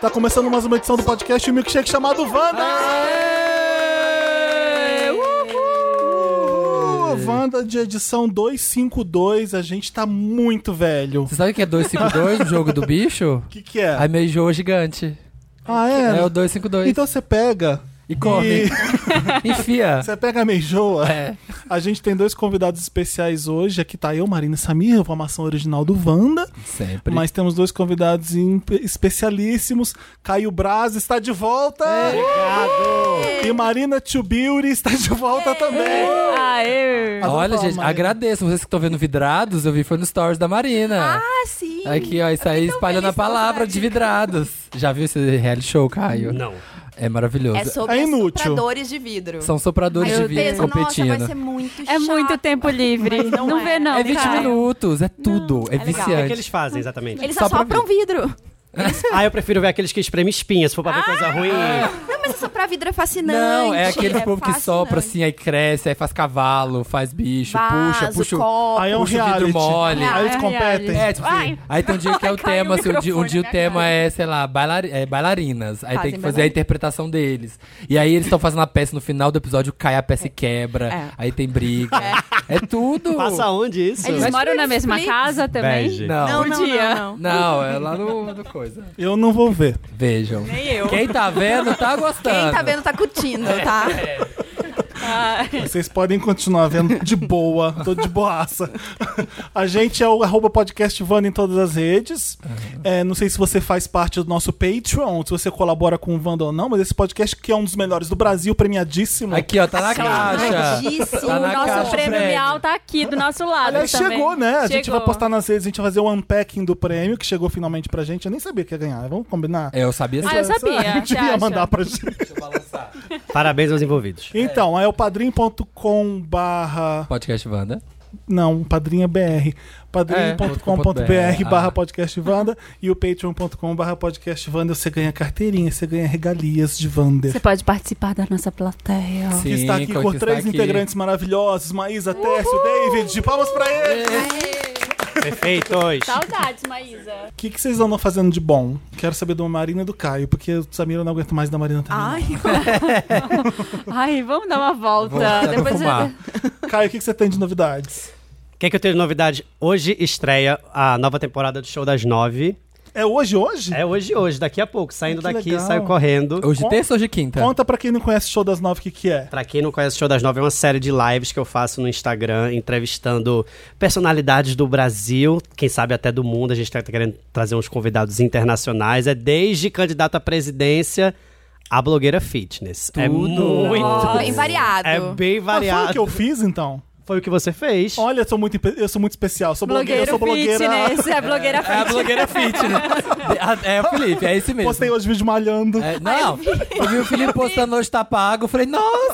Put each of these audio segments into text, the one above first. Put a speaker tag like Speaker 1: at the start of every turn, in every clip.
Speaker 1: Tá começando mais uma edição do podcast O Milkshake chamado Wanda! Uhul! Wanda de edição 252, a gente tá muito velho.
Speaker 2: Você sabe o que é 252 o jogo do bicho?
Speaker 1: O que que é?
Speaker 2: Aí meijoa gigante.
Speaker 1: Ah,
Speaker 2: É,
Speaker 1: é?
Speaker 2: o 252.
Speaker 1: Então você pega...
Speaker 2: E come. Enfia.
Speaker 1: Você pega a meijoa.
Speaker 2: É.
Speaker 1: A gente tem dois convidados especiais hoje. Aqui tá eu, Marina e Samir, formação original do Wanda.
Speaker 2: Sempre.
Speaker 1: Mas temos dois convidados em- especialíssimos. Caio Braz está de volta. Obrigado. E Marina Tio Beauty está de volta também. É
Speaker 3: Aê!
Speaker 1: Mas vamos
Speaker 2: Olha,
Speaker 1: falar,
Speaker 2: gente,
Speaker 1: Marina.
Speaker 2: agradeço. Vocês que estão vendo vidrados, eu vi foi no stories da Marina.
Speaker 3: Ah, sim!
Speaker 2: Aqui, ó, isso aí espalhando a
Speaker 3: feliz com
Speaker 2: palavra
Speaker 3: essa
Speaker 2: de vidrados. Já viu esse reality show, Caio?
Speaker 4: Não.
Speaker 2: É maravilhoso.
Speaker 5: É sobre
Speaker 1: É inútil.
Speaker 5: sopradores de vidro.
Speaker 2: São sopradores
Speaker 5: Aí
Speaker 2: de
Speaker 5: eu
Speaker 2: vidro
Speaker 5: penso, nossa, vai
Speaker 2: competindo.
Speaker 5: ser muito chato.
Speaker 3: É muito tempo livre. Não,
Speaker 5: não é.
Speaker 3: vê, não.
Speaker 2: é 20
Speaker 3: cara.
Speaker 2: minutos, é tudo. é
Speaker 5: é legal.
Speaker 4: O que, é que
Speaker 2: viciante.
Speaker 4: eles fazem, exatamente?
Speaker 5: Eles
Speaker 2: Só pra
Speaker 5: assopram vidro.
Speaker 4: ah, eu prefiro ver aqueles que espremem espinha, se for pra ver coisa ruim.
Speaker 5: Não, mas soprar vidro é fascinante.
Speaker 2: Não, é aquele povo que
Speaker 5: fascinante.
Speaker 2: sopra assim, aí cresce, aí faz cavalo, faz bicho,
Speaker 5: Vaso,
Speaker 2: Tipo, puxa, puxa. o-
Speaker 5: copo.
Speaker 1: Aí é um
Speaker 2: Puxa o vidro
Speaker 1: reality.
Speaker 2: mole.
Speaker 1: Aí eles
Speaker 3: É
Speaker 1: competem.
Speaker 3: reality.
Speaker 2: É, tipo assim,
Speaker 3: Ai.
Speaker 2: aí tem um dia que é o
Speaker 3: Caiu
Speaker 2: tema,
Speaker 3: o
Speaker 2: assim, um dia, um
Speaker 3: microfone
Speaker 2: dia o
Speaker 3: na
Speaker 2: tema
Speaker 3: cara.
Speaker 2: é, sei lá, bailari- é, bailarinas. Aí tem
Speaker 5: Fazem
Speaker 2: que fazer a interpretação deles. E aí eles estão fazendo a peça, no final do episódio cai a peça e quebra.
Speaker 5: É.
Speaker 2: Aí tem briga. É, tudo.
Speaker 4: Passa onde isso?
Speaker 3: Eles
Speaker 2: Mas
Speaker 3: moram na
Speaker 5: Netflix,
Speaker 3: mesma
Speaker 5: Netflix.
Speaker 3: casa também?
Speaker 4: Bege.
Speaker 2: Não,
Speaker 5: Não,
Speaker 2: não,
Speaker 5: não,
Speaker 3: Podia.
Speaker 5: não, não.
Speaker 2: é lá no, no coisa.
Speaker 1: Eu não vou ver.
Speaker 2: Vejam.
Speaker 3: Nem eu.
Speaker 2: Quem tá vendo, tá gostando.
Speaker 5: Quem tá vendo tá curtindo, tá?
Speaker 2: É.
Speaker 3: Ah,
Speaker 1: Vocês podem continuar vendo de boa. Tô de boaça. A gente é o arroba podcast Wanda em todas as redes. É, não sei se você faz parte do nosso Patreon, se você colabora com o Wanda ou não, mas esse podcast que é um dos melhores do Brasil, premiadíssimo.
Speaker 2: Aqui, ó, tá na caixa.
Speaker 5: Aclamadíssimo.
Speaker 2: Tá
Speaker 3: o
Speaker 2: na
Speaker 3: nosso
Speaker 2: caixa,
Speaker 3: prêmio
Speaker 2: Fred.
Speaker 3: Miau tá aqui do nosso lado.
Speaker 1: Aliás,
Speaker 3: também.
Speaker 1: chegou, né? A gente
Speaker 3: Chegou.
Speaker 1: vai postar nas redes, a gente vai fazer o unpacking do prêmio, que chegou finalmente pra gente. Eu nem sabia que ia ganhar, vamos combinar?
Speaker 2: É, Eu sabia
Speaker 3: Ah, eu sabia.
Speaker 1: A gente
Speaker 3: Você
Speaker 1: ia
Speaker 3: acha?
Speaker 1: mandar pra gente.
Speaker 4: Parabéns aos envolvidos.
Speaker 1: Então, é o padrim.com barra...
Speaker 2: Podcast Wanda.
Speaker 1: Não, um padrinha BR. padrim.com.br
Speaker 2: É,
Speaker 1: barra
Speaker 2: ah.
Speaker 1: podcast Wanda e o patreon.com barra podcast Wanda. Você ganha carteirinha, você ganha regalias de Wander.
Speaker 3: Você pode participar da nossa plateia.
Speaker 2: Sim,
Speaker 1: Que está aqui
Speaker 2: que
Speaker 1: com
Speaker 2: está
Speaker 1: três
Speaker 2: aqui.
Speaker 1: integrantes maravilhosos, Maísa, Tércio, David. De palmas pra eles!
Speaker 4: Perfeitos.
Speaker 3: Saudades, Maísa.
Speaker 1: O que, que vocês andam fazendo de bom? Quero saber do Marina e do Caio, porque o Samir eu não aguento mais da Marina também.
Speaker 5: Ai,
Speaker 3: Ai, vamos dar uma volta.
Speaker 2: Vou tentar
Speaker 3: Depois
Speaker 2: fumar.
Speaker 1: Caio, o que, que você tem de novidades?
Speaker 4: O que, é que eu tenho de novidade? Hoje estreia a nova temporada do Show das Nove.
Speaker 1: É hoje, hoje?
Speaker 4: É hoje, hoje, daqui a pouco. Saindo
Speaker 1: Ah, Que
Speaker 4: daqui,
Speaker 1: legal.
Speaker 4: saio correndo.
Speaker 2: Hoje
Speaker 1: Con-
Speaker 2: terça ou hoje é quinta?
Speaker 1: Conta pra quem não conhece o Show das Nove o que, que é.
Speaker 4: Pra quem não conhece o Show das Nove, é uma série de lives que eu faço no Instagram, entrevistando personalidades do Brasil, quem sabe até do mundo. A gente tá querendo trazer uns convidados internacionais. É desde candidato à presidência à blogueira fitness. É
Speaker 2: Tudo.
Speaker 4: muito.
Speaker 5: bem variado.
Speaker 4: É
Speaker 1: Ah, foi
Speaker 4: bem
Speaker 1: o que
Speaker 4: variado.
Speaker 1: eu fiz, então?
Speaker 4: Foi o que você fez.
Speaker 1: Olha, eu sou muito, impe- eu sou muito especial. Sou blogueira, eu
Speaker 3: blogueiro
Speaker 1: sou blogueira.
Speaker 3: fitness. É blogueira
Speaker 2: É a
Speaker 3: fitness.
Speaker 2: blogueira fitness. É o Felipe, é esse mesmo.
Speaker 1: Postei um- hoje vídeo malhando.
Speaker 2: É, não, eu vi o Felipe postando hoje tá pago, eu falei,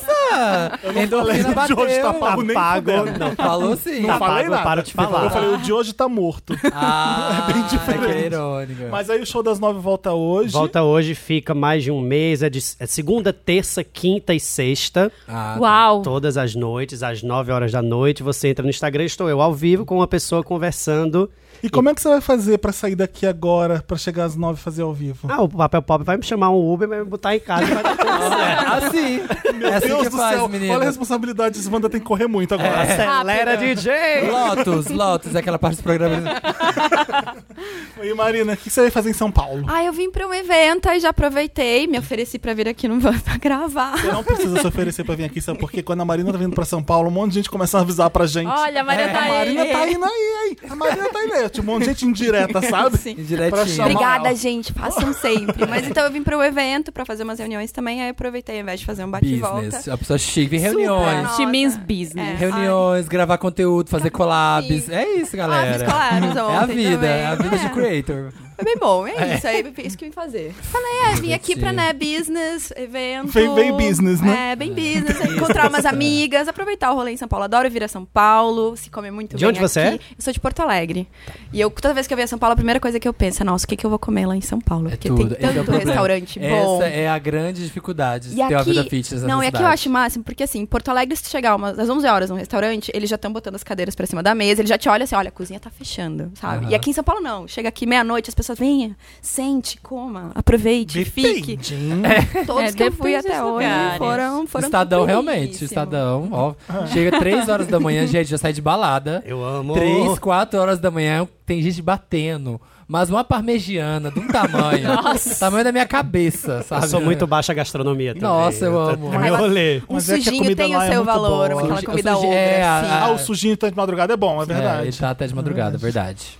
Speaker 2: nossa!
Speaker 1: falei
Speaker 2: Endorfina
Speaker 1: de
Speaker 2: bateu.
Speaker 1: hoje tá pago, nem fudendo.
Speaker 4: Não,
Speaker 2: Falou sim.
Speaker 1: Não
Speaker 4: tá
Speaker 1: falei
Speaker 4: pago,
Speaker 1: nada.
Speaker 4: eu paro de falar.
Speaker 1: Eu falei, o de hoje tá morto.
Speaker 2: Ah,
Speaker 1: É bem diferente.
Speaker 2: é que é irônica.
Speaker 1: Mas aí o Show das Nove volta hoje.
Speaker 4: Volta hoje, fica mais de um mês. É, de, é segunda, terça, quinta e sexta.
Speaker 2: Ah,
Speaker 3: Uau.
Speaker 4: Todas as noites, às 9 horas da noite, você entra no Instagram, estou eu ao vivo com uma pessoa conversando.
Speaker 1: E como é que você vai fazer pra sair daqui agora, pra chegar às nove e fazer ao vivo?
Speaker 4: Ah, o Papel Pop vai me chamar um Uber, vai me botar em casa. Vai dar tudo
Speaker 1: é.
Speaker 4: certo.
Speaker 2: assim.
Speaker 1: Meu
Speaker 2: é assim
Speaker 1: Deus
Speaker 2: que
Speaker 1: do
Speaker 2: faz,
Speaker 1: céu,
Speaker 2: menino.
Speaker 1: olha a responsabilidade, esse Wanda tem que correr muito agora.
Speaker 4: Acelera,
Speaker 3: Rápido.
Speaker 4: DJ!
Speaker 2: Lotus, Lotus, é aquela parte do programa. É.
Speaker 1: E Marina, o que você vai fazer em São Paulo?
Speaker 5: Ai, eu vim pra um evento e já aproveitei, me ofereci pra vir aqui no Van pra gravar.
Speaker 1: Você não precisa se oferecer pra vir aqui, sabe? Porque quando a Marina tá vindo pra São Paulo, um monte de gente começa a avisar pra gente.
Speaker 3: Olha,
Speaker 2: É,
Speaker 3: a Maria tá
Speaker 1: a
Speaker 3: aí.
Speaker 1: Marina tá indo aí, hein? A Marina tá indo aí. Tipo, um monte de gente indireta, sabe?
Speaker 5: Sim.
Speaker 1: Pra
Speaker 2: Indiretinho.
Speaker 1: chamar-
Speaker 5: Obrigada,
Speaker 1: ela.
Speaker 5: gente. Façam sempre. Mas então eu vim pra um evento pra fazer umas reuniões também. Aí aproveitei, ao invés de fazer um bate-volta.
Speaker 2: Business. A pessoa chique, reuniões.
Speaker 3: She means business.
Speaker 2: Reuniões, gravar conteúdo, fazer collabs. É isso,
Speaker 5: Ah,
Speaker 2: galera.
Speaker 5: fiz collabs
Speaker 2: é a
Speaker 5: ontem
Speaker 2: vida,
Speaker 5: também.
Speaker 2: é a vida de
Speaker 5: É.
Speaker 2: creator.
Speaker 5: Foi bem bom, é isso. Aí é isso que eu vim fazer. Falei, é, vim aqui pra, né, business, evento.
Speaker 1: Bem- bem business, né?
Speaker 5: É, bem business. Encontrar umas amigas, aproveitar o rolê em São Paulo. Adoro vir a São Paulo, se come muito
Speaker 4: De
Speaker 5: bem
Speaker 4: onde você
Speaker 5: aqui.
Speaker 4: é?
Speaker 5: Eu sou de Porto Alegre. E eu, toda vez que eu venho a São Paulo, a primeira coisa que eu penso é, nossa, o que, que eu vou comer lá em São Paulo?
Speaker 2: É
Speaker 5: Porque
Speaker 2: tudo. Esse é
Speaker 5: tem
Speaker 2: o
Speaker 5: tanto
Speaker 2: problema.
Speaker 5: restaurante bom.
Speaker 2: Essa é a grande dificuldade de
Speaker 5: E
Speaker 2: ter uma
Speaker 5: aqui-
Speaker 2: vida fitness nessa
Speaker 5: Não, é que eu
Speaker 2: cidade.
Speaker 5: acho o máximo, porque assim, em Porto Alegre, se tu chegar umas, às 11 horas num restaurante, eles já estão botando as cadeiras pra cima da mesa, ele já te olha assim, olha, a cozinha tá fechando, sabe?
Speaker 2: Aham.
Speaker 5: E aqui em São Paulo, não. Chega aqui meia-noite, as pessoas venha, sente, coma, aproveite, fique.
Speaker 1: Dependinho.
Speaker 5: Todos
Speaker 3: É,
Speaker 5: que eu fui
Speaker 3: depende
Speaker 5: até
Speaker 3: dos
Speaker 5: hoje
Speaker 3: lugares.
Speaker 5: foram, foram
Speaker 2: Estadão, realmente.
Speaker 5: tranquilíssimos.
Speaker 2: Estadão, ó. Chega 3 horas da manhã, gente, já sai de balada.
Speaker 4: Eu amo.
Speaker 2: 3, 4 horas da manhã, tem gente batendo. Mas uma parmegiana de um tamanho. Nossa. Tamanho da minha cabeça,
Speaker 4: Eu
Speaker 2: sabe?
Speaker 4: sou muito baixa gastronomia também.
Speaker 2: Nossa, eu
Speaker 4: tô-
Speaker 2: amo.
Speaker 4: É meu rolê.
Speaker 5: Um
Speaker 1: Mas é que a
Speaker 5: sujinho
Speaker 1: comida
Speaker 5: tem
Speaker 1: lá
Speaker 5: o
Speaker 1: é
Speaker 5: seu
Speaker 1: muito
Speaker 5: valor,
Speaker 1: boa.
Speaker 5: aquela
Speaker 2: Suji-
Speaker 5: comida
Speaker 2: suji-
Speaker 5: outra,
Speaker 2: é,
Speaker 5: assim.
Speaker 2: a-
Speaker 1: Ah, o sujinho tanto de madrugada é bom, é
Speaker 2: É, ele
Speaker 1: verdade.
Speaker 2: tá até de madrugada, verdade.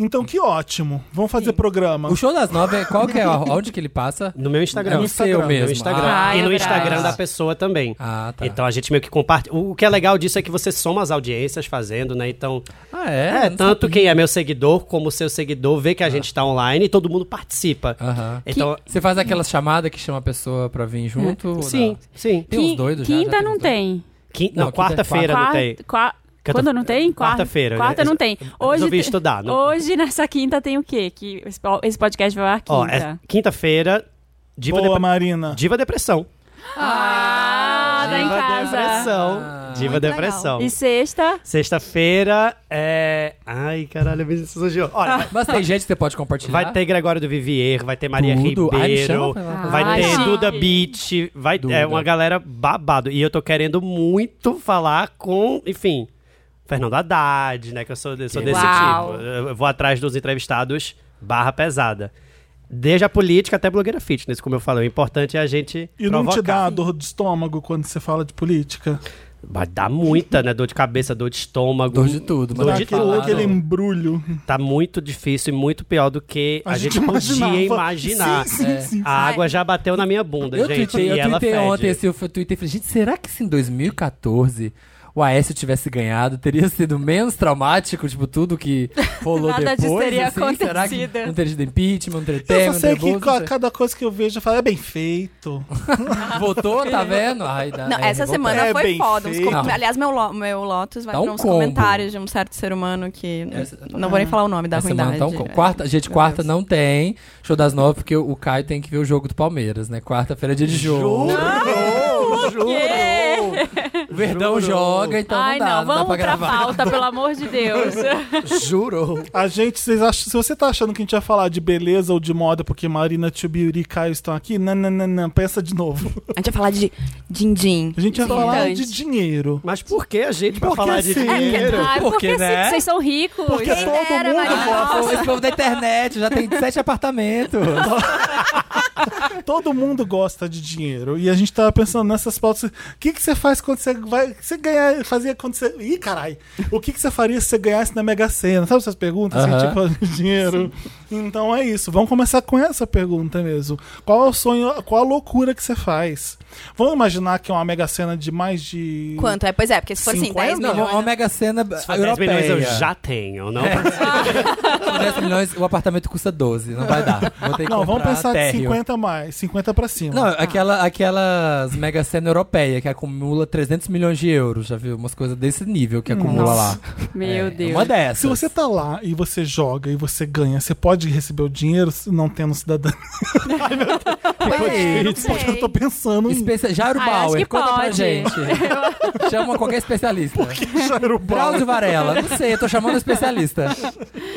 Speaker 1: Então que ótimo. Vamos fazer programa.
Speaker 2: O show das nove, é- qual que é? Onde que ele passa?
Speaker 4: No meu Instagram.
Speaker 2: No É seu
Speaker 4: No meu
Speaker 2: mesmo.
Speaker 4: Instagram.
Speaker 3: Ah,
Speaker 4: e
Speaker 3: é
Speaker 4: no
Speaker 3: verdade.
Speaker 4: Instagram da pessoa também.
Speaker 2: Ah, tá.
Speaker 4: Então a gente meio que compartilha. O que é legal disso é que você soma as audiências fazendo, né? Então,
Speaker 2: Ah,
Speaker 4: é,
Speaker 2: é? Não
Speaker 4: tanto
Speaker 2: sabia.
Speaker 4: quem é meu seguidor como seu seguidor vê que a gente tá online e todo mundo participa.
Speaker 2: Aham.
Speaker 4: Então,
Speaker 2: Ah. Que- Você faz aquela chamada que chama a pessoa pra vir
Speaker 5: Uhum.
Speaker 2: junto? ou
Speaker 4: sim,
Speaker 2: não?
Speaker 4: sim.
Speaker 2: Tem uns doidos já, já
Speaker 3: Quinta
Speaker 2: tem
Speaker 3: não
Speaker 2: uns doidos.
Speaker 3: tem.
Speaker 4: Quin- não,
Speaker 2: Não,
Speaker 4: quarta-feira não tem.
Speaker 3: Quarta- qua-
Speaker 4: Que eu tô-
Speaker 3: Quando não tem? Quarta-
Speaker 4: Quarta-feira, né?
Speaker 3: Quarta não tem.
Speaker 4: Eu
Speaker 3: Hoje,
Speaker 4: resolvi
Speaker 3: te-
Speaker 4: estudar, não-
Speaker 3: hoje, nessa quinta, tem o quê? Que esse po- esse podcast vai ao
Speaker 4: Ó,
Speaker 3: ar quinta.
Speaker 4: é quinta-feira, Diva,
Speaker 1: Boa,
Speaker 4: Depre-
Speaker 1: Marina.
Speaker 4: Diva Depressão.
Speaker 3: Ah, tá em
Speaker 4: Diva
Speaker 3: casa.
Speaker 4: Depressão.
Speaker 2: Ah.
Speaker 4: Diva
Speaker 5: Muito legal.
Speaker 4: Depressão.
Speaker 3: E sexta,
Speaker 4: Sexta-feira é. Ai, caralho, me surgiu. Olha,
Speaker 2: Mas tem gente que você pode compartilhar? É.
Speaker 4: vai ter Gregório do Vivier, vai ter Maria
Speaker 2: Tudo. Ai, me chama
Speaker 4: Ribeiro.
Speaker 2: pra lá.
Speaker 3: Ah,
Speaker 4: Vai
Speaker 3: Ai,
Speaker 4: ter
Speaker 3: chique.
Speaker 4: Duda Beat, vai ter
Speaker 2: Duda.
Speaker 4: é uma galera babado. E eu tô querendo muito falar com, enfim, Fernando Haddad, né? Que eu sou, de- sou desse
Speaker 3: Uau.
Speaker 4: tipo. Eu vou atrás dos entrevistados barra pesada. Desde a política até a blogueira fitness, como eu falei. O importante é a gente
Speaker 1: E não te
Speaker 4: provocar.
Speaker 1: dá dor de estômago quando você fala de política?
Speaker 4: Vai dar muita, né? Dor de cabeça, dor de estômago.
Speaker 2: Dor de tudo. mas
Speaker 1: Dá
Speaker 4: Dor
Speaker 2: vai
Speaker 4: de
Speaker 1: aquele,
Speaker 2: falar,
Speaker 1: aquele
Speaker 2: não.
Speaker 1: embrulho.
Speaker 4: Tá muito difícil e muito pior do que a, gente, podia imaginar.
Speaker 1: Sim, sim,
Speaker 2: É.
Speaker 1: sim.
Speaker 4: A água já bateu na minha bunda,
Speaker 2: Eu
Speaker 4: gente.
Speaker 2: tuitei,
Speaker 4: e
Speaker 2: eu
Speaker 4: ela
Speaker 2: tuitei
Speaker 4: fede.
Speaker 2: ontem, assim, eu fui- tuitei e falei, gente, será que se em 2014 o Aécio tivesse ganhado, teria sido menos traumático, tipo, tudo que rolou
Speaker 3: Nada disso
Speaker 2: depois?
Speaker 3: teria
Speaker 2: assim? Será que
Speaker 3: acontecido.
Speaker 2: não teria tido impeachment, não teria
Speaker 1: Eu
Speaker 2: tema,
Speaker 1: só
Speaker 2: não
Speaker 1: sei
Speaker 2: teria
Speaker 1: que
Speaker 2: bolsa,
Speaker 1: ca-
Speaker 2: não
Speaker 1: cada coisa que eu vejo eu falo, é bem feito.
Speaker 2: sei. Votou, tá vendo? Ai, dá-
Speaker 5: Não,
Speaker 2: é
Speaker 5: essa
Speaker 2: revoltante.
Speaker 5: semana
Speaker 1: É
Speaker 5: foi
Speaker 1: bem
Speaker 5: foda. uns
Speaker 1: feito.
Speaker 5: com- Aliás, meu, lo- meu Lotus vai
Speaker 2: Tá
Speaker 5: pra
Speaker 2: um
Speaker 5: uns
Speaker 2: combo.
Speaker 5: comentários de um certo ser humano que.
Speaker 2: Essa-
Speaker 5: Não vou nem falar o nome da
Speaker 2: Essa semana
Speaker 5: ruindade.
Speaker 2: tá um co- quarta, gente,
Speaker 5: Meu
Speaker 2: quarta
Speaker 5: Deus.
Speaker 2: não tem show das nove, porque o Caio tem que ver o jogo do Palmeiras, né? Quarta-feira é dia de jogo.
Speaker 1: Ah, Juro, juro.
Speaker 2: O Verdão
Speaker 1: Juro.
Speaker 2: joga, então
Speaker 3: Ai,
Speaker 2: não dá,
Speaker 3: não,
Speaker 2: não, dá
Speaker 3: vamos
Speaker 2: pra
Speaker 3: pra,
Speaker 2: gravar.
Speaker 3: pauta, pelo amor de Deus.
Speaker 2: Jurou.
Speaker 1: A gente, vocês acham, se você tá achando que a gente ia falar de beleza ou de moda porque Marina, Tibiri e Caio estão aqui, não, não, não, não, pensa de novo.
Speaker 5: A gente vai falar de din-din.
Speaker 1: A gente ia falar de
Speaker 3: Importante.
Speaker 1: dinheiro.
Speaker 4: Mas por que a gente pra
Speaker 1: Porque
Speaker 4: falar de
Speaker 1: assim-
Speaker 4: dinheiro?
Speaker 3: Ai,
Speaker 2: É Porque,
Speaker 3: porque
Speaker 2: né?
Speaker 3: se- vocês são ricos.
Speaker 1: Porque todo
Speaker 5: dera,
Speaker 1: mundo
Speaker 5: Marina.
Speaker 1: gosta.
Speaker 2: Ah, Esse povo da internet já tem sete apartamentos.
Speaker 1: Todo mundo gosta de dinheiro. E a gente tava pensando nessas pautas. O que, que você faz quando você vai. Você ganhar. Fazia quando você. Ih, caralho! O que, que você faria se você ganhasse na Mega Sena? Sabe essas perguntas? assim,
Speaker 2: Aham.
Speaker 1: tipo, dinheiro. Então é isso. Vamos começar com essa pergunta mesmo. Qual é o sonho. Qual a loucura que você faz? Vamos imaginar que é uma Mega Sena de mais de.
Speaker 5: Quanto? É, pois é, porque se for assim,
Speaker 1: 50?
Speaker 5: 10
Speaker 2: Não,
Speaker 5: milhões.
Speaker 2: uma mega cena
Speaker 4: Se for 10
Speaker 2: europeia.
Speaker 4: milhões eu já tenho, não?
Speaker 2: Com 10 milhões, o apartamento custa 12, não vai dar. Vou ter que
Speaker 1: Não, vamos
Speaker 2: comprar
Speaker 1: pensar de
Speaker 2: térreo.
Speaker 1: 50 mais. 50 pra cima.
Speaker 2: Não, aquela, aquelas mega cena europeia que acumula 300 milhões de euros, já viu? Umas coisas desse nível que acumula lá.
Speaker 3: Meu
Speaker 2: É,
Speaker 3: Deus.
Speaker 2: Uma dessas.
Speaker 1: Se você tá lá e você joga e você ganha, você pode receber o dinheiro não tendo um cidadania?
Speaker 3: É,
Speaker 5: Ué, não
Speaker 1: Pô,
Speaker 5: sei.
Speaker 1: Eu tô pensando nisso.
Speaker 2: Especia... Jairo
Speaker 3: Ah, acho
Speaker 2: Bauer,
Speaker 3: que
Speaker 2: conta pra
Speaker 3: pode.
Speaker 2: gente. Chama qualquer especialista. Drauzio Varela, não sei, eu tô chamando um especialista.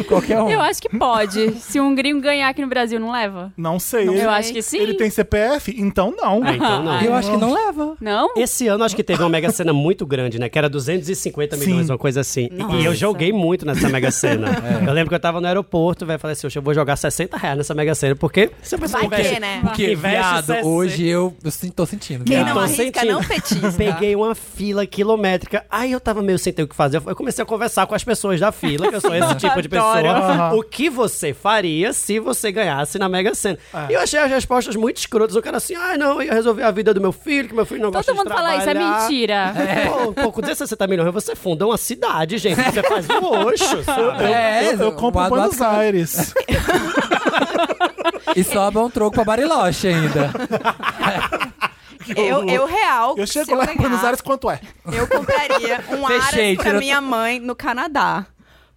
Speaker 2: Qualquer um.
Speaker 3: Eu acho que pode. Se um gringo ganhar aqui no Brasil, não leva?
Speaker 1: Não sei.
Speaker 5: Não
Speaker 1: ele,
Speaker 3: Eu
Speaker 5: sei.
Speaker 3: acho que sim.
Speaker 1: ele tem CPF? Então não.
Speaker 4: Ah, então não.
Speaker 2: Eu acho que não leva.
Speaker 3: Não?
Speaker 4: Esse ano acho que teve uma mega cena muito grande, né? Que era 250
Speaker 1: Sim.
Speaker 4: milhões, uma coisa assim. E- E eu
Speaker 3: Nossa.
Speaker 4: joguei muito nessa mega cena.
Speaker 2: É.
Speaker 4: Eu lembro que eu tava no aeroporto, velho, falei assim, "Oxe, eu vou jogar 60 reais nessa mega cena, porque se a pessoa
Speaker 5: Vai
Speaker 4: investe-
Speaker 5: ter, né?
Speaker 2: Porque,
Speaker 4: Investe
Speaker 2: viado,
Speaker 4: 60.
Speaker 2: hoje eu, eu sin- tô sentindo.
Speaker 5: Quem
Speaker 2: viado.
Speaker 5: não
Speaker 4: Tô
Speaker 5: arrisca,
Speaker 4: sentindo.
Speaker 5: não petista.
Speaker 4: Peguei uma fila quilométrica. Aí eu tava meio sem ter o que fazer. Eu comecei a conversar com as pessoas da fila, que eu sou esse tipo de pessoa.
Speaker 1: Adoro.
Speaker 4: o que você faria se você ganhasse na Mega Sena? E eu achei as respostas muito escrotas. O cara assim, ah, não, eu ia resolver a vida do meu filho, que meu filho não gosta
Speaker 3: Todo
Speaker 4: de
Speaker 3: mundo fala isso, é
Speaker 4: trabalhar."
Speaker 3: mentira.
Speaker 4: Pô, um pô, com 60 milhões você funda uma cidade, gente. Você faz um roxo, sabe?
Speaker 2: É,
Speaker 1: Eu, eu compro
Speaker 2: o Eduardo
Speaker 1: Buenos Aires.
Speaker 2: E sobra um troco pra Bariloche ainda.
Speaker 5: Eu, eu real.
Speaker 1: Eu
Speaker 5: se
Speaker 1: chego lá em
Speaker 5: ganhar,
Speaker 1: Buenos Ares, quanto é?
Speaker 5: Eu compraria um
Speaker 2: Fechei,
Speaker 5: Aras pra
Speaker 2: tirou-
Speaker 5: minha mãe no Canadá.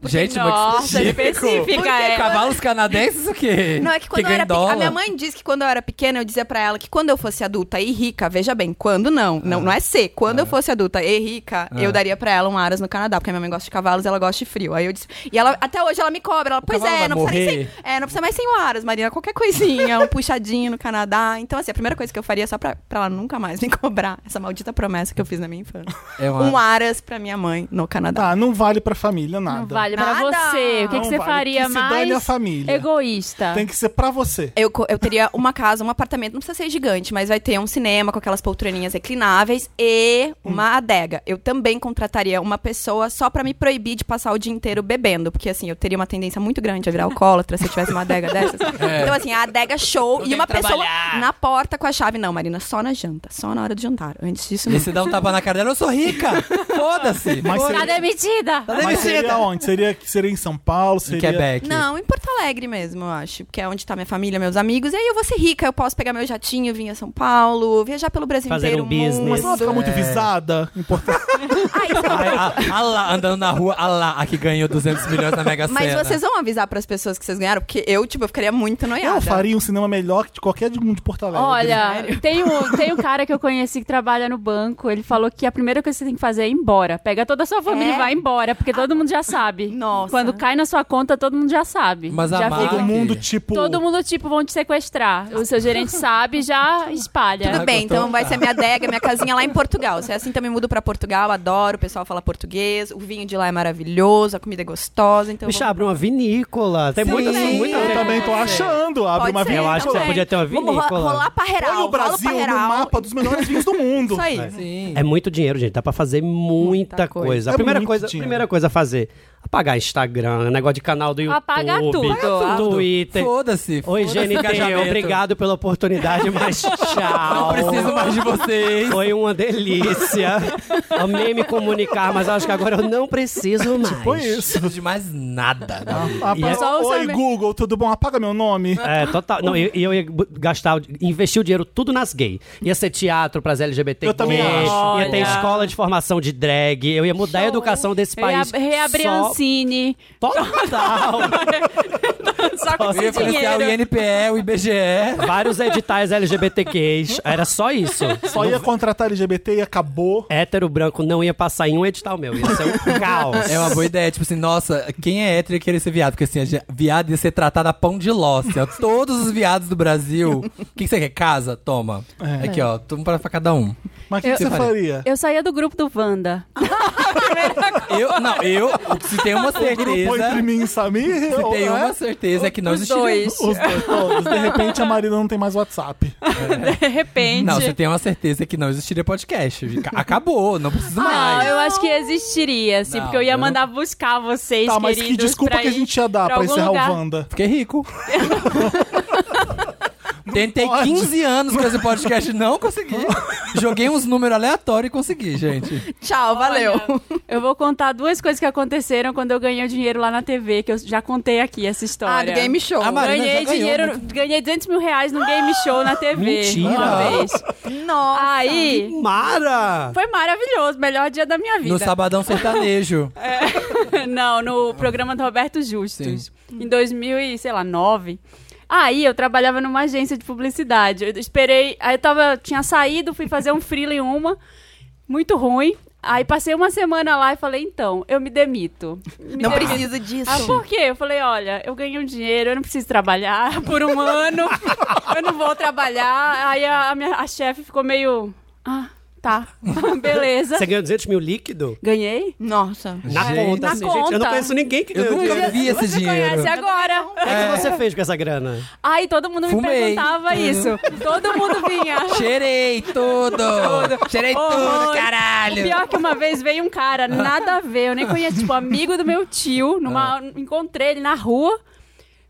Speaker 5: Porque,
Speaker 2: Gente, muito
Speaker 3: Nossa,
Speaker 2: específico.
Speaker 3: específica é.
Speaker 2: Cavalos canadenses o quê?
Speaker 5: Não, é que quando eu
Speaker 2: ganha
Speaker 5: era
Speaker 2: em
Speaker 5: pe- A
Speaker 2: dólar.
Speaker 5: minha mãe disse que quando eu era pequena, eu dizia pra ela que quando eu fosse adulta e rica, veja bem, quando não,
Speaker 2: Ah.
Speaker 5: não, não é ser. Quando eu fosse adulta e rica, eu daria pra ela um aras no Canadá, porque a minha mãe gosta de cavalos e ela gosta de frio. Aí eu disse. E ela, até hoje, ela me cobra. Ela, pois
Speaker 2: cavalo
Speaker 5: é,
Speaker 2: vai
Speaker 5: não precisa nem
Speaker 2: morrer?
Speaker 5: sem. É, não precisa mais sem o aras, Marina. Qualquer coisinha, um puxadinho no Canadá. Então, assim, a primeira coisa que eu faria é só pra, pra ela nunca mais me cobrar essa maldita promessa que eu fiz na minha infância.
Speaker 2: É uma-
Speaker 5: Um aras pra minha mãe no Canadá.
Speaker 1: Tá, não vale pra família nada.
Speaker 3: Não vale pra
Speaker 5: Nada.
Speaker 3: você. O que, que
Speaker 1: Não
Speaker 3: você
Speaker 1: vale.
Speaker 3: faria
Speaker 1: Que se
Speaker 3: mais
Speaker 1: dane a família.
Speaker 3: egoísta?
Speaker 1: Tem que ser pra você.
Speaker 5: Eu, co- eu teria uma casa, um apartamento, não precisa ser gigante, mas vai ter um cinema com aquelas poltroninhas reclináveis e uma adega. Eu também contrataria uma pessoa só pra me proibir de passar o dia inteiro bebendo, porque assim, eu teria uma tendência muito grande a virar alcoólatra se eu tivesse uma adega dessas.
Speaker 4: É.
Speaker 5: Então assim, a adega show e uma pessoa na porta com a chave. Não, Marina, só na janta, só na hora do jantar. Antes disso,
Speaker 2: E
Speaker 5: não.
Speaker 4: é
Speaker 2: se dá um tapa na cara dela, eu sou rica! Foda-se!
Speaker 1: Mas
Speaker 2: Foda-se.
Speaker 3: Tá demitida!
Speaker 1: Mas seria onde? Seria, seria em São Paulo? Seria...
Speaker 2: Em Quebec.
Speaker 5: Não, em Porto Alegre mesmo, eu acho. Que é onde tá minha família, meus amigos. E aí eu vou ser rica, eu posso pegar meu jatinho, vir a São Paulo, viajar pelo Brasil
Speaker 4: Fazer
Speaker 5: inteiro.
Speaker 4: um
Speaker 1: Mas
Speaker 4: business.
Speaker 1: você não fica
Speaker 3: É.
Speaker 1: muito visada? Importante.
Speaker 5: tá
Speaker 2: Ai, a, a lá, andando na rua, a lá, a que ganhou 200 milhões na Mega Sena.
Speaker 5: Mas vocês vão avisar pras pessoas que vocês ganharam? Porque eu, tipo, eu ficaria muito noiada.
Speaker 1: Eu faria um cinema melhor que de qualquer de um de Porto Alegre.
Speaker 3: Olha, tem um, tem um cara que eu conheci que trabalha no banco. Ele falou que a primeira coisa que você tem que fazer é ir embora. Pega toda a sua família
Speaker 5: É?
Speaker 3: e vai embora, porque todo mundo já sabe.
Speaker 5: Nossa.
Speaker 3: Quando cai na sua conta, todo mundo já sabe.
Speaker 2: Mas a
Speaker 3: já
Speaker 2: Mar-
Speaker 1: Todo
Speaker 2: Aqui.
Speaker 1: mundo, tipo.
Speaker 3: Todo mundo, tipo, vão te sequestrar. O seu gerente sabe já espalha.
Speaker 5: Tudo
Speaker 2: Ah,
Speaker 5: bem,
Speaker 2: gostou?
Speaker 5: então vai ser minha adega, minha casinha lá em Portugal. Se é assim, também mudo pra Portugal, adoro, o pessoal fala português, o vinho de lá é maravilhoso, a comida é gostosa, então... eu
Speaker 4: Bicho,
Speaker 5: vou-
Speaker 4: abre uma vinícola. Tem muita,
Speaker 5: Sim.
Speaker 4: muita
Speaker 1: Eu também tô achando. Abre
Speaker 5: Pode
Speaker 1: uma
Speaker 5: ser,
Speaker 4: Eu acho que você
Speaker 5: também.
Speaker 4: podia ter uma
Speaker 5: Vamos
Speaker 4: vinícola.
Speaker 5: ro- rolar parreiral,
Speaker 1: Põe o Brasil
Speaker 5: rola
Speaker 1: no
Speaker 5: o parreiral.
Speaker 1: mapa dos melhores vinhos do mundo.
Speaker 5: Isso aí.
Speaker 2: Sim.
Speaker 4: É muito dinheiro, gente. Dá pra fazer muita,
Speaker 5: Muita coisa.
Speaker 4: coisa.
Speaker 1: É
Speaker 4: A primeira
Speaker 1: muito
Speaker 4: coisa, a
Speaker 1: dinheiro.
Speaker 4: primeira coisa a fazer, apagar Instagram, negócio de canal do YouTube,
Speaker 3: Apaga tudo. Apaga
Speaker 2: Tudo.
Speaker 4: Twitter.
Speaker 2: Foda-se.
Speaker 4: Oi,
Speaker 2: foda-se
Speaker 4: GNT,
Speaker 2: engajamento.
Speaker 4: obrigado pela oportunidade, mas tchau.
Speaker 2: Não preciso mais de vocês.
Speaker 4: Foi uma delícia. Amei me comunicar, mas acho que agora eu não preciso mais.
Speaker 2: Tipo
Speaker 1: Põe isso.
Speaker 2: Não preciso de mais nada.
Speaker 1: Apa-
Speaker 4: E é-
Speaker 3: Só o
Speaker 1: Ah, Oi,
Speaker 3: seu-
Speaker 1: Google, tudo bom? Apaga meu nome.
Speaker 4: É, total. Não, e e eu, ia bu- gastar, o di- investir o dinheiro tudo nas gay. Ia ser teatro pras LGBT
Speaker 1: Eu também
Speaker 3: acho.
Speaker 4: Ia ter
Speaker 3: Olha.
Speaker 4: escola de formação de drag. Eu ia mudar a educação desse país.
Speaker 3: Reab- Reabrir a
Speaker 4: só-
Speaker 3: Ancine.
Speaker 4: Total.
Speaker 3: Só com
Speaker 2: Eu ia
Speaker 3: esse
Speaker 1: assim,
Speaker 2: financiar o
Speaker 3: dinheiro.
Speaker 2: INPE, o IBGE.
Speaker 4: Vários editais LGBTQs. Era só isso.
Speaker 1: Só ia contratar LGBT e acabou.
Speaker 4: Hétero branco não ia passar em um edital meu. Ia ser um caos.
Speaker 2: É uma boa ideia, tipo assim, nossa, quem é hétero ia querer ser viado? Porque assim, a gente- viado ia ser tratado a pão de ló. assim, ó. Todos os viados do Brasil. O que, que você quer? Casa? Toma.
Speaker 1: É.
Speaker 2: Aqui, ó, toma pra, pra cada um.
Speaker 1: Mas o que,
Speaker 3: Eu-
Speaker 1: que você faria?
Speaker 3: Eu saía do grupo do Wanda.
Speaker 2: Eu, não, eu, se tem uma
Speaker 1: Grupo entre
Speaker 2: certeza.
Speaker 1: mim e Samir?
Speaker 2: Se
Speaker 1: ou
Speaker 2: tem
Speaker 1: é?
Speaker 2: uma certeza é que não
Speaker 3: Os
Speaker 2: existiria.
Speaker 3: dois.
Speaker 1: Os dois todos. De repente a Marina não tem mais WhatsApp.
Speaker 3: De repente.
Speaker 2: Não, você tem uma certeza que não existiria podcast. Ca- Acabou, não preciso
Speaker 3: Não,
Speaker 2: mais.
Speaker 3: Ah, eu acho que existiria, assim,
Speaker 2: Não,
Speaker 3: porque eu ia
Speaker 2: eu não-
Speaker 3: mandar buscar vocês,
Speaker 1: Tá, mas que
Speaker 3: queridos,
Speaker 1: desculpa
Speaker 3: pra
Speaker 1: que a
Speaker 3: ir
Speaker 1: gente ia dar pra,
Speaker 3: algum
Speaker 1: encerrar
Speaker 3: lugar.
Speaker 1: o Wanda?
Speaker 2: Fiquei é rico. Tentei
Speaker 1: pode.
Speaker 2: 15 anos com esse podcast, não consegui. Joguei uns números aleatórios e consegui, gente.
Speaker 5: Tchau, valeu.
Speaker 3: Olha, eu vou contar duas coisas que aconteceram quando eu ganhei o dinheiro lá na TV, que eu já contei aqui essa história.
Speaker 5: Ah, do game show.
Speaker 2: Ah, mas- Marina já
Speaker 3: ganhei
Speaker 2: ganhou,
Speaker 3: dinheiro,
Speaker 2: né?
Speaker 3: ganhei 200 mil reais num game show na TV.
Speaker 4: Mentira!
Speaker 3: Uma vez.
Speaker 5: Nossa.
Speaker 3: Aí,
Speaker 4: Mara!
Speaker 3: foi maravilhoso, melhor dia da minha vida.
Speaker 2: No Sabadão Sertanejo.
Speaker 3: Não, no programa do Roberto Justus. Em 2000 e, sei lá, 9. Aí eu trabalhava numa agência de publicidade. Eu esperei, aí eu tava, tinha saído, fui fazer um freela em uma, muito ruim. Aí passei uma semana lá e falei, então, eu me demito. Me
Speaker 5: Não
Speaker 3: demito.
Speaker 5: preciso disso.
Speaker 3: Ah, por quê? Eu falei, olha, eu ganhei um dinheiro, eu não preciso trabalhar por um ano, eu não vou trabalhar. Aí a, a minha a chefe ficou meio, ah, tá, beleza.
Speaker 4: Você ganhou 200 mil líquido?
Speaker 3: Ganhei?
Speaker 5: Nossa.
Speaker 4: Na
Speaker 2: Gente.
Speaker 4: conta,
Speaker 3: Na
Speaker 4: assim, gente. Eu
Speaker 3: conta.
Speaker 4: não conheço ninguém que
Speaker 2: Eu
Speaker 4: ganhou
Speaker 2: nunca
Speaker 4: dinheiro.
Speaker 2: vi esse
Speaker 3: Você
Speaker 2: dinheiro.
Speaker 3: conhece agora.
Speaker 4: O que você fez com essa grana?
Speaker 3: Aí todo mundo
Speaker 2: Fumei.
Speaker 3: me perguntava isso. Todo mundo vinha.
Speaker 2: Cheirei tudo! Cheirei
Speaker 3: Horror.
Speaker 2: tudo, caralho!
Speaker 3: Pior que uma vez veio um
Speaker 2: Ah.
Speaker 3: cara, nada a ver, eu nem conheço, tipo, amigo do meu tio, numa,
Speaker 2: Ah.
Speaker 3: encontrei ele na rua.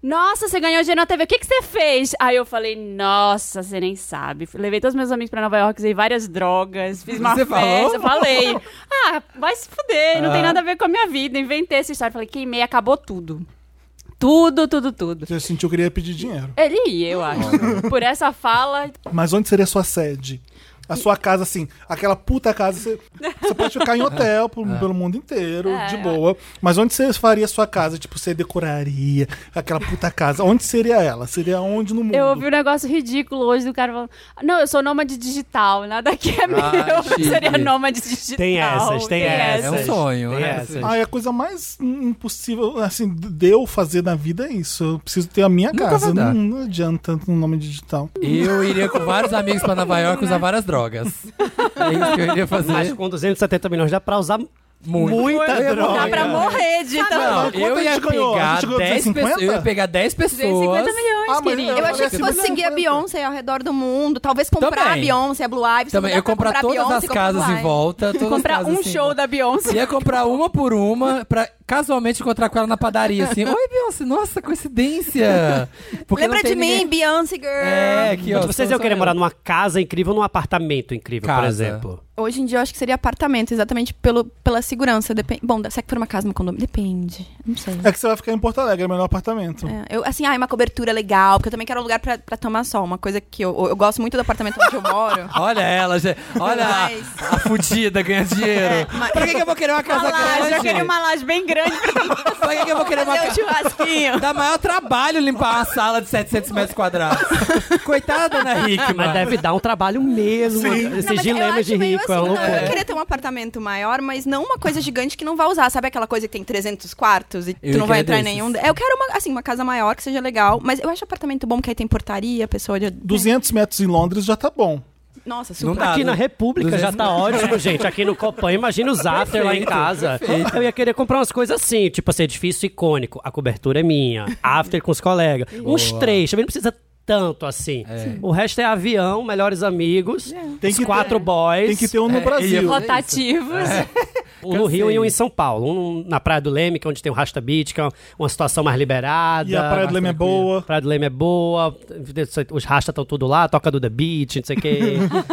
Speaker 3: Nossa, você ganhou dinheiro na TV, o que, que você fez? Aí eu falei, nossa, você nem sabe. Levei todos meus amigos pra Nova York, usei várias drogas, fiz uma
Speaker 2: Você
Speaker 3: festa,
Speaker 2: falou?
Speaker 3: falei. Ah, vai se fuder, não
Speaker 2: Ah.
Speaker 3: tem nada a ver com a minha vida. Inventei essa história, falei, queimei, acabou tudo. Tudo, tudo, tudo.
Speaker 1: Você sentiu que eu queria pedir dinheiro.
Speaker 3: Ele ia, eu acho. Por essa fala,
Speaker 1: Mas onde seria sua sede? A sua casa, assim, aquela puta casa, você, você pode ficar em hotel pro- pelo mundo inteiro,
Speaker 3: É,
Speaker 1: de
Speaker 3: é.
Speaker 1: boa. Mas onde você faria a sua casa? Tipo, você decoraria aquela puta casa? Onde seria ela? Seria onde no mundo?
Speaker 3: Eu ouvi um negócio ridículo hoje do cara falando: Não, eu sou nômade digital, nada aqui
Speaker 1: Ah,
Speaker 3: é meu, eu
Speaker 2: chique.
Speaker 3: seria nômade digital.
Speaker 4: Tem essas, tem
Speaker 2: essa.
Speaker 4: essas.
Speaker 2: É um sonho,
Speaker 4: Tem
Speaker 2: né?
Speaker 4: essas.
Speaker 1: Ah, é a coisa mais impossível, assim, de eu fazer na vida é isso. Eu preciso ter a minha
Speaker 2: Nunca
Speaker 1: casa.
Speaker 2: vai dar.
Speaker 1: Não, não adianta no nome digital.
Speaker 2: Eu iria com vários amigos pra Nova York usar várias drogas. É isso que eu iria fazer.
Speaker 4: Mas com 270 milhões dá pra usar
Speaker 2: muito.
Speaker 4: muita
Speaker 2: Eu ia
Speaker 4: droga.
Speaker 5: Dá pra morrer de tanto.
Speaker 2: Não,
Speaker 1: Quanto
Speaker 2: eu
Speaker 1: a
Speaker 2: ia
Speaker 1: gente ganhou? A
Speaker 2: pegar
Speaker 1: gente ganhou
Speaker 2: 10 pessoas.
Speaker 1: 250?
Speaker 2: Eu ia pegar 10 pessoas.
Speaker 3: 250 milhões,
Speaker 1: um Ah, mas
Speaker 3: querido.
Speaker 1: eu
Speaker 5: Eu achei
Speaker 1: falei
Speaker 5: que
Speaker 1: assim,
Speaker 5: fosse
Speaker 1: mas
Speaker 5: seguir a
Speaker 1: não aguenta.
Speaker 5: Beyoncé ao redor do mundo. Talvez comprar
Speaker 2: Também.
Speaker 5: a Beyoncé, a Blue Ivy.
Speaker 2: Também, eu ia comprar, todas as casas em volta. Todas as
Speaker 3: Comprar
Speaker 2: casas
Speaker 3: um
Speaker 2: assim,
Speaker 3: show da Beyoncé.
Speaker 2: Ia comprar uma por uma pra casualmente encontrar com ela na padaria, assim. Oi, Beyoncé, nossa, coincidência. Porque
Speaker 5: Lembra
Speaker 2: não tem
Speaker 5: de mim,
Speaker 2: ninguém-
Speaker 5: Beyoncé Girl.
Speaker 2: É, aqui, ó.
Speaker 4: Mas vocês
Speaker 2: sou-
Speaker 4: iam querer
Speaker 2: sou
Speaker 4: morar numa casa incrível ou num apartamento incrível, por
Speaker 2: Casa.
Speaker 4: exemplo?
Speaker 5: Hoje em dia eu acho que seria apartamento, exatamente pelo, pela segurança. Depende. Bom, se é que for uma casa, uma condomínio. Depende. Não sei.
Speaker 1: É que você vai ficar em Porto Alegre, é o melhor apartamento.
Speaker 5: É, eu, assim, ah, uma cobertura legal, porque eu também quero um lugar pra, pra tomar sol. Uma coisa que eu, eu gosto muito do apartamento onde eu moro.
Speaker 2: Olha ela, gente. Olha a-
Speaker 5: Mas-
Speaker 2: a, fudida ganha dinheiro.
Speaker 5: mas-
Speaker 2: Pra que, que eu vou querer uma casa
Speaker 3: É, Uma laje, eu
Speaker 2: grande?
Speaker 3: queria uma laje bem grande pra
Speaker 2: Pra que, que eu vou querer uma
Speaker 5: Fazer um
Speaker 2: casa...
Speaker 5: churrasquinho.
Speaker 2: Dá maior trabalho limpar uma sala de 700 metros quadrados. Coitada da Ana Hickman.
Speaker 4: Mas deve dar um trabalho mesmo. Esses
Speaker 5: Não, mas eu
Speaker 4: dilemas
Speaker 5: acho
Speaker 4: de
Speaker 5: meio
Speaker 4: rico. é
Speaker 5: assim,
Speaker 4: uma
Speaker 5: não, eu
Speaker 4: loucura.
Speaker 5: queria ter um apartamento maior, mas não uma coisa gigante que não vai usar. Sabe aquela coisa que tem 300 quartos e
Speaker 2: Eu
Speaker 5: tu não vai
Speaker 2: queria
Speaker 5: entrar em
Speaker 2: desses.
Speaker 5: nenhum. de- Eu quero uma, assim, uma casa maior que seja legal, mas eu acho apartamento bom que aí tem portaria, pessoa de
Speaker 1: 200 metros em Londres já tá bom.
Speaker 5: Nossa,
Speaker 2: Não
Speaker 5: super.
Speaker 2: dá.
Speaker 4: Aqui na República já
Speaker 2: 200
Speaker 4: tá ótimo, gente. Aqui no Copan, imagina os after lá em
Speaker 2: Perfeito,
Speaker 4: casa. Eu ia querer comprar umas coisas assim, tipo assim, edifício icônico. A cobertura é minha. After com os colegas. Uns três, também não precisa tanto assim. O resto é avião, melhores amigos,
Speaker 1: Tem
Speaker 4: os
Speaker 1: que ter-
Speaker 4: quatro boys.
Speaker 1: Tem que ter um
Speaker 2: É,
Speaker 1: no
Speaker 2: e
Speaker 1: Brasil. É,
Speaker 2: eu-
Speaker 3: rotativos.
Speaker 4: Um no
Speaker 2: Cansei.
Speaker 4: Rio e um em São Paulo. Um na Praia do Leme, que é onde tem o Rasta Beach, que é uma- uma situação mais liberada.
Speaker 1: E a Praia do Leme é boa.
Speaker 4: Praia do Leme é boa, os Rasta estão tudo lá, toca do The Beach, não sei o quê.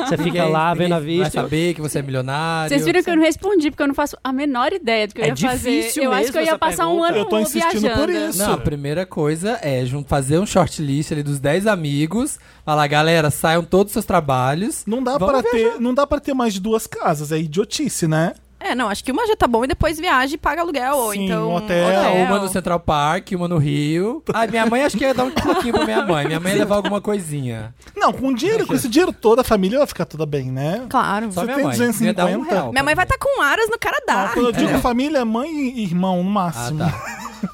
Speaker 4: Você fica lá vendo a
Speaker 2: Vai
Speaker 4: vista.
Speaker 2: saber que você é milionário.
Speaker 3: Vocês viram que eu não respondi, porque eu não faço a menor ideia do que eu
Speaker 4: É
Speaker 3: ia fazer.
Speaker 4: difícil
Speaker 3: Eu acho
Speaker 4: mesmo
Speaker 3: que eu ia
Speaker 4: essa
Speaker 3: passar um
Speaker 4: pergunta.
Speaker 3: ano
Speaker 1: Eu tô insistindo
Speaker 3: viajando.
Speaker 1: por isso.
Speaker 2: Não, a primeira coisa é jun- fazer um shortlist ali dos 10 amigos. Falar, galera, saiam todos os seus trabalhos.
Speaker 1: Não dá,
Speaker 2: Vamos
Speaker 1: pra ter, não dá pra ter mais de duas casas, é idiotice, né?
Speaker 5: É, não, acho que uma já tá bom e depois viaja e paga aluguel. ou
Speaker 1: Sim,
Speaker 5: então.
Speaker 1: um hotel.
Speaker 2: Ah, uma no Central Park, uma no Rio. Ai, minha mãe acho que ia dar um pouquinho pra minha mãe. Minha mãe ia levar alguma coisinha.
Speaker 1: Não, com dinheiro, com esse dinheiro toda a família vai ficar toda bem, né?
Speaker 5: Claro.
Speaker 2: Só
Speaker 1: Você
Speaker 2: minha
Speaker 1: tem
Speaker 2: mãe.
Speaker 1: 250?
Speaker 2: Ia dar um real.
Speaker 5: Minha mãe vai estar com aras no Canadá.
Speaker 1: Quando eu digo família, é mãe e irmão, no
Speaker 2: Ah,
Speaker 1: máximo.
Speaker 2: tá.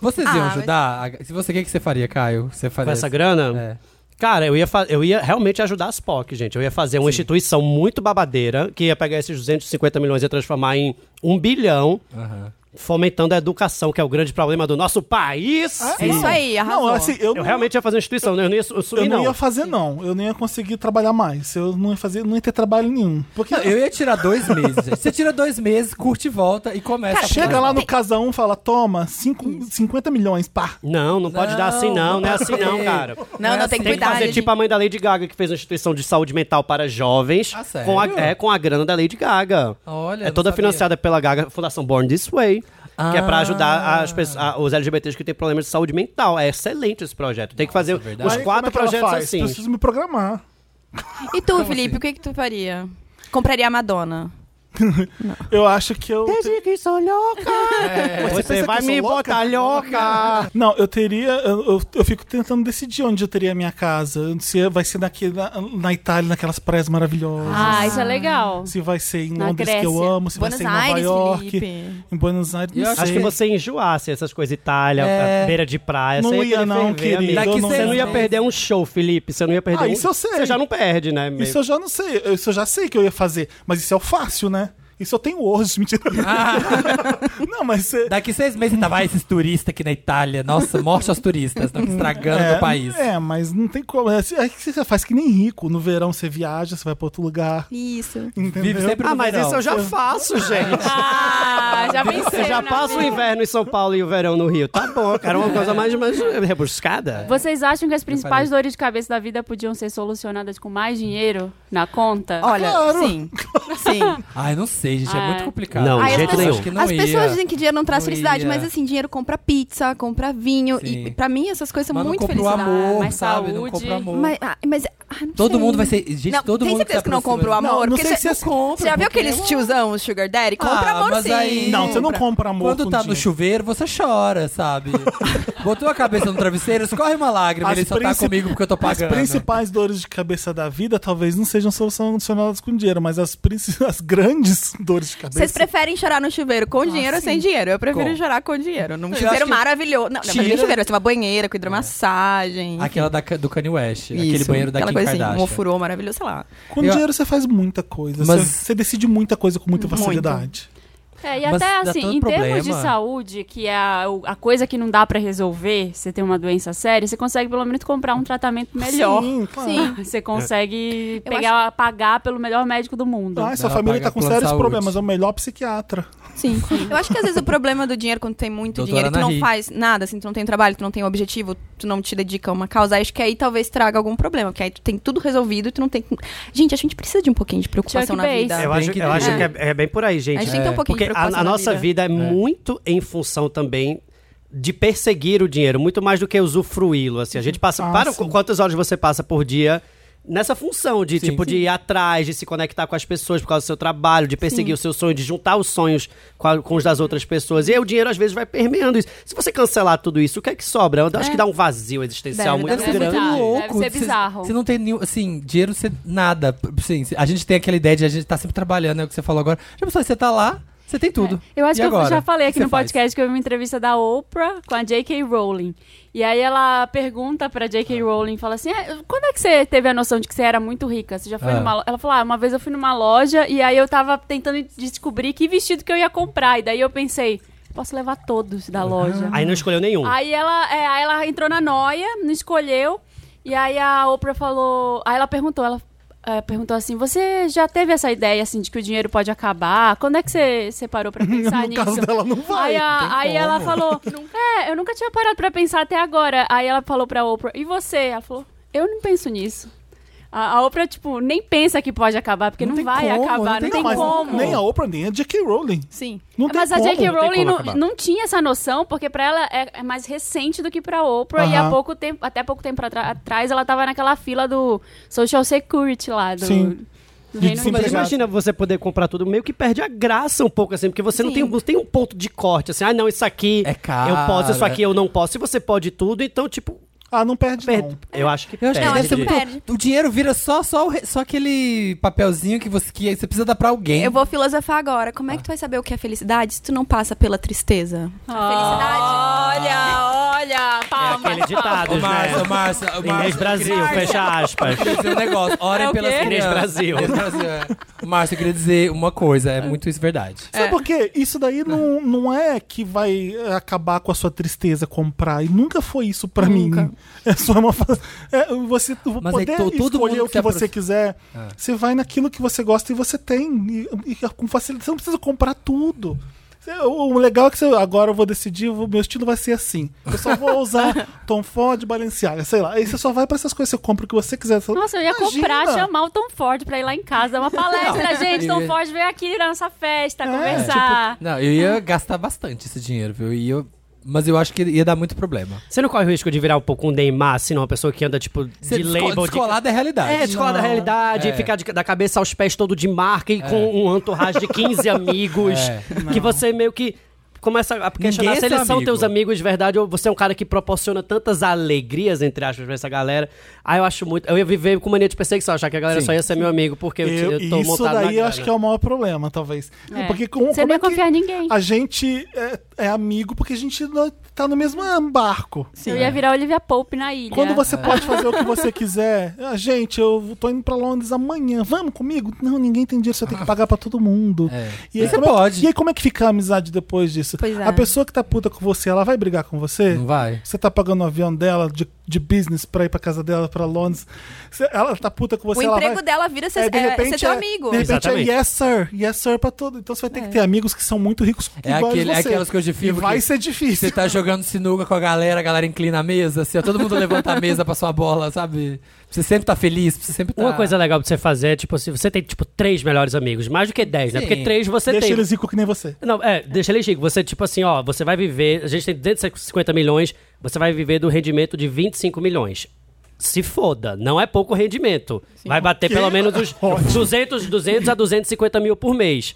Speaker 2: Vocês
Speaker 5: Ah,
Speaker 2: iam
Speaker 5: mas-
Speaker 2: ajudar? A- Se você, o que, que você faria, Caio? Você faria
Speaker 4: Com essa grana?
Speaker 2: É.
Speaker 4: Cara, eu ia, fa- eu ia realmente ajudar as POC, gente. Eu ia fazer uma instituição muito babadeira que ia pegar esses 250 milhões e ia transformar em um bilhão,
Speaker 2: Aham.
Speaker 4: fomentando a educação, que é o grande problema do nosso país.
Speaker 1: Ah,
Speaker 5: Isso aí, arrasou.
Speaker 1: Não, assim, eu,
Speaker 4: Eu
Speaker 1: não,
Speaker 4: realmente ia fazer uma instituição, né? eu não ia su- eu
Speaker 1: eu
Speaker 4: sumir,
Speaker 1: não
Speaker 4: não.
Speaker 1: ia fazer, não. Eu não ia conseguir trabalhar mais. Eu não ia fazer, não ia ter trabalho nenhum. Porque
Speaker 2: Não, eu ia tirar dois meses, gente. Você tira dois meses, curte e volta e começa. a
Speaker 1: chega
Speaker 2: fazer.
Speaker 1: lá no casa 1 e fala: toma, cinco, 50 milhões, pá.
Speaker 4: Não, não pode dar assim, não. Não é assim, não, cara.
Speaker 5: Não, não, tem
Speaker 4: Tem
Speaker 5: que
Speaker 4: que
Speaker 5: cuidar. né,
Speaker 4: fazer
Speaker 5: gente.
Speaker 4: tipo a mãe da Lady Gaga, que fez uma instituição de saúde mental para jovens
Speaker 2: Ah, sério?
Speaker 4: com, a, é, com a grana da Lady Gaga.
Speaker 2: Olha,
Speaker 4: é
Speaker 2: não
Speaker 4: toda
Speaker 2: sabia.
Speaker 4: financiada pela Gaga Fundação Born This Way,
Speaker 2: Ah.
Speaker 4: que é para ajudar as pessoas- a- os LGBTs que têm problemas de saúde mental. É excelente esse projeto. Tem que fazer
Speaker 2: verdade.
Speaker 4: os
Speaker 1: Aí, como é
Speaker 4: quatro
Speaker 1: que ela
Speaker 4: projetos
Speaker 1: faz?
Speaker 4: assim.
Speaker 1: Preciso me programar.
Speaker 5: E tu, Felipe, o que, que tu faria? Compraria a Madonna.
Speaker 1: Eu acho que eu.
Speaker 4: que sou louca.
Speaker 1: Você
Speaker 4: Você,
Speaker 1: pensa que
Speaker 4: vai
Speaker 1: eu
Speaker 4: me
Speaker 1: sou louca?
Speaker 4: botar louca.
Speaker 1: Não, eu teria. Eu, eu, eu fico tentando decidir onde eu teria a minha casa. Se vai ser daqui na, na Itália, naquelas praias maravilhosas.
Speaker 3: Ah, isso é legal.
Speaker 1: Se vai ser em
Speaker 3: Na
Speaker 1: Londres, que eu
Speaker 3: Grécia.
Speaker 1: amo. Se vai
Speaker 5: Buenos
Speaker 1: ser em Nova
Speaker 5: Aires,
Speaker 1: York.
Speaker 5: Felipe.
Speaker 1: Em Buenos Aires,
Speaker 2: Eu
Speaker 1: não
Speaker 2: acho
Speaker 1: sei.
Speaker 4: Acho que você ia enjoar, assim, essas coisas Itália,
Speaker 2: É.
Speaker 4: beira de praia.
Speaker 1: Não
Speaker 4: você
Speaker 1: ia,
Speaker 4: querer
Speaker 1: não,
Speaker 4: ferver,
Speaker 1: querido.
Speaker 4: amigo.
Speaker 2: Daqui
Speaker 1: eu não
Speaker 4: Você não ia
Speaker 2: Seis
Speaker 4: perder um show, Felipe. Você não ia perder
Speaker 1: Ah,
Speaker 4: um...
Speaker 1: isso eu sei.
Speaker 4: Você já não perde, né? meio-
Speaker 1: Isso eu já não sei. Isso eu já sei que eu ia fazer. Mas isso é o fácil, né? Isso eu tenho hoje, mentira.
Speaker 2: Ah.
Speaker 1: não, mas. é-
Speaker 2: Daqui seis meses tava esses turistas aqui na Itália. Nossa, morte aos turistas. Estão estragando o
Speaker 1: É,
Speaker 2: meu país.
Speaker 1: é, mas não tem como. É, é que você faz que nem rico. No verão você viaja, você vai pra outro lugar.
Speaker 5: Isso.
Speaker 1: Entendeu?
Speaker 2: Vive sempre no
Speaker 4: Ah, mas
Speaker 2: verão.
Speaker 4: isso eu já faço, gente.
Speaker 3: Ah, já pensei.
Speaker 4: Você já
Speaker 3: na
Speaker 4: passa o
Speaker 3: vida.
Speaker 4: inverno em São Paulo e o verão no Rio. Tá bom, cara. Uma coisa mais, mais rebuscada.
Speaker 3: Vocês acham que as principais
Speaker 2: falei.
Speaker 3: dores de cabeça da vida podiam
Speaker 1: Ah,
Speaker 3: ser solucionadas com mais dinheiro na conta?
Speaker 5: Olha,
Speaker 1: Claro.
Speaker 5: sim. Sim.
Speaker 2: Ai, não sei, gente. É,
Speaker 3: Ah,
Speaker 2: muito
Speaker 3: é.
Speaker 2: complicado.
Speaker 4: Não,
Speaker 5: de
Speaker 2: eu
Speaker 5: jeito
Speaker 2: acho
Speaker 5: nenhum.
Speaker 2: que não
Speaker 5: As
Speaker 2: ia.
Speaker 5: pessoas dizem que dinheiro não traz
Speaker 2: Não
Speaker 5: felicidade,
Speaker 2: ia.
Speaker 5: mas assim, dinheiro compra pizza, compra vinho.
Speaker 2: Sim.
Speaker 5: E pra mim essas coisas são
Speaker 2: Mas não
Speaker 5: muito
Speaker 2: compra o
Speaker 5: felicidades.
Speaker 2: amor,
Speaker 3: mais
Speaker 2: sabe? Não
Speaker 3: saúde.
Speaker 2: compra o amor.
Speaker 5: Mas, ah, mas ah, não
Speaker 2: Todo
Speaker 5: sei.
Speaker 2: mundo vai ser. Gente,
Speaker 5: Não,
Speaker 2: todo
Speaker 5: tem
Speaker 2: mundo tá
Speaker 5: certeza que não compra o amor?
Speaker 1: Não, não
Speaker 5: Porque
Speaker 1: sei
Speaker 5: você-
Speaker 1: se você compra,
Speaker 5: Você já viu
Speaker 1: porque
Speaker 5: aqueles
Speaker 1: é um-
Speaker 5: tiozão, os sugar daddy? Compra
Speaker 2: Ah,
Speaker 5: amor
Speaker 2: mas
Speaker 5: sim.
Speaker 2: aí-
Speaker 1: Não, você não compra amor
Speaker 2: Quando
Speaker 1: com
Speaker 2: tá no
Speaker 1: dinheiro.
Speaker 2: chuveiro, você chora, sabe? Botou a cabeça no travesseiro, escorre uma lágrima,
Speaker 1: As
Speaker 2: ele só tá
Speaker 1: princi-
Speaker 2: comigo porque eu tô
Speaker 1: As
Speaker 2: pagando.
Speaker 1: principais dores de cabeça da vida talvez não sejam solucionadas com dinheiro, mas as, princi- as grandes dores de cabeça.
Speaker 5: Vocês preferem chorar no chuveiro
Speaker 1: Ah,
Speaker 5: com dinheiro ou sem dinheiro? Eu prefiro
Speaker 2: Com.
Speaker 5: chorar com dinheiro. Num
Speaker 2: Eu acho
Speaker 5: chuveiro
Speaker 2: que
Speaker 5: maravilhoso. Não, não, pra mim,
Speaker 2: tira-
Speaker 5: chuveiro vai ser uma banheira com hidromassagem.
Speaker 2: Aquela da, do Kanye West, aquele
Speaker 5: Isso,
Speaker 2: banheiro da
Speaker 5: Aquela
Speaker 2: Kim
Speaker 5: coisa
Speaker 2: Kardashian.
Speaker 5: assim, um ofurô maravilhoso, sei lá.
Speaker 1: Com
Speaker 2: Eu-
Speaker 1: dinheiro você faz muita coisa.
Speaker 2: Mas-
Speaker 1: Você, você decide muita coisa com muita
Speaker 5: Muito.
Speaker 1: facilidade.
Speaker 3: É, e
Speaker 2: Mas
Speaker 3: até
Speaker 2: dá
Speaker 3: assim,
Speaker 2: todo
Speaker 3: em
Speaker 2: problema.
Speaker 3: termos de saúde, que é a, a coisa que não dá pra resolver, você tem uma doença séria, você consegue pelo menos comprar um tratamento melhor.
Speaker 1: Sim, claro. Ah,
Speaker 5: Sim.
Speaker 3: Você consegue
Speaker 5: Eu
Speaker 3: pegar, pagar pelo melhor médico do mundo.
Speaker 1: Ah, sua
Speaker 2: Ela
Speaker 1: família
Speaker 2: paga
Speaker 1: tá com
Speaker 2: plano de
Speaker 1: sérios
Speaker 2: saúde.
Speaker 1: problemas. É o melhor psiquiatra.
Speaker 5: Sim. Eu acho que às vezes o problema do dinheiro, quando tu tem muito
Speaker 2: Doutora
Speaker 5: dinheiro, e tu não
Speaker 2: Anahi.
Speaker 5: faz nada, assim, tu não tem trabalho, tu não tem objetivo, tu não te dedica a uma causa, acho que aí talvez traga algum problema, porque aí tu tem tudo resolvido e tu não tem. Gente, acho que a gente precisa de um pouquinho de preocupação
Speaker 3: Chuck
Speaker 5: na
Speaker 3: Bass.
Speaker 5: vida.
Speaker 4: Eu
Speaker 2: Tem
Speaker 4: acho
Speaker 2: que
Speaker 4: que, eu acho
Speaker 5: ter.
Speaker 4: que é, é bem por aí, gente.
Speaker 5: A gente tem que ter um pouquinho de
Speaker 4: Porque a,
Speaker 5: preocupação
Speaker 4: a
Speaker 5: na
Speaker 4: nossa vida, é muito em função também de perseguir o dinheiro, muito mais do que usufruí-lo. Assim, a gente passa.
Speaker 1: Ah,
Speaker 4: para
Speaker 1: sim.
Speaker 4: quantas horas você passa por dia nessa função de
Speaker 2: Sim.
Speaker 4: tipo de ir atrás, de se conectar com as pessoas por causa do seu trabalho, de perseguir o seu sonho, de juntar os sonhos com, a- com os das outras pessoas. E aí o dinheiro às vezes vai permeando isso. Se você cancelar tudo isso, o que é que sobra? Eu acho que dá um vazio existencial
Speaker 5: Deve- né?
Speaker 4: muito
Speaker 2: Deve ser
Speaker 4: grande.
Speaker 2: muito
Speaker 3: Bizarro,
Speaker 2: louco.
Speaker 3: deve ser
Speaker 2: Cê-
Speaker 3: bizarro.
Speaker 2: Você não tem nenhum. Assim, dinheiro, você. Nada. Assim, a gente tem aquela ideia de a gente tá sempre trabalhando, é o que você falou agora. Já pensou, você tá lá, você tem tudo.
Speaker 3: É, Eu acho
Speaker 2: E
Speaker 3: que
Speaker 2: agora?
Speaker 3: eu já falei
Speaker 2: O
Speaker 3: aqui
Speaker 2: você
Speaker 3: no
Speaker 2: faz?
Speaker 3: podcast que eu vi uma entrevista da Oprah com a J.K. Rowling. E aí ela pergunta pra J.K. Rowling, fala assim, "Ah, quando é que você teve a noção de que você era muito rica? Você já foi
Speaker 2: Ah.
Speaker 3: numa... lo-" Ela falou, ah, uma vez eu fui numa loja e aí eu tava tentando descobrir que vestido que eu ia comprar. E daí eu pensei, posso levar todos da loja.
Speaker 2: Ah.
Speaker 4: Aí não escolheu nenhum.
Speaker 3: Aí ela, é, aí ela entrou na noia, não escolheu. E aí a Oprah falou. Aí ela perguntou, ela é, perguntou assim: você já teve essa ideia assim de que o dinheiro pode acabar? Quando é que você, você parou pra pensar
Speaker 1: no
Speaker 3: nisso?
Speaker 1: caso dela, não vai.
Speaker 3: Aí, a-
Speaker 2: tem
Speaker 3: aí
Speaker 2: como.
Speaker 3: ela falou: É, eu nunca tinha parado pra pensar até agora. Aí ela falou pra Oprah: E você? Ela falou: Eu não penso nisso. A, a Oprah, tipo, nem pensa que pode acabar, porque
Speaker 2: Não
Speaker 3: não,
Speaker 2: tem
Speaker 3: vai
Speaker 2: como,
Speaker 3: acabar,
Speaker 2: não
Speaker 3: não
Speaker 2: tem
Speaker 3: tem,
Speaker 1: Mas
Speaker 3: como.
Speaker 1: nem a Oprah, nem a J.K. Rowling.
Speaker 5: Sim.
Speaker 1: Não tem
Speaker 3: Mas a
Speaker 1: como.
Speaker 3: J.K.
Speaker 4: tem
Speaker 3: Rowling
Speaker 4: como
Speaker 3: não,
Speaker 4: acabar.
Speaker 3: não tinha essa noção, porque pra ela é, é mais recente do que pra Oprah. E
Speaker 1: Aham.
Speaker 3: há pouco tempo, até pouco tempo atra- atrás, ela tava naquela fila do Social Security lá. Do,
Speaker 1: Sim.
Speaker 3: do
Speaker 1: De
Speaker 3: Reino
Speaker 1: desempregado.
Speaker 3: Unido.
Speaker 4: Mas imagina você poder comprar tudo, meio que perde a graça um pouco, assim, porque você não
Speaker 5: Sim.
Speaker 4: tem, um- tem um ponto de corte, assim, ah, não, isso aqui
Speaker 2: É caro.
Speaker 4: eu posso, isso aqui eu não posso. Se você pode tudo, então, tipo,
Speaker 1: Ah, não perde,
Speaker 4: perde-
Speaker 1: não.
Speaker 4: eu acho que
Speaker 2: Eu acho que
Speaker 5: Não,
Speaker 2: deve
Speaker 5: acho
Speaker 2: ser
Speaker 5: que
Speaker 2: muito.
Speaker 5: perde.
Speaker 2: O dinheiro vira só, só, o re- só aquele papelzinho que você, que você precisa dar pra alguém.
Speaker 5: Eu vou filosofar agora. Como é que tu vai saber o que é felicidade se tu não passa pela tristeza?
Speaker 3: Olha, olha,
Speaker 4: É
Speaker 3: palma.
Speaker 4: aquele ditado,
Speaker 2: Ô,
Speaker 4: né?
Speaker 2: Márcia, ô, Márcia, ô,
Speaker 4: Inês
Speaker 2: Márcia.
Speaker 4: Brasil, fecha aspas.
Speaker 2: Queria dizer um negócio. Orem
Speaker 3: É o
Speaker 2: pelas
Speaker 3: quê?
Speaker 2: crianças.
Speaker 4: Inês Brasil.
Speaker 2: Inês Brasil, é. Márcia, eu queria dizer uma coisa. É muito isso verdade.
Speaker 1: Sabe por quê? Isso daí não, não é que vai é, acabar com a sua tristeza comprar. E nunca foi isso pra mim. É só uma. fa- É, você
Speaker 2: Mas aí
Speaker 1: poder
Speaker 2: to- todo
Speaker 1: escolher
Speaker 2: mundo
Speaker 1: o
Speaker 2: que
Speaker 1: que
Speaker 2: se apro-
Speaker 1: você quiser. Você vai naquilo que você gosta e você tem. E, e com facilidade. Você não precisa comprar tudo. Você- O o legal é que você, agora eu vou decidir, o meu estilo vai ser assim. Eu só vou usar Tom Ford, Balenciaga, sei lá. Aí você só vai pra essas coisas, você compra o que você quiser. Você-
Speaker 3: Nossa, eu ia comprar,
Speaker 1: Imagina!
Speaker 3: chamar o Tom Ford pra ir lá em casa dar uma palestra, gente. Tom Ford veio aqui na nossa festa
Speaker 1: É,
Speaker 3: conversar.
Speaker 2: Não, eu ia gastar bastante esse dinheiro, viu? E eu- Mas eu acho que ia dar muito problema.
Speaker 4: Você não corre o risco de virar um pouco um Neymar, assim, não? Uma pessoa que anda, tipo, de
Speaker 2: Você desco-
Speaker 4: label. de-
Speaker 2: descolar da realidade.
Speaker 4: É, descolar da realidade,
Speaker 2: É.
Speaker 4: ficar de- da cabeça aos pés todo de marca e com um entourage de 15 amigos.
Speaker 2: É.
Speaker 4: Que você meio que começa a questionar
Speaker 2: Ninguém é
Speaker 4: se eles
Speaker 2: seu
Speaker 4: são
Speaker 2: amigo.
Speaker 4: teus amigos de verdade ou você é um cara que proporciona tantas alegrias, entre aspas, pra essa galera. Aí eu acho muito. Eu ia viver com mania de perseguição, achar que a galera
Speaker 2: Sim.
Speaker 4: só ia ser meu amigo porque eu,
Speaker 1: Eu-
Speaker 4: eu, eu tô
Speaker 1: isso
Speaker 4: montado na
Speaker 1: daí eu
Speaker 4: grana.
Speaker 1: acho que é o maior problema, talvez.
Speaker 3: É.
Speaker 1: Porque com,
Speaker 3: Você
Speaker 1: como
Speaker 3: não
Speaker 1: é
Speaker 3: ia confiar
Speaker 1: que
Speaker 3: em ninguém.
Speaker 1: A gente é, é amigo porque a gente não- tá no mesmo barco.
Speaker 3: eu ia virar Olivia Pope na ilha.
Speaker 1: É. Quando você pode fazer o que você quiser. Ah, gente, eu tô indo pra Londres amanhã. Vamos comigo? Não, ninguém tem dinheiro, você tem que pagar pra todo mundo.
Speaker 2: É.
Speaker 1: E, aí,
Speaker 2: Você
Speaker 1: como é que-
Speaker 2: pode.
Speaker 1: e aí como é que fica a amizade depois disso? isso.
Speaker 5: Pois é.
Speaker 1: A pessoa que tá puta com você, ela vai brigar com você?
Speaker 2: Não vai?
Speaker 1: Você tá pagando o avião dela de, de business pra ir pra casa dela, pra Londres. Você- ela tá puta com você,
Speaker 5: o
Speaker 1: ela
Speaker 5: emprego
Speaker 1: vai...
Speaker 5: dela vira ser,
Speaker 1: É, de
Speaker 5: é,
Speaker 1: repente
Speaker 5: ser teu
Speaker 1: é-
Speaker 5: amigo. É.
Speaker 1: De repente
Speaker 4: Exatamente.
Speaker 1: é yes, sir. Yes, sir pra tudo. Então você vai ter que ter amigos que são muito ricos
Speaker 2: É
Speaker 1: iguais
Speaker 2: aquele-
Speaker 1: a você.
Speaker 2: é aquelas que eu
Speaker 1: E
Speaker 2: defino
Speaker 1: vai
Speaker 2: que
Speaker 1: ser difícil.
Speaker 2: Você tá jogando sinuca com a galera, a galera inclina a mesa, assim, ó, todo mundo levanta a mesa pra sua bola, sabe? Você sempre tá feliz, você sempre tá.
Speaker 1: Ah.
Speaker 4: Uma coisa legal pra você fazer é, tipo, assim, você tem, tipo, três melhores amigos, mais do que dez, né?
Speaker 2: Sim.
Speaker 4: Porque três você
Speaker 1: Deixa
Speaker 4: tem.
Speaker 1: eles ricos que nem você.
Speaker 4: Não, é, deixa ele chique. Você, tipo assim, ó, você vai viver. A gente tem 250 milhões, você vai viver do rendimento de 25 milhões. Se foda, não é pouco rendimento. Vai bater
Speaker 1: Que?
Speaker 4: pelo menos os
Speaker 1: Ótimo.
Speaker 4: 200, 200 a 250 mil por mês.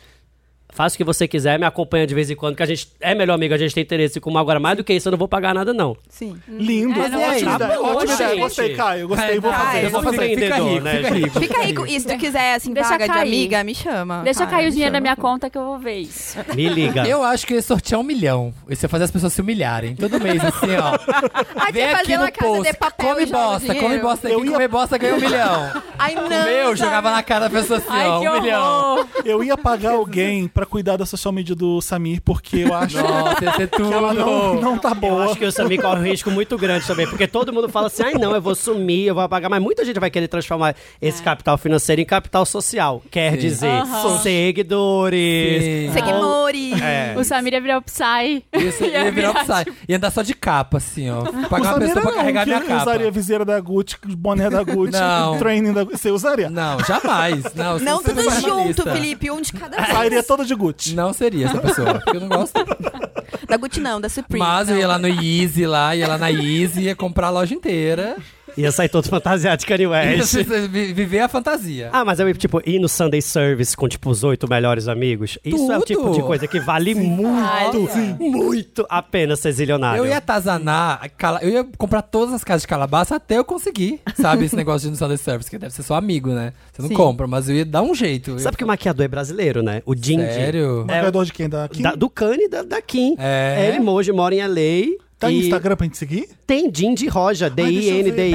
Speaker 4: Faça o que você quiser, me acompanha de vez em quando, que a gente é melhor amigo, a gente tem interesse como agora. Mais do que isso, eu não vou pagar nada, não.
Speaker 5: Sim.
Speaker 1: Lindo.
Speaker 3: É, não,
Speaker 1: ótima
Speaker 4: tá
Speaker 1: ideia.
Speaker 4: bom,
Speaker 1: ótima ideia.
Speaker 4: gente.
Speaker 1: Gostei, Caio. Gostei, vou
Speaker 5: tá,
Speaker 1: fazer.
Speaker 5: eu
Speaker 4: vou fazer
Speaker 2: fica
Speaker 4: empreendedor,
Speaker 2: rico,
Speaker 4: né,
Speaker 2: fica
Speaker 4: gente?
Speaker 2: rico.
Speaker 5: Fica aí, com- e se tu quiser, assim,
Speaker 3: Deixa
Speaker 5: vaga de
Speaker 3: cair.
Speaker 5: amiga, me chama.
Speaker 3: Deixa
Speaker 5: Cara,
Speaker 3: cair o
Speaker 5: me
Speaker 3: dinheiro na
Speaker 5: chama.
Speaker 3: minha conta que eu vou ver isso.
Speaker 4: Me liga.
Speaker 2: Eu acho que esse sorteio é um milhão. Isso é fazer as pessoas se humilharem. Todo mês, assim, ó.
Speaker 5: Ai,
Speaker 2: Vem aqui
Speaker 5: quer Ah, fazer
Speaker 2: no
Speaker 5: uma casa de
Speaker 2: post.
Speaker 5: papel
Speaker 2: Come
Speaker 5: e joga
Speaker 2: bosta,
Speaker 5: dinheiro?
Speaker 2: come bosta aqui,
Speaker 1: Eu ia-
Speaker 2: come bosta, ganha um milhão.
Speaker 5: Ai, não.
Speaker 2: Meu,
Speaker 5: sabe?
Speaker 2: jogava na cara da pessoa assim,
Speaker 3: Ai,
Speaker 2: ó,
Speaker 3: que
Speaker 2: um milhão.
Speaker 3: horror!
Speaker 1: Eu ia pagar alguém pra cuidar da social media do Samir, porque eu acho
Speaker 2: Nossa, ia ser
Speaker 1: que ela não,
Speaker 2: tudo.
Speaker 1: não tá
Speaker 4: Eu
Speaker 1: boa.
Speaker 4: acho que o Samir corre um risco muito grande também, porque todo mundo fala assim, ai não, eu vou sumir, eu vou apagar, mas muita gente vai querer transformar esse capital financeiro em capital social. Quer
Speaker 2: Sim.
Speaker 4: dizer,
Speaker 3: Aham.
Speaker 4: seguidores.
Speaker 2: Sim.
Speaker 5: Seguimores.
Speaker 4: É.
Speaker 3: O Samir ia virar o Psy.
Speaker 2: Isso, ia virar o Psy. Ia andar só de capa, assim, ó.
Speaker 1: O
Speaker 2: Pagar uma
Speaker 1: Samir
Speaker 2: pessoa pra
Speaker 1: tipo- não,
Speaker 2: carregar
Speaker 1: que
Speaker 2: minha capa.
Speaker 1: usaria viseira da Gucci, boné da Gucci,
Speaker 2: Não.
Speaker 1: training da Gucci. Você usaria?
Speaker 2: Não, jamais. Não, se
Speaker 5: Não
Speaker 2: você
Speaker 5: tudo
Speaker 2: for
Speaker 5: junto,
Speaker 2: jornalista.
Speaker 5: Felipe. Um de cada
Speaker 1: Sairia
Speaker 5: vez.
Speaker 1: todo de Gucci.
Speaker 2: Não seria essa pessoa, porque eu não gosto.
Speaker 5: Da Gucci não, da Supreme.
Speaker 2: Mas eu
Speaker 5: não.
Speaker 2: ia lá no Easy, lá, ia lá na Easy, ia comprar a loja inteira.
Speaker 4: Ia sair todo fantasiado de Kanye West.
Speaker 2: Isso, vi- viver a fantasia.
Speaker 4: Ah, mas eu, tipo, ir no Sunday Service com, tipo, os oito melhores amigos. Isso é o
Speaker 2: Tudo.
Speaker 4: tipo de coisa que vale muito, muito a pena ser zilionário.
Speaker 2: Ah, Eu ia atazanar, cala- eu ia comprar todas as casas de calabaça até eu conseguir, sabe? Esse negócio de não Sunday Service, que deve ser só amigo, né? Você não
Speaker 5: Sim.
Speaker 2: compra, mas eu ia dar um jeito. Eu ia
Speaker 4: Sabe que o maquiador é brasileiro, né? O Dindy.
Speaker 2: Sério?
Speaker 4: É,
Speaker 1: Maquiador de quem? Da Kim?
Speaker 4: da- do Kanye e da, da Kim.
Speaker 2: É.
Speaker 4: Ele hoje mora em LA.
Speaker 1: Tá no
Speaker 4: e-
Speaker 1: Instagram pra gente seguir?
Speaker 4: Tem Dindi Roja,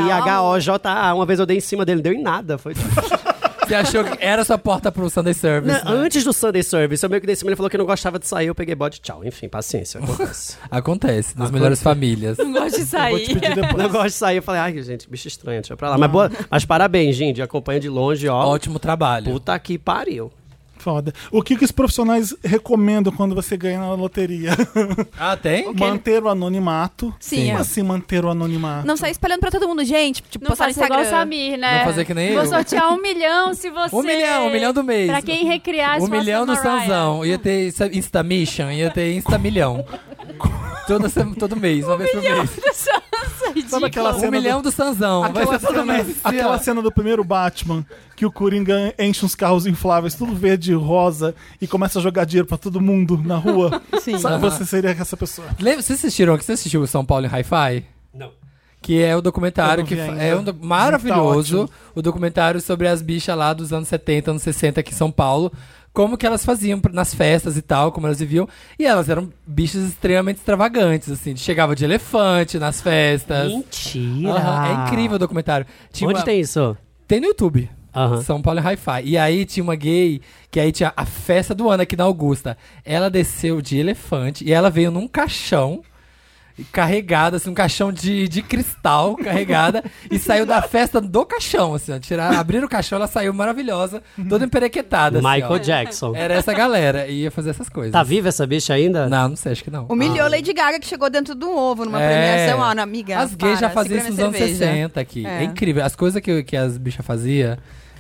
Speaker 4: D-I-N-D-I-H-O-J-A. Uma vez eu dei em cima dele, deu em nada. Foi...
Speaker 2: Você achou que era sua porta pro Sunday
Speaker 4: Não,
Speaker 2: Service? né?
Speaker 4: antes do Sunday Service, eu meio que dei em cima, ele falou que não gostava de sair, eu peguei bode, tchau. Enfim, paciência, acontece.
Speaker 2: Acontece, nas melhores famílias.
Speaker 3: Não gosto de
Speaker 1: Vou te
Speaker 3: sair.
Speaker 1: pedir depois.
Speaker 4: não gosto de sair, eu falei, ai, gente, bicho estranho, deixa pra lá. Mas, boa, mas parabéns, Dindi, acompanha de longe, ó.
Speaker 2: Ótimo trabalho.
Speaker 4: Puta que pariu.
Speaker 1: Foda. O que, que os profissionais recomendam quando você ganha na loteria?
Speaker 2: Ah, tem?
Speaker 1: manter o anonimato.
Speaker 5: Sim,
Speaker 1: Como
Speaker 5: é.
Speaker 1: assim manter o anonimato?
Speaker 5: Não sair espalhando pra todo mundo, gente. Tipo,
Speaker 3: Não
Speaker 5: postar no
Speaker 3: faça igual o
Speaker 5: Instagram.
Speaker 3: Samir, né?
Speaker 2: Não fazer que nem
Speaker 3: Vou
Speaker 2: eu.
Speaker 3: sortear um milhão se você...
Speaker 2: Um milhão, um milhão do mês.
Speaker 3: Pra quem recriar
Speaker 2: Um
Speaker 3: se fosse
Speaker 2: milhão
Speaker 3: a
Speaker 2: no
Speaker 3: Mariah.
Speaker 2: Sanzão. Ia ter Insta- Insta Mission, ia ter Insta Milhão. Toda sem- todo mês,
Speaker 3: Um
Speaker 2: uma vez por mês.
Speaker 1: Sabe aquela
Speaker 2: Um
Speaker 1: cena
Speaker 2: milhão
Speaker 1: do...
Speaker 2: do Sanzão.
Speaker 1: Aquela
Speaker 2: Vai ser todo
Speaker 1: cena,
Speaker 2: mês. assim,
Speaker 5: É.
Speaker 1: aquela
Speaker 2: ó.
Speaker 1: cena do primeiro Batman, que o Coringa enche uns carros infláveis, tudo verde e rosa, e começa a jogar dinheiro pra todo mundo na rua.
Speaker 5: Sim.
Speaker 1: Sabe, você seria essa pessoa.
Speaker 2: Lembra, vocês assistiram, vocês assistiram o São Paulo em Hi-Fi?
Speaker 4: Não.
Speaker 2: Que é o
Speaker 1: Eu
Speaker 2: documentário
Speaker 1: não
Speaker 2: que
Speaker 1: vi
Speaker 2: fa-
Speaker 1: ainda. Tá
Speaker 2: é um do- maravilhoso. o documentário sobre as bichas lá dos anos 70, anos 60 aqui em São Paulo. Como que elas faziam pra- nas festas e tal, como elas viviam. E elas eram bichas extremamente extravagantes, assim. Chegava de elefante nas festas.
Speaker 4: Mentira.
Speaker 2: É. Aham, É incrível Tipo, o documentário. Tinha
Speaker 4: Onde
Speaker 2: uma-
Speaker 4: tem isso?
Speaker 2: Tem no YouTube.
Speaker 4: Aham.
Speaker 2: São Paulo é Hi-Fi. E aí tinha uma gay, que aí tinha a festa do ano aqui na Augusta. Ela desceu de elefante e ela veio num caixão carregada, assim, um caixão de, de cristal carregada, e saiu da festa do caixão, assim, ó. Tirar, abriram o caixão, ela saiu maravilhosa, toda emperequetada, assim, ó.
Speaker 4: Michael Jackson.
Speaker 2: Era essa galera, e ia fazer essas coisas.
Speaker 4: Tá viva essa bicha ainda?
Speaker 2: Não, não sei, acho que não.
Speaker 5: Humilhou Lady Gaga que chegou dentro de um ovo numa
Speaker 2: É.
Speaker 5: premiação. Ah, não, amiga.
Speaker 2: As gays já
Speaker 5: para,
Speaker 2: faziam isso
Speaker 5: segura
Speaker 2: nos
Speaker 5: minha
Speaker 2: anos
Speaker 5: cerveja.
Speaker 2: 60 aqui. É.
Speaker 5: É.
Speaker 2: incrível. As coisas que, que as bichas faziam,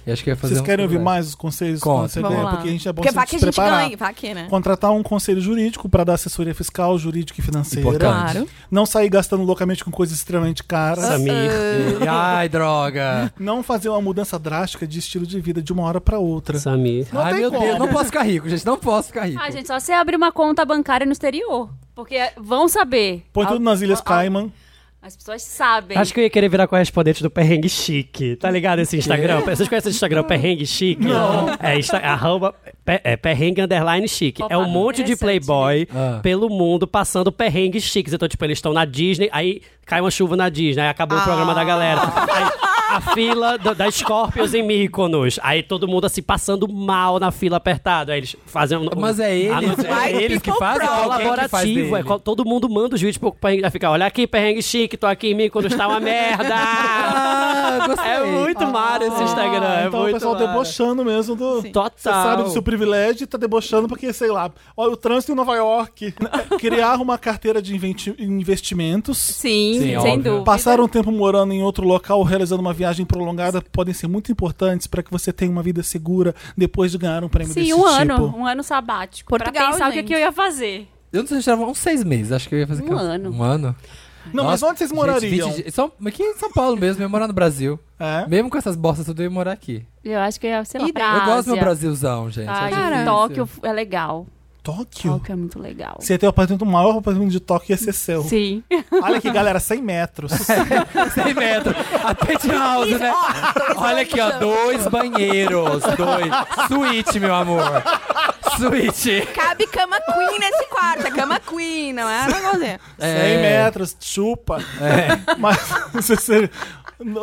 Speaker 2: eu acho que eu ia fazer
Speaker 1: Vocês
Speaker 2: um
Speaker 1: querem ouvir
Speaker 2: programa.
Speaker 1: mais os conselhos?
Speaker 2: Conta.
Speaker 1: quando você
Speaker 5: Vamos
Speaker 1: der?
Speaker 5: lá.
Speaker 1: Porque a gente é bom
Speaker 5: Porque
Speaker 1: se
Speaker 5: vai que a gente
Speaker 1: preparar.
Speaker 5: ganha, vai que, né?
Speaker 1: Contratar um conselho jurídico para dar assessoria fiscal, jurídica e financeira.
Speaker 2: Importante.
Speaker 5: Claro.
Speaker 1: Não sair gastando loucamente com coisas extremamente caras.
Speaker 4: Samir.
Speaker 2: E- Ai, droga.
Speaker 1: Não fazer uma mudança drástica de estilo de vida de uma hora para outra.
Speaker 4: Samir.
Speaker 1: Não
Speaker 2: Ai,
Speaker 1: tem
Speaker 2: meu
Speaker 1: como.
Speaker 2: Deus, não posso ficar rico, gente. Não posso ficar rico.
Speaker 3: Ah, gente, só você abrir uma conta bancária no exterior. Porque vão saber.
Speaker 1: Põe tudo nas Ilhas
Speaker 3: Al- al-
Speaker 1: Cayman.
Speaker 3: As pessoas sabem.
Speaker 4: Acho que eu ia querer virar correspondente do Perrengue Chique. Tá ligado
Speaker 3: É.
Speaker 4: esse Instagram? Vocês conhecem esse Instagram Perrengue Chique? Não. É, insta- arroba, pe- é perrengue underline chique.
Speaker 3: Opa,
Speaker 4: é um monte de
Speaker 3: interessante,
Speaker 4: playboy
Speaker 2: Ah.
Speaker 4: pelo mundo passando
Speaker 3: Ah.
Speaker 4: perrengues chiques. Então, tipo, eles estão na Disney, aí cai uma chuva na Disney, aí acabou o programa da galera. Aí a fila da, da Scorpions em Mykonos. Aí todo mundo assim passando mal na fila apertada. Aí eles fazem um.
Speaker 2: Mas é
Speaker 4: Ah,
Speaker 2: eles,
Speaker 4: não,
Speaker 2: é
Speaker 5: Ai,
Speaker 2: eles que
Speaker 5: People
Speaker 2: fazem
Speaker 5: Pro.
Speaker 2: ou alguém que faz
Speaker 4: colaborativo.
Speaker 2: dele?
Speaker 4: é co- todo mundo manda o juiz pro perrengue ficar. Olha aqui, perrengue chique, tô aqui em Mykonos, tá uma merda.
Speaker 2: Ah, gostei.
Speaker 4: é muito mar esse Instagram.
Speaker 1: Ah,
Speaker 4: é
Speaker 1: então o
Speaker 4: muito
Speaker 1: pessoal
Speaker 4: mara.
Speaker 1: debochando mesmo do.
Speaker 5: Sim.
Speaker 4: Total.
Speaker 1: Você sabe do seu privilégio e tá debochando porque, sei lá, olha o trânsito em Nova York. Criar uma carteira de inventi- investimentos.
Speaker 3: Sim,
Speaker 2: Sim,
Speaker 3: sem
Speaker 2: óbvio.
Speaker 3: dúvida.
Speaker 1: Passar um tempo morando em outro local, realizando uma viagem prolongada, podem ser muito importantes para que você tenha uma vida segura depois de ganhar um prêmio
Speaker 3: Sim,
Speaker 1: desse
Speaker 3: um
Speaker 1: tipo.
Speaker 3: ano. Um ano sabático. pra
Speaker 5: Portugal,
Speaker 3: pensar o que, é
Speaker 5: gente.
Speaker 3: que eu ia fazer.
Speaker 2: Eu não sei se tava uns seis meses, acho que eu ia fazer
Speaker 3: Um
Speaker 2: aquela-
Speaker 3: ano.
Speaker 2: Um ano.
Speaker 1: Não, mas
Speaker 2: Nossa,
Speaker 1: onde vocês
Speaker 2: gente,
Speaker 1: morariam?
Speaker 2: 20 dias- São, aqui em São Paulo mesmo, eu ia morar no Brasil.
Speaker 1: É?
Speaker 2: Mesmo com essas bostas tudo, eu ia morar aqui.
Speaker 3: Eu acho que ia, sei lá,
Speaker 5: E
Speaker 3: pra
Speaker 2: Eu gosto do meu
Speaker 3: Ásia.
Speaker 2: Brasilzão, gente.
Speaker 3: Ai,
Speaker 2: é difícil.
Speaker 3: Tóquio é legal.
Speaker 1: Tóquio?
Speaker 3: Tóquio é muito legal.
Speaker 1: Você ia ter o apartamento o maior, apartamento de Tóquio ia ser seu.
Speaker 3: Sim.
Speaker 1: Olha aqui, galera, 100 metros.
Speaker 2: 100 metros. A penthouse, né? Olha aqui, ó. Dois banheiros. Dois. Suíte, meu amor. Suíte.
Speaker 5: Cabe cama queen nesse quarto. É cama queen, não é? Não vou
Speaker 1: 100 metros, chupa. Mas você,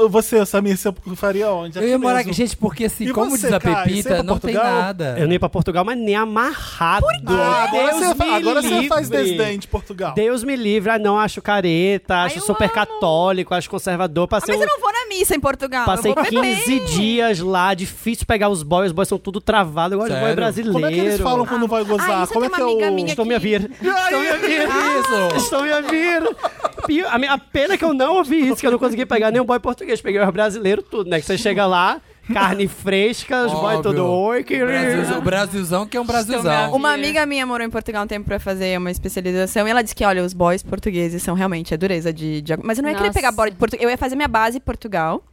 Speaker 1: você, você, Samir, você faria onde?
Speaker 2: Eu ia
Speaker 1: Aqui
Speaker 2: morar
Speaker 1: mesmo.
Speaker 2: aqui. Gente, porque assim,
Speaker 1: E
Speaker 2: como
Speaker 1: você,
Speaker 2: diz
Speaker 1: Kai,
Speaker 2: a
Speaker 1: você ia
Speaker 2: Pepita,
Speaker 1: pra
Speaker 2: não tem
Speaker 1: Portugal?
Speaker 2: nada.
Speaker 4: Eu não ia pra Portugal, mas nem amarrado.
Speaker 1: Ah, agora
Speaker 4: Deus
Speaker 1: você, fa-
Speaker 4: me
Speaker 1: agora você faz
Speaker 4: livre.
Speaker 1: desdém de Portugal.
Speaker 4: Deus me livre, ah não, acho careta, acho
Speaker 5: eu
Speaker 4: super
Speaker 5: amo.
Speaker 4: católico, acho conservador.
Speaker 5: Ah,
Speaker 4: Passei,
Speaker 5: mas eu
Speaker 4: um-
Speaker 5: não vou na missa em Portugal.
Speaker 4: passei
Speaker 5: eu vou
Speaker 4: 15 dias lá, difícil pegar os boys, os boys são tudo travado, eu gosto de boy
Speaker 2: Sério?
Speaker 4: brasileiro.
Speaker 1: Como é que eles falam quando vai gozar?
Speaker 5: isso
Speaker 1: Como é
Speaker 5: tem
Speaker 1: que é
Speaker 5: uma amiga
Speaker 1: o...
Speaker 5: minha
Speaker 4: Estão me a vir. Estão me a vir.
Speaker 2: Isso.
Speaker 4: Estão me a vir. E a, minha, a pena é que eu não ouvi isso, que eu não consegui pegar nenhum boy português. Peguei os brasileiros, tudo, né? Que você chega lá, carne fresca, os boys
Speaker 2: Óbvio.
Speaker 4: tudo oi.
Speaker 2: Ah!
Speaker 4: que-
Speaker 2: Brasilzão- O Brasilzão que é um Brasilzão.
Speaker 5: Uma amiga minha morou em Portugal um tempo pra fazer uma especialização e ela disse que, olha, os boys portugueses são realmente a dureza de... de... Mas eu não ia querer
Speaker 3: Nossa.
Speaker 5: pegar boy de Portugal. Eu ia fazer minha base em Portugal,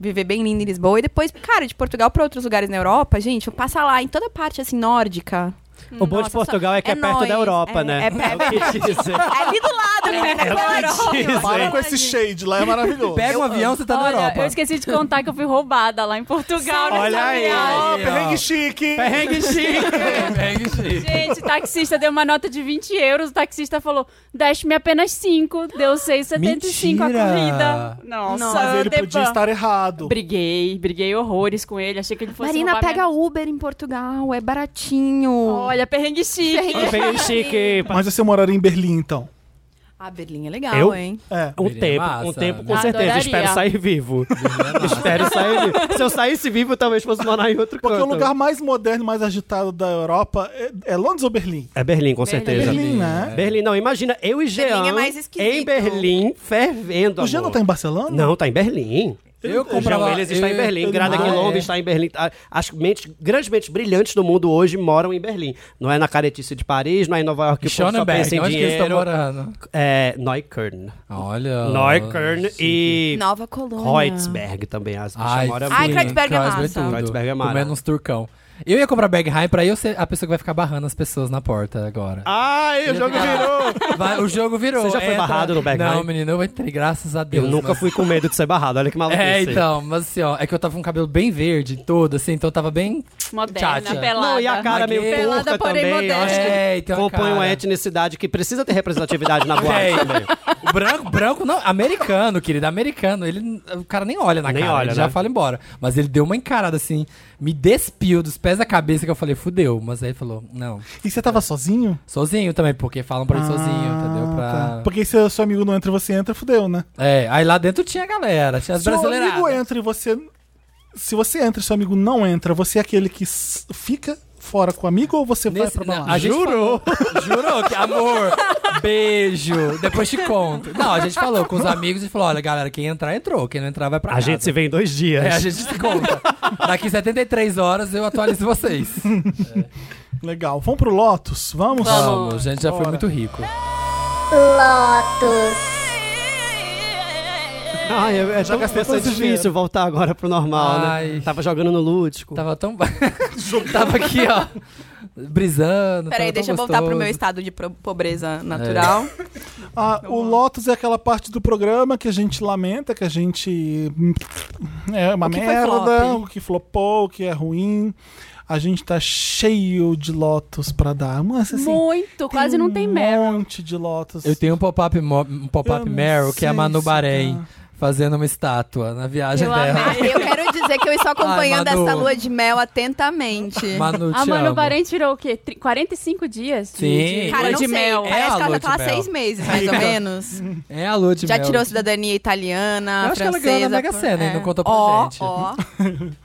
Speaker 5: viver bem linda em Lisboa e depois, cara, de Portugal pra outros lugares na Europa, gente, eu passar lá em toda parte, assim, nórdica.
Speaker 4: O bom de
Speaker 5: Nossa,
Speaker 4: Portugal é que é,
Speaker 5: é
Speaker 4: perto
Speaker 5: nóis,
Speaker 4: da Europa,
Speaker 5: é-
Speaker 4: né?
Speaker 5: é- é-
Speaker 4: o que dizer.
Speaker 5: É ali do lado, menina, é,
Speaker 4: diz,
Speaker 5: coladinho.
Speaker 1: Para
Speaker 4: Sim.
Speaker 1: com esse shade lá, é maravilhoso.
Speaker 2: Pega um avião, você tá na
Speaker 3: Olha, eu
Speaker 2: Europa.
Speaker 3: esqueci de contar que eu fui roubada lá em Portugal.
Speaker 4: Olha
Speaker 3: nessa
Speaker 4: aí.
Speaker 3: viagem.
Speaker 1: Ah,
Speaker 2: Aí,
Speaker 1: perrengue
Speaker 2: ó.
Speaker 1: chique.
Speaker 4: Perrengue chique.
Speaker 2: É
Speaker 3: Gente, o taxista deu uma nota de 20 euros, o taxista falou, deixe-me apenas 5, deu 6,75 a
Speaker 2: Mentira.
Speaker 3: corrida. Nossa,
Speaker 1: Mas
Speaker 3: eu
Speaker 1: ele
Speaker 3: dei
Speaker 1: podia
Speaker 3: ban.
Speaker 1: estar errado.
Speaker 3: Briguei, briguei horrores com ele, achei que ele fosse
Speaker 5: Marina,
Speaker 3: roubar
Speaker 5: pega Uber em Portugal, é baratinho.
Speaker 3: minha... Olha, perrengue chique.
Speaker 4: Perrengue chique.
Speaker 1: Mas você moraria em Berlim, então?
Speaker 5: Ah, Berlim é legal,
Speaker 4: Eu?
Speaker 5: hein?
Speaker 1: É.
Speaker 4: Um
Speaker 2: Seria
Speaker 4: tempo,
Speaker 2: massa,
Speaker 4: um tempo com
Speaker 2: né?
Speaker 4: certeza.
Speaker 3: Adoraria.
Speaker 4: Espero sair vivo. Espero sair vivo. Se eu saísse vivo, eu talvez fosse morar em outro
Speaker 1: Porque
Speaker 4: canto.
Speaker 1: o lugar mais moderno e mais agitado da Europa é, é Londres ou Berlim?
Speaker 4: É Berlim, com certeza. Berlim.
Speaker 1: Berlim, né?
Speaker 4: não, imagina, eu e Jean
Speaker 5: é mais esquisito.
Speaker 4: em Berlim, fervendo,
Speaker 1: O Jean não
Speaker 4: amor.
Speaker 1: tá em Barcelona?
Speaker 4: Não, tá em Berlim.
Speaker 2: Eu
Speaker 4: Jean
Speaker 2: comprava...
Speaker 4: Willis está em
Speaker 2: eu-
Speaker 4: Berlim,
Speaker 2: eu-
Speaker 4: Grada
Speaker 2: Ah,
Speaker 4: Quilombo
Speaker 2: é.
Speaker 4: está em Berlim. Ah, As mentes, grandes mentes brilhantes do mundo hoje moram em Berlim. Não é na caretice de Paris, não é em Nova York que o povo só
Speaker 2: Schonenberg,
Speaker 4: pensa em
Speaker 2: onde que eles estão
Speaker 4: dinheiro.
Speaker 2: morando? Ah,
Speaker 4: É, Neukölln.
Speaker 2: Olha...
Speaker 4: Neukölln e
Speaker 5: Nova Colônia.
Speaker 4: Kreuzberg também. As bichas
Speaker 2: Ai,
Speaker 4: moram
Speaker 2: sim,
Speaker 5: Ai,
Speaker 4: muito.
Speaker 5: Kreuzberg é massa.
Speaker 2: tudo.
Speaker 4: Kreuzberg é mara.
Speaker 2: Comendo uns turcão. Eu ia comprar Bergheim pra eu ser a pessoa que vai ficar barrando as pessoas na porta agora.
Speaker 4: Ai, o jogo virou!
Speaker 2: Vai, o jogo virou.
Speaker 4: Ah! Você já foi barrado no Bergheim?
Speaker 2: Não, menino, eu entrei, graças a
Speaker 4: Eu
Speaker 2: Deus.
Speaker 4: nunca
Speaker 2: mas-
Speaker 4: fui com medo de ser barrado, olha que maluco.
Speaker 2: É, então, mas assim, ó, é que eu tava com o cabelo bem verde todo, assim, então eu tava bem.
Speaker 3: Moderna,
Speaker 2: Tchatcha.
Speaker 3: pelada.
Speaker 4: Não, e a cara meio
Speaker 2: Magueira.
Speaker 4: turca
Speaker 3: Pelada, porém
Speaker 4: também. Eu
Speaker 3: moderna.
Speaker 4: acho que
Speaker 2: É, então,
Speaker 4: compõe uma
Speaker 2: cara.
Speaker 4: etnicidade que precisa ter representatividade na
Speaker 2: É,
Speaker 4: boate também.
Speaker 2: o branco, branco não, americano, querido, americano. Ele, o cara nem olha na
Speaker 4: Nem
Speaker 2: cara,
Speaker 4: olha,
Speaker 2: ele
Speaker 4: né?
Speaker 2: já fala embora. Mas ele deu uma encarada assim, me despiu dos pés da cabeça que eu falei, fudeu. Mas aí ele falou, não,
Speaker 1: E você tava sozinho?
Speaker 2: sozinho também, porque falam pra ele sozinho,
Speaker 1: Ah,
Speaker 2: entendeu? Pra...
Speaker 1: tá. Porque se o seu amigo não entra e você entra, fudeu, né?
Speaker 2: É, aí lá dentro tinha a galera, tinha as
Speaker 1: Se o
Speaker 2: brasileiras.
Speaker 1: amigo entra e você. Se você entra e seu amigo não entra, você é aquele que s- fica fora com o amigo ou você vai pra balada?
Speaker 2: a gente Jurou? Jurou que amor, beijo, depois te conto. Não, a gente falou com os amigos e falou: olha, galera, quem entrar, entrou, quem não entrar, vai pra
Speaker 4: A
Speaker 2: casa.
Speaker 4: gente se vê em dois dias.
Speaker 2: É, a gente se conta. Daqui 73 horas eu atualizo vocês.
Speaker 1: Ah, Legal. Vamos pro Lotus? Vamos?
Speaker 3: Vamos.
Speaker 2: Vamos, gente já foi muito rico.
Speaker 4: Ai, eu, eu já
Speaker 1: gastei
Speaker 4: gastei tão
Speaker 1: todo esse
Speaker 4: difícil
Speaker 1: dinheiro.
Speaker 4: voltar agora pro normal, né?
Speaker 2: Ai. Tá.
Speaker 4: Tava jogando no lúdico.
Speaker 2: Tava tão. Tava aqui, ó. Brisando. tava tão
Speaker 5: Peraí, deixa eu voltar pro meu
Speaker 2: gostoso.
Speaker 5: estado de pro- pobreza natural.
Speaker 1: Ah, o Lotus é aquela parte do programa que a gente lamenta, que a gente. hum, É uma
Speaker 5: O que foi
Speaker 1: merda,
Speaker 5: flop?
Speaker 1: o que flopou, o que é ruim. A gente tá cheio de Lotus pra dar. Mas assim.
Speaker 3: Muito, quase não tem Meryl.
Speaker 1: Um monte de Lotus.
Speaker 2: Eu tenho um pop-up mo- um pop
Speaker 1: Eu
Speaker 2: up
Speaker 1: não
Speaker 2: Meryl, que é a
Speaker 1: sei
Speaker 2: Manu
Speaker 1: se
Speaker 2: Bahrein.
Speaker 1: tá.
Speaker 2: fazendo uma estátua na viagem
Speaker 3: Eu
Speaker 2: dela.
Speaker 3: amei.
Speaker 5: Ah, Eu quero dizer que eu estou acompanhando
Speaker 2: Ai, Manu.
Speaker 5: essa lua de mel atentamente.
Speaker 2: Manu,
Speaker 3: A
Speaker 2: te
Speaker 3: Manu
Speaker 2: amo.
Speaker 3: Bahrein tirou Ah, o quê? Tri- 45 dias? de-
Speaker 2: Sim.
Speaker 3: de
Speaker 5: Cara,
Speaker 3: lua
Speaker 5: não
Speaker 3: de
Speaker 5: sei.
Speaker 3: mel.
Speaker 2: É
Speaker 5: Parece
Speaker 2: a
Speaker 5: que ela
Speaker 2: lua
Speaker 5: já
Speaker 2: de
Speaker 5: tá há
Speaker 2: mel.
Speaker 5: seis meses, mais ou menos.
Speaker 2: É a lua de
Speaker 5: Já
Speaker 2: mel.
Speaker 5: tirou cidadania italiana,
Speaker 2: Eu acho que ela
Speaker 5: francesa.
Speaker 2: ganhou na Mega
Speaker 5: por-
Speaker 2: Sena e
Speaker 5: é.
Speaker 2: não contou pra
Speaker 5: Ó,
Speaker 2: gente.
Speaker 5: Ó,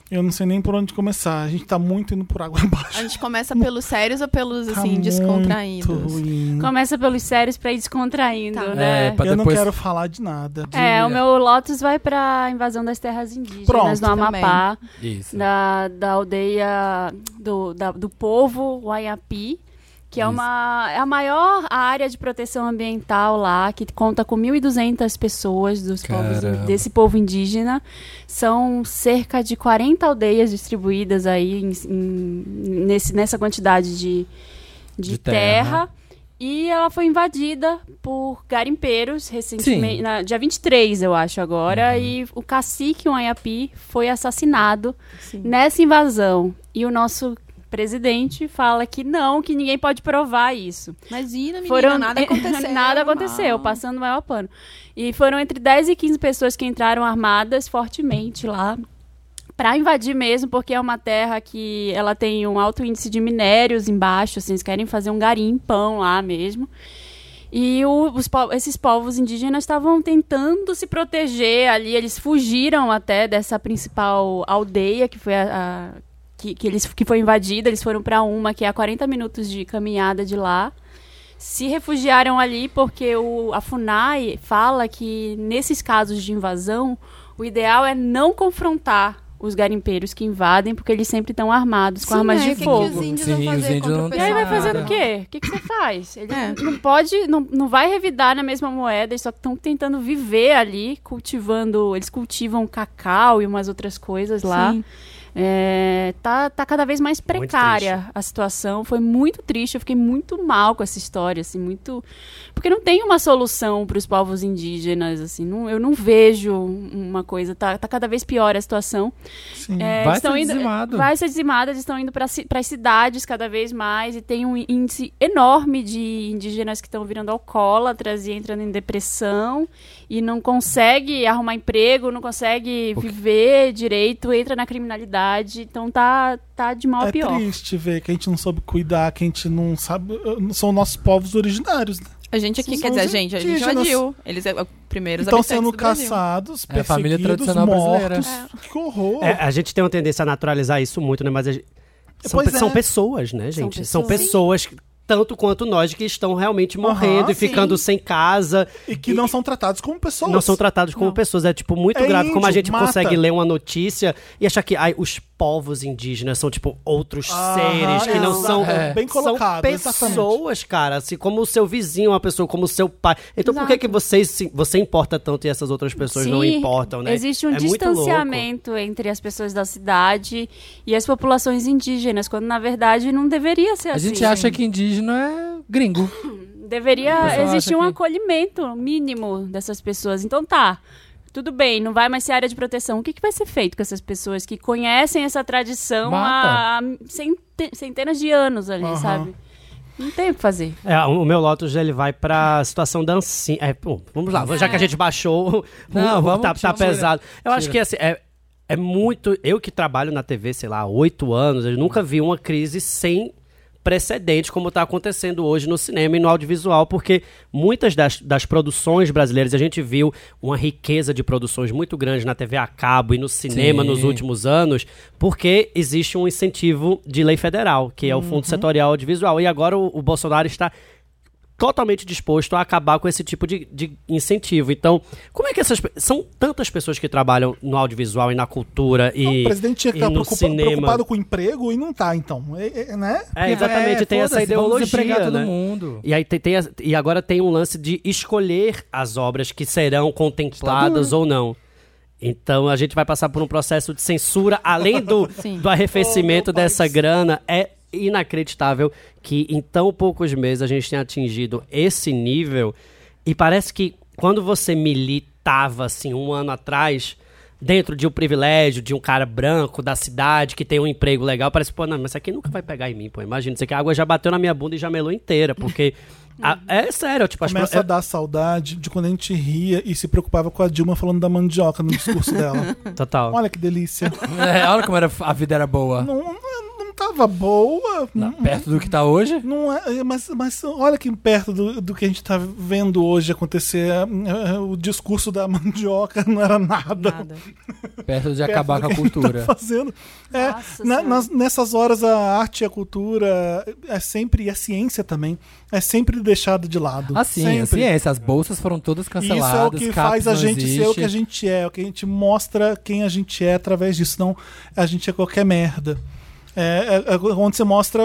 Speaker 1: Eu não sei nem por onde começar. A gente tá muito indo por água
Speaker 5: a
Speaker 1: abaixo.
Speaker 5: gente começa pelos sérios ou pelos,
Speaker 1: Tá
Speaker 5: assim,
Speaker 1: muito
Speaker 5: descontraídos?
Speaker 1: ruim.
Speaker 3: Começa pelos sérios pra ir descontraindo,
Speaker 5: Tá.
Speaker 3: né?
Speaker 2: É, pra
Speaker 1: Eu não
Speaker 2: depois...
Speaker 1: quero falar de nada.
Speaker 3: É, o meu Lotus vai pra invasão das terras indígenas
Speaker 1: Pronto.
Speaker 3: no Amapá,
Speaker 2: Isso.
Speaker 3: da, da aldeia do, da- do povo Waiapi, que é,
Speaker 2: Isso.
Speaker 3: uma, é a maior área de proteção ambiental lá, que conta com 1.200 pessoas dos povos,
Speaker 2: Caramba.
Speaker 3: desse povo indígena. São cerca de 40 aldeias distribuídas aí em- em- nesse, nessa quantidade de, de,
Speaker 2: De terra.
Speaker 3: terra. E ela foi invadida por garimpeiros
Speaker 2: Sim.
Speaker 3: recentemente, na, dia 23, eu acho, agora. E o cacique Wanhapi foi assassinado nessa invasão. E o nosso presidente fala que não, que ninguém pode provar isso.
Speaker 5: Imagina, menina,
Speaker 3: Foram- é,
Speaker 5: nada Ah. aconteceu.
Speaker 3: nada aconteceu,
Speaker 5: Não.
Speaker 3: passando o maior pano. E foram entre 10 e 15 pessoas que entraram armadas fortemente lá para invadir mesmo, porque é uma terra que ela tem um alto índice de minérios embaixo, assim, eles querem fazer um garimpão lá mesmo. E o- os po- esses povos indígenas estavam tentando se proteger ali, eles fugiram até dessa principal aldeia que foi a- a- que, que eles, que foi invadida, eles foram para uma que é a 40 minutos de caminhada de lá. Se refugiaram ali porque o, a FUNAI fala que nesses casos de invasão, o ideal é não confrontar os garimpeiros que invadem, porque eles sempre estão armados com
Speaker 5: Sim,
Speaker 3: armas
Speaker 5: né?
Speaker 3: de
Speaker 5: O que que
Speaker 3: fogo.
Speaker 5: os índios
Speaker 2: Sim,
Speaker 5: vão
Speaker 2: os
Speaker 5: fazer
Speaker 2: índios
Speaker 5: contra
Speaker 2: não
Speaker 5: o
Speaker 3: E aí vai
Speaker 5: pessoal?
Speaker 3: fazendo o quê? O que, que você faz? Ele
Speaker 5: É.
Speaker 3: não pode, não, não vai revidar na mesma moeda, eles só estão tentando viver ali, cultivando. Eles cultivam cacau e umas outras coisas lá.
Speaker 5: Sim.
Speaker 3: É, tá, tá cada vez mais precária a situação. Foi muito triste, eu fiquei muito mal com essa história, assim, muito. Porque não tem uma solução para os povos indígenas, assim, não- eu não vejo uma coisa. Tá, tá cada vez pior a situação.
Speaker 1: Sim.
Speaker 3: É,
Speaker 2: Vai
Speaker 3: estão
Speaker 2: ser
Speaker 3: indo-
Speaker 2: dizimado.
Speaker 3: Vai ser dizimado, eles estão indo para as cidades cada vez mais e tem um índice enorme de indígenas que estão virando alcoólatras e entrando em depressão e não consegue arrumar emprego, não consegue viver direito, entra na criminalidade, então tá, tá de mal a
Speaker 1: É
Speaker 3: pior.
Speaker 1: triste ver que a gente não soube cuidar, que a gente não sabe. São nossos povos originários, né?
Speaker 5: A gente aqui,
Speaker 1: São
Speaker 5: quer dizer, a
Speaker 1: os
Speaker 5: gente, a gente
Speaker 1: indígenas.
Speaker 5: invadiu. Eles é, é, primeiros
Speaker 2: Então
Speaker 1: Estão
Speaker 5: habitantes
Speaker 1: sendo
Speaker 5: do Brasil.
Speaker 1: caçados,
Speaker 2: É a família
Speaker 1: perseguidos,
Speaker 2: tradicional brasileira.
Speaker 1: mortos. Que horror!
Speaker 4: É, a gente tem uma tendência a naturalizar isso muito, né? Mas a gente- são,
Speaker 1: Pois
Speaker 4: pe-
Speaker 1: é.
Speaker 4: são pessoas, né, gente? São
Speaker 3: pessoas.
Speaker 4: pessoas, que- tanto quanto nós, que estão realmente morrendo e
Speaker 1: sim.
Speaker 4: ficando sem casa.
Speaker 1: E que não são tratados como pessoas.
Speaker 4: Não são tratados como
Speaker 3: Não.
Speaker 4: pessoas. É, tipo, muito
Speaker 1: É
Speaker 4: grave como a
Speaker 1: índio,
Speaker 4: gente
Speaker 1: mata.
Speaker 4: consegue ler uma notícia e achar que ai, os povos indígenas são, tipo, outros
Speaker 1: Aham,
Speaker 4: seres que não
Speaker 1: exato.
Speaker 4: são.
Speaker 2: É.
Speaker 1: Bem colocado,
Speaker 4: são
Speaker 1: exatamente.
Speaker 4: pessoas, cara, assim, como o seu vizinho, uma pessoa como o seu pai. Então, por que que vocês se- você importa tanto e essas outras pessoas não
Speaker 3: Sim,
Speaker 4: importam, né?
Speaker 3: Existe um
Speaker 4: É muito louco.
Speaker 3: distanciamento entre as pessoas da cidade e as populações indígenas, quando na verdade não deveria ser
Speaker 2: A
Speaker 3: assim.
Speaker 2: gente acha que indígena é gringo. O
Speaker 3: Deveria
Speaker 2: pessoal
Speaker 3: existir
Speaker 2: acha
Speaker 3: um
Speaker 2: que-
Speaker 3: acolhimento mínimo dessas pessoas. Então tá. Tudo bem, não vai mais ser área de proteção. O que, que vai ser feito com essas pessoas que conhecem essa tradição há cente- centenas de anos ali,
Speaker 1: Aham.
Speaker 3: sabe? Não tem o que fazer.
Speaker 4: É, o meu Lotus ele vai pra situação da Ancine. É, pô, vamos lá, já que a gente baixou, o-
Speaker 2: Não,
Speaker 4: o-
Speaker 2: vamos,
Speaker 4: tá,
Speaker 2: tira,
Speaker 4: tá pesado. Eu acho que assim, é, é muito. Eu que trabalho na TV, sei lá, há oito anos, eu nunca vi uma crise sem precedentes como está acontecendo hoje no cinema e no audiovisual, porque muitas das, das produções brasileiras, a gente viu uma riqueza de produções muito grande na TV a cabo e no cinema
Speaker 2: Sim.
Speaker 4: nos últimos anos, porque existe um incentivo de lei federal, que é
Speaker 2: Uhum.
Speaker 4: o Fundo Setorial Audiovisual. E agora o, o Bolsonaro está totalmente disposto a acabar com esse tipo de, de incentivo. Então, como é que essas... pe- São tantas pessoas que trabalham no audiovisual e na cultura e
Speaker 1: Então, O presidente tinha que
Speaker 4: e
Speaker 1: estar
Speaker 4: no
Speaker 1: preocupa-
Speaker 4: cinema.
Speaker 1: preocupado com o emprego e não tá, então. É, é, né?
Speaker 4: É, exatamente,
Speaker 2: É,
Speaker 4: tem essa
Speaker 2: foda-se, Vamos
Speaker 4: ideologia,
Speaker 2: desempregar todo
Speaker 4: né?
Speaker 2: mundo.
Speaker 4: E, aí tem, tem as- e agora tem um lance de escolher as obras que serão contempladas
Speaker 2: né?
Speaker 4: ou não. Então a gente vai passar por um processo de censura, além do,
Speaker 5: Sim.
Speaker 4: do arrefecimento dessa grana. É inacreditável que em tão poucos meses a gente tenha atingido esse nível. E parece que quando você militava assim um ano atrás, dentro de um privilégio de um cara branco da cidade que tem um emprego legal, parece, pô, não, mas isso aqui nunca vai pegar em mim, pô. Imagina, isso aqui, a água já bateu na minha bunda e já melou inteira, porque. a- é sério, tipo, as
Speaker 1: Começa
Speaker 4: pro-
Speaker 1: a dar saudade de quando a gente ria e se preocupava com a Dilma falando da mandioca no discurso dela.
Speaker 4: é, Total.
Speaker 1: Olha que delícia.
Speaker 2: É, olha como era, a vida era boa.
Speaker 1: não, não não tava boa.
Speaker 2: Não, Perto do que tá hoje.
Speaker 1: Não é, é, mas, mas olha que perto do, do que a gente tá vendo hoje acontecer. é, é, o discurso da mandioca não era nada.
Speaker 5: Nada.
Speaker 2: Perto de
Speaker 1: Perto do
Speaker 2: acabar com a
Speaker 1: que gente
Speaker 2: cultura.
Speaker 1: Tá fazendo. É,
Speaker 3: Nossa
Speaker 1: na-
Speaker 3: Senhora.
Speaker 1: nas- nessas horas a arte e a cultura é sempre, e a ciência também, é sempre deixada de lado.
Speaker 2: Assim,
Speaker 1: sempre.
Speaker 2: a ciência, as bolsas foram todas
Speaker 1: E Isso é o
Speaker 2: canceladas.
Speaker 1: que
Speaker 2: CAPES
Speaker 1: faz a
Speaker 2: não
Speaker 1: gente ser o que a
Speaker 2: existe.
Speaker 1: gente é, o que a gente mostra quem a gente é através disso. Não, a gente é qualquer merda. É, é- é onde você mostra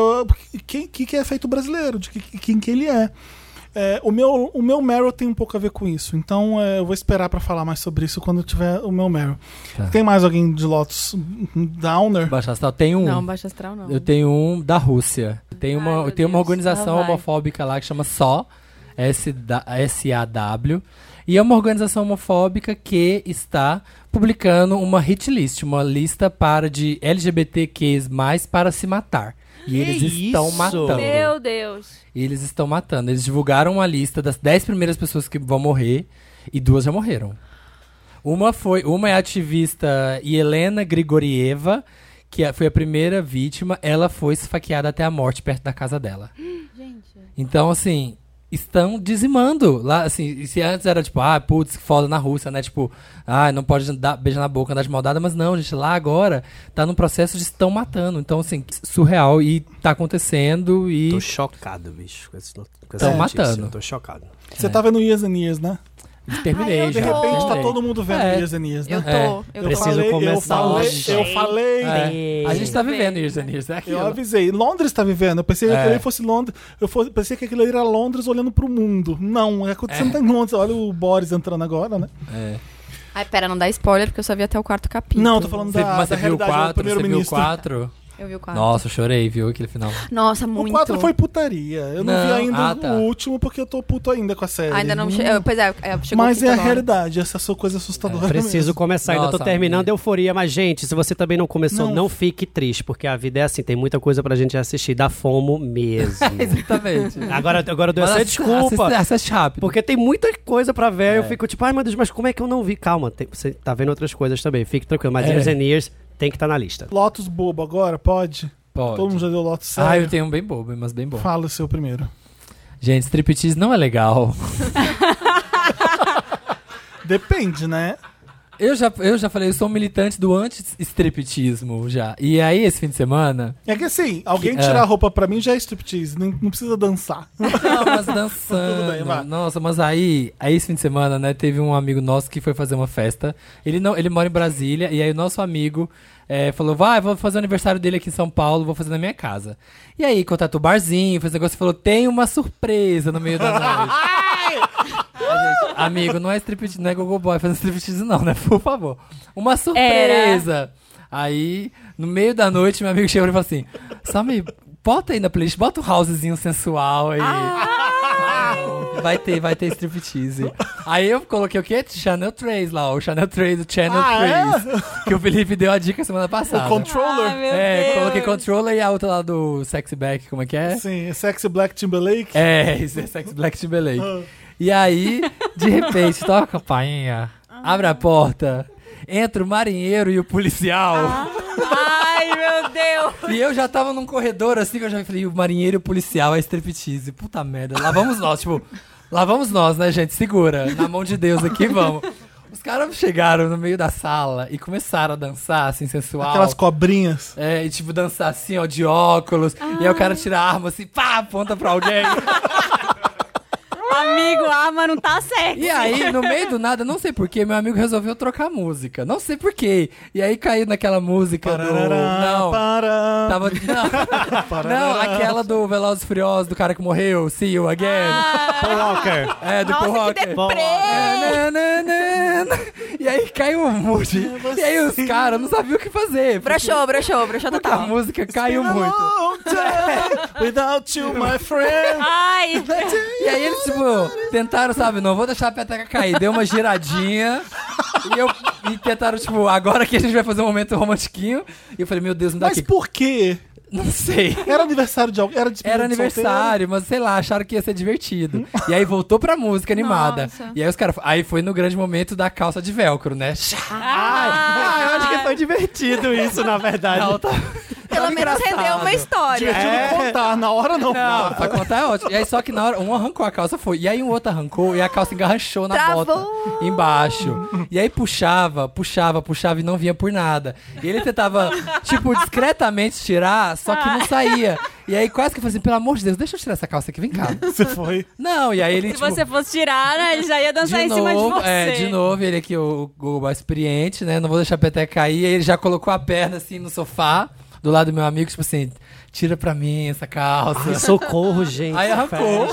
Speaker 1: quem que, que é feito brasileiro, de que- que- quem que ele é. É, o meu o meu Meryl tem um pouco a ver com isso. Então é, eu vou esperar pra falar mais sobre isso quando eu tiver o meu Meryl.
Speaker 2: Tá.
Speaker 1: Tem mais alguém de Lotus Downer?
Speaker 2: Baixa astral tem um.
Speaker 5: Não, Baixa Astral não.
Speaker 2: Eu tenho um da Rússia. Tem
Speaker 3: Ai,
Speaker 2: uma,
Speaker 3: meu
Speaker 2: tem uma
Speaker 3: Deus,
Speaker 2: organização
Speaker 3: lá vai.
Speaker 2: homofóbica lá que chama Só, S-A-W. E é uma organização homofóbica que está publicando uma hit list, uma lista para de LGBTQs mais para se matar. E eles
Speaker 4: Que
Speaker 2: estão
Speaker 4: isso?
Speaker 2: matando.
Speaker 3: Meu Deus.
Speaker 2: E eles estão matando. Eles divulgaram uma lista das 10 primeiras pessoas que vão morrer e duas já morreram. Uma foi, uma é a ativista Helena Grigorieva, que a- foi a primeira vítima. Ela foi esfaqueada até a morte perto da casa dela. Então, assim, estão dizimando. Lá, assim, se antes era tipo, ah, putz, que foda na Rússia, né? Tipo, ah, não pode dar, beijar na boca, andar de maldada, mas não, gente, lá agora tá num processo de estão matando. Então, assim, surreal e tá acontecendo e.
Speaker 4: Tô chocado, bicho, com, esse, com essa
Speaker 2: Tão
Speaker 4: notícia.
Speaker 2: matando.
Speaker 4: Tô chocado.
Speaker 1: Você tá vendo Years and Years, né?
Speaker 2: Terminei
Speaker 5: Ai, eu
Speaker 1: De
Speaker 2: já.
Speaker 5: tô-
Speaker 1: repente tá
Speaker 2: terminei.
Speaker 1: todo mundo vendo
Speaker 2: É.
Speaker 1: Years and Years,
Speaker 5: Eu
Speaker 1: né?
Speaker 5: tô,
Speaker 2: É,
Speaker 5: eu tô.
Speaker 4: preciso começar
Speaker 1: eu falei,
Speaker 4: hoje.
Speaker 1: eu falei.
Speaker 2: É, A gente tá vivendo
Speaker 5: Bem,
Speaker 2: isso, Anísio. É
Speaker 1: Eu
Speaker 2: aquilo.
Speaker 1: avisei. Londres tá vivendo. Eu pensei que
Speaker 2: É.
Speaker 1: aquilo ali fosse Londres. Eu fo- pensei que aquilo ali era Londres olhando pro mundo. Não, é acontecendo tá em Londres. Olha o Boris entrando agora, né?
Speaker 2: É.
Speaker 5: Ai, pera, não dá spoiler, porque eu só vi até o quarto capítulo.
Speaker 1: Não, eu tô falando
Speaker 2: Você,
Speaker 1: da,
Speaker 2: mas
Speaker 1: da
Speaker 2: você viu o
Speaker 1: realidade do
Speaker 2: 4, você viu o
Speaker 1: primeiro-ministro. Ah.
Speaker 2: 4.
Speaker 5: Eu vi o quarto.
Speaker 2: Nossa, eu chorei, viu aquele final.
Speaker 5: Nossa,
Speaker 1: O
Speaker 5: muito.
Speaker 1: 4 foi putaria. Eu não, vi
Speaker 2: Não,
Speaker 1: ainda
Speaker 2: ah, tá.
Speaker 1: o último porque eu tô puto ainda com a série.
Speaker 5: Ainda não che... eh, Pois é, é, chegou
Speaker 1: Mas
Speaker 5: aqui
Speaker 1: é a
Speaker 5: agora.
Speaker 1: realidade. Essa sua coisa é
Speaker 2: É,
Speaker 1: assustadora.
Speaker 4: Preciso
Speaker 1: mesmo.
Speaker 4: começar, ainda
Speaker 2: Nossa,
Speaker 4: tô terminando
Speaker 2: amiga.
Speaker 4: euforia, mas gente, se você também não começou,
Speaker 1: Não.
Speaker 4: não. fique triste, porque a vida é assim, tem muita coisa pra gente assistir, dá fomo mesmo.
Speaker 2: Exatamente.
Speaker 4: agora, agora eu dou
Speaker 2: Mas
Speaker 4: essa
Speaker 2: assiste-
Speaker 4: desculpa.
Speaker 2: assiste- Assiste rápido.
Speaker 4: Porque tem muita coisa pra ver, eu fico tipo, ai meu Deus, mas como é que eu não vi? Calma, tem- você tá vendo outras coisas também, fique tranquilo, mas
Speaker 2: É.
Speaker 4: Years and Years tem que estar na lista.
Speaker 1: Lotus bobo agora? Pode?
Speaker 2: Pode.
Speaker 1: Todo mundo já deu Lotus
Speaker 2: Ah, eu
Speaker 1: sério?
Speaker 2: tenho um bem bobo, mas bem bom.
Speaker 1: Fala o seu primeiro.
Speaker 2: Gente, striptease não é legal.
Speaker 1: Depende, né?
Speaker 2: Eu já, eu já falei, eu sou um militante do anti-striptismo já. E aí, esse fim de semana,
Speaker 1: É que assim, alguém
Speaker 2: Que-
Speaker 1: tirar
Speaker 2: é.
Speaker 1: a roupa pra mim já é striptease. Não, não precisa dançar.
Speaker 2: Não, mas
Speaker 1: Tudo bem,
Speaker 2: dançando.
Speaker 1: vai.
Speaker 2: Nossa, mas aí, aí esse fim de semana, né, teve um amigo nosso que foi fazer uma festa. Ele não, ele mora em Brasília e aí o nosso amigo eh, falou: "Vai, vou fazer o aniversário dele aqui em São Paulo, vou fazer na minha casa". E aí contratou o barzinho, fez negócio, e falou: "Tem uma surpresa no meio da noite". A gente, Amigo, não é striptease, não é Google Boy fazendo striptease não, né? Por favor. Uma surpresa. Aí, no meio da noite, meu amigo chegou e falou assim: Sammy, bota aí na playlist, bota um housezinho sensual aí. Vai ter, vai ter striptease. Aí eu coloquei o quê? Channel 3 lá, o Channel 3, o Channel
Speaker 1: Ah,
Speaker 2: 3. Que o Felipe deu a dica semana
Speaker 1: O
Speaker 2: passada.
Speaker 1: controller.
Speaker 3: Ai, meu
Speaker 2: é,
Speaker 3: Deus.
Speaker 2: coloquei controller e a outra lá do Sexy Back, como é que é?
Speaker 1: Sim, Sexy Black Ah. Timberlake.
Speaker 2: É, isso é Sex Black Timberlake. E aí, de repente, toca a campainha,
Speaker 3: Ah.
Speaker 2: abre a porta, entra o marinheiro e o policial.
Speaker 3: Ah. Ai, meu Deus.
Speaker 2: E eu já tava num corredor assim que eu já falei, o marinheiro e o policial é striptease. Puta merda, lá vamos nós, tipo, lá vamos nós, né, gente? Segura, na mão de Deus aqui, vamos. Os caras chegaram no meio da sala e começaram a dançar, assim, sensual.
Speaker 1: Aquelas cobrinhas.
Speaker 2: É, e tipo, dançar assim, ó, de óculos. E aí o cara
Speaker 3: Ah.
Speaker 2: tira a arma assim, pá, aponta pra alguém.
Speaker 3: Amigo, a arma não tá certa.
Speaker 2: E aí, no meio do nada, não sei porquê, meu amigo resolveu trocar música. Não sei porquê. E aí caiu naquela música do... Não.
Speaker 1: pará.
Speaker 2: Tava. Não, não aquela do Velozes e Furiosos, do cara que morreu, See You Again.
Speaker 4: Paul Walker.
Speaker 2: é, do Paul
Speaker 5: Ah, Nossa, que
Speaker 2: Walker.
Speaker 5: deprê!
Speaker 2: É, na, na, na. E aí caiu um monte. E aí os caras não sabiam o que fazer. porque-
Speaker 5: Broxou, broxou, broxou
Speaker 2: porque a
Speaker 1: Tá
Speaker 5: total.
Speaker 2: música caiu
Speaker 1: Been a
Speaker 2: muito.
Speaker 1: long time Without you, my friend.
Speaker 3: Ai,
Speaker 2: E aí eles, tipo, tentaram, sabe, não vou deixar a peteca cair. Deu uma giradinha. e eu E tentaram, tipo, agora que a gente vai fazer um momento romantiquinho. E eu falei, meu Deus, não dá
Speaker 1: Mas
Speaker 2: aqui.
Speaker 1: por quê?
Speaker 2: Não sei.
Speaker 1: Era aniversário de alguém? Era, despedida
Speaker 2: Era
Speaker 1: de solteiro?
Speaker 2: aniversário, mas sei lá, acharam que ia ser divertido. E aí voltou pra música animada.
Speaker 6: Nossa.
Speaker 2: E aí os caras. Aí foi no grande momento da calça de velcro, né?
Speaker 4: Ah, eu acho que foi divertido isso, na verdade.
Speaker 2: Não, tá-
Speaker 5: Pelo
Speaker 2: tava
Speaker 5: menos rendeu
Speaker 2: engraçado.
Speaker 5: uma história.
Speaker 1: Divertido contar, na hora não.
Speaker 2: É. Não, pra contar é ótimo. E aí só que na hora, um arrancou a calça, foi. E aí um outro arrancou e a calça engarranchou na
Speaker 5: Travou.
Speaker 2: É, bota. Embaixo. E aí puxava, puxava, puxava e não vinha por nada. E ele tentava, tipo, discretamente tirar, só que não saía. E aí quase que eu falei assim, pelo amor de Deus, deixa eu tirar essa calça aqui, vem cá.
Speaker 1: Você foi.
Speaker 2: Não, e aí ele,
Speaker 3: Se
Speaker 2: tipo...
Speaker 3: você fosse tirar, né, ele já ia dançar em cima de você.
Speaker 2: É, de novo, ele aqui, o Google Boy experiente, né? Não vou deixar a peteca cair. Aí Ele já colocou a perna assim no sofá, do lado do meu amigo, tipo assim, tira pra mim essa calça.
Speaker 4: Ai, socorro, gente.
Speaker 2: Aí arrancou,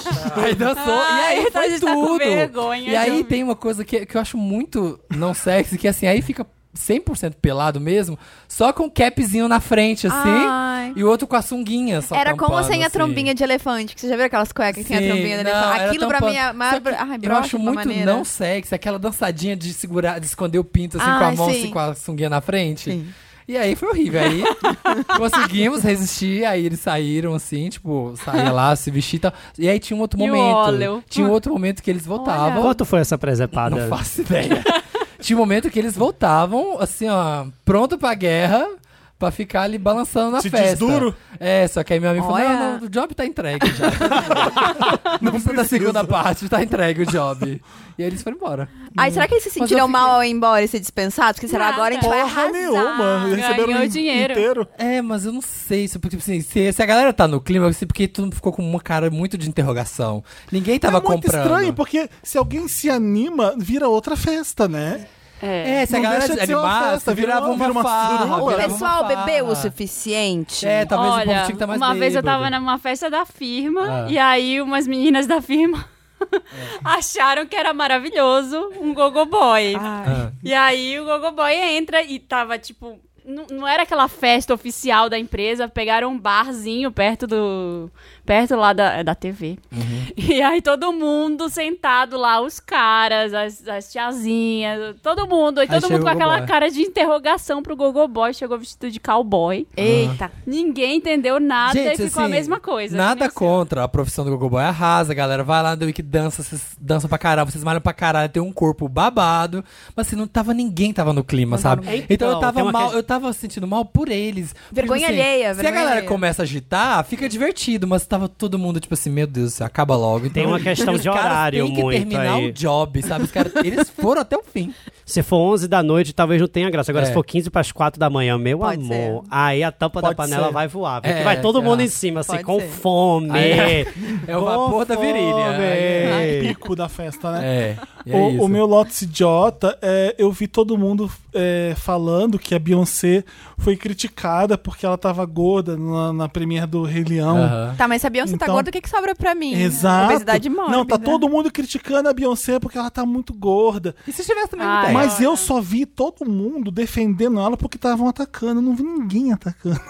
Speaker 2: aí dançou, e aí
Speaker 3: Ai, a
Speaker 2: foi
Speaker 3: gente tá com
Speaker 2: tudo.
Speaker 3: vergonha
Speaker 2: e
Speaker 3: de
Speaker 2: aí
Speaker 3: ouvir.
Speaker 2: tem uma coisa que, que eu acho muito não sexy, que assim, aí fica 100% pelado mesmo, só com o capzinho na frente, assim,
Speaker 6: Ai.
Speaker 2: e o outro com a sunguinha só
Speaker 6: Era como
Speaker 2: tampando,
Speaker 6: sem a
Speaker 2: assim.
Speaker 6: trombinha de elefante, que você já viu aquelas cuecas que tem
Speaker 2: Sim,
Speaker 6: a trombinha de
Speaker 2: não,
Speaker 6: elefante?
Speaker 2: era
Speaker 6: Aquilo pra
Speaker 2: tampando.
Speaker 6: mim é mais...
Speaker 2: Só que
Speaker 6: Ai,
Speaker 2: eu
Speaker 6: broxa de
Speaker 2: acho
Speaker 6: uma
Speaker 2: muito
Speaker 6: maneira.
Speaker 2: não sexy, aquela dançadinha de segurar, de esconder o pinto assim com a
Speaker 6: Ai,
Speaker 2: mão
Speaker 6: Ah, sim.
Speaker 2: assim, com a sunguinha na frente. E aí foi horrível. Aí conseguimos resistir, aí eles saíram assim, tipo, saía lá, se vestir e tal. E aí tinha um outro
Speaker 3: E o
Speaker 2: momento.
Speaker 3: óleo?
Speaker 2: Tinha um outro momento que eles voltavam.
Speaker 4: Quanto foi essa presepada?
Speaker 2: Tá Não faço ideia. Tinha um momento que eles voltavam, assim, ó, pronto pra guerra, pra ficar ali balançando na
Speaker 1: Se diz
Speaker 2: festa.
Speaker 1: duro?
Speaker 2: É, só que aí meu amigo falou:
Speaker 6: Olha.
Speaker 2: não, não, o job tá entregue já. não precisa da segunda parte, tá entregue o job. E aí eles foram embora.
Speaker 6: Ai, será que eles se
Speaker 2: eu
Speaker 6: sentiram
Speaker 2: fiquei-
Speaker 6: mal ao ir embora e ser dispensados? Porque será
Speaker 3: Nada.
Speaker 6: agora a gente vai
Speaker 1: Porra
Speaker 6: arrasar.
Speaker 1: nenhuma. Eles Receberam
Speaker 3: Ganhou
Speaker 1: in-
Speaker 3: dinheiro.
Speaker 1: inteiro.
Speaker 2: É, mas eu não sei, se, porque, tipo assim, se, se a galera tá no clima, assim, porque todo mundo ficou com uma cara muito de interrogação. Ninguém tava
Speaker 1: é muito
Speaker 2: comprando.
Speaker 1: estranho, porque se alguém se anima, vira outra festa, né?
Speaker 3: É.
Speaker 2: É, se a
Speaker 1: Não
Speaker 2: galera
Speaker 1: deixa de ser uma
Speaker 2: animasse,
Speaker 1: festa, vira-
Speaker 2: virava uma,
Speaker 1: vira uma
Speaker 2: farra.
Speaker 1: suruba.
Speaker 2: virava
Speaker 6: O
Speaker 2: uma
Speaker 6: pessoal
Speaker 2: farra.
Speaker 6: bebeu o suficiente?
Speaker 2: É, talvez o povo
Speaker 3: Olha,
Speaker 2: tinha que tá mais
Speaker 3: uma vez eu
Speaker 2: bêbado.
Speaker 3: tava numa festa da firma
Speaker 2: Ah.
Speaker 3: e aí umas meninas da firma acharam que era maravilhoso um gogo boy.
Speaker 2: Ah.
Speaker 3: E aí o gogo boy entra e tava tipo não, não era aquela festa oficial da empresa, pegaram um barzinho perto do perto lá da, da TV.
Speaker 2: Uhum.
Speaker 3: E aí todo mundo sentado lá, os caras, as, as tiazinhas, todo mundo, e
Speaker 2: Aí
Speaker 3: todo
Speaker 2: chega
Speaker 3: mundo
Speaker 2: o
Speaker 3: com aquela
Speaker 2: gogoboy.
Speaker 3: cara de interrogação pro gogo boy, chegou vestido de cowboy.
Speaker 6: Eita.
Speaker 3: Ninguém entendeu nada
Speaker 2: Gente,
Speaker 3: e ficou a
Speaker 2: assim,
Speaker 3: mesma coisa.
Speaker 2: Nada
Speaker 3: com
Speaker 2: contra a profissão do Gogoboy. Arrasa, galera. Vai lá no Wiki, dança. Vocês dançam pra caralho. Vocês malham pra caralho. Tem um corpo babado. Mas assim, não tava ninguém tava no clima, sabe?
Speaker 4: no-
Speaker 2: Então, eu tava
Speaker 4: tem uma
Speaker 2: mal.
Speaker 4: questão-
Speaker 2: Eu tava sentindo mal por eles. Porque,
Speaker 6: Vergonha
Speaker 2: assim,
Speaker 6: alheia,
Speaker 2: Se a
Speaker 6: vergonha
Speaker 2: galera
Speaker 6: alheia.
Speaker 2: começa a agitar, fica divertido. Mas tava todo mundo tipo assim, meu Deus, acaba logo.
Speaker 4: Tem
Speaker 2: Então,
Speaker 4: uma questão
Speaker 2: os
Speaker 4: de
Speaker 2: caras
Speaker 4: horário
Speaker 2: têm que
Speaker 4: muito
Speaker 2: terminar
Speaker 4: aí.
Speaker 2: o job, sabe? Os caras, eles foram até o fim.
Speaker 4: Se for 11 da noite, talvez não tenha graça. Agora,
Speaker 2: É.
Speaker 4: se for 15 para as 4 da manhã, meu
Speaker 6: Pode
Speaker 4: amor, aí a tampa
Speaker 2: Pode
Speaker 4: da panela
Speaker 2: ser.
Speaker 4: vai voar. Porque
Speaker 2: É,
Speaker 4: vai todo
Speaker 2: será?
Speaker 4: mundo em cima, assim,
Speaker 6: Pode
Speaker 4: com
Speaker 6: ser.
Speaker 4: fome.
Speaker 2: Aí- É o
Speaker 4: com
Speaker 2: vapor da virilha.
Speaker 4: fome.
Speaker 1: É. Pico da festa, né?
Speaker 2: É, e é
Speaker 1: o,
Speaker 2: isso.
Speaker 1: o meu Lotus idiota, é, eu vi todo mundo é, falando que a Beyoncé foi criticada porque ela tava gorda na, na premiere do Rei Leão.
Speaker 2: Aham.
Speaker 5: Tá, mas se a Beyoncé tá
Speaker 1: Então-
Speaker 5: gorda, o que, que sobra pra
Speaker 3: né?
Speaker 5: mim?
Speaker 1: Exato.
Speaker 5: Obesidade mórbida.
Speaker 1: Não, tá todo mundo criticando a Beyoncé porque ela tá muito gorda.
Speaker 2: E se tivesse também, não
Speaker 3: Ai,
Speaker 2: tem.
Speaker 1: Mas eu só vi todo mundo defendendo ela porque estavam atacando. Eu não vi ninguém atacando.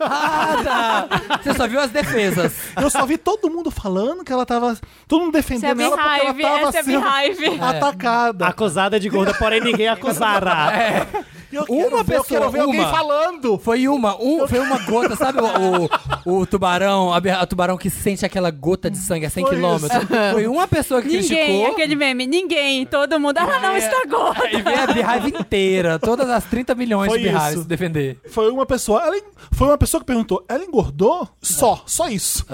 Speaker 2: Ah, tá. Você só viu as defesas.
Speaker 1: Eu só vi todo mundo falando que ela tava. Todo mundo defendendo ela porque ela
Speaker 3: Beehive,
Speaker 1: tava
Speaker 3: essa é
Speaker 1: sendo
Speaker 3: Beehive.
Speaker 1: atacada.
Speaker 4: Acusada de gorda, porém ninguém
Speaker 2: É.
Speaker 4: acusará.
Speaker 1: E Eu
Speaker 2: Uma
Speaker 1: quero ver, eu
Speaker 2: pessoa,
Speaker 1: quero ver alguém
Speaker 2: uma.
Speaker 1: falando.
Speaker 2: Foi uma, um, foi uma gota, sabe o, o, o tubarão, a, be- a tubarão que sente aquela gota de sangue a 100
Speaker 1: Foi
Speaker 2: quilômetros? Foi uma pessoa que
Speaker 3: Ninguém,
Speaker 2: criticou
Speaker 3: aquele meme, ninguém, todo mundo. Ela não tá está gorda.
Speaker 2: e veio a Beehive inteira, todas as 30 milhões
Speaker 1: Foi
Speaker 2: de Beehives
Speaker 1: isso.
Speaker 2: defender.
Speaker 1: Foi uma pessoa. Ela, en- foi uma pessoa que perguntou: ela engordou? Só, só isso.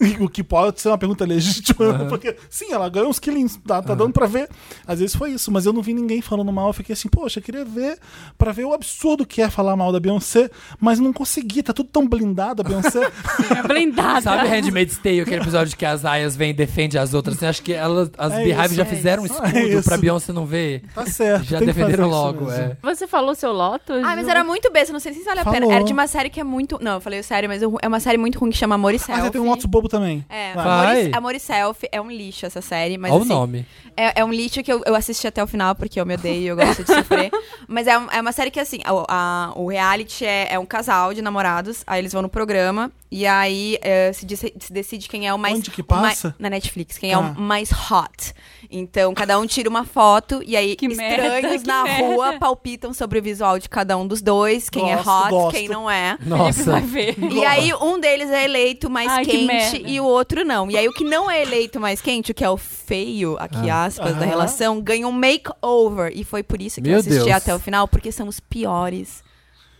Speaker 1: E O que pode ser uma pergunta legítima, porque sim, ela ganhou uns quilinhos, tá, tá dando pra ver. Às vezes foi isso, mas eu não vi ninguém falando mal. Eu fiquei assim, poxa, eu queria ver pra ver o absurdo que é falar mal da Beyoncé, mas não consegui, tá tudo tão blindado a Beyoncé.
Speaker 3: Blindada.
Speaker 2: Sabe Handmaid's Tale, aquele episódio que as aias vêm e defendem as outras? Assim, acho que elas, as
Speaker 1: É
Speaker 2: Beehives
Speaker 1: isso,
Speaker 2: já
Speaker 1: é
Speaker 2: fizeram um
Speaker 1: isso.
Speaker 2: escudo
Speaker 1: É isso.
Speaker 2: pra Beyoncé não ver.
Speaker 1: tá certo.
Speaker 2: Já
Speaker 1: tem que
Speaker 2: defenderam
Speaker 1: fazer isso
Speaker 2: logo,
Speaker 1: mesmo.
Speaker 2: é.
Speaker 3: Você falou seu Lotus?
Speaker 5: Ah, mas era muito besta, não sei se vale a
Speaker 1: Falou.
Speaker 5: pena. Era de uma série que é muito. Não, eu falei sério, mas eu- é uma série muito ruim que chama Amor e
Speaker 1: Ah,
Speaker 5: Selfie.
Speaker 1: você tem um outro bobo também.
Speaker 5: Tá, É,
Speaker 1: Vai.
Speaker 2: Fala.
Speaker 5: Amor
Speaker 2: Vai.
Speaker 5: e, Amor e Selfie é um lixo essa série, mas
Speaker 2: Olha
Speaker 5: assim,
Speaker 2: o nome.
Speaker 5: É, é um lixo que eu, eu assisti até o final porque eu me odeio e eu gosto de sofrer. Mas é, um- é uma série que, assim, a- a- o reality é, é um casal de namorados, aí eles vão no programa e aí é, se, diz- se decide quem é o mais.
Speaker 1: Onde que
Speaker 5: o mais-
Speaker 1: passa?
Speaker 5: na Netflix, quem é
Speaker 1: Ah.
Speaker 5: o mais hot. Então, cada um tira uma foto e aí
Speaker 3: Que merda,
Speaker 5: estranhos
Speaker 3: que
Speaker 5: na
Speaker 3: merda.
Speaker 5: rua palpitam sobre o visual de cada um dos dois, quem é
Speaker 1: Gosto,
Speaker 5: hot,
Speaker 1: gosto.
Speaker 5: quem não é.
Speaker 3: Felipe vai
Speaker 2: Nossa.
Speaker 3: ver.
Speaker 5: E aí um deles é eleito mais
Speaker 3: Ai, que merda.
Speaker 5: quente e o outro não. E aí o que não é eleito mais quente, o que é o feio, aqui
Speaker 2: Ah.
Speaker 5: aspas, da
Speaker 1: Aham.
Speaker 5: relação, ganha um makeover. E foi por isso que
Speaker 2: Meu
Speaker 5: eu assisti
Speaker 2: Deus.
Speaker 5: até o final, porque são os piores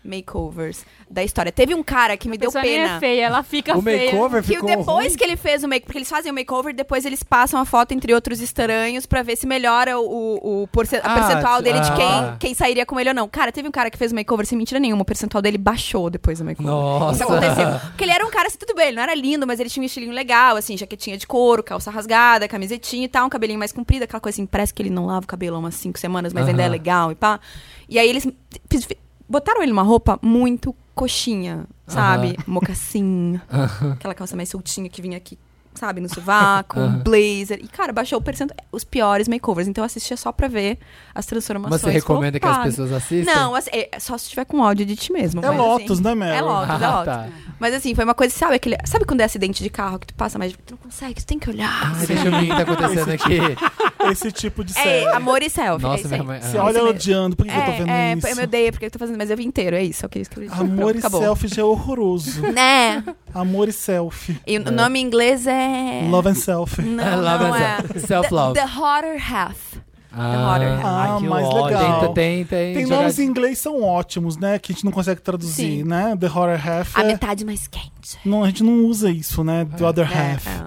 Speaker 5: makeovers da história. Teve um cara que me
Speaker 3: A
Speaker 5: deu
Speaker 3: pessoa nem
Speaker 5: pena.
Speaker 3: é feia, ela fica
Speaker 2: O
Speaker 3: feia.
Speaker 2: makeover
Speaker 5: Que
Speaker 2: ficou
Speaker 5: depois
Speaker 2: ruim.
Speaker 5: que ele fez o make, porque eles fazem o makeover, depois eles passam a foto entre outros estranhos pra ver se melhora o, o porce- a
Speaker 2: Ah,
Speaker 5: percentual
Speaker 2: t-
Speaker 5: dele de
Speaker 2: ah.
Speaker 5: quem, quem sairia com ele ou não. Cara, teve um cara que fez o makeover sem mentira nenhuma, o percentual dele baixou depois do makeover. Isso aconteceu.
Speaker 2: Nossa.
Speaker 5: Porque ele era um cara assim, tudo bem, ele não era lindo, mas ele tinha um estilinho legal, assim, jaquetinha de couro, calça rasgada, camisetinha e tal, um cabelinho mais comprido, aquela coisa assim, parece que ele não lava o cabelo há umas cinco semanas, mas ainda é
Speaker 2: Aham.
Speaker 5: legal e pá. E aí eles fiz- fi- botaram ele numa roupa muito coxinha, sabe? Mocassim, aquela calça mais soltinha que vinha aqui, sabe, no sovaco, um
Speaker 2: Aham.
Speaker 5: blazer. E, cara, baixou o percentual. Os piores makeovers. Então eu assistia só pra ver as transformações.
Speaker 2: Mas você recomenda que as
Speaker 5: Flopado.
Speaker 2: pessoas assistam?
Speaker 5: Não, assim, é só se tiver com ódio de ti mesmo.
Speaker 1: É
Speaker 5: mas,
Speaker 1: Lotus,
Speaker 5: assim,
Speaker 1: né, Mel?
Speaker 5: É Lotus, é
Speaker 2: Ah,
Speaker 5: Lotus.
Speaker 2: tá.
Speaker 5: Mas assim, foi uma coisa, sabe aquele. Sabe quando é acidente de carro que tu passa, mas tu não consegue, tu tem que olhar.
Speaker 2: Ai, deixa eu ver o que tá acontecendo aqui.
Speaker 1: Esse tipo de
Speaker 5: é,
Speaker 1: série.
Speaker 5: amor e selfie. é
Speaker 2: Nossa,
Speaker 5: isso
Speaker 2: minha
Speaker 5: aí.
Speaker 2: mãe.
Speaker 1: Você
Speaker 2: ah.
Speaker 1: olha
Speaker 5: isso mesmo.
Speaker 1: odiando, por que, que eu tô vendo
Speaker 5: É,
Speaker 1: isso?
Speaker 5: é, eu me odeio porque eu tô fazendo, mas eu vi inteiro, é isso, é o que eu escrevi.
Speaker 1: Amor
Speaker 5: Pronto,
Speaker 1: e
Speaker 5: acabou.
Speaker 1: selfie já é horroroso.
Speaker 5: Né?
Speaker 1: Amor e selfie.
Speaker 5: E o nome em inglês é.
Speaker 1: Love and selfie.
Speaker 5: Não,
Speaker 2: I love
Speaker 5: não é.
Speaker 2: myself. Self-love.
Speaker 5: The, the Hotter Half.
Speaker 2: Ah,
Speaker 1: Ah,
Speaker 4: Ai, que
Speaker 1: mais
Speaker 4: ódio.
Speaker 1: legal.
Speaker 2: tem, tem,
Speaker 1: Tem
Speaker 2: jogar-
Speaker 1: nomes em inglês são ótimos, né? Que a gente não consegue traduzir,
Speaker 5: Sim.
Speaker 1: né? The Horror Half.
Speaker 5: A
Speaker 1: é-
Speaker 5: metade mais quente.
Speaker 1: Não, a gente não usa isso, né? The Other
Speaker 5: É,
Speaker 1: Half.
Speaker 5: é.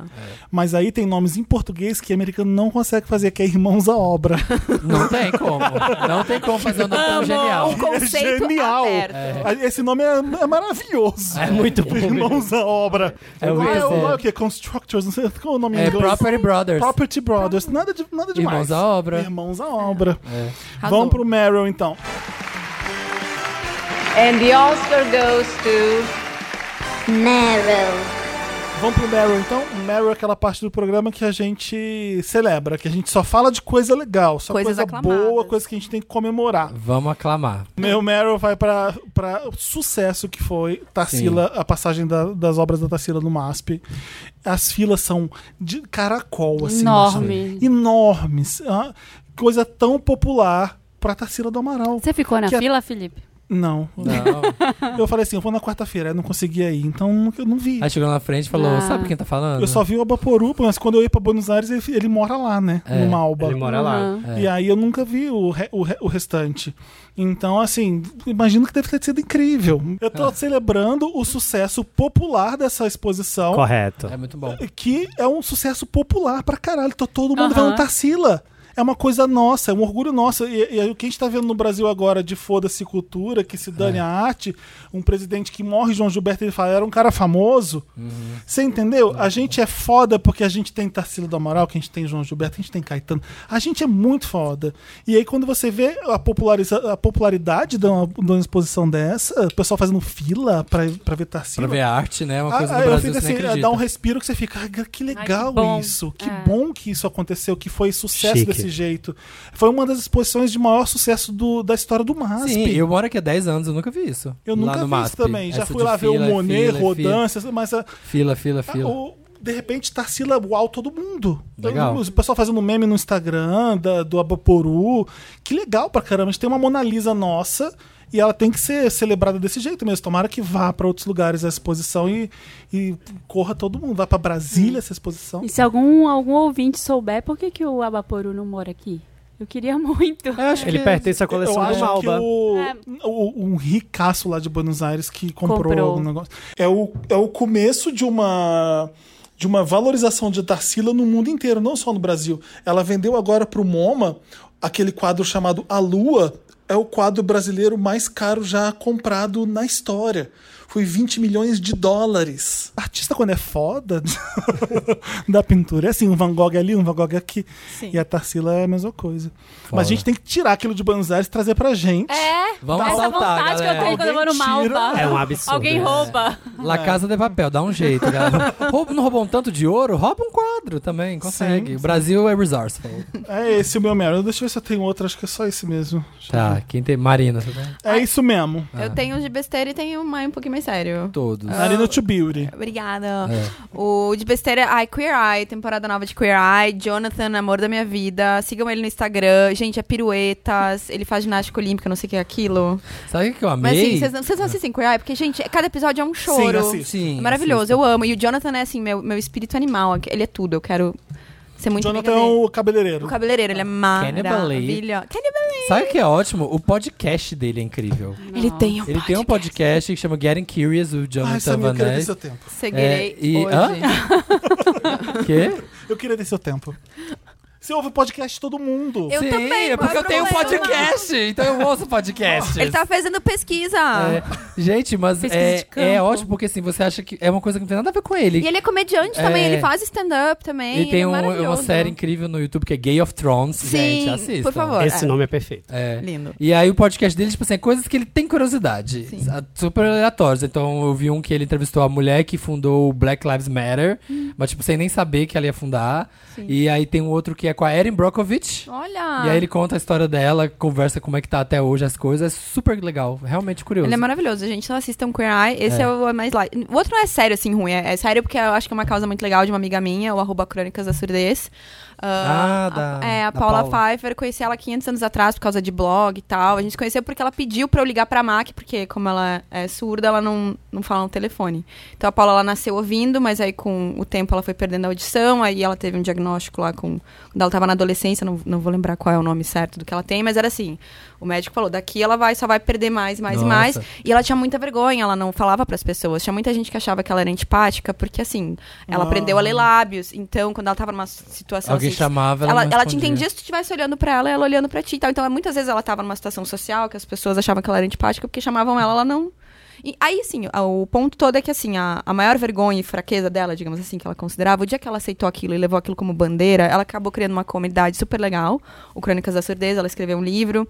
Speaker 1: Mas aí tem nomes em português que americano não consegue fazer, que é Irmãos à Obra.
Speaker 2: Não tem como. Não tem como fazer um nome tão genial.
Speaker 5: Um conceito
Speaker 1: É genial.
Speaker 5: aberto.
Speaker 1: Esse nome é, é maravilhoso.
Speaker 2: É muito bom.
Speaker 1: Irmãos à Obra.
Speaker 2: É o
Speaker 1: Ah,
Speaker 2: que
Speaker 1: o
Speaker 2: é.
Speaker 1: o que? Constructors, não sei qual é o nome em
Speaker 2: É
Speaker 1: inglês.
Speaker 2: Property Brothers.
Speaker 1: Property Brothers. Nada, de, nada demais.
Speaker 2: Irmãos à obra.
Speaker 1: Irmãos à Obra.
Speaker 5: É. Arrasou.
Speaker 1: Vamos pro Meryl, então.
Speaker 7: And the Oscar goes to
Speaker 8: Meryl.
Speaker 1: Vamos pro Meryl, então. O Meryl é aquela parte do programa que a gente celebra, que a gente só fala de coisa legal, só
Speaker 5: Coisas
Speaker 1: coisa
Speaker 5: aclamadas.
Speaker 1: boa, coisa que a gente tem que comemorar.
Speaker 2: Vamos aclamar.
Speaker 1: Meu Meryl vai pra, pra o sucesso que foi Tarsila, a passagem da- das obras da Tarsila no MASP. As filas são de caracol, assim.
Speaker 3: Enorme.
Speaker 1: nossa, Enormes. Ah, coisa tão popular pra Tarsila do Amaral.
Speaker 3: Você ficou na
Speaker 1: Que a-
Speaker 3: fila, Felipe?
Speaker 1: Não.
Speaker 2: Não.
Speaker 1: Eu falei assim, eu vou na quarta-feira, eu não conseguia ir, então eu não- eu não vi.
Speaker 2: Aí chegou na frente e falou:
Speaker 3: Ah.
Speaker 2: Sabe quem tá falando?
Speaker 1: Eu só vi o Abaporuba, mas quando eu ia pra Buenos Aires, ele, ele mora lá, né?
Speaker 2: É,
Speaker 1: no Malba.
Speaker 4: Ele mora
Speaker 3: Uhum.
Speaker 4: lá.
Speaker 2: É.
Speaker 1: E aí eu nunca vi o, re- o, re- o restante. Então, assim, imagino que deve ter sido incrível. Eu tô celebrando o sucesso popular dessa exposição.
Speaker 4: Correto.
Speaker 2: É muito bom.
Speaker 1: Que é um sucesso popular pra caralho. Tá todo mundo
Speaker 3: Aham.
Speaker 1: vendo Tarsila. É uma coisa nossa, é um orgulho nosso. E, e aí o que a gente tá vendo no Brasil agora de foda-se cultura, que se
Speaker 2: É.
Speaker 1: dane a arte, um presidente que morre, João Gilberto, ele fala, era um cara famoso.
Speaker 2: Uhum.
Speaker 1: Você entendeu? A gente é foda porque a gente tem Tarsila do Amaral, que a gente tem João Gilberto, que a gente tem Caetano. A gente é muito foda. E aí, quando você vê a, populariza- a popularidade de uma, de uma exposição dessa, o pessoal fazendo fila pra, pra ver
Speaker 2: Pra
Speaker 1: Tarsila.
Speaker 2: ver a arte, né? Uma coisa
Speaker 1: Ah,
Speaker 2: do
Speaker 1: ah, eu
Speaker 2: Brasil
Speaker 1: fico
Speaker 2: que você
Speaker 1: assim,
Speaker 2: nem acredita.
Speaker 1: dá um respiro que você fica, "Ah, que legal
Speaker 3: bom."
Speaker 1: isso, que
Speaker 3: É.
Speaker 1: bom que isso aconteceu, que foi sucesso
Speaker 4: Chique.
Speaker 1: desse jeito. Foi uma das exposições de maior sucesso do- da história do MASP.
Speaker 2: Sim, eu moro aqui há 10 anos, eu nunca vi isso.
Speaker 1: Eu
Speaker 2: Lá
Speaker 1: nunca
Speaker 2: no
Speaker 1: vi
Speaker 2: MASP.
Speaker 1: isso também. Já
Speaker 2: Essa
Speaker 1: fui
Speaker 2: de
Speaker 1: lá ver o
Speaker 2: fila,
Speaker 1: Monet,
Speaker 2: fila,
Speaker 1: Rodan, essas- mas ah, a-
Speaker 2: Fila, fila,
Speaker 1: a-
Speaker 2: fila.
Speaker 1: Tá, o- de repente Tarsila uau todo mundo.
Speaker 2: Legal.
Speaker 1: O pessoal fazendo meme no Instagram, da- do Abaporu. Que legal pra caramba. A gente tem uma Mona Lisa nossa. E ela tem que ser celebrada desse jeito mesmo. Tomara que vá pra outros lugares a exposição e, e corra todo mundo. Vá pra Brasília essa exposição.
Speaker 3: E se algum, algum ouvinte souber, por que, que o Abaporu não mora aqui? Eu queria muito.
Speaker 2: Eu acho
Speaker 4: Ele
Speaker 2: que-
Speaker 4: pertence à coleção
Speaker 1: eu
Speaker 4: do
Speaker 1: acho
Speaker 4: Malba.
Speaker 1: que o,
Speaker 3: É.
Speaker 1: o- um ricaço lá de Buenos Aires que comprou,
Speaker 3: Comprou.
Speaker 1: algum negócio. É o, é o começo de uma de uma valorização de Tarsila no mundo inteiro, não só no Brasil. Ela vendeu agora para o MoMA aquele quadro chamado A Lua, é o quadro brasileiro mais caro já comprado na história. Foi 20 milhões de dólares. Artista quando é foda da pintura, é assim, um Van Gogh ali, um Van Gogh aqui. E a Tarsila é a mesma coisa. Mas a gente tem que tirar aquilo de Buenos Aires e trazer pra gente.
Speaker 3: É,
Speaker 2: Vamos
Speaker 3: essa
Speaker 2: assaltar,
Speaker 3: vontade que eu tenho
Speaker 2: galera.
Speaker 3: quando eu vou no
Speaker 1: Alguém tira.
Speaker 3: Malba.
Speaker 4: É um absurdo.
Speaker 3: Alguém
Speaker 4: É.
Speaker 3: rouba.
Speaker 2: La Casa de Papel, dá um jeito, galera. Rouba- não roubou um tanto de ouro? Rouba um quadro também, consegue.
Speaker 1: Sim,
Speaker 5: Tá,
Speaker 2: o Brasil é resourceful.
Speaker 1: É esse o meu Meryl. Deixa eu ver se eu tenho outro, acho que é só esse mesmo. Deixa
Speaker 2: Tá,
Speaker 1: eu
Speaker 2: Tá, quem tem? Marina, você tem?
Speaker 1: É isso mesmo.
Speaker 5: Eu tenho de besteira e tenho mais um pouquinho mais sério.
Speaker 2: Todos.
Speaker 1: Marina to Beauty.
Speaker 5: Obrigada.
Speaker 2: É.
Speaker 5: O de besteira, ai, Queer Eye, temporada nova de Queer Eye, Jonathan, amor da minha vida. Sigam ele no Instagram. Gente, é piruetas, ele faz ginástica olímpica, não sei o que é aquilo.
Speaker 2: Sabe o que eu amei?
Speaker 5: Mas assim, vocês não- vocês não assistem Queer Eye? Porque, gente, cada episódio é um choro.
Speaker 1: assiste.
Speaker 2: Sim,
Speaker 5: É maravilhoso, eu amo. E o Jonathan é assim, meu, meu espírito animal. Ele é tudo, eu quero ser muito
Speaker 1: Jonathan é
Speaker 5: amiga dele.
Speaker 1: o cabeleireiro.
Speaker 5: O cabeleireiro, ele é
Speaker 2: Cannibal Ape.
Speaker 5: maravilhoso. Cannibal Ape.
Speaker 2: Sabe o que é ótimo? O podcast dele é incrível.
Speaker 5: Ele tem um
Speaker 2: Ele tem um podcast que chama Getting Curious, o
Speaker 1: Ah,
Speaker 2: Jonathan
Speaker 5: é
Speaker 1: Samir,
Speaker 2: Van
Speaker 1: eu queria ter
Speaker 2: Ness.
Speaker 1: seu tempo.
Speaker 5: Seguirei
Speaker 2: É, e-
Speaker 5: hoje.
Speaker 2: hã? Quê?
Speaker 1: Eu queria ter seu tempo. Você ouve podcast de todo mundo.
Speaker 5: Eu
Speaker 2: Sim,
Speaker 5: também,
Speaker 2: é
Speaker 5: qual
Speaker 2: porque
Speaker 5: é
Speaker 2: eu
Speaker 5: o
Speaker 2: tenho um
Speaker 5: problema?
Speaker 2: podcast, então eu ouço podcast.
Speaker 5: Ele tá fazendo pesquisa.
Speaker 2: É, gente, mas
Speaker 3: Pesquisa
Speaker 2: é,
Speaker 3: de campo.
Speaker 2: é ótimo porque assim, você acha que é uma coisa que não tem nada a ver com ele.
Speaker 5: E ele é comediante
Speaker 2: É.
Speaker 5: também, ele faz stand-up também.
Speaker 2: E tem
Speaker 5: ele é
Speaker 2: um- uma
Speaker 5: maravilhoso.
Speaker 2: série incrível no YouTube que é Gay of Thrones.
Speaker 5: Sim,
Speaker 2: gente, assista.
Speaker 5: por favor.
Speaker 4: Esse
Speaker 5: é.
Speaker 4: nome é perfeito.
Speaker 2: É.
Speaker 5: Lindo.
Speaker 2: E aí o podcast dele, tipo assim, é coisas que ele tem curiosidade. Ah, Super aleatórios. Então eu vi um que ele entrevistou a mulher que fundou o Black Lives Matter,
Speaker 5: Hum.
Speaker 2: mas tipo, sem nem saber que ela ia fundar. E aí tem um outro que é com a Erin Brockovich.
Speaker 5: Olha.
Speaker 2: E aí ele é conta a história dela, conversa como é que tá até hoje as coisas. É super legal, realmente curioso.
Speaker 5: Ele é maravilhoso, gente. Então assistam Queer Eye. Esse
Speaker 2: É.
Speaker 5: é, o mais light. O outro não é sério, assim, ruim. É, é sério porque eu acho que é uma causa muito legal de uma amiga minha, o arroba Crônicas da Surdez. Ah,
Speaker 2: Ah, da-
Speaker 5: a, é, a
Speaker 2: da
Speaker 5: Paula,
Speaker 2: Paula.
Speaker 5: Pfeiffer. Conheci ela 500 anos atrás por causa de blog e tal. A gente se conheceu porque ela pediu pra eu ligar pra MAC, porque como ela é surda, ela não, não fala no telefone. Então a Paula, ela nasceu ouvindo, mas aí com o tempo ela foi perdendo a audição. Aí ela teve um diagnóstico lá com... Quando ela tava na adolescência, não, não vou lembrar qual é o nome certo do que ela tem, mas era assim... O médico falou, daqui ela vai, só vai perder mais, mais
Speaker 2: Nossa.
Speaker 5: e mais. E ela tinha muita vergonha, ela não falava pras pessoas. Tinha muita gente que achava que ela era antipática, porque assim, ela
Speaker 1: Ah.
Speaker 5: aprendeu a ler lábios. Então, quando ela tava numa situação
Speaker 2: Alguém
Speaker 5: assim,
Speaker 2: chamava ela.
Speaker 5: ela,
Speaker 2: não
Speaker 5: ela te
Speaker 2: respondia.
Speaker 5: entendia se tu estivesse olhando pra ela e ela olhando pra ti e tal. Então, muitas vezes ela tava numa situação social que as pessoas achavam que ela era antipática porque chamavam ela, ela não. E aí, assim, a- o ponto todo é que, assim, a, a maior vergonha e fraqueza dela, digamos assim, que ela considerava, o dia que ela aceitou aquilo e levou aquilo como bandeira, ela acabou criando uma comunidade super legal, o Crônicas da Surdez, ela escreveu um livro.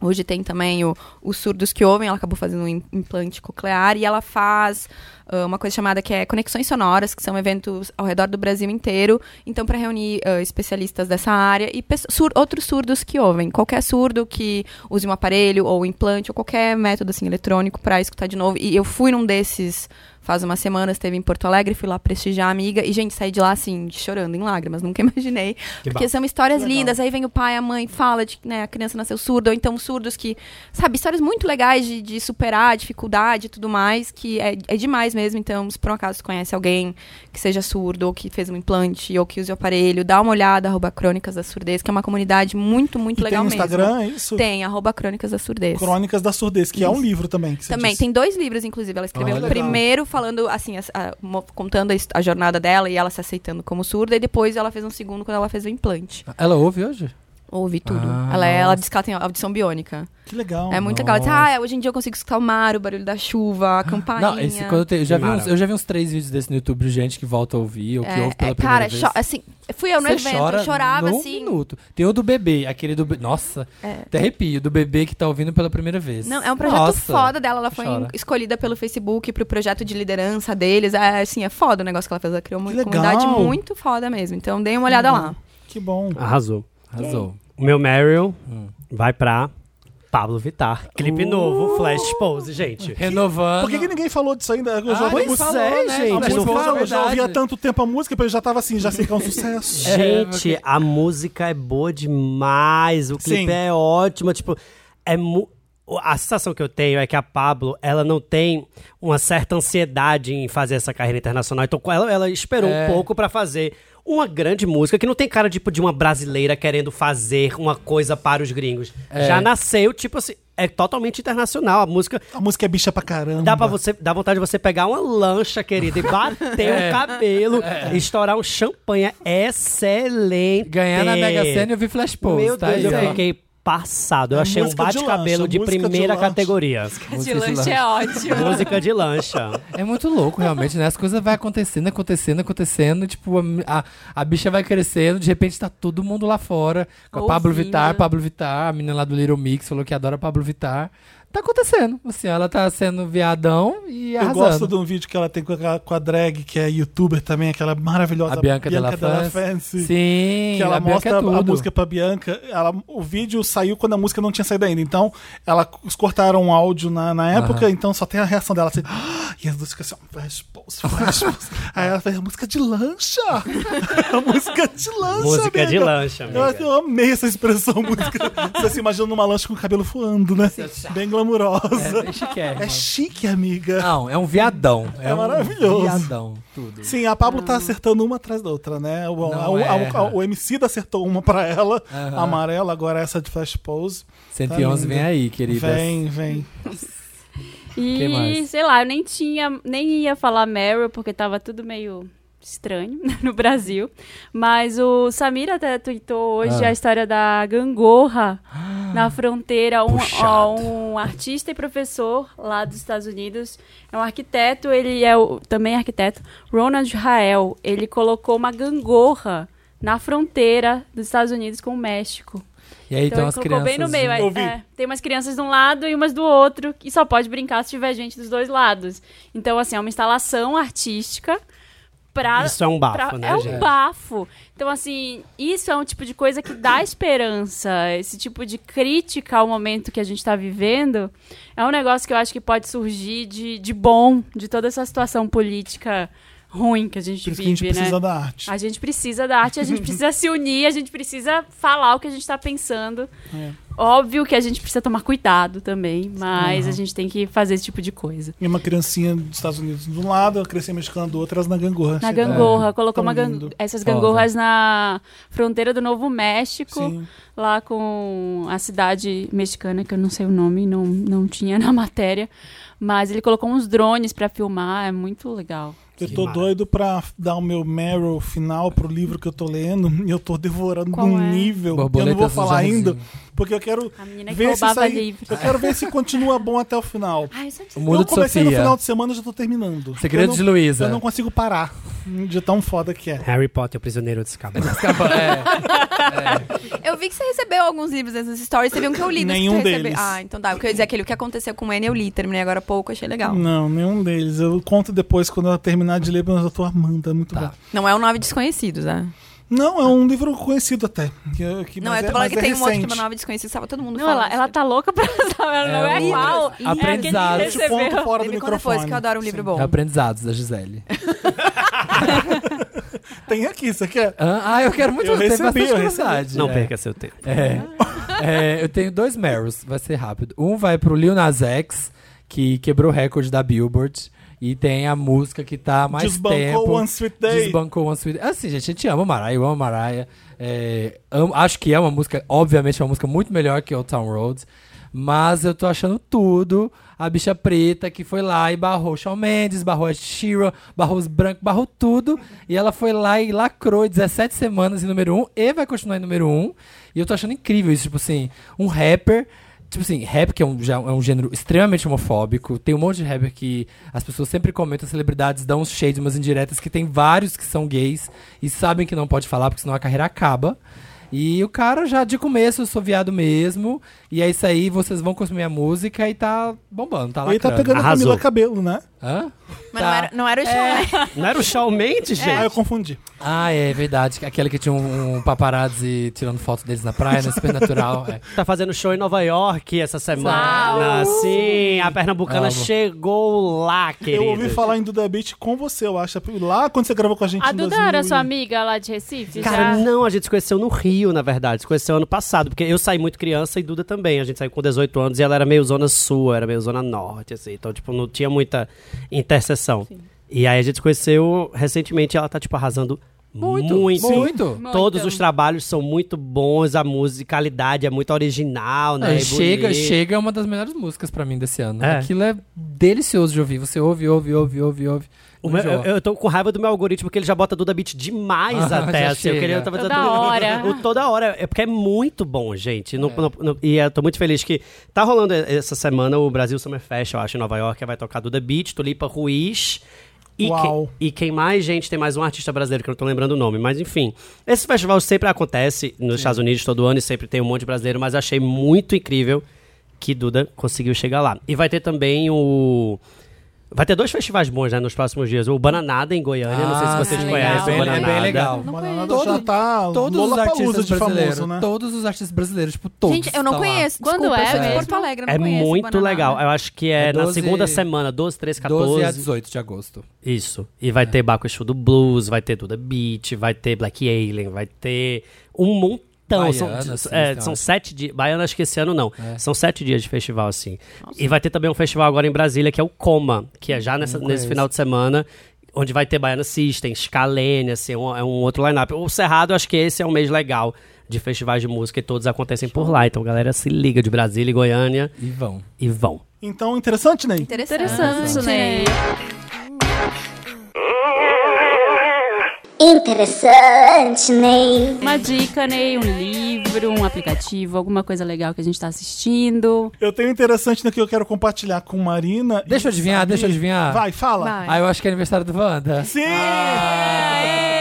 Speaker 5: Hoje tem também o, os surdos que ouvem, ela acabou fazendo um im- implante coclear e ela faz ah, uma coisa chamada que é Conexões Sonoras, que são eventos ao redor do Brasil inteiro, então para reunir ah, especialistas dessa área e pesso- sur- outros surdos que ouvem. Qualquer surdo que use um aparelho ou implante ou qualquer método assim eletrônico para escutar de novo. E eu fui num desses faz umas semanas, esteve em Porto Alegre, fui lá prestigiar a amiga e gente, saí de lá assim, chorando em lágrimas, nunca imaginei.
Speaker 4: Que
Speaker 5: porque
Speaker 4: bom.
Speaker 5: são histórias
Speaker 1: Legal.
Speaker 5: lindas, aí vem o pai, a mãe, fala de que né, a criança nasceu surda, ou então surdos que, sabe, histórias muito legais de, de superar a dificuldade e tudo mais, que é, é demais mesmo. Então, se por um acaso tu conhece alguém que seja surdo, ou que fez um implante, ou que use o aparelho, dá uma olhada, arroba Crônicas da Surdez, que é uma comunidade muito, muito
Speaker 1: e tem
Speaker 5: legal
Speaker 1: o
Speaker 5: mesmo.
Speaker 1: Instagram, é isso?
Speaker 5: Tem, arroba Crônicas da Surdez.
Speaker 1: Crônicas da Surdez, que é um
Speaker 5: Isso.
Speaker 1: livro também. que você
Speaker 5: Também,
Speaker 1: disse.
Speaker 5: tem dois livros, inclusive. Ela escreveu
Speaker 1: Olha,
Speaker 5: o
Speaker 1: legal.
Speaker 5: primeiro falando, assim, as- a- mo- contando a, his- a jornada dela e ela se aceitando como surda, e depois ela fez um segundo quando ela fez o implante.
Speaker 2: Ela ouve hoje?
Speaker 5: Ouvi tudo.
Speaker 2: Ah,
Speaker 5: ela, é-
Speaker 2: nossa. Oh,
Speaker 5: ela diz que ela tem audição biônica.
Speaker 1: Que legal.
Speaker 5: é muito legal. Ela diz,
Speaker 2: nossa. Ah.
Speaker 5: ah, hoje em dia eu consigo escutar o mar, o barulho da chuva, a campainha.
Speaker 2: Não, esse, quando eu, te- eu já vi uns,
Speaker 4: Mara.
Speaker 2: eu já vi uns três vídeos desse no YouTube de gente que volta a ouvir ou que
Speaker 5: É,
Speaker 2: ouve pela
Speaker 5: é,
Speaker 2: primeira
Speaker 5: cara,
Speaker 2: vez.
Speaker 5: cho- assim, fui eu no
Speaker 2: Você
Speaker 5: evento,
Speaker 2: chora
Speaker 5: eu chorava
Speaker 2: num
Speaker 5: assim.
Speaker 2: minuto. Tem o do bebê, aquele do. be- Nossa,
Speaker 5: É.
Speaker 2: até arrepio, do bebê que tá ouvindo pela primeira vez.
Speaker 5: Não, é um projeto
Speaker 2: Nossa.
Speaker 5: foda dela. Ela foi
Speaker 2: Chora.
Speaker 5: escolhida pelo Facebook pro projeto de liderança deles. É, assim, é foda o negócio que ela fez. Ela criou uma
Speaker 1: Que legal.
Speaker 5: comunidade muito foda mesmo. Então, dei uma olhada
Speaker 2: Uhum.
Speaker 5: lá.
Speaker 1: Que bom.
Speaker 4: Arrasou.
Speaker 2: Arrasou.
Speaker 4: O meu Meryl
Speaker 2: Hum.
Speaker 4: vai pra Pablo Vittar. Clipe
Speaker 2: Uh.
Speaker 4: novo, Flash Pose, gente.
Speaker 2: Renovando.
Speaker 1: Por que, que ninguém falou disso ainda? Eu
Speaker 2: Ah,
Speaker 1: já,
Speaker 2: nem
Speaker 1: ouvi-
Speaker 2: falou,
Speaker 1: É,
Speaker 2: né?
Speaker 1: gente,
Speaker 2: Mas
Speaker 1: eu
Speaker 2: não
Speaker 1: já-
Speaker 2: fala a
Speaker 1: eu já ouvia
Speaker 2: verdade.
Speaker 1: tanto tempo a música, eu já tava assim, já sei que é um sucesso.
Speaker 4: Gente, a música é boa demais, o clipe
Speaker 1: Sim.
Speaker 4: é ótimo, tipo, é mu- o- a sensação que eu tenho é que a Pablo, ela não tem uma certa ansiedade em fazer essa carreira internacional, então com ela, ela esperou
Speaker 2: É.
Speaker 4: um pouco pra fazer uma grande música que não tem cara tipo de uma brasileira querendo fazer uma coisa para os gringos.
Speaker 2: É.
Speaker 4: Já nasceu tipo assim, é totalmente internacional a música.
Speaker 1: A música é bicha pra caramba.
Speaker 4: Dá, pra você, dá vontade de você pegar uma lancha, querida, e bater o cabelo, estourar um champanhe. Excelente.
Speaker 2: Ganhar na Mega Sena e ouvir Flash Pose.
Speaker 4: Meu
Speaker 2: tá
Speaker 4: Deus,
Speaker 2: aí,
Speaker 4: eu
Speaker 2: ó.
Speaker 4: fiquei passado. Eu
Speaker 1: É
Speaker 4: achei um
Speaker 1: música de
Speaker 4: bate-cabelo
Speaker 1: lancha,
Speaker 4: de,
Speaker 1: música de
Speaker 4: primeira
Speaker 1: lancha.
Speaker 4: categoria.
Speaker 2: Música
Speaker 3: De
Speaker 2: de
Speaker 3: lanche
Speaker 2: lanche.
Speaker 3: é ótimo.
Speaker 4: Música de lancha.
Speaker 2: É muito louco, realmente, né? As coisas vão acontecendo, acontecendo, acontecendo. Tipo, a, a, a bicha vai crescendo, de repente tá todo mundo lá fora. Com a Pablo
Speaker 3: Ouvindo.
Speaker 2: Vittar, Pablo Vittar, a menina lá do Little Mix falou que adora Pablo Vittar. Tá acontecendo. Assim, ela tá sendo viadão e
Speaker 1: Eu
Speaker 2: arrasando.
Speaker 1: gosto de um vídeo que ela tem com a, com a drag, que é youtuber também, aquela maravilhosa
Speaker 2: A Bianca Della
Speaker 1: Della
Speaker 2: Fence.
Speaker 1: Fence.
Speaker 2: Sim,
Speaker 1: que ela
Speaker 2: a Bianca
Speaker 1: mostra
Speaker 2: é tudo.
Speaker 1: a música pra Bianca. Ela, o vídeo saiu quando a música não tinha saído ainda. Então, ela, eles cortaram o áudio na, na época, então só tem a reação dela assim. "Ah", e as duas ficam assim, ó, flash pose, flash pose. Aí ela fez a música de lancha. a música de lancha,
Speaker 4: Música de
Speaker 1: amiga.
Speaker 4: lancha,
Speaker 1: Eu,
Speaker 4: amiga.
Speaker 1: eu amei essa expressão música. Você se imagina numa lancha com o cabelo voando, né? Bem glamurosa.
Speaker 2: É, bem chiquérrimo.
Speaker 1: É, chique, amiga.
Speaker 2: Não, é um viadão. É,
Speaker 1: É
Speaker 2: um
Speaker 1: maravilhoso.
Speaker 2: Viadão, tudo.
Speaker 1: Sim, a Pablo tá acertando uma atrás da outra, né? O, a,
Speaker 2: Não
Speaker 1: a-
Speaker 2: erra.
Speaker 1: a- o MC da acertou uma pra ela,
Speaker 2: Aham.
Speaker 1: a amarela, agora essa de Flash Pose.
Speaker 2: 111
Speaker 1: Tá lindo.
Speaker 2: vem aí, queridas.
Speaker 1: Vem, vem.
Speaker 2: Quem
Speaker 3: E,
Speaker 2: mais?
Speaker 3: sei lá, eu nem tinha, nem ia falar Meryl, porque tava tudo meio estranho no Brasil. Mas o Samir até tweetou hoje
Speaker 2: Ah.
Speaker 3: a história da gangorra na fronteira. Um, ó,
Speaker 2: Puxado.
Speaker 3: um artista e professor lá dos Estados Unidos. É um arquiteto, ele é o- também é arquiteto. Ronald Rael, ele colocou uma gangorra na fronteira dos Estados Unidos com o México.
Speaker 2: E aí então,
Speaker 3: Então, ele
Speaker 2: as
Speaker 3: colocou
Speaker 2: crianças.
Speaker 3: bem no meio. aí,
Speaker 1: Ouvi.
Speaker 3: é, tem umas crianças de um lado e umas do outro, e só pode brincar se tiver gente dos dois lados. Então, assim, é uma instalação artística pra.
Speaker 4: Isso é um bafo,
Speaker 3: Ah, pra-
Speaker 4: né,
Speaker 3: é um
Speaker 4: gente?
Speaker 3: bafo. Então, assim, isso é um tipo de coisa que dá esperança. Esse tipo de crítica ao momento que a gente tá vivendo é um negócio que eu acho que pode surgir de, de bom, de toda essa situação política ruim que a gente
Speaker 1: Por isso que a
Speaker 3: vive,
Speaker 1: gente
Speaker 3: né?
Speaker 1: precisa da arte.
Speaker 3: A gente precisa da arte, a gente precisa se unir, a gente precisa falar o que a gente tá pensando.
Speaker 1: É.
Speaker 3: Óbvio que a gente precisa tomar cuidado também, mas a gente tem que fazer esse tipo de coisa.
Speaker 1: E uma criancinha dos Estados Unidos de um lado, uma criancinha mexicana do outro, elas na gangorra.
Speaker 3: Na
Speaker 1: Achei
Speaker 3: gangorra, colocou
Speaker 1: é. Tão
Speaker 3: uma gan-
Speaker 1: lindo.
Speaker 3: essas
Speaker 2: Rosa.
Speaker 3: gangorras na fronteira do Novo México,
Speaker 1: É. Sim.
Speaker 3: lá com a cidade mexicana, que eu não sei o nome, não, não tinha na matéria. Mas ele colocou uns drones pra filmar, é muito legal.
Speaker 1: Eu
Speaker 4: Que
Speaker 1: tô
Speaker 4: maravilha.
Speaker 1: doido pra dar o meu Meryl final pro livro que eu tô lendo. E eu tô devorando
Speaker 3: Qual
Speaker 1: num
Speaker 3: é?
Speaker 1: nível que eu
Speaker 2: Borboletas
Speaker 1: não vou
Speaker 2: no
Speaker 1: falar
Speaker 2: Jardim.
Speaker 1: ainda. Porque eu quero
Speaker 3: A menina que
Speaker 1: ver se
Speaker 3: roubava
Speaker 1: sair-
Speaker 3: livros.
Speaker 1: Eu quero ver se continua bom até o final.
Speaker 2: O
Speaker 1: eu
Speaker 2: mundo de
Speaker 1: comecei no
Speaker 2: Sofia.
Speaker 1: final de semana e já tô terminando.
Speaker 2: Segredo
Speaker 1: Eu
Speaker 2: de
Speaker 1: não-
Speaker 2: Luísa.
Speaker 1: Eu não consigo parar de tão foda que é.
Speaker 4: Harry Potter, o prisioneiro de Azkaban.
Speaker 2: Escapa- é.
Speaker 5: Eu vi que você recebeu alguns livros dessas stories. Você viu que eu li dos que
Speaker 1: Nenhum
Speaker 5: você recebeu.
Speaker 1: deles.
Speaker 5: Ah, então dá. Porque eu ia dizer aquele o que aconteceu com o N, eu li, terminei agora há pouco, achei legal.
Speaker 1: Não, nenhum deles. Eu conto depois quando eu terminar de ler, mas eu tô amando, é muito
Speaker 2: Tá.
Speaker 1: bom.
Speaker 5: Não é o Nove Desconhecidos, né?
Speaker 1: Não, é um livro conhecido até. Que, que,
Speaker 5: Não,
Speaker 1: mas
Speaker 5: eu tô
Speaker 1: é-
Speaker 5: falando
Speaker 1: mas
Speaker 5: que
Speaker 1: é
Speaker 5: tem um outro que
Speaker 1: recente.
Speaker 5: chama Nove Desconhecidos, tava todo mundo
Speaker 3: Não,
Speaker 5: falando.
Speaker 3: ela, ela tá louca pra saber, não
Speaker 2: É
Speaker 3: é,
Speaker 2: um
Speaker 3: qual.
Speaker 2: aprendizado.
Speaker 3: É
Speaker 1: Ah, Eu
Speaker 3: aquele que
Speaker 1: te conto
Speaker 3: recebeu.
Speaker 1: fora do
Speaker 5: Me conta
Speaker 1: microfone.
Speaker 5: depois, que eu adoro um livro bom.
Speaker 2: É Aprendizados da Gisele.
Speaker 1: Tem aqui, é você quer?
Speaker 2: Ah, ah, eu quero muito
Speaker 1: Eu
Speaker 2: tem
Speaker 1: recebi,
Speaker 2: bastante
Speaker 1: eu
Speaker 2: curiosidade.
Speaker 4: Não
Speaker 2: é.
Speaker 4: perca seu tempo.
Speaker 2: É. É, eu tenho dois Meryls, vai ser rápido. Um vai pro Lil Nas X, que quebrou o recorde da Billboard. E tem a música que tá há mais
Speaker 1: Desbancou
Speaker 2: tempo.
Speaker 1: One Sweet Day.
Speaker 2: Desbancou One Sweet Day. Assim, gente, a gente ama Mariah, eu amo Mariah. É, amo- acho que é uma música, obviamente, é uma música muito melhor que Old Town Road. Mas eu tô achando tudo. A bicha preta que foi lá e barrou o Shawn Mendes, barrou a Shira, barrou os brancos, barrou tudo. E ela foi lá e lacrou em 17 semanas em número 1 e vai continuar em número 1. E eu tô achando incrível isso, tipo assim, um rapper Tipo assim, rap que é um, já é um gênero extremamente homofóbico. Tem um monte de rapper que as pessoas sempre comentam, as celebridades dão uns shades, umas indiretas, que tem vários que são gays e sabem que não pode falar, porque senão a carreira acaba. E o cara já de começo, eu sou viado mesmo. E é isso aí, vocês vão consumir a música e tá bombando, tá
Speaker 1: Ele tá
Speaker 2: lacrando.
Speaker 1: pegando a
Speaker 4: Arrasou.
Speaker 1: Camila Cabelo, né?
Speaker 2: Hã?
Speaker 5: Mas não,
Speaker 2: Tá.
Speaker 5: era,
Speaker 3: É.
Speaker 5: não era o Shawn
Speaker 6: né?
Speaker 5: Mendes.
Speaker 4: Não era o Shawn Mendes,
Speaker 5: É.
Speaker 1: Ah, eu
Speaker 4: gente?
Speaker 1: confundi.
Speaker 2: Ah, é verdade. Aquela que tinha um, um paparazzi tirando foto deles na praia, né? Supernatural. É.
Speaker 4: Tá fazendo show em Nova York essa semana. Sim, a Pernambucana
Speaker 2: Amo.
Speaker 4: chegou lá, querido.
Speaker 1: Eu ouvi falar em Duda Beach com você, eu acho. Lá quando você gravou com a gente
Speaker 3: A
Speaker 1: em
Speaker 3: Duda
Speaker 1: 2000
Speaker 3: era
Speaker 1: e-
Speaker 3: sua amiga lá de Recife? já?
Speaker 4: Cara, não, a gente se conheceu no Rio, na verdade. Se conheceu ano passado, porque eu saí muito criança e Duda também. A gente saiu com 18 anos e ela era meio zona sul, era meio zona norte, assim. Então, tipo, não tinha muita interseção. E aí a gente se conheceu recentemente e ela tá, tipo, arrasando muito.
Speaker 2: Muito. muito.
Speaker 3: Muito.
Speaker 4: Todos os trabalhos são muito bons, a musicalidade é muito original, né?
Speaker 2: É,
Speaker 4: E
Speaker 2: chega,
Speaker 4: bonito.
Speaker 2: chega é uma das melhores músicas pra mim desse ano.
Speaker 4: É.
Speaker 2: Aquilo é delicioso de ouvir. Você ouve, ouve, ouve, ouve, ouve.
Speaker 4: O meu-
Speaker 2: Enjoa.
Speaker 4: eu, eu tô com raiva do meu algoritmo, porque ele já bota Duda Beat demais
Speaker 2: Ah,
Speaker 4: até.
Speaker 2: já
Speaker 4: Assim, eu
Speaker 2: chega.
Speaker 4: queria, eu tava
Speaker 3: Toda
Speaker 4: tentando-
Speaker 3: hora.
Speaker 4: O toda hora. É porque é muito bom, gente.
Speaker 2: É.
Speaker 4: Não- não- não- e eu tô muito feliz que tá rolando essa semana o Brasil Summer Fest, eu acho, em Nova York. Vai tocar Duda Beat, Tulipa Ruiz. E
Speaker 1: Uau.
Speaker 4: quem, e quem mais, gente, tem mais um artista brasileiro que eu não tô lembrando o nome, mas enfim. Esse festival sempre acontece nos Estados Unidos todo ano e sempre tem um monte de brasileiro, mas achei muito incrível que Duda conseguiu chegar lá. E vai ter também o. Vai ter dois festivais bons né, nos próximos dias. O Bananada em Goiânia, não sei se
Speaker 2: Ah,
Speaker 4: vocês
Speaker 3: sim,
Speaker 2: É
Speaker 3: legal.
Speaker 4: conhecem.
Speaker 2: bem,
Speaker 4: o
Speaker 2: é
Speaker 4: Bananada.
Speaker 2: bem legal.
Speaker 1: Mas
Speaker 3: conheço.
Speaker 1: nada já
Speaker 2: Todos-
Speaker 1: tá
Speaker 2: Todos os
Speaker 1: Lollapalooza
Speaker 2: artistas
Speaker 1: de
Speaker 2: brasileiros.
Speaker 1: famoso, né?
Speaker 2: Todos os artistas brasileiros, tipo, todos.
Speaker 6: Gente, eu não
Speaker 2: estão lá.
Speaker 6: conheço.
Speaker 3: Quando
Speaker 6: desculpa,
Speaker 3: é
Speaker 6: eu sou de
Speaker 3: mesmo?
Speaker 6: Porto Alegre, eu não
Speaker 4: É
Speaker 6: conheço o
Speaker 4: muito
Speaker 6: Bananada.
Speaker 4: legal. Eu acho que é,
Speaker 2: É
Speaker 4: na
Speaker 2: 12
Speaker 4: segunda semana, 12, 13, 14.
Speaker 2: 12 a 18 de agosto.
Speaker 4: Isso. E vai ter Bakushu do Blues, vai ter Duda Beat, vai ter Black Alien, vai ter um montão. São-
Speaker 2: Baiana, sim,
Speaker 4: é,
Speaker 2: tem
Speaker 4: são
Speaker 2: umas.
Speaker 4: sete dias. Baiana, acho que esse ano não.
Speaker 2: É.
Speaker 4: São sete dias de festival, assim. E vai ter também um festival agora em Brasília, que é o Coma, que é já nessa- nesse
Speaker 2: conheço.
Speaker 4: final de semana. Onde vai ter Baiana System, Scalene, assim, um- é um outro line-up. O Cerrado, acho que esse é um mês legal de festivais de música e todos acontecem por lá. Então, galera, se liga de Brasília e Goiânia
Speaker 2: E vão.
Speaker 4: e vão.
Speaker 1: Então, interessante, Ney?
Speaker 6: Interessante.
Speaker 3: Interessante, né?
Speaker 8: Interessante, Ney.
Speaker 3: Uma dica, Ney, um livro, um aplicativo, alguma coisa legal que a gente tá assistindo.
Speaker 1: Eu tenho interessante no que eu quero compartilhar com Marina.
Speaker 2: Deixa eu adivinhar, deixa eu adivinhar.
Speaker 1: Vai, fala.
Speaker 6: Vai.
Speaker 2: Ah, eu acho que é aniversário do Wanda.
Speaker 1: Sim!
Speaker 3: Aê!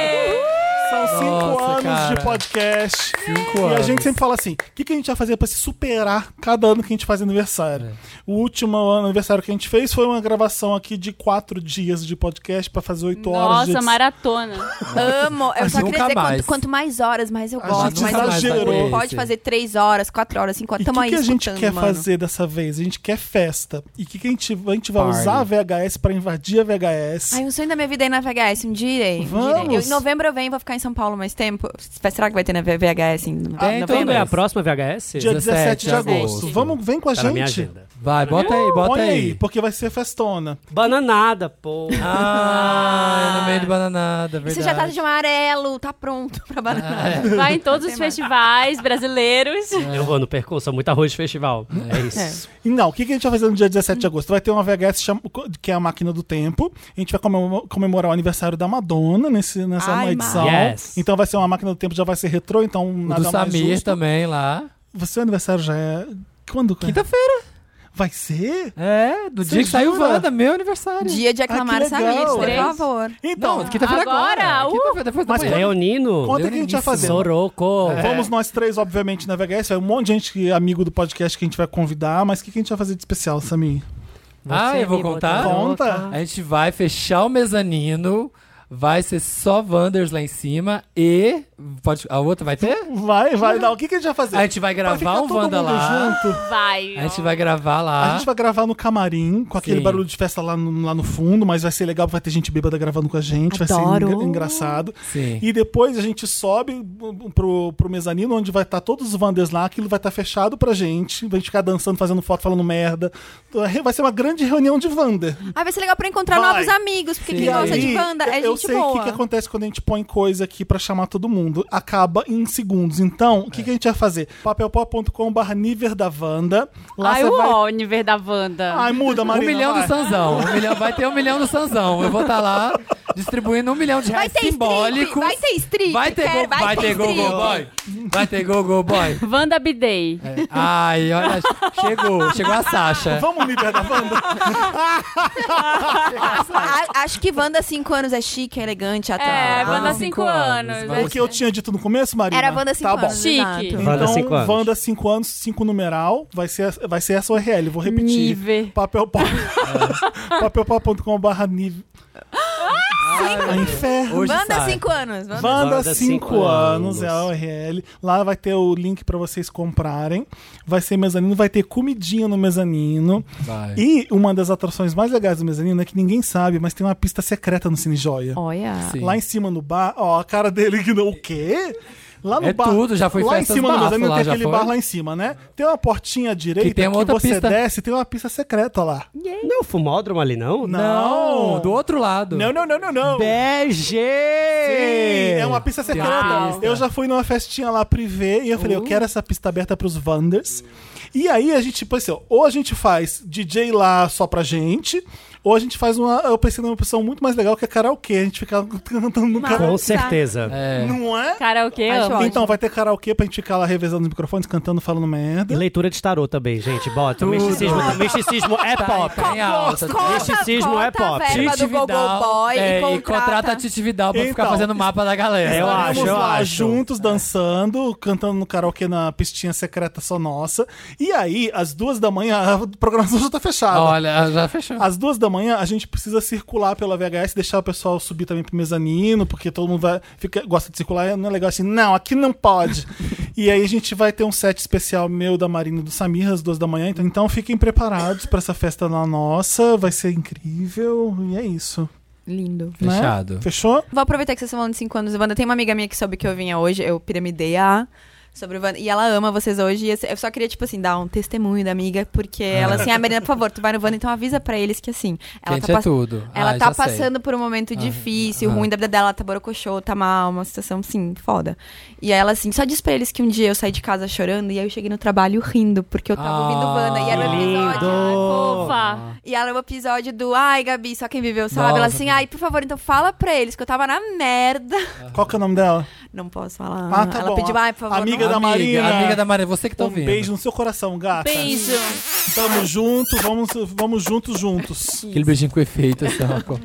Speaker 1: São cinco
Speaker 2: Nossa,
Speaker 1: anos
Speaker 2: cara.
Speaker 1: de podcast.
Speaker 2: Cinco
Speaker 1: e a
Speaker 2: anos.
Speaker 1: gente sempre fala assim: o que, que a gente vai fazer pra se superar cada ano que a gente faz aniversário?
Speaker 2: É.
Speaker 1: O último ano- aniversário que a gente fez foi uma gravação aqui de quatro dias de podcast pra fazer oito horas. de
Speaker 3: Nossa,
Speaker 1: edição.
Speaker 3: maratona.
Speaker 6: Amo. Eu só
Speaker 2: Nunca
Speaker 6: queria dizer
Speaker 2: mais.
Speaker 6: quanto, quanto mais horas, mais eu
Speaker 1: A
Speaker 6: gosto.
Speaker 1: gente
Speaker 6: mais eu
Speaker 1: exagerou.
Speaker 6: escuto. Pode fazer três horas, quatro horas, cinco
Speaker 1: E
Speaker 6: horas.
Speaker 1: o que,
Speaker 6: Tamo aí
Speaker 1: que a gente
Speaker 6: escutando,
Speaker 1: quer
Speaker 6: mano.
Speaker 1: fazer dessa vez? A gente quer festa. E o que, que a gente, a gente vai
Speaker 2: Party.
Speaker 1: usar a VHS pra invadir a VHS?
Speaker 6: Ai, um sonho da minha vida é ir na VHS. Um dia irei. um dia irei.
Speaker 1: Vamos.
Speaker 6: Eu- em novembro eu venho, vou ficar em São Paulo mais tempo. Será que vai ter na VHS? Em no-
Speaker 2: Tem,
Speaker 6: novembro?
Speaker 4: Quando é a
Speaker 2: mas-
Speaker 4: próxima VHS?
Speaker 1: Dia 17,
Speaker 2: 17
Speaker 1: de agosto.
Speaker 2: agosto.
Speaker 1: Vamos, vem com a
Speaker 4: Tá na minha
Speaker 1: gente.
Speaker 4: agenda.
Speaker 2: Vai, bota aí, bota
Speaker 1: Põe aí,
Speaker 2: aí.
Speaker 1: porque vai ser festona.
Speaker 4: Bananada, pô.
Speaker 2: Ah, no meio do bananada, é verdade.
Speaker 6: Você já tá de amarelo, tá pronto pra banana.
Speaker 3: Vai em todos os festivais brasileiros.
Speaker 4: Eu vou no percurso, é muito arroz de festival. É, isso.
Speaker 1: E Não, o que, que a gente vai fazer no dia 17 de agosto? Vai ter uma VHS cham- que é a máquina do tempo. A gente vai comemo- comemorar o aniversário da Madonna nesse, nessa
Speaker 6: Ai,
Speaker 1: edição.
Speaker 4: massa. Yes.
Speaker 1: Então vai ser uma máquina do tempo, já vai ser retrô, então
Speaker 2: O
Speaker 1: nada mais
Speaker 2: do Samir tá-
Speaker 1: justo.
Speaker 2: também lá.
Speaker 1: O seu aniversário já é. Quando? que é?
Speaker 2: Quinta-feira.
Speaker 1: Vai ser?
Speaker 2: É, do
Speaker 1: Você
Speaker 2: dia que saiu o
Speaker 1: jura?
Speaker 2: Wanda, meu aniversário.
Speaker 6: Dia de
Speaker 1: Ah,
Speaker 6: aclamar
Speaker 1: que
Speaker 6: os amigos, por
Speaker 1: legal.
Speaker 6: favor.
Speaker 1: Então,
Speaker 2: Não, quinta-feira agora.
Speaker 3: Agora, uh!
Speaker 2: Quinta-feira, depois da
Speaker 1: Mas
Speaker 2: manhã.
Speaker 4: Leonino,
Speaker 1: conta o que a gente vai fazer.
Speaker 4: Soroco. É.
Speaker 1: Vamos nós três, obviamente, na VHS. Vai um monte de gente, que- amigo do podcast, que a gente vai convidar. Mas o que, que a gente vai fazer de especial, Samir?
Speaker 2: Ah, eu vou contar?
Speaker 1: Conta.
Speaker 2: A gente vai fechar o mezanino. Vai ser só Wanders lá em cima e. Pode, a outra vai ter?
Speaker 1: Vai, vai. Não, o que, que a gente vai fazer?
Speaker 2: A gente vai
Speaker 1: Vai ficar
Speaker 2: gravar um
Speaker 1: todo
Speaker 2: Wanda
Speaker 1: mundo
Speaker 2: lá.
Speaker 1: junto?
Speaker 3: Vai.
Speaker 2: A gente
Speaker 3: ó.
Speaker 2: vai gravar lá.
Speaker 1: A gente vai gravar no camarim, com aquele
Speaker 2: Sim.
Speaker 1: barulho de festa lá no, lá no fundo, mas vai ser legal, vai ter gente bêbada gravando com a gente, vai ser
Speaker 6: Adoro.
Speaker 1: engra- engraçado.
Speaker 2: Sim.
Speaker 1: E depois a gente sobe um, pro, pro mezanino, onde vai estar todos os Wanders lá, aquilo vai estar fechado pra gente, vai ficar dançando, fazendo foto, falando merda. Então, é- Vai ser uma grande reunião de Wander.
Speaker 6: Ah, vai ser legal pra encontrar
Speaker 1: Vai.
Speaker 6: novos amigos, porque
Speaker 2: Sim.
Speaker 6: quem gosta de
Speaker 1: aí,
Speaker 6: banda é
Speaker 1: eu
Speaker 6: gente
Speaker 1: sei o
Speaker 6: boa.
Speaker 1: que, que acontece quando a gente põe coisa aqui pra chamar todo mundo. Acaba em segundos. Então, o que, que a gente vai fazer? papelpop.com.br Niver da Wanda. Lá
Speaker 3: Ai,
Speaker 1: você vai.
Speaker 3: o Oliver da Wanda.
Speaker 1: Ai, muda,
Speaker 2: Um
Speaker 1: Marina.
Speaker 2: milhão
Speaker 1: vai.
Speaker 2: do Sanzão. Um milhão, vai ter um milhão do Sanzão. Eu vou estar lá distribuindo um milhão de
Speaker 6: Vai
Speaker 2: reais
Speaker 6: ter strip,
Speaker 2: simbólicos.
Speaker 6: vai ter strip.
Speaker 2: Vai ter,
Speaker 6: quero-
Speaker 2: go, vai ter go,
Speaker 6: strip.
Speaker 2: go boy. Vai ter go, go boy.
Speaker 3: Wanda Bidei.
Speaker 2: É. Ai, olha, chegou, chegou a Sasha.
Speaker 1: Vamos, Niver da Wanda?
Speaker 6: A- acho que Wanda 5 anos é chique, é elegante, atrás.
Speaker 3: É,
Speaker 2: Wanda
Speaker 5: tá,
Speaker 3: Wanda
Speaker 2: cinco
Speaker 3: 5 anos.
Speaker 2: anos.
Speaker 3: né?
Speaker 1: É O que eu tinha dito no começo, Marina?
Speaker 6: Era Wanda 5
Speaker 1: tá
Speaker 6: anos.
Speaker 1: Bom.
Speaker 3: Chique.
Speaker 6: exato.
Speaker 4: Wanda
Speaker 1: então,
Speaker 4: cinco anos.
Speaker 1: Wanda 5 anos, 5 numeral, vai ser, vai ser essa URL, vou repetir.
Speaker 3: Nive.
Speaker 1: Papelpop.
Speaker 4: É.
Speaker 1: Papelpop.com.br Nive. Ah, inferno.
Speaker 2: Hoje
Speaker 6: Wanda
Speaker 2: sai.
Speaker 6: 5 anos. Wanda-
Speaker 1: Wanda
Speaker 4: Wanda
Speaker 1: 5
Speaker 4: cinco
Speaker 1: anos
Speaker 4: anos.
Speaker 1: é a URL. Lá vai ter o link pra vocês comprarem. Vai ser mezanino, vai ter comidinha no mezanino.
Speaker 2: Vai.
Speaker 1: E uma das atrações mais legais do mezanino é que ninguém sabe, mas tem uma pista secreta no Cine Joia.
Speaker 6: Olha.
Speaker 2: Sim.
Speaker 1: Lá em cima no bar, ó, a cara dele que não. O quê? Lá no
Speaker 2: É
Speaker 1: bar.
Speaker 2: tudo, já foi
Speaker 1: Lá em
Speaker 2: festas
Speaker 1: cima no
Speaker 2: bafo
Speaker 1: mezanino
Speaker 2: lá,
Speaker 1: tem
Speaker 2: já
Speaker 1: aquele
Speaker 2: foi?
Speaker 1: bar lá em cima, né? Tem uma portinha à direita
Speaker 2: Que tem uma outra
Speaker 1: você
Speaker 2: pista.
Speaker 1: desce, tem uma pista secreta lá.
Speaker 4: Não, fumódromo ali, não?
Speaker 1: Oh,
Speaker 2: Não, do outro lado.
Speaker 1: Não, não, não, não, não.
Speaker 4: BG!
Speaker 1: Sim, é uma pista secreta.
Speaker 2: uma pista. Uh.
Speaker 1: Eu já fui numa festinha lá privê e eu falei, eu quero essa pista aberta pros assim, Wanders. E aí a gente pensou, ou a gente faz DJ lá só pra gente, Ou a gente faz uma. Eu pensei numa opção muito mais legal que é karaokê. A gente fica cantando no karaokê.
Speaker 4: Com certeza.
Speaker 1: Não é?
Speaker 3: Karaokê,
Speaker 5: Acho
Speaker 3: ó.
Speaker 5: ótimo.
Speaker 1: Então, vai ter karaokê pra gente ficar lá revezando os microfones, cantando, falando merda.
Speaker 4: E leitura de tarô também, gente. Bota. O misticismo, o misticismo é pop.
Speaker 2: Tá em alta.
Speaker 4: Misticismo é pop.
Speaker 5: a verba do Google Boy
Speaker 2: é,
Speaker 5: e
Speaker 2: e contrata a
Speaker 5: contrata...
Speaker 2: Titi Vidal pra ficar
Speaker 1: Então,
Speaker 2: fazendo mapa da galera.
Speaker 4: É, eu
Speaker 1: Estaremos
Speaker 4: acho, eu
Speaker 1: lá
Speaker 4: acho.
Speaker 1: juntos dançando, cantando no karaokê na pistinha secreta só nossa. E aí, às duas da manhã, a programação já tá fechada.
Speaker 2: Olha, já fechou.
Speaker 1: Às duas da manhã, a gente precisa circular pela VHS, deixar o pessoal subir também pro mezanino, porque todo mundo vai, fica, gosta de circular, não é legal assim, não, aqui não pode. e aí a gente vai ter um set especial meu, da Marina e do Samir, às duas da manhã, então, então fiquem preparados pra essa festa na nossa, vai ser incrível, e é isso.
Speaker 5: Lindo.
Speaker 1: né?
Speaker 2: Fechado.
Speaker 1: Fechou?
Speaker 5: Vou aproveitar que vocês estão falando de 5 anos do Wanda. Tem uma amiga minha que soube que eu vinha hoje, eu piramidei a sobre o Wanda. E ela ama vocês hoje. E eu só queria, tipo assim, dar um testemunho da amiga, porque ela assim, ah, Marina, por favor, tu vai no Wanda, então avisa pra eles que assim, ela
Speaker 2: Gente,
Speaker 5: tá
Speaker 2: é
Speaker 5: pass-
Speaker 2: tudo.
Speaker 5: Ela
Speaker 2: Ah,
Speaker 5: tá
Speaker 2: já sei.
Speaker 5: passando por um momento difícil,
Speaker 2: ah.
Speaker 5: ruim da vida dela, ela tá borocochô, tá mal, uma situação assim, foda. E aí ela assim, só diz pra eles que um dia eu saí de casa chorando e aí eu cheguei no trabalho rindo, porque eu tava
Speaker 2: Ah,
Speaker 5: ouvindo Wanda e era um
Speaker 2: que
Speaker 5: episódio.
Speaker 4: Lindo!
Speaker 3: Fofa.
Speaker 5: E ela é o episódio do Ai, Gabi, só quem viveu sabe. Ela
Speaker 2: Nossa.
Speaker 5: assim, ai, por favor, então fala pra eles que eu tava na merda.
Speaker 1: Qual que é o nome dela?
Speaker 5: Não posso falar.
Speaker 1: Ah, tá
Speaker 5: ela
Speaker 1: bom.
Speaker 5: pediu, ai, por favor.
Speaker 1: Amiga
Speaker 5: não.
Speaker 1: da Marina.
Speaker 2: Amiga da Marina, você que tá
Speaker 1: um
Speaker 2: ouvindo.
Speaker 1: beijo no seu coração, gata.
Speaker 3: Beijo.
Speaker 1: Tamo junto, vamos, vamos juntos, juntos.
Speaker 2: Aquele beijinho com efeito, assim, ó, com-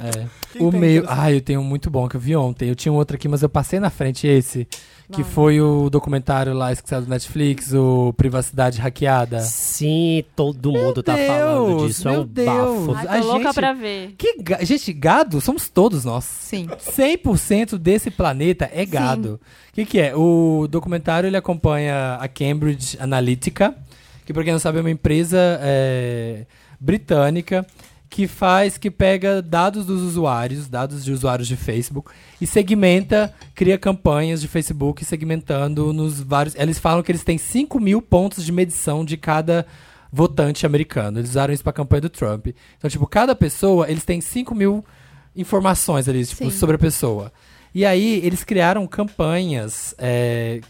Speaker 2: É. O
Speaker 1: tem
Speaker 2: meu.
Speaker 1: interesse?
Speaker 2: Ah, eu tenho um muito bom que eu vi ontem. Eu tinha um outro aqui, mas eu passei na frente esse. Que foi o documentário lá que saiu do Netflix, o Privacidade Hackeada.
Speaker 4: Sim, todo mundo tá falando disso. é
Speaker 2: meu
Speaker 4: um
Speaker 2: Deus.
Speaker 4: bafo.
Speaker 3: Ai, tô
Speaker 2: A
Speaker 3: louca
Speaker 2: gente-
Speaker 3: pra ver.
Speaker 2: Que ga- Gente, gado somos todos nós.
Speaker 5: Sim.
Speaker 2: 100% desse planeta é gado. O que, que é? O documentário ele acompanha a Cambridge Analytica, que, pra quem não sabe, é uma empresa é, britânica que faz, que pega dados dos usuários, dados de usuários de Facebook, e segmenta, cria campanhas de Facebook segmentando nos vários. Eles falam que eles têm 5 mil pontos de medição de cada votante americano. Eles usaram isso pra campanha do Trump. Então, tipo, cada pessoa, eles têm 5 mil informações ali, tipo, sobre a pessoa. E aí, eles criaram campanhas é,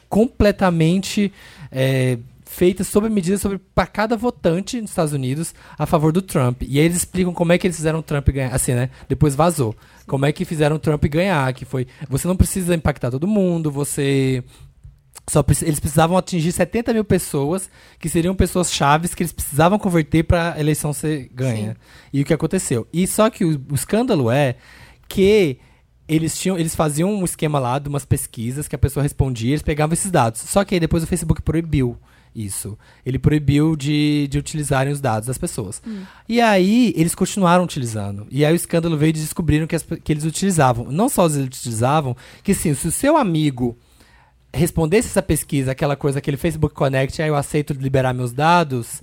Speaker 2: completamente é, feitas sob medida sobre para cada votante nos Estados Unidos a favor do Trump. E aí eles explicam como é que eles fizeram o Trump ganhar, assim, né? Depois vazou. Como é que fizeram o Trump ganhar, que foi, você não precisa impactar todo mundo, você só preci- eles precisavam atingir 70 mil pessoas, que seriam pessoas chaves que eles precisavam converter para a eleição ser ganha. E o que aconteceu? E só que o, o escândalo é que eles tinham, eles faziam um esquema lá de umas pesquisas que a pessoa respondia, eles pegavam esses dados. Só que aí depois o Facebook proibiu isso. Ele proibiu de, de utilizarem os dados das pessoas. E aí eles continuaram utilizando. E aí o escândalo veio e descobriram que, as pe- que eles utilizavam. Não só eles utilizavam, que sim, se o seu amigo respondesse essa pesquisa, aquela coisa, aquele Facebook Connect, aí eu aceito liberar meus dados,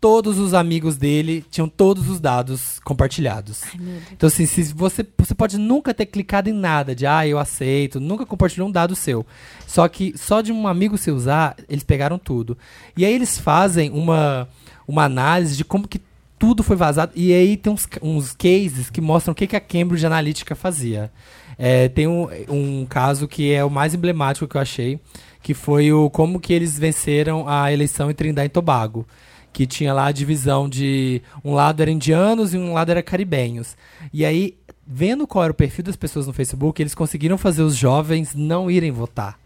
Speaker 2: todos os amigos dele tinham todos os dados compartilhados. Então, assim, se você, você pode nunca ter clicado em nada de, ah, eu aceito, nunca compartilhou um dado seu. Só que só de um amigo se usar, eles pegaram tudo. E aí eles fazem uma, uma análise de como que tudo foi vazado. E aí tem uns, uns cases que mostram o que, que a Cambridge Analytica fazia. É, tem um, um caso que é o mais emblemático que eu achei, que foi o como que eles venceram a eleição em Trindade e Tobago. Que tinha lá a divisão de um lado era indianos e um lado era caribenhos. E aí, vendo qual era o perfil das pessoas no Facebook, eles conseguiram fazer os jovens não irem votar.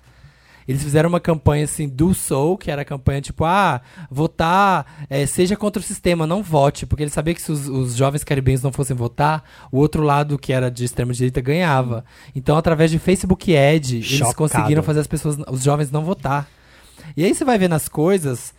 Speaker 2: Eles fizeram uma campanha assim do Soul, que era a campanha tipo, ah, votar, eh, seja contra o sistema, não vote, porque ele sabia que se os, os jovens caribenhos não fossem votar, o outro lado que era de extrema direita ganhava. Então, através de Facebook Ad, eles
Speaker 4: Chocado.
Speaker 2: conseguiram fazer as pessoas, os jovens não votar. E aí você vai vendo as coisas,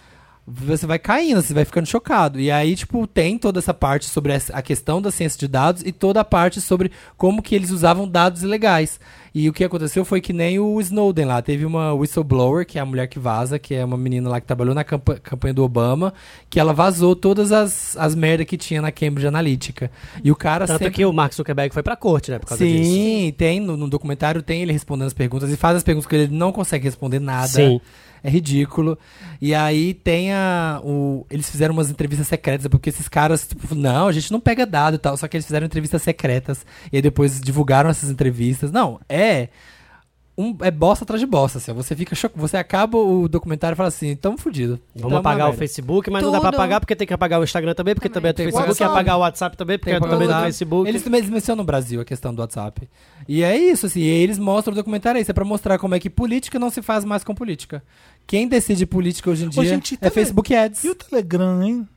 Speaker 2: você vai caindo, você vai ficando chocado. E aí, tipo, tem toda essa parte sobre essa- a questão da ciência de dados e toda a parte sobre como que eles usavam dados ilegais. E o que aconteceu foi que nem o Snowden lá. Teve uma whistleblower, que é a mulher que vaza, que é uma menina lá que trabalhou na campa- campanha do Obama, que ela vazou todas as, as merdas que tinha na Cambridge Analytica. E o cara
Speaker 4: Tanto
Speaker 2: tá sempre...
Speaker 4: que o Mark Zuckerberg foi pra corte, né? Por causa disso.
Speaker 2: Sim, tem no, no documentário tem ele respondendo as perguntas e faz as perguntas que ele não consegue responder nada.
Speaker 4: Sim.
Speaker 2: É ridículo. E aí tem a. O, eles fizeram umas entrevistas secretas, é porque esses caras, tipo, não, a gente não pega dado e tal. Só que eles fizeram entrevistas secretas. E aí depois divulgaram essas entrevistas. Não, é um, é bosta atrás de bosta, assim. ó. Você fica choc... Você acaba o documentário e fala assim, tamo fudido.
Speaker 4: Vamos
Speaker 2: Tamo
Speaker 4: apagar
Speaker 2: na
Speaker 4: o
Speaker 2: merda."
Speaker 4: Facebook, mas não dá pra
Speaker 5: Tudo.
Speaker 4: apagar porque tem que apagar o Instagram também, porque também, é do
Speaker 2: Tem
Speaker 4: Facebook,
Speaker 2: WhatsApp.
Speaker 4: apagar o WhatsApp também, porque
Speaker 2: Tem
Speaker 4: é também do
Speaker 2: propaganda.
Speaker 4: Facebook.
Speaker 2: Eles também eles mencionam no Brasil a questão do WhatsApp. E é isso, assim, e eles mostram o documentário, isso é pra mostrar como é que política não se faz mais com política. Quem decide política hoje em dia
Speaker 1: gente,
Speaker 2: é
Speaker 1: tele-
Speaker 2: Facebook Ads.
Speaker 1: E o Telegram, hein?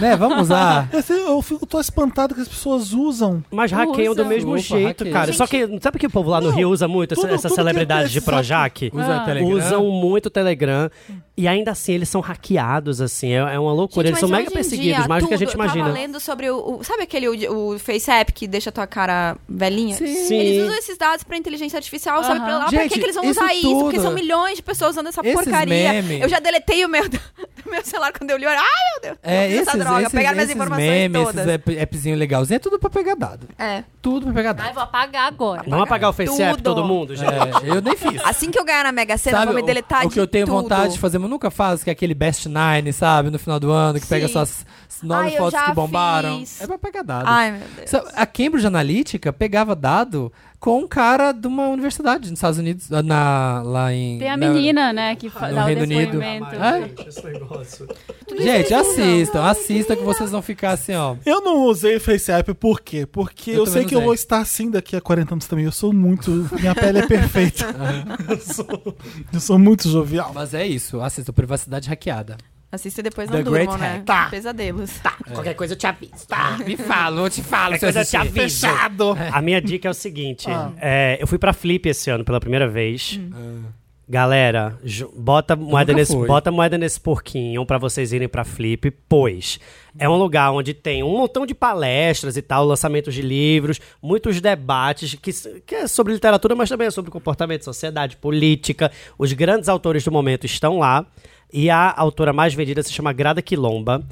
Speaker 2: Né? Vamos usar.
Speaker 1: Eu, sei- eu fico, tô espantado que as pessoas usam.
Speaker 4: Mas hackeiam do
Speaker 3: usa.
Speaker 4: mesmo
Speaker 2: Opa,
Speaker 4: jeito,
Speaker 2: hackeia.
Speaker 4: cara. Só que, sabe que o povo lá no
Speaker 1: Não,
Speaker 4: Rio usa muito essa-
Speaker 1: tudo-
Speaker 4: essa
Speaker 1: tudo que
Speaker 5: é
Speaker 4: celebridade de
Speaker 1: precisa-
Speaker 4: Projac?
Speaker 5: Ah.
Speaker 2: Usa o Telegram.
Speaker 4: Usam muito o Telegram. E ainda assim, eles são hackeados, assim. É, é uma loucura. eles
Speaker 5: Gente,
Speaker 4: são
Speaker 5: mas
Speaker 4: mega
Speaker 5: hoje em
Speaker 4: perseguidos,
Speaker 5: dia,
Speaker 4: mais do que a
Speaker 5: tudo- tá
Speaker 4: gente
Speaker 5: Eu
Speaker 4: imagina.
Speaker 5: tava lendo sobre o... o- sabe aquele o, o Face App que deixa a tua cara velhinha?
Speaker 4: Sim.
Speaker 5: Eles usam esses dados pra inteligência artificial, sabe? Pra, lá, pra
Speaker 2: Gente,
Speaker 5: que, que eles vão
Speaker 2: isso
Speaker 5: usar isso? Porque
Speaker 2: tudo-
Speaker 5: são milhões de pessoas usando essa
Speaker 2: Esses
Speaker 5: porcaria.
Speaker 2: memes.
Speaker 5: Eu já deletei o meu, do meu celular quando eu li. eu olhei, Ai, meu Deus.
Speaker 2: É,
Speaker 5: eu fiz
Speaker 2: esses,
Speaker 5: essa droga.
Speaker 2: esses,
Speaker 5: Pegaram minhas
Speaker 2: esses
Speaker 5: informações
Speaker 2: memes,
Speaker 5: todas.
Speaker 2: esses app- appzinho legalzinho, é tudo pra pegar dado.
Speaker 5: É.
Speaker 2: Tudo pra pegar
Speaker 9: Ai,
Speaker 2: dado.
Speaker 9: vou apagar agora.
Speaker 4: Vamos apagar o FaceApp,
Speaker 5: Tudo.
Speaker 4: todo mundo, gente.
Speaker 2: É, eu nem fiz.
Speaker 5: Assim que eu ganhar na Mega Sena, eu
Speaker 2: Sabe,
Speaker 5: vou me deletar
Speaker 2: o, o que eu
Speaker 5: de
Speaker 2: tenho
Speaker 5: tudo.
Speaker 2: vontade de fazer, mas nunca faço, que é aquele Best Nine, sabe? No final do ano, que pega
Speaker 5: Sim.
Speaker 2: suas nove
Speaker 5: Ai, eu
Speaker 2: fotos
Speaker 5: já
Speaker 2: que bombaram.
Speaker 5: fiz. Ah,
Speaker 2: É pra pegar dado.
Speaker 5: Ai, meu Deus.
Speaker 2: Sabe, A Cambridge Analytica pegava dado com um cara de uma universidade nos Estados Unidos, ah, na, lá em.
Speaker 3: Tem a
Speaker 2: na-
Speaker 3: menina, né, que fa-
Speaker 2: No
Speaker 3: dá o
Speaker 2: Reino Unido.
Speaker 3: depoimento.
Speaker 2: Ah, Gente, assistam, assistam que vocês vão ficar assim, ó.
Speaker 1: Eu não usei FaceApp por quê? Porque
Speaker 2: Eu
Speaker 1: eu,
Speaker 2: também
Speaker 1: sei
Speaker 2: não
Speaker 1: que eu
Speaker 2: usei.
Speaker 1: vou estar assim daqui a 40 anos também. Eu sou muito. Minha pele é perfeita. eu, sou, eu sou muito jovial.
Speaker 2: Mas é isso, assistam Privacidade Hackeada.
Speaker 5: Assista e depois
Speaker 2: The
Speaker 5: não durmam,
Speaker 2: Great
Speaker 5: né?
Speaker 2: Hack. Tá.
Speaker 4: É
Speaker 5: Pesadelos.
Speaker 4: Qualquer coisa eu te aviso, tá?
Speaker 2: Me fala, eu te falo,
Speaker 4: Qualquer É coisa eu te aviso.
Speaker 1: Fechado!
Speaker 4: A minha dica é o seguinte:
Speaker 1: Ah.
Speaker 4: é, eu fui pra Flip esse ano pela primeira vez.
Speaker 5: Hum.
Speaker 4: Galera, ju- bota moeda, nesse,
Speaker 2: fui.
Speaker 4: bota moeda nesse porquinho pra vocês irem pra Flip, pois é um lugar onde tem um montão de palestras e tal, lançamentos de livros, muitos debates que, s- que é sobre literatura, mas também é sobre comportamento, sociedade, política. Os grandes autores do momento estão lá e a autora mais vendida se chama Grada Quilomba,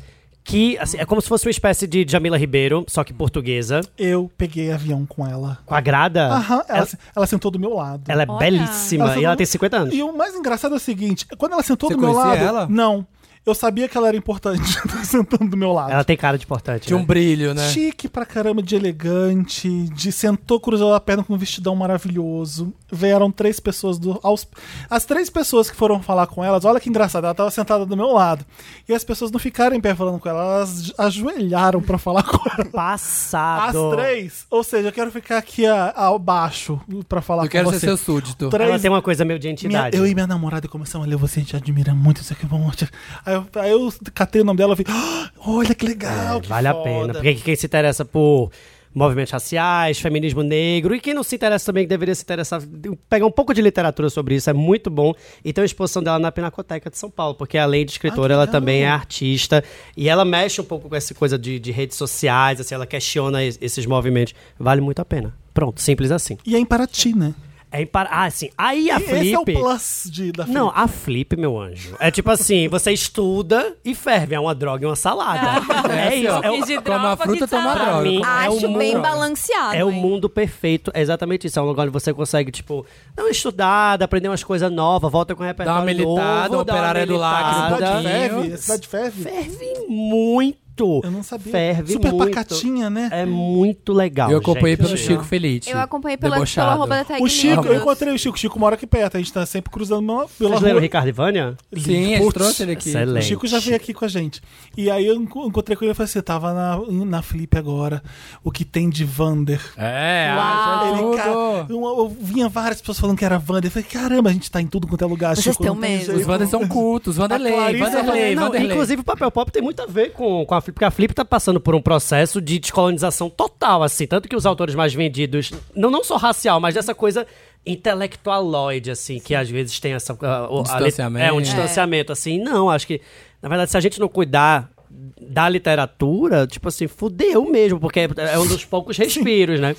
Speaker 4: que assim, é como se fosse uma espécie de Jamila Ribeiro, só que portuguesa.
Speaker 1: Eu peguei avião com ela.
Speaker 4: Com a Grada,
Speaker 1: Aham, ela,
Speaker 4: ela,
Speaker 1: se- ela sentou do meu lado.
Speaker 4: ela é belíssima
Speaker 1: Ela
Speaker 4: e ela
Speaker 1: falou-
Speaker 4: tem 50 anos.
Speaker 1: E o mais engraçado é o seguinte: quando ela sentou
Speaker 2: Você
Speaker 1: do meu
Speaker 2: conhecia
Speaker 1: lado.
Speaker 2: ela?
Speaker 1: Não. Eu sabia que ela era importante sentando do meu lado.
Speaker 4: Ela tá- tem cara de importante.
Speaker 2: De um
Speaker 4: né?
Speaker 2: brilho, né?
Speaker 1: Chique pra caramba, de elegante, de sentou, cruzou a perna com um vestidão maravilhoso. Vieram três pessoas do. aos- as três pessoas que foram falar com elas, olha que engraçado, ela tava sentada do meu lado. E as pessoas não ficaram em pé falando com ela, elas ajoelharam pra falar com ela. As
Speaker 4: Passado.
Speaker 1: três. Ou seja, eu quero ficar aqui a- abaixo pra falar
Speaker 2: Eu
Speaker 1: com
Speaker 2: quero
Speaker 1: você.
Speaker 2: ser seu súdito.
Speaker 1: Três
Speaker 4: Ela tem uma coisa meio de
Speaker 1: minha-
Speaker 4: entidade.
Speaker 1: eu e minha namorada começamos a ler você, a gente admira muito isso aqui. Vamos... Aí, eu, aí eu catei o nome dela e falei: "Ah, olha que legal. que
Speaker 4: É, vale a
Speaker 1: foda."
Speaker 4: pena. Porque quem se interessa por movimentos raciais, feminismo negro, e quem não se interessa também, que deveria se interessar, pegar um pouco de literatura sobre isso, é muito bom. E tem uma exposição dela na Pinacoteca de São Paulo, porque além de
Speaker 1: Ah,
Speaker 4: escritora, ela também é artista, e ela mexe um pouco com essa coisa de, de redes sociais, assim, ela questiona es- esses movimentos. Vale muito a pena. Pronto, simples assim.
Speaker 1: E é em Paraty, né?
Speaker 4: É impar... Ah, assim, aí a
Speaker 1: E
Speaker 4: Flip...
Speaker 1: Esse é o plus de, da
Speaker 4: Não,
Speaker 1: Flip.
Speaker 4: a flip, meu anjo. É tipo assim, você estuda e ferve. É uma droga e uma salada. é
Speaker 2: assim,
Speaker 4: isso.
Speaker 2: ó,
Speaker 4: É o,
Speaker 3: de
Speaker 2: Toma
Speaker 3: droga,
Speaker 2: fruta,
Speaker 3: que
Speaker 2: toma
Speaker 3: salada.
Speaker 2: droga.
Speaker 4: mim,
Speaker 2: É
Speaker 5: Acho
Speaker 2: o mundo-
Speaker 5: bem balanceado.
Speaker 4: um é o
Speaker 5: hein?
Speaker 4: mundo perfeito. É exatamente isso. É um lugar onde você consegue, tipo, dar uma estudada, aprender umas coisas novas, volta com o repertório
Speaker 2: uma militada,
Speaker 4: novo, dá uma
Speaker 2: operária do lacre,
Speaker 4: militada.
Speaker 1: cidade
Speaker 2: Tadinho.
Speaker 1: ferve, a cidade ferve.
Speaker 4: Ferve muito.
Speaker 1: Eu não sabia.
Speaker 4: Ferve
Speaker 1: Super
Speaker 4: muito.
Speaker 1: pacatinha, né?
Speaker 4: É muito legal,
Speaker 2: Eu acompanhei
Speaker 4: gente.
Speaker 2: pelo Chico Feliz.
Speaker 5: Eu acompanhei pela, pelo
Speaker 2: Debochado.
Speaker 5: arroba da Tag
Speaker 1: O Chico,
Speaker 5: Livros.
Speaker 1: eu encontrei o Chico. O Chico mora aqui perto. A gente tá sempre cruzando uma- pela
Speaker 4: Vocês leram
Speaker 1: rua.
Speaker 4: o Ricardo Ivânia?
Speaker 2: Sim,
Speaker 1: Putz,
Speaker 2: ele trouxe ele aqui.
Speaker 1: O
Speaker 4: Excelente.
Speaker 1: Chico já veio aqui com a gente. E aí eu enco- encontrei com ele e falei assim: tava na, na Flip agora. O que tem de Vander?
Speaker 2: É, acha
Speaker 1: Ele,
Speaker 2: tudo.
Speaker 1: cara, eu, eu vinha várias pessoas falando que era Vander. Eu falei: caramba, a gente tá em tudo quanto é lugar.
Speaker 5: Vocês
Speaker 1: Chico, não
Speaker 5: têm
Speaker 1: tem
Speaker 5: medo.
Speaker 1: jeito.
Speaker 2: Os Wanders são cultos,
Speaker 1: A
Speaker 2: Wanderlei,
Speaker 1: Clarice
Speaker 2: Wanderlei,
Speaker 4: é Não,
Speaker 2: Wanderlei.
Speaker 4: inclusive o papel pop tem muito a ver com, com a Flip, porque a Flip tá passando por um processo de descolonização total, assim. Tanto que os autores mais vendidos, não, não só racial, mas dessa coisa intelectualoide, assim, que às vezes tem essa. a- o- a-
Speaker 2: Distanciamento.
Speaker 4: é, um distanciamento, assim. Não, acho que, na verdade, se a gente não cuidar da literatura, tipo assim, fudeu mesmo, porque é, é um dos poucos respiros, né?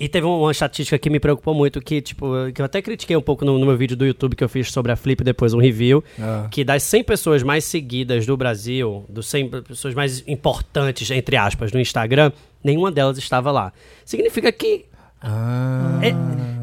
Speaker 4: E teve um, uma estatística que me preocupou muito, que, tipo, que eu até critiquei um pouco no, no meu vídeo do YouTube que eu fiz sobre a Flip, depois um review,
Speaker 2: Ah.
Speaker 4: que das 100 pessoas mais seguidas do Brasil, dos 100 pessoas mais importantes, entre aspas, no Instagram, nenhuma delas estava lá. Significa que...
Speaker 2: Ah.
Speaker 4: é-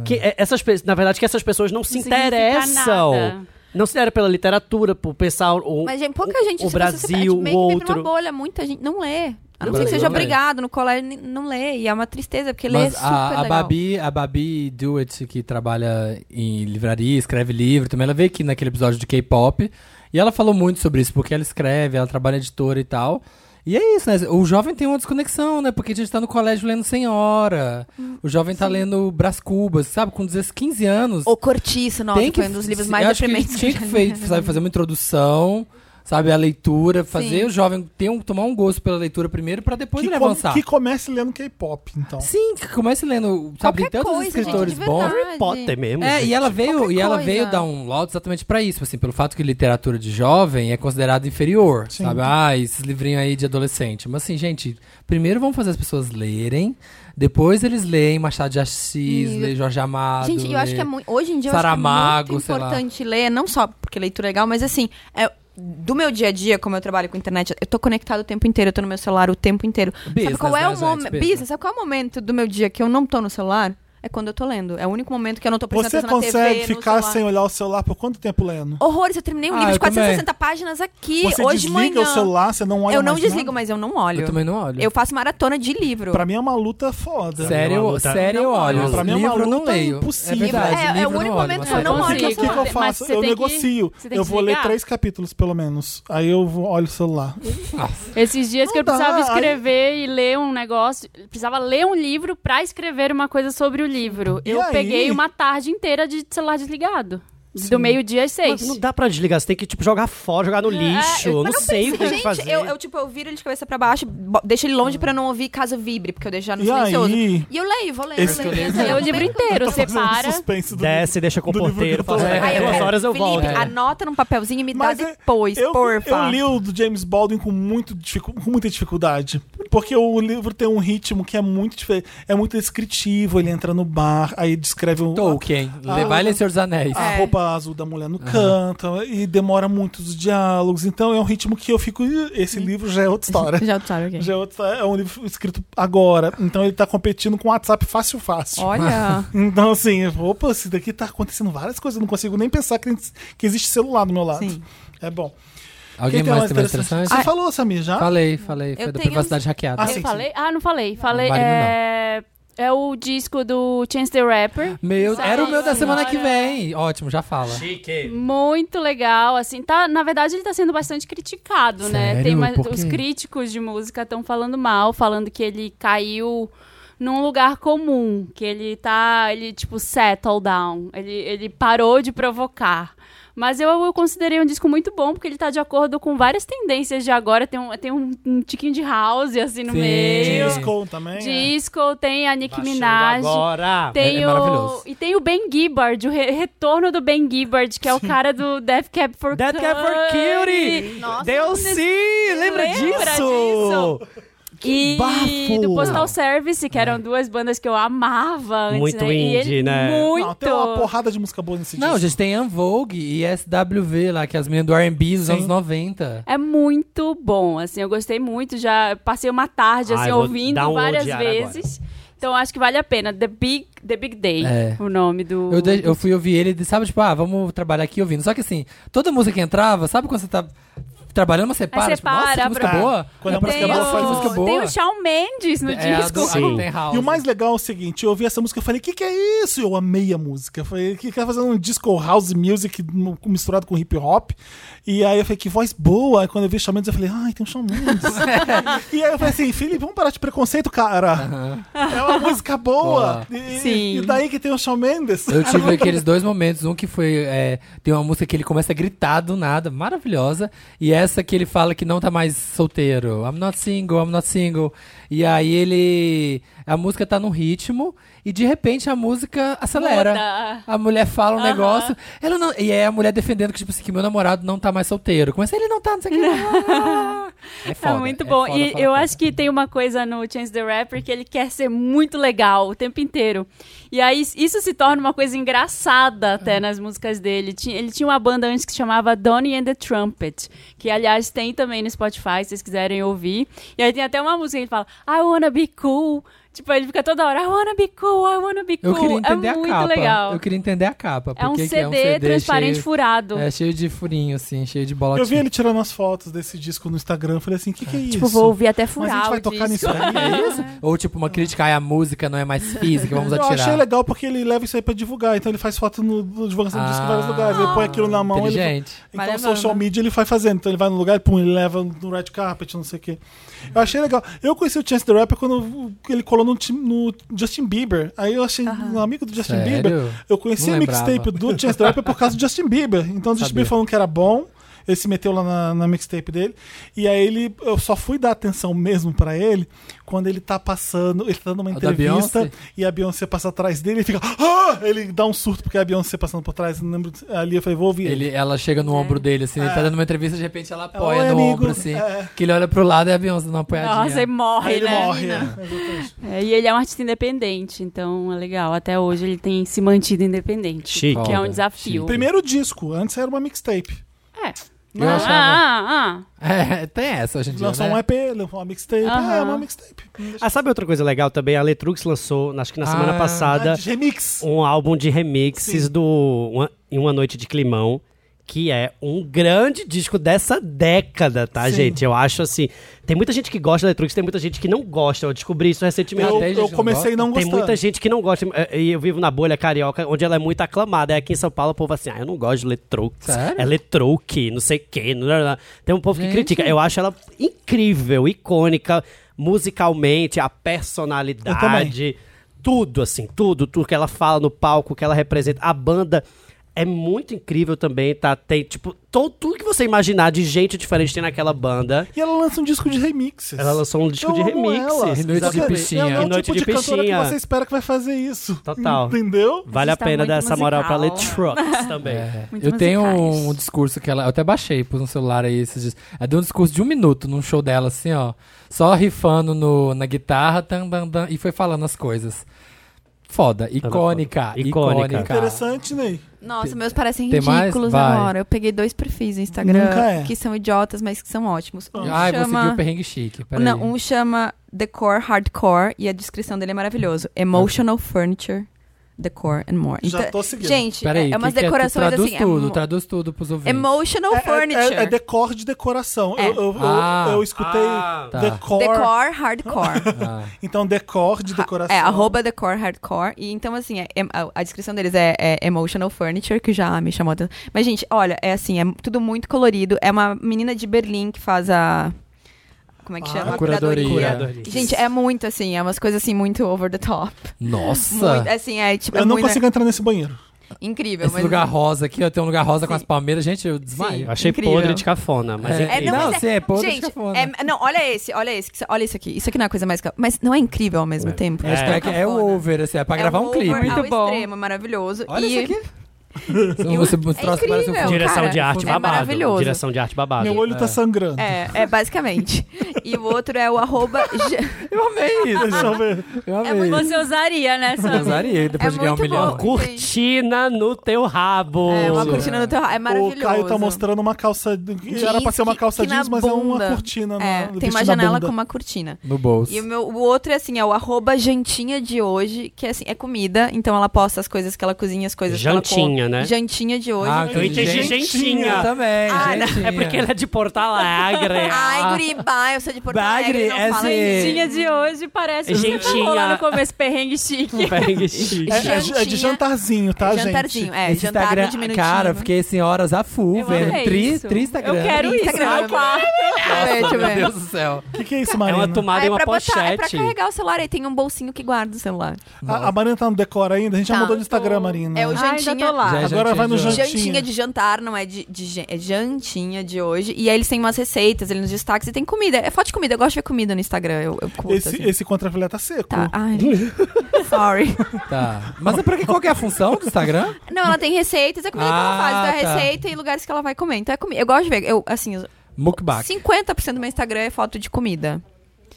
Speaker 4: que é- essas, pe- na verdade, que essas pessoas não se
Speaker 3: significa
Speaker 4: interessam.
Speaker 3: nada.
Speaker 4: Não se interessam pela literatura, por pensar o,
Speaker 5: Mas gente, pouca gente
Speaker 4: o
Speaker 5: isso, você- a gente
Speaker 4: Brasil, o
Speaker 5: meio que vive numa
Speaker 4: outro.
Speaker 5: bolha, muita gente não lê. A não ser que
Speaker 2: Brasil não
Speaker 5: seja
Speaker 2: lê.
Speaker 5: obrigado no colégio, nem- não lê. E é uma tristeza, porque ler é
Speaker 2: Mas
Speaker 5: super
Speaker 2: a, a
Speaker 5: legal.
Speaker 2: Babi, a Babi Dewitt, que trabalha em livraria, escreve livro também, ela veio aqui naquele episódio de K-pop. E ela falou muito sobre isso, porque ela escreve, ela trabalha editora e tal. E é isso, né? O jovem tem uma desconexão, né? Porque a gente tá no colégio lendo Senhora. o jovem tá lendo Brás Cubas, sabe? Com 16, 15 anos.
Speaker 5: O Cortiço, nossa,
Speaker 2: tem que,
Speaker 5: foi um dos livros
Speaker 2: se-
Speaker 5: mais
Speaker 2: eu acho que
Speaker 5: deprimentes.
Speaker 2: tinha
Speaker 5: eu
Speaker 2: que
Speaker 5: já
Speaker 2: fe-
Speaker 5: li.
Speaker 2: sabe, fazer uma introdução, sabe? A leitura, fazer o jovem ter um, tomar um gosto pela leitura primeiro, pra depois
Speaker 1: Que,
Speaker 2: ele
Speaker 1: com-
Speaker 2: avançar.
Speaker 1: que comece lendo K-pop, então.
Speaker 2: Sim, que comece lendo, sabe, tem
Speaker 6: Qualquer
Speaker 2: tantos
Speaker 6: coisa,
Speaker 2: escritores
Speaker 6: gente, de
Speaker 2: bons.
Speaker 6: verdade.
Speaker 4: Potter mesmo.
Speaker 1: um
Speaker 2: É, e ela veio,
Speaker 6: qualquer
Speaker 2: e ela
Speaker 6: coisa.
Speaker 2: veio dar um laudo exatamente pra isso, assim, pelo fato que literatura de jovem é considerada inferior,
Speaker 1: Sim.
Speaker 2: sabe? Ah, esses livrinhos aí de adolescente. Mas assim, gente, primeiro vamos fazer as pessoas lerem, depois eles leem Machado de Assis,
Speaker 6: E-
Speaker 2: lê Jorge Amado.
Speaker 6: Gente, eu acho
Speaker 2: lê-
Speaker 6: que é muito. Hoje em dia
Speaker 2: Saramago,
Speaker 6: eu acho que
Speaker 2: sei
Speaker 6: é
Speaker 2: lá.
Speaker 6: muito importante ler, não só porque leitura é legal, mas assim, é, do meu dia a dia, como eu trabalho com internet, eu tô conectado o tempo inteiro, eu tô no meu celular o tempo inteiro.
Speaker 2: Business,
Speaker 6: sabe qual é
Speaker 2: né,
Speaker 6: o
Speaker 2: gente?
Speaker 6: momento.
Speaker 2: Business.
Speaker 6: sabe qual é o momento do meu dia que eu não tô no celular? É quando eu tô lendo. É o único momento que eu não tô prestando
Speaker 1: Você
Speaker 6: atenção na TV,
Speaker 1: consegue
Speaker 6: no
Speaker 1: ficar
Speaker 6: celular.
Speaker 1: sem olhar o celular por quanto tempo lendo?
Speaker 6: Horrores, eu terminei um
Speaker 2: Ah,
Speaker 6: livro de
Speaker 2: eu também.
Speaker 6: 460 páginas aqui,
Speaker 1: Você
Speaker 6: hoje de
Speaker 1: desliga
Speaker 6: manhã.
Speaker 1: o celular, você não olha
Speaker 6: eu não
Speaker 1: mais
Speaker 6: desligo,
Speaker 1: nada?
Speaker 6: mas eu não olho.
Speaker 2: Eu também não olho.
Speaker 6: Eu faço maratona de livro.
Speaker 1: Pra mim é uma luta foda.
Speaker 2: Sério,
Speaker 4: Não, não tá-
Speaker 2: sério, eu
Speaker 1: não,
Speaker 2: olho.
Speaker 1: pra mim é uma
Speaker 2: livro eu não
Speaker 1: luta
Speaker 2: leio.
Speaker 1: impossível.
Speaker 2: É verdade,
Speaker 6: É, é o
Speaker 2: livro eu
Speaker 6: único
Speaker 2: não olho,
Speaker 6: momento
Speaker 2: mas
Speaker 6: que eu
Speaker 2: sério.
Speaker 6: não olho.
Speaker 1: O que, que eu
Speaker 3: Mas
Speaker 1: faço?
Speaker 3: você
Speaker 1: Eu
Speaker 3: tem que-
Speaker 1: negocio.
Speaker 3: você tem que
Speaker 1: Eu vou ler
Speaker 3: desligar.
Speaker 1: três capítulos, pelo menos. Aí eu vou- olho o celular.
Speaker 3: Esses dias
Speaker 1: Não
Speaker 3: que eu
Speaker 1: dá,
Speaker 3: precisava escrever e ler um negócio, precisava ler um livro pra escrever uma coisa sobre o livro.
Speaker 1: E
Speaker 3: eu
Speaker 1: aí?
Speaker 3: peguei uma tarde inteira de celular desligado. Do meio-dia às
Speaker 4: Mas
Speaker 3: seis.
Speaker 4: não dá pra desligar, você tem que tipo, jogar fora, jogar no
Speaker 6: É,
Speaker 4: lixo. Tipo, eu não, sei o que
Speaker 6: Gente,
Speaker 4: fazer.
Speaker 6: Eu, eu, tipo, eu viro ele de cabeça pra baixo, bo- deixo ele
Speaker 4: Ah.
Speaker 6: longe pra não ouvir caso vibre, porque eu deixo já no
Speaker 1: E
Speaker 6: silencioso.
Speaker 1: aí?
Speaker 6: E eu leio, vou lendo.
Speaker 1: Esse-
Speaker 6: lendo,
Speaker 2: Eu
Speaker 6: lendo,
Speaker 3: Lê o
Speaker 6: lendo.
Speaker 3: livro
Speaker 1: Tá
Speaker 3: inteiro, separa.
Speaker 1: Fazendo um suspense do
Speaker 4: Desce, deixa com o
Speaker 1: do livro
Speaker 4: porteiro,
Speaker 1: que eu tô
Speaker 4: fala,
Speaker 1: lendo.
Speaker 4: "Daqui a
Speaker 6: Aí eu
Speaker 4: duas
Speaker 6: quero,
Speaker 4: horas eu
Speaker 6: Felipe,
Speaker 4: volto.
Speaker 2: É.
Speaker 6: anota num papelzinho e me
Speaker 1: Mas
Speaker 6: dá
Speaker 1: eu-
Speaker 6: depois,
Speaker 1: eu,
Speaker 6: porfa.
Speaker 1: eu li o do James Baldwin com, muito dificu- com muita dificuldade. Porque o livro tem um ritmo que é muito diferente. É muito descritivo. Ele entra no bar, aí descreve o,
Speaker 2: Tolkien, Ah,
Speaker 1: Ah,
Speaker 2: Lê- vai ler Senhor dos Anéis.
Speaker 1: a roupa azul da mulher no canto. E demora muito os diálogos. Então é um ritmo que eu fico. "Ih, Esse livro já é outra história.
Speaker 6: Já sabe o quê?
Speaker 1: já é, outra, história, é um livro escrito agora. Então ele tá competindo com o WhatsApp fácil, fácil.
Speaker 6: Olha.
Speaker 1: Então, assim, eu falo, opa, isso daqui tá acontecendo várias coisas, eu não consigo nem pensar que, que existe celular do meu lado.
Speaker 6: Sim.
Speaker 1: É bom.
Speaker 2: Alguém
Speaker 1: Quem tem
Speaker 2: mais tem mais então, interessante? Ah,
Speaker 1: Você falou, Samir, já?
Speaker 2: Falei, falei. Foi
Speaker 6: Eu
Speaker 2: da
Speaker 6: tenho-
Speaker 2: privacidade hackeada.
Speaker 1: Ah,
Speaker 3: Eu
Speaker 1: sim,
Speaker 3: falei? Ah, não falei. Falei.
Speaker 2: Não vale, não.
Speaker 3: é... é o disco do Chance the Rapper.
Speaker 2: Meu,
Speaker 3: Nossa
Speaker 2: era o meu da semana que
Speaker 3: Senhora.
Speaker 2: vem. Ótimo, já fala.
Speaker 4: É.
Speaker 3: Muito legal, assim, tá, na verdade ele tá sendo bastante criticado, né?
Speaker 2: Sério?
Speaker 3: Tem uma-
Speaker 2: Por quê?
Speaker 3: os críticos de música estão falando mal, falando que ele caiu num lugar comum, que ele tá, ele tipo settle down, ele, ele parou de provocar. Mas eu, eu considerei um disco muito bom, porque ele tá de acordo com várias tendências de agora, tem um, tem um, um tiquinho de house, assim, no
Speaker 2: Sim.
Speaker 3: meio.
Speaker 2: Disco.
Speaker 1: Disco também. é.
Speaker 3: Disco, tem a
Speaker 6: Tá
Speaker 3: Nicki
Speaker 4: Baixando
Speaker 3: Minaj.
Speaker 4: Agora!
Speaker 2: É-
Speaker 3: Tem
Speaker 2: é
Speaker 3: o,
Speaker 2: maravilhoso.
Speaker 3: e tem o Ben Gibbard, o re- retorno do Ben Gibbard, que é o cara do Death Cab for
Speaker 4: Death Cab for Cutie! Deu sim! Lembra,
Speaker 3: Lembra
Speaker 4: disso?
Speaker 3: E
Speaker 4: bafo!
Speaker 3: do Postal Service, que eram duas bandas que eu amava antes,
Speaker 4: Muito
Speaker 3: né? E
Speaker 4: indie,
Speaker 3: ele-
Speaker 4: né?
Speaker 1: Não,
Speaker 3: Muito!
Speaker 1: tem uma porrada de música boa nesse
Speaker 2: Não,
Speaker 1: disco.
Speaker 2: gente, tem Unvogue e SWV lá, que é as meninas do R&B dos
Speaker 1: Sim.
Speaker 2: anos 90.
Speaker 3: É muito bom, assim, eu gostei muito, já passei uma tarde,
Speaker 4: Ah,
Speaker 3: assim,
Speaker 4: eu vou
Speaker 3: ouvindo
Speaker 4: downloadar
Speaker 3: várias
Speaker 4: agora.
Speaker 3: vezes. Então acho que vale a pena. The Big, The Big Day,
Speaker 2: É.
Speaker 3: o nome do...
Speaker 2: Eu, dei- eu fui ouvir ele, de- sabe, tipo, ah, vamos trabalhar aqui ouvindo. Só que assim, toda música que entrava, sabe quando você tá trabalhando, mas você para, tipo,
Speaker 3: separa,
Speaker 2: nossa, que música
Speaker 1: pra-
Speaker 2: boa.
Speaker 1: Quando a
Speaker 2: Nossa,
Speaker 1: música
Speaker 2: que
Speaker 1: boa, faz
Speaker 2: música boa.
Speaker 3: Tem o Shawn Mendes no
Speaker 2: É, a
Speaker 3: disco.
Speaker 2: do-
Speaker 4: Sim.
Speaker 2: tem house.
Speaker 1: E o mais legal é o seguinte, eu ouvi essa música e falei, o que, que é isso? Eu amei a música. Eu falei, que que tá fazendo um disco house music mu- misturado com hip hop? E aí eu falei, que voz boa. Aí quando eu vi o Shawn Mendes, eu falei, ai, tem um Shawn Mendes. e aí eu falei assim, Felipe, vamos parar de preconceito, cara. É uma música boa. E,
Speaker 6: Sim.
Speaker 1: e daí que tem o Shawn Mendes.
Speaker 2: Eu tive aqueles dois momentos. Um que foi. é, tem uma música que ele começa a gritar do nada, maravilhosa. E essa que ele fala que não tá mais solteiro. I'm not single, I'm not single. E aí ele. A música tá num ritmo e de repente a música acelera.
Speaker 3: Muda.
Speaker 2: A mulher fala um negócio. Ela não, e aí a mulher defendendo que, tipo assim, que meu namorado não tá mais solteiro. Começa ele não tá, não sei o que. É foda.
Speaker 3: é muito
Speaker 2: é
Speaker 3: bom.
Speaker 2: foda,
Speaker 3: e
Speaker 2: foda,
Speaker 3: eu
Speaker 2: foda.
Speaker 3: acho que tem uma coisa no Chance the Rapper que ele quer ser muito legal o tempo inteiro. E aí isso se torna uma coisa engraçada
Speaker 2: Uhum.
Speaker 3: até nas músicas dele. Ti- Ele tinha uma banda antes que chamava Donnie and the Trumpet, que aliás tem também no Spotify, se vocês quiserem ouvir. E aí tem até uma música que ele fala: I wanna be cool. Tipo, ele fica toda hora, I wanna be cool, I wanna be cool.
Speaker 2: Eu queria entender
Speaker 3: é
Speaker 2: a
Speaker 3: muito
Speaker 2: capa.
Speaker 3: legal.
Speaker 2: Eu queria entender a capa.
Speaker 3: É um,
Speaker 2: porque
Speaker 3: CD
Speaker 2: que é um CD
Speaker 3: transparente
Speaker 2: cheio,
Speaker 3: furado.
Speaker 2: É cheio de furinho, assim, cheio de bola
Speaker 1: Eu vi
Speaker 2: de-
Speaker 1: ele tirando as fotos desse disco no Instagram. eu Falei assim: o que, que é isso?
Speaker 3: Tipo, vou ouvir até
Speaker 1: Mas
Speaker 3: furar
Speaker 1: a gente vai
Speaker 3: o
Speaker 1: tocar nisso
Speaker 3: disco.
Speaker 1: aí? É isso?
Speaker 2: Ou tipo, uma crítica, ai, a música não é mais física, vamos
Speaker 1: Eu achei
Speaker 2: atirar.
Speaker 1: legal porque ele leva isso aí pra divulgar. Então ele faz foto no, no divulgação do disco em vários
Speaker 2: Ah,
Speaker 1: lugares. Ele põe aquilo na mão. Ele,
Speaker 2: Inteligente.
Speaker 1: então
Speaker 5: Vai
Speaker 1: o social
Speaker 5: levando.
Speaker 1: media ele vai fazendo. Então ele vai no lugar, pum, ele leva no red carpet, não sei o quê. Eu achei legal. Eu conheci o Chance the Rapper quando ele colou no, ti- no Justin Bieber. Aí eu achei um amigo do Justin
Speaker 2: Sério?
Speaker 1: Bieber. Eu conheci
Speaker 2: Não
Speaker 1: a
Speaker 2: lembrava.
Speaker 1: mixtape do Chance the Rapper por causa do Justin Bieber. Então o Justin
Speaker 2: Sabia.
Speaker 1: Bieber falou que era bom. Ele se meteu lá na, na mixtape dele. E aí ele eu só fui dar atenção mesmo pra ele quando ele tá passando, ele tá dando uma
Speaker 2: O da Beyoncé?
Speaker 1: entrevista e a Beyoncé passa atrás dele, ele fica. "Ah!" Ele dá um surto porque a Beyoncé passando por trás. eu lembro- ali eu falei, vou ouvir
Speaker 2: Ele, ela chega no ombro dele, assim, ele tá dando uma entrevista, de repente ela apoia
Speaker 1: é. Oi,
Speaker 2: no
Speaker 1: amigo.
Speaker 2: ombro, assim.
Speaker 1: É.
Speaker 2: Que ele olha pro lado e a Beyoncé dá uma apoiadinha.
Speaker 3: Nossa, ele morre,
Speaker 1: Aí ele
Speaker 3: né?
Speaker 1: morre. é.
Speaker 3: É, e ele é um artista independente, então é legal. Até hoje ele tem se mantido independente.
Speaker 4: Chique.
Speaker 3: Que é um
Speaker 2: Foda,
Speaker 3: desafio.
Speaker 1: Primeiro disco, antes era uma mixtape.
Speaker 3: É.
Speaker 2: Eu
Speaker 3: ah,
Speaker 2: achava-
Speaker 3: ah, ah.
Speaker 2: É, tem essa hoje em dia,
Speaker 1: Lançou
Speaker 2: né?
Speaker 1: um EP, lançou uma mixtape.
Speaker 3: Aham.
Speaker 1: É, uma mixtape.
Speaker 4: Ah, sabe outra coisa legal também? A Letrux lançou, acho que na semana
Speaker 2: Ah,
Speaker 4: passada,
Speaker 1: Ah, de remix.
Speaker 4: um álbum de remixes do uma, Em Uma Noite de Climão, que é um grande disco dessa década, tá,
Speaker 1: Sim.
Speaker 4: gente? Eu acho assim. Tem muita gente que gosta da Letrux, tem muita gente que não gosta. Eu descobri isso recentemente.
Speaker 1: Eu,
Speaker 2: Até gente
Speaker 1: eu
Speaker 2: não
Speaker 1: comecei
Speaker 2: gosta.
Speaker 1: não
Speaker 4: Tem
Speaker 1: gostando.
Speaker 4: muita gente que não gosta. É, E eu vivo na bolha carioca, onde ela é muito aclamada. É aqui em São Paulo, o povo assim, ah, eu não gosto de Letrux.
Speaker 2: Sério?
Speaker 4: É Letrux, não sei o quê. não, não, não. Tem um povo
Speaker 2: Gente.
Speaker 4: que critica. Eu acho ela incrível, icônica, musicalmente, a personalidade. Tudo, assim, tudo. Tudo que ela fala no palco, que ela representa. A banda é muito incrível também, tá? Tem, tipo, to- tudo que você imaginar de gente diferente tem naquela banda.
Speaker 1: E ela lança um disco de remixes.
Speaker 4: Ela lançou um disco
Speaker 1: Eu
Speaker 4: de
Speaker 1: amo ela.
Speaker 4: remixes.
Speaker 2: E Noite de
Speaker 1: Sabe?
Speaker 2: Pichinha.
Speaker 1: Ela é
Speaker 4: E
Speaker 1: o
Speaker 4: Noite
Speaker 1: tipo de
Speaker 4: de
Speaker 1: cantora que
Speaker 4: Pichinha.
Speaker 1: você espera que vai fazer isso.
Speaker 4: Total.
Speaker 1: Entendeu?
Speaker 4: Vale a
Speaker 3: Está
Speaker 4: pena
Speaker 5: é
Speaker 3: muito
Speaker 4: dar essa moral pra
Speaker 3: musical.
Speaker 4: Letrux também.
Speaker 1: É.
Speaker 3: Muito
Speaker 2: É. Eu tenho
Speaker 3: musicais.
Speaker 2: um discurso que ela. Eu até baixei, pus no celular aí esses dias. Ela deu um discurso de um minuto num show dela, assim, ó. Só rifando no, na guitarra, tam, tam, tam, e foi falando as coisas. É Foda. Icônica.
Speaker 4: foda.
Speaker 2: Icônica.
Speaker 4: Icônica.
Speaker 1: Interessante, Ney.
Speaker 5: Nossa, meus parecem
Speaker 2: Tem mais?
Speaker 5: ridículos
Speaker 2: Vai.
Speaker 5: agora. Eu peguei dois perfis no Instagram
Speaker 1: Nunca é.
Speaker 5: que são idiotas, mas que são ótimos. Um
Speaker 2: Ai, vou seguir o
Speaker 5: chama...
Speaker 2: perrengue chique. Peraí.
Speaker 5: Não, um chama Decor Hardcore e a descrição dele é maravilhoso. Emotional Furniture, Decor and More.
Speaker 1: Já
Speaker 5: Então-
Speaker 1: tô seguindo.
Speaker 5: Gente,
Speaker 2: Peraí,
Speaker 5: é umas
Speaker 2: que que
Speaker 5: decorações
Speaker 2: é? Tu Traduz
Speaker 5: assim.
Speaker 2: tudo,
Speaker 5: emo-
Speaker 2: traduz tudo pros ouvintes.
Speaker 5: Emotional
Speaker 1: É,
Speaker 5: um Furniture.
Speaker 1: é- é decor de decoração.
Speaker 5: É.
Speaker 1: Eu, eu- eu-
Speaker 2: Ah.
Speaker 1: eu escutei
Speaker 4: Ah.
Speaker 2: Tá.
Speaker 1: decor.
Speaker 5: Decor Hardcore.
Speaker 2: Ah,
Speaker 1: Então, decor de
Speaker 5: Ha-
Speaker 1: decoração.
Speaker 5: É, arroba decor hardcore. E então, assim, é- é- a, a descrição deles é, é emotional furniture, que já me chamou a atenção. Mas, gente, olha, é assim, é tudo muito colorido. É uma menina de Berlim que faz a. Como é que
Speaker 1: Ah,
Speaker 5: chama?
Speaker 2: a curadoria.
Speaker 4: Curadoria.
Speaker 5: Gente, é muito assim, é umas coisas assim, muito over the top.
Speaker 2: Nossa!
Speaker 5: Muito, assim, é tipo, é
Speaker 1: Eu não
Speaker 5: muito
Speaker 1: consigo entrar nesse banheiro.
Speaker 5: incrível.
Speaker 2: Esse
Speaker 5: mas-
Speaker 2: lugar rosa aqui, ó, tem um lugar rosa com
Speaker 5: Sim.
Speaker 2: as palmeiras. Gente, eu desmaio.
Speaker 4: Eu achei
Speaker 5: é Incrível.
Speaker 4: podre de cafona, mas
Speaker 2: É.
Speaker 5: É,
Speaker 4: incrível.
Speaker 5: não, mas
Speaker 2: Não, sim, é podre de
Speaker 5: gente,
Speaker 2: cafona.
Speaker 5: é- não, olha esse, olha esse, que- olha isso aqui. Isso aqui não é coisa mais. ca- Mas não é incrível ao mesmo tempo. Tá
Speaker 2: É, é, que é o over, assim, é pra gravar um
Speaker 5: over
Speaker 2: clipe.
Speaker 5: ao
Speaker 3: Muito bom.
Speaker 5: extremo, é maravilhoso.
Speaker 2: Olha
Speaker 5: e...
Speaker 2: isso aqui. Você
Speaker 5: É
Speaker 2: parece um
Speaker 5: incrível.
Speaker 2: filme.
Speaker 4: Direção
Speaker 5: cara,
Speaker 4: de arte
Speaker 5: é
Speaker 4: babado.
Speaker 5: maravilhoso.
Speaker 4: Direção de arte babado.
Speaker 1: Meu olho tá sangrando.
Speaker 5: É, é basicamente. E o outro é o arroba. G-
Speaker 2: Eu amei isso.
Speaker 1: Deixa eu ver.
Speaker 2: Eu amei.
Speaker 5: É muito
Speaker 3: Você usaria, né,
Speaker 2: Eu
Speaker 3: Sam?
Speaker 2: usaria depois
Speaker 5: É
Speaker 2: de ganhar um
Speaker 5: muito
Speaker 2: milhão.
Speaker 5: bom.
Speaker 4: Cortina no teu rabo.
Speaker 5: É uma cortina no teu ra- É
Speaker 1: O
Speaker 5: maravilhoso.
Speaker 1: Caio tá mostrando uma calça. era pra ser uma
Speaker 5: que-
Speaker 1: calça
Speaker 5: que na
Speaker 1: jeans, mas é uma
Speaker 5: bunda.
Speaker 1: cortina. na-
Speaker 5: É, tem
Speaker 1: vestida
Speaker 5: uma
Speaker 1: na
Speaker 5: janela
Speaker 1: bunda.
Speaker 5: com uma cortina.
Speaker 2: No bolso.
Speaker 5: E o, meu, o outro é assim, é o arroba jantinha de hoje, que é assim, é comida, então ela posta as coisas que ela cozinha, as coisas que
Speaker 4: Jantinha,
Speaker 5: ela come.
Speaker 4: né?
Speaker 5: Jantinha de hoje.
Speaker 2: Ah,
Speaker 1: Eu
Speaker 4: Eu entendi
Speaker 1: Gente-
Speaker 2: Eu
Speaker 4: gentinha.
Speaker 2: também,
Speaker 5: Ah, não.
Speaker 2: gentinha.
Speaker 4: É porque ele é de Porto Alegre. Ah,
Speaker 5: Ai, Guriba, eu sou de Porto
Speaker 2: Bagre,
Speaker 5: Alegre, não fala
Speaker 2: esse-
Speaker 5: isso.
Speaker 3: Tinha de hoje parece que tá você
Speaker 4: Gentinha.
Speaker 3: falou lá no começo perrengue chique.
Speaker 4: Perrengue chique.
Speaker 1: É, é- é de
Speaker 5: Jantinha.
Speaker 1: jantarzinho, tá, gente?
Speaker 5: Jantarzinho, é,
Speaker 2: Esse
Speaker 5: jantar
Speaker 2: Instagram,
Speaker 5: no diminutivo.
Speaker 2: cara, eu fiquei assim horas a full,
Speaker 3: Eu
Speaker 2: vendo.
Speaker 3: amei
Speaker 2: Tri,
Speaker 3: isso.
Speaker 2: tri Instagram.
Speaker 3: Eu quero isso,
Speaker 5: Instagram. é
Speaker 3: meu quarto.
Speaker 5: Deixa eu ver, deixa eu
Speaker 2: Meu
Speaker 5: ver.
Speaker 2: Deus do céu.
Speaker 1: O que, que é isso,
Speaker 4: É
Speaker 1: Marina?
Speaker 4: uma tomada
Speaker 5: Ah,
Speaker 4: e
Speaker 5: é
Speaker 4: uma
Speaker 5: pra botar, é pra
Speaker 4: pochete.
Speaker 5: carregar o celular, aí tem um bolsinho que guarda o celular.
Speaker 1: a, a Marina tá no decor ainda, a gente já
Speaker 5: Tá,
Speaker 1: mudou de
Speaker 5: eu
Speaker 1: Instagram, Marina.
Speaker 5: É o
Speaker 3: Ah, ainda
Speaker 5: jantinha.
Speaker 3: tô lá.
Speaker 2: Já é
Speaker 1: Agora vai no
Speaker 2: de hoje.
Speaker 1: jantinha.
Speaker 5: Jantinha de jantar, não é de, de jan- é jantinha de hoje. E aí eles têm umas receitas, eles nos destaques e tem comida. É foto de comida, eu gosto de ver comida no Instagram, eu, eu curto,
Speaker 1: Esse,
Speaker 5: assim.
Speaker 1: esse contrafilé tá seco.
Speaker 5: Tá, ai, sorry.
Speaker 2: Tá. Mas é pra que, qual que é a função do Instagram?
Speaker 5: Não, ela tem receitas, é comida
Speaker 2: Ah,
Speaker 5: que ela faz,
Speaker 2: tá.
Speaker 5: então é receita e lugares que ela vai comer. Então é comida. Eu gosto de ver, eu, assim, os-
Speaker 2: Mukbang.
Speaker 5: 50% do meu Instagram é foto de comida.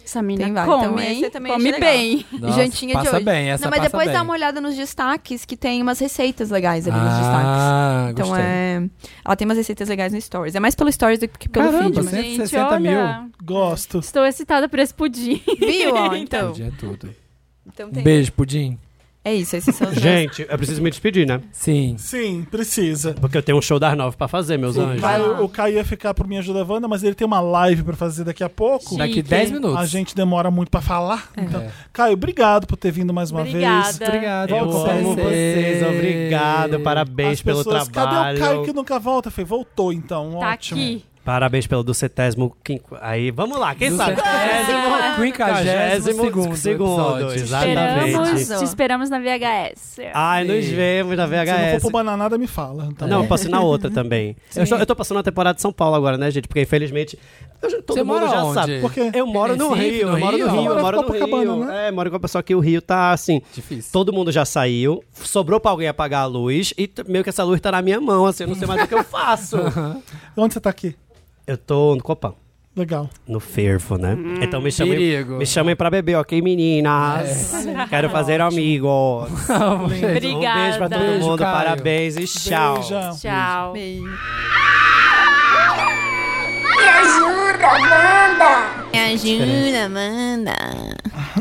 Speaker 3: Essa mina
Speaker 5: Tem vários,
Speaker 3: come,
Speaker 5: então esse
Speaker 3: hein?
Speaker 5: eu também
Speaker 3: come
Speaker 5: achei legal.
Speaker 3: bem.
Speaker 2: Nossa,
Speaker 5: jantinha
Speaker 2: passa
Speaker 5: de hoje.
Speaker 2: bem, essa
Speaker 5: não, mas
Speaker 2: passa
Speaker 5: depois
Speaker 2: bem.
Speaker 5: dá uma olhada nos destaques, que tem umas receitas legais ali nos destaques.
Speaker 2: Ah,
Speaker 5: Então
Speaker 2: gostei.
Speaker 5: é. Ela tem umas receitas legais no Stories. É mais pelo Stories do que pelo
Speaker 2: Caramba,
Speaker 5: feed. mas-
Speaker 2: 160
Speaker 3: Gente, olha,
Speaker 2: mil.
Speaker 1: Gosto.
Speaker 3: Estou excitada por esse pudim.
Speaker 5: Viu? Ó, então.
Speaker 2: Podia é tudo.
Speaker 6: Então
Speaker 2: Um
Speaker 6: tem.
Speaker 2: beijo, pudim.
Speaker 6: É isso, esses são os meus-
Speaker 4: Gente, eu preciso me despedir, né?
Speaker 2: Sim.
Speaker 1: Sim, precisa.
Speaker 4: Porque eu tenho um show das nove pra fazer, meus
Speaker 1: O
Speaker 4: anjos.
Speaker 1: Caio, o Caio ia ficar por minha ajuda, Wanda, mas ele tem uma live pra fazer daqui a pouco.
Speaker 2: Daqui 10 minutos.
Speaker 1: A gente demora muito pra falar.
Speaker 5: É.
Speaker 1: Então,
Speaker 2: tá-
Speaker 1: Caio, obrigado por ter vindo mais uma vez.
Speaker 3: Obrigada.
Speaker 2: Obrigado.
Speaker 4: Eu
Speaker 1: Volta
Speaker 4: amo
Speaker 1: sempre.
Speaker 4: vocês, obrigado,
Speaker 1: As
Speaker 4: parabéns pelo
Speaker 1: pessoas,
Speaker 4: trabalho.
Speaker 1: Cadê o Caio que nunca volta? Fê? Voltou então,
Speaker 3: Tá
Speaker 1: ótimo.
Speaker 3: aqui.
Speaker 4: Parabéns pelo duzentésimo quinqu... Aí, vamos lá, quem sabe?
Speaker 2: É, Quinquagésimo- Quinquagésimo segundo
Speaker 4: segundo,
Speaker 2: episódio.
Speaker 4: exatamente.
Speaker 3: Esperamos, te esperamos na VHS.
Speaker 4: Ai, nos vemos na
Speaker 1: Se não for
Speaker 4: VHS.
Speaker 1: pro Bananada, me fala. Então.
Speaker 4: Não, eu passo na outra também. Eu, estou- eu tô passando na temporada de São Paulo agora, né, gente? Porque infelizmente. eu já- todo
Speaker 2: Você
Speaker 4: mundo
Speaker 2: mora
Speaker 4: já
Speaker 2: onde?
Speaker 4: sabe.
Speaker 1: Porque
Speaker 4: Eu moro no
Speaker 2: Recife,
Speaker 4: Rio,
Speaker 2: no
Speaker 4: eu moro no
Speaker 2: Rio?
Speaker 4: Rio, eu
Speaker 1: Mora
Speaker 4: moro
Speaker 1: em
Speaker 4: no
Speaker 1: Copacabana,
Speaker 4: Rio.
Speaker 1: né?
Speaker 4: É, moro com a pessoa que o Rio tá assim.
Speaker 2: Difícil.
Speaker 4: Todo mundo já saiu, sobrou pra alguém apagar a luz e t- meio que essa luz tá na minha mão, assim, eu não sei mais o que eu faço.
Speaker 1: Onde você tá aqui?
Speaker 4: Eu tô no Copan.
Speaker 1: Legal.
Speaker 4: No fervo, né? então me chamem,
Speaker 2: perigo. É.
Speaker 4: me chamem pra beber, ok, meninas? Quero fazer amigos. Um beijo pra todo
Speaker 3: Obrigada.
Speaker 2: Beijo,
Speaker 4: mundo,
Speaker 2: Caio.
Speaker 4: parabéns e tchau.
Speaker 1: Beijão.
Speaker 3: Tchau.
Speaker 8: Me ajuda, Wanda!
Speaker 6: Me ajuda, Amanda.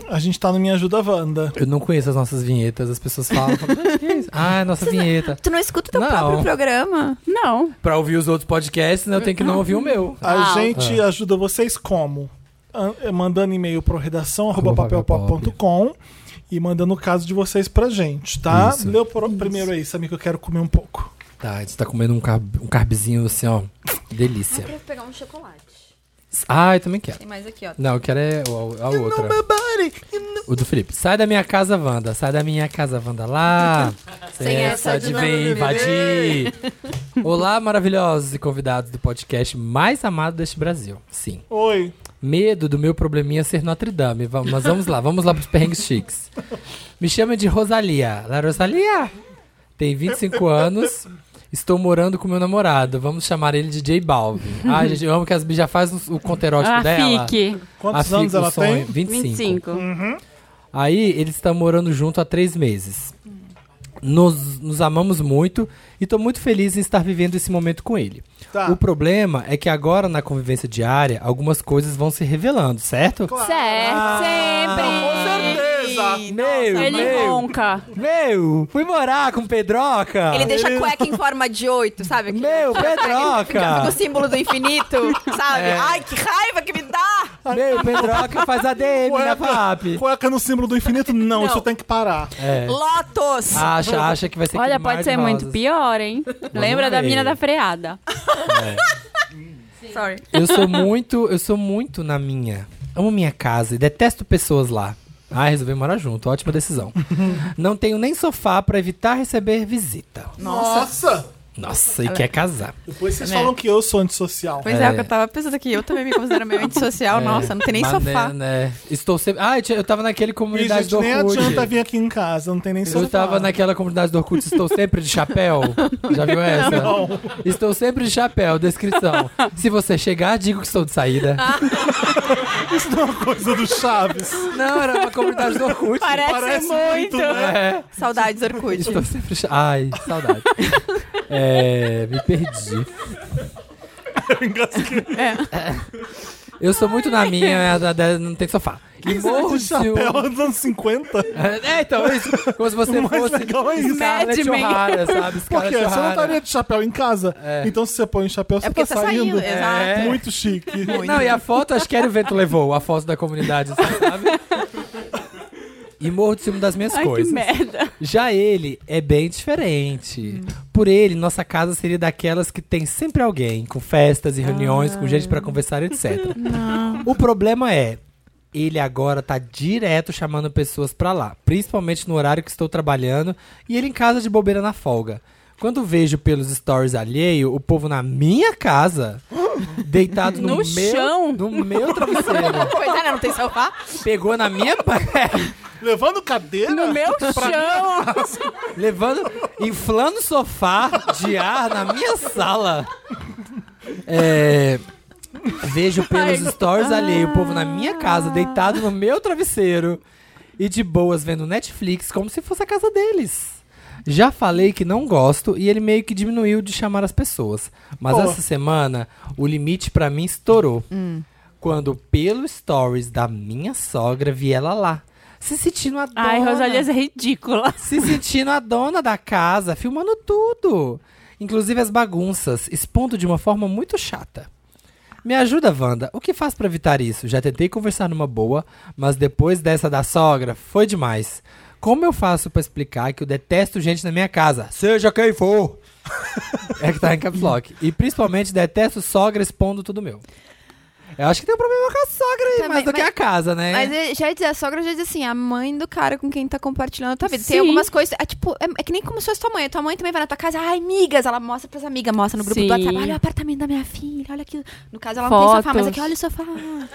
Speaker 1: A gente tá no Minha Ajuda Wanda.
Speaker 2: Eu não conheço as nossas vinhetas, as pessoas falam. falam, "Gente, que é isso?" ah, é nossa vinheta.
Speaker 6: Tu não escuta o teu
Speaker 2: Não.
Speaker 6: próprio programa?
Speaker 3: Não.
Speaker 2: Pra ouvir os outros podcasts, né, eu tenho que não ouvir o meu.
Speaker 1: A
Speaker 3: Ah.
Speaker 2: É.
Speaker 1: gente ajuda vocês como? An- eh, Mandando e-mail pro redação arroba papelpop.com e mandando o caso de vocês pra gente, tá?
Speaker 2: Isso.
Speaker 1: Leu pro- primeiro aí, Samir, que eu quero comer um pouco.
Speaker 2: Tá, você tá comendo um, carb, um carbzinho assim, ó. Delícia.
Speaker 6: Vou pegar um chocolate.
Speaker 2: Ah, eu também quero.
Speaker 6: Tem mais aqui, ó.
Speaker 2: Não, eu quero é o- a, a outra. O do Felipe. Sai da minha casa, Wanda. Sai da minha casa, Wanda. Lá. Sem, essa, de vem invadir. Olá, maravilhosos e convidados do podcast mais amado deste Brasil. Sim.
Speaker 1: Oi.
Speaker 2: Medo do meu probleminha ser Notre Dame. Va- Mas vamos lá, vamos lá pros perrengues chiques. Me chama de Rosalia. La Rosalia tem 25 anos. Estou morando com meu namorado. Vamos chamar ele de J Balvin. Ah, gente, eu amo que as bi já faz o o conterótipo
Speaker 3: Ah,
Speaker 2: dela.
Speaker 3: fique.
Speaker 1: Quantos
Speaker 2: A
Speaker 1: anos
Speaker 2: fica o
Speaker 1: ela
Speaker 2: sonho.
Speaker 1: tem?
Speaker 2: 25.
Speaker 3: 25.
Speaker 2: Aí eles estão morando junto há três meses. Nos, nos amamos muito e estou muito feliz em estar vivendo esse momento com ele.
Speaker 1: Tá.
Speaker 2: O problema é que agora, na convivência diária, algumas coisas vão se revelando, certo?
Speaker 3: Certo. Sempre.
Speaker 1: Beleza.
Speaker 2: Meu,
Speaker 3: Ele
Speaker 2: meu,
Speaker 3: ronca.
Speaker 2: meu, fui morar com Pedroca.
Speaker 6: Ele deixa a cueca em forma de oito, sabe? Aquele-
Speaker 2: Ah. Meu,
Speaker 6: Do
Speaker 2: Pedroca. É.
Speaker 6: símbolo do infinito, sabe? Ai, que raiva que me dá!
Speaker 2: meu, Pedroca faz ADM na FAP.
Speaker 1: Cueca no símbolo do infinito? Não,
Speaker 6: Não.
Speaker 1: isso tem que parar.
Speaker 2: É.
Speaker 6: Lotos!
Speaker 2: Acha, acha que vai ser
Speaker 3: Olha,
Speaker 2: aquele mar
Speaker 3: pode
Speaker 2: de
Speaker 3: ser muito
Speaker 2: rosas.
Speaker 3: pior, hein? Lembra da
Speaker 2: ver.
Speaker 3: mina da freada.
Speaker 6: Sorry.
Speaker 2: Eu sou muito, eu sou muito na minha. Amo minha casa e detesto pessoas lá. Ah, resolvi morar junto, ótima decisão. Não tenho nem sofá pra evitar receber visita.
Speaker 1: Nossa!
Speaker 2: Nossa, Né? e quer casar.
Speaker 1: Depois vocês falam que eu sou antissocial.
Speaker 6: Pois é,
Speaker 2: É.
Speaker 6: o que eu tava pensando aqui. Eu também me considero meio antissocial. Nossa, não tem nem
Speaker 2: Mas,
Speaker 6: sofá.
Speaker 2: Né, né, Estou sempre. Ah, eu tinha- eu tava naquele
Speaker 1: E,
Speaker 2: comunidade
Speaker 1: gente,
Speaker 2: do
Speaker 1: nem
Speaker 2: Orkut.
Speaker 1: adianta vir aqui em casa, não tem nem
Speaker 2: Eu
Speaker 1: sofá.
Speaker 2: tava naquela comunidade do Orkut, estou sempre de chapéu. Já viu essa? Estou sempre de chapéu, descrição. Se você chegar, digo que estou de saída.
Speaker 6: Ah.
Speaker 1: Isso não é uma coisa do Chaves.
Speaker 2: Não, era uma comunidade do Orkut.
Speaker 6: Parece,
Speaker 1: Parece
Speaker 6: muito.
Speaker 1: muito, né?
Speaker 2: É.
Speaker 6: Saudades, Orkut.
Speaker 2: Estou sempre. cha- Ai, saudade. É, me perdi. É. Eu sou muito na minha, é, da- da- não tem sofá. E morro
Speaker 1: de
Speaker 2: se o-
Speaker 1: chapéu dos anos 50?
Speaker 2: É, então, é isso. Como se você
Speaker 1: mais
Speaker 2: fosse.
Speaker 1: legal é isso.
Speaker 2: Scarlett
Speaker 6: Mad Men.
Speaker 2: O'Hara, sabe?
Speaker 1: Porque
Speaker 2: Scarlett
Speaker 1: você não tá
Speaker 2: O'Hara.
Speaker 1: estaria de chapéu em casa. Então se você põe o chapéu, você
Speaker 6: porque
Speaker 1: tá
Speaker 6: tá
Speaker 1: saindo.
Speaker 6: saindo, exato.
Speaker 1: É. Muito chique.
Speaker 2: Não, e a foto, acho que era o vento levou, a foto da comunidade, assim, sabe? E morro de cima das minhas
Speaker 3: Ai, que
Speaker 2: coisas.
Speaker 3: merda.
Speaker 2: Já ele é bem diferente. Por ele, nossa casa seria daquelas que tem sempre alguém, com festas e reuniões, com gente
Speaker 3: Ah.
Speaker 2: pra conversar, etc. O problema é, ele agora tá direto chamando pessoas pra lá, principalmente no horário que estou trabalhando, e ele em casa de bobeira na folga. Quando vejo pelos stories alheio, o povo na minha casa, deitado no,
Speaker 3: No
Speaker 2: meu,
Speaker 3: chão?
Speaker 2: no meu travesseiro,
Speaker 6: Pois é, né? Não tem sofá?
Speaker 2: pegou na minha
Speaker 1: Levando cadeira?
Speaker 3: No meu chão.
Speaker 2: Levando, inflando o sofá de ar na minha sala. É, vejo pelos stories alheio o povo na minha casa, deitado no meu travesseiro e de boas vendo Netflix como se fosse a casa deles. Já falei que não gosto e ele meio que diminuiu de chamar as pessoas. Mas
Speaker 1: Boa.
Speaker 2: essa semana o limite pra mim estourou. Quando pelo stories da minha sogra vi ela lá. se sentindo a dona.
Speaker 3: Ai, Rosalia é ridícula.
Speaker 2: Se sentindo a dona da casa, filmando tudo. Inclusive as bagunças, expondo de uma forma muito chata. Me ajuda, Wanda. O que faz pra evitar isso? Já tentei conversar numa boa, mas depois dessa da sogra, foi demais. Como eu faço pra explicar que eu detesto gente na minha casa? Seja quem for! é que tá em caps lock. E principalmente detesto sogra expondo tudo meu. Eu acho que tem um problema com a sogra aí,
Speaker 5: Também,
Speaker 2: mais do que
Speaker 5: mas-
Speaker 2: a casa,
Speaker 6: É.
Speaker 2: né?
Speaker 5: Mas eh, já ia dizer, a sogra já diz assim, a mãe do cara com quem tá compartilhando a tua vida.
Speaker 3: Sim.
Speaker 5: Tem algumas coisas, é tipo, é, é que nem como se fosse tua mãe. A tua mãe também vai na tua casa, ai, amigas, ela mostra pras amigas, mostra no grupo
Speaker 3: Sim.
Speaker 5: do WhatsApp, olha o apartamento da minha filha, olha aqui. No caso, ela não tem sofá, mas
Speaker 3: Fotos.
Speaker 5: aqui, olha o sofá,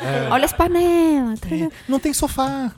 Speaker 2: É.
Speaker 5: olha as panelas. tá
Speaker 6: É.
Speaker 5: ligado?
Speaker 1: Não tem sofá.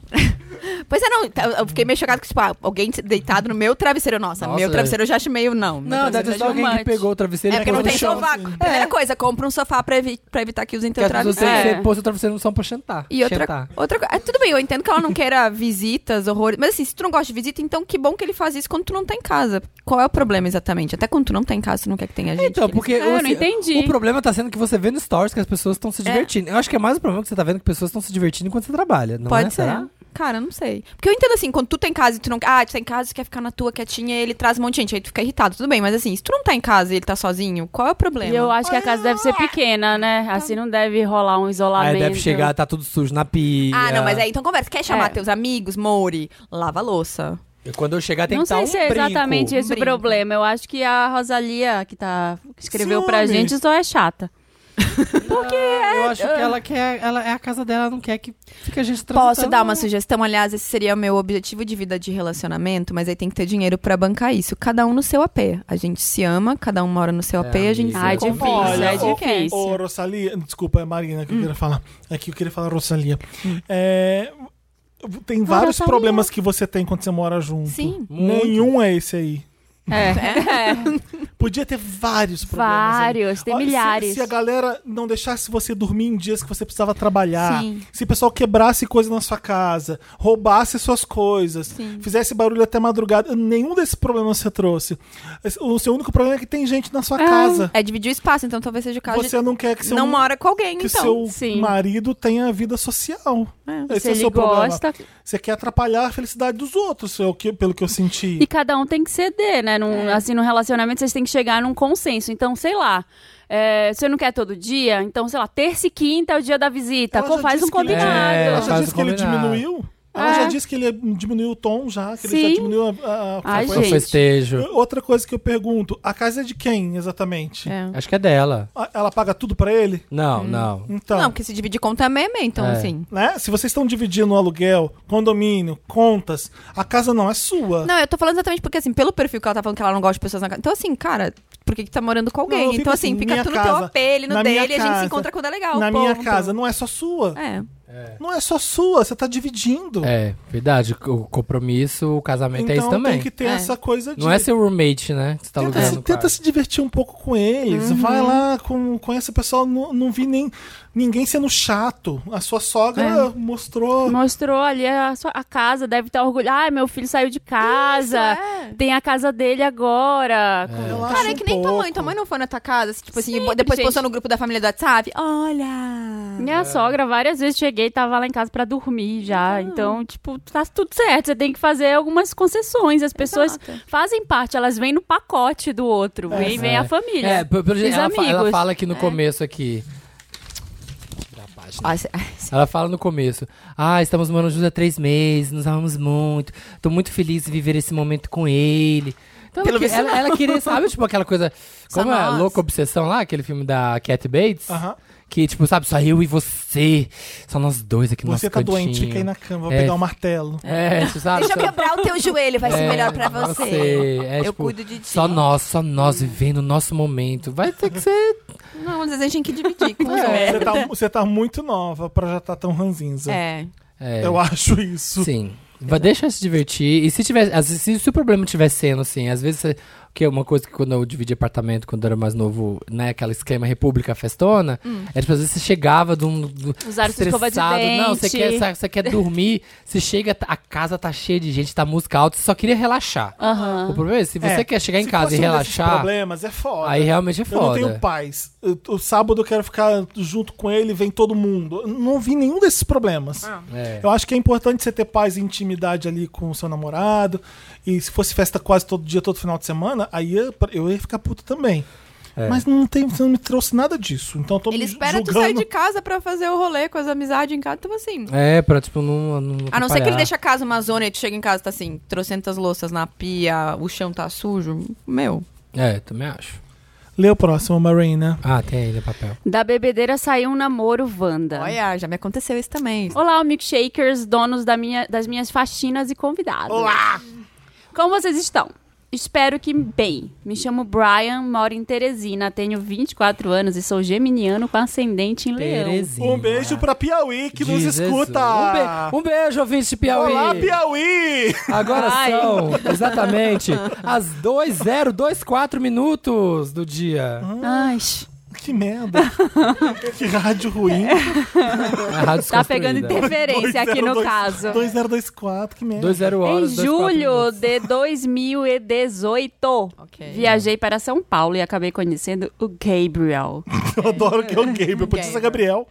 Speaker 5: Pois é, não, tá, eu fiquei meio chocada com, tipo, ah, alguém deitado no meu travesseiro. Nossa,
Speaker 2: Nossa,
Speaker 5: meu
Speaker 2: é.
Speaker 5: travesseiro eu já acho meio, não. né? meu
Speaker 2: Não, deve
Speaker 5: travesseiro
Speaker 2: ser
Speaker 5: já acho
Speaker 2: alguém que
Speaker 3: romântico.
Speaker 2: pegou o travesseiro
Speaker 5: É
Speaker 2: e
Speaker 5: porque não
Speaker 2: colocou
Speaker 5: tem
Speaker 2: no chão.
Speaker 5: sofá. Primeira coisa, compra um sofá pra, evi- pra evitar que usem
Speaker 2: Que
Speaker 5: teu
Speaker 2: as pessoas
Speaker 5: travesseiro.
Speaker 2: têm que
Speaker 3: É.
Speaker 2: ser posto o travesseiro no chão pra chantar.
Speaker 5: E outra,
Speaker 2: chantar.
Speaker 5: outra coisa. Tudo bem, eu entendo que ela não queira visitas, horrores. Mas assim, se tu não gosta de visita, então que bom que ele faz isso quando tu não tá em casa. Qual é o problema exatamente? Até quando tu não tá em casa, tu não quer que tenha gente.
Speaker 2: Então,
Speaker 5: que eles-
Speaker 2: porque
Speaker 3: Ah, eu não
Speaker 2: assim,
Speaker 3: entendi.
Speaker 2: o problema tá sendo que você vê no stories que as pessoas estão se divertindo. Eu acho que é mais o problema que você tá vendo que pessoas estão se divertindo enquanto você trabalha, não
Speaker 5: Pode
Speaker 2: é?
Speaker 5: ser.
Speaker 2: Será?
Speaker 5: Cara, eu não sei. Porque eu entendo assim, quando tu tá em casa e tu não. Ah, tu tá em casa, tu quer ficar na tua quietinha e ele traz um monte de gente. Aí tu fica irritado, tudo bem. Mas assim, se tu não tá em casa e ele tá sozinho, qual é o problema?
Speaker 3: E eu acho que a casa deve ser pequena, né? Assim não deve rolar um isolamento.
Speaker 2: Aí deve chegar, tá tudo sujo na pia.
Speaker 5: Ah, não, mas aí então conversa. Quer chamar
Speaker 3: É.
Speaker 5: teus amigos, Mori? Lava a louça.
Speaker 2: E Quando eu chegar tem
Speaker 3: Não
Speaker 2: que estar
Speaker 3: sei
Speaker 2: um
Speaker 3: se é
Speaker 2: brinco.
Speaker 3: exatamente esse
Speaker 5: um brinco.
Speaker 3: o problema. Eu acho que a Rosalia, que, tá, que escreveu pra
Speaker 1: Ciúme.
Speaker 3: gente, só é chata.
Speaker 5: É,
Speaker 2: Eu acho que ela quer, ela é a casa dela, não quer que fique a gente transitando. né?
Speaker 5: Posso dar uma sugestão? Aliás, esse seria o meu objetivo de vida de relacionamento, mas aí tem que ter dinheiro pra bancar isso. Cada um no seu AP. A gente se ama, cada um mora no seu
Speaker 1: É,
Speaker 5: AP, a gente
Speaker 2: amiga.
Speaker 5: se
Speaker 3: Ai,
Speaker 5: convive.
Speaker 3: difícil, é
Speaker 1: ô-
Speaker 3: difícil.
Speaker 1: Ô, Rosalia, desculpa, é Marina que eu queria falar. É que eu queria falar Rosalia. É, tem vários
Speaker 5: Rosalia.
Speaker 1: problemas que você tem quando você mora junto.
Speaker 5: Sim.
Speaker 2: Muito.
Speaker 1: Nenhum é esse aí.
Speaker 3: É.
Speaker 1: Podia ter vários problemas. aí.
Speaker 3: Vários, tem
Speaker 1: Ó, se-
Speaker 3: milhares.
Speaker 1: Se, a galera não deixasse você dormir em dias que você precisava trabalhar,
Speaker 5: Sim.
Speaker 1: se o pessoal quebrasse coisa na sua casa, roubasse suas coisas, fizesse barulho até madrugada, nenhum desses problemas você trouxe. Esse- O seu único problema é que tem gente na sua casa.
Speaker 5: É dividir o espaço, então talvez seja o caso
Speaker 1: Você
Speaker 5: de
Speaker 1: não quer que seu,
Speaker 5: não mora com alguém,
Speaker 1: que
Speaker 5: então.
Speaker 1: seu
Speaker 3: sim.
Speaker 1: marido tenha vida social. Esse
Speaker 3: Né? Se
Speaker 1: é o
Speaker 3: ele
Speaker 1: seu problema.
Speaker 3: gosta.
Speaker 1: Você quer atrapalhar a felicidade dos outros, é o que- pelo que eu senti.
Speaker 3: E cada um tem que ceder, né? Num,
Speaker 1: É.
Speaker 3: Assim, num relacionamento, vocês têm que chegar num consenso. Então, sei lá. é, você não quer todo dia? Então, sei lá, terça e quinta é o dia da visita.
Speaker 1: Ela já
Speaker 3: Co- faz
Speaker 1: disse
Speaker 3: um
Speaker 1: que ele-
Speaker 3: combinado.
Speaker 2: É,
Speaker 1: Ela
Speaker 2: ela
Speaker 1: já
Speaker 2: faz
Speaker 1: disse
Speaker 2: o
Speaker 1: que ele
Speaker 2: combinado.
Speaker 1: diminuiu. Ela
Speaker 3: É.
Speaker 1: já disse que ele diminuiu o tom já, que ele já
Speaker 3: Sim.
Speaker 1: diminuiu a, a frequência.
Speaker 2: Foi
Speaker 3: Ai,
Speaker 2: um
Speaker 3: gente.
Speaker 2: festejo.
Speaker 1: Outra coisa que eu pergunto, a casa é de quem exatamente?
Speaker 5: É.
Speaker 2: Acho que é dela.
Speaker 1: A- Ela paga tudo pra ele?
Speaker 2: Não,
Speaker 5: Hum.
Speaker 2: não.
Speaker 1: Então,
Speaker 5: Não, porque se dividir conta é meia, meia, então
Speaker 2: É.
Speaker 5: assim.
Speaker 1: né? Se vocês estão dividindo o aluguel, condomínio, contas, a casa não é sua.
Speaker 5: Não, eu tô falando exatamente porque, assim, pelo perfil que ela tá falando que ela não gosta de pessoas na casa. Então, assim, cara, por que, que tá morando com
Speaker 1: Não, eu
Speaker 5: alguém?
Speaker 1: fico
Speaker 5: então, assim,
Speaker 1: assim, minha
Speaker 5: fica tu no
Speaker 1: casa,
Speaker 5: teu AP, ele no
Speaker 1: na minha
Speaker 5: dele, e a gente
Speaker 1: casa,
Speaker 5: se encontra quando é legal.
Speaker 1: Na minha
Speaker 5: ponto.
Speaker 1: casa não é só sua.
Speaker 5: É.
Speaker 1: Não é só sua, você tá dividindo.
Speaker 2: É, verdade. O compromisso, o casamento
Speaker 1: então
Speaker 2: é isso também.
Speaker 1: tem que ter
Speaker 5: É.
Speaker 1: essa coisa de
Speaker 2: Não é seu roommate, né? Que você tá
Speaker 1: Tenta,
Speaker 2: alugando.
Speaker 1: se, tenta
Speaker 2: cara.
Speaker 1: se divertir um pouco com eles.
Speaker 5: Uhum.
Speaker 1: Vai lá, com, conhece o pessoal. Não, não vi nem ninguém sendo chato. A sua
Speaker 5: É.
Speaker 1: sogra mostrou.
Speaker 3: Mostrou ali a, sua- a casa, deve estar orgulhosa. Ai, meu filho saiu de casa.
Speaker 1: é.
Speaker 5: é.
Speaker 3: Tem a casa dele agora.
Speaker 1: Relaxa
Speaker 5: Cara, é
Speaker 1: um
Speaker 5: que nem tua mãe.
Speaker 1: pouco.
Speaker 5: Tua mãe não foi na tua casa, assim, tipo assim,
Speaker 3: Sempre,
Speaker 5: e depois
Speaker 3: gente.
Speaker 5: postou no grupo da família do WhatsApp. Olha!
Speaker 3: Minha
Speaker 1: É.
Speaker 3: sogra, várias vezes cheguei e tava lá em casa pra dormir já. Então, tipo, tá tudo certo. Você tem que fazer algumas concessões. As pessoas fazem parte, elas vêm no pacote do outro. Vem, vem a família.
Speaker 2: É, pelo pelo
Speaker 3: os
Speaker 2: jeito, ela, fa-
Speaker 3: amigos.
Speaker 2: ela fala aqui
Speaker 5: É.
Speaker 2: no começo aqui.
Speaker 5: Ah, cê- ah,
Speaker 2: Ela fala no começo. Ah, estamos morando juntos há três meses, nos amamos muito. Tô muito feliz de viver esse momento com ele. Então, ela,
Speaker 5: Pelo
Speaker 2: que-
Speaker 5: visto,
Speaker 2: ela, ela queria, sabe, tipo aquela coisa. Como é
Speaker 5: nós.
Speaker 2: Louca Obsessão lá, aquele filme da Cat Bates?
Speaker 1: Aham.
Speaker 2: Que, tipo, sabe, só eu e você. Só nós dois aqui no
Speaker 1: Você
Speaker 2: nosso
Speaker 1: tá
Speaker 2: cantinho.
Speaker 1: doente, fica aí na cama, vou
Speaker 2: É.
Speaker 1: pegar o martelo.
Speaker 2: É, você sabe?
Speaker 5: Deixa eu
Speaker 2: só-
Speaker 5: quebrar o teu joelho, vai ser
Speaker 2: É,
Speaker 5: melhor pra
Speaker 2: pra
Speaker 5: você.
Speaker 2: você. É,
Speaker 5: Eu
Speaker 2: tipo,
Speaker 5: cuido de ti.
Speaker 2: Só nós, só nós vivendo o nosso momento. Vai ter que ser.
Speaker 5: Não, às vezes a gente tem que dividir com os
Speaker 1: Você
Speaker 5: outros.
Speaker 1: tá, você tá muito nova pra já tá tão ranzinza.
Speaker 5: É.
Speaker 2: É.
Speaker 1: Eu acho isso.
Speaker 2: Sim. Vai deixar se divertir. E se tiver. às vezes, Se o seu problema estiver sendo assim, às vezes você Porque uma coisa que quando eu dividi apartamento, quando eu era mais novo, né, aquela esquema República Festona,
Speaker 5: Hum.
Speaker 2: era tipo, às vezes você chegava de um. do-
Speaker 3: Usaram sua escova de
Speaker 2: estressado, Não, você
Speaker 3: dente.
Speaker 2: quer, sa- você quer dormir, você chega, a casa tá cheia de gente, tá música alta, você só queria relaxar.
Speaker 5: Ah.
Speaker 3: Aham.
Speaker 2: O problema é, se você
Speaker 1: É,
Speaker 2: quer chegar em
Speaker 1: se
Speaker 2: casa e
Speaker 1: fosse um desses
Speaker 2: relaxar,
Speaker 1: problemas é foda.
Speaker 2: aí realmente é
Speaker 1: Eu não
Speaker 2: foda.
Speaker 1: tenho paz. Eu- O sábado eu quero ficar junto com ele, vem todo mundo. Eu não vi nenhum desses problemas.
Speaker 5: Ah.
Speaker 2: É.
Speaker 1: Eu acho que é importante você ter paz e intimidade ali com o seu namorado. E se fosse festa quase todo dia, todo final de semana, aí eu, eu ia ficar puto também.
Speaker 2: É.
Speaker 1: Mas não, tem, você não me trouxe nada disso. Então eu tô
Speaker 5: Ele
Speaker 1: me
Speaker 5: espera
Speaker 1: julgando.
Speaker 5: tu sair de casa pra fazer o rolê com as amizades em casa, então assim.
Speaker 2: É, pra tipo, não. não
Speaker 5: A não ser que ele
Speaker 2: atrapalhar.
Speaker 5: deixe a casa uma zona e tu chega em casa tá assim, trocentas louças na pia, o chão tá sujo. Meu.
Speaker 2: É, também acho.
Speaker 1: Lê o próximo, Marina.
Speaker 2: Ah, tem ainda papel.
Speaker 3: Da bebedeira saiu um namoro Wanda.
Speaker 5: Olha, já me aconteceu isso também.
Speaker 3: Olá, milkshakers, donos da minha- das minhas faxinas e convidados. Olá! Como vocês estão? Espero que bem. Me chamo Brian, moro em Teresina, tenho 24 anos e sou geminiano com ascendente em leão.
Speaker 2: Terezinha.
Speaker 1: Um beijo pra Piauí que nos
Speaker 2: é. Jesus.
Speaker 1: escuta.
Speaker 2: Um, be- um beijo, ouvinte de Piauí.
Speaker 1: Olá, Piauí!
Speaker 2: Agora
Speaker 3: Ai.
Speaker 2: são exatamente as 2.024 minutos do dia.
Speaker 1: Hum.
Speaker 3: Ai,
Speaker 1: Que merda. que rádio ruim.
Speaker 2: A Rádio
Speaker 3: tá pegando
Speaker 2: Desconstruída.
Speaker 3: interferência aqui no
Speaker 1: 202
Speaker 3: caso.
Speaker 1: 2024, que merda.
Speaker 2: 2.0
Speaker 3: Em
Speaker 2: horas. 2.4
Speaker 3: julho
Speaker 2: minutos.
Speaker 3: de 2018,
Speaker 5: Ok.
Speaker 3: viajei para São Paulo e acabei conhecendo o Gabriel.
Speaker 1: Eu adoro que é o Gabriel. Podia ser Gabriel.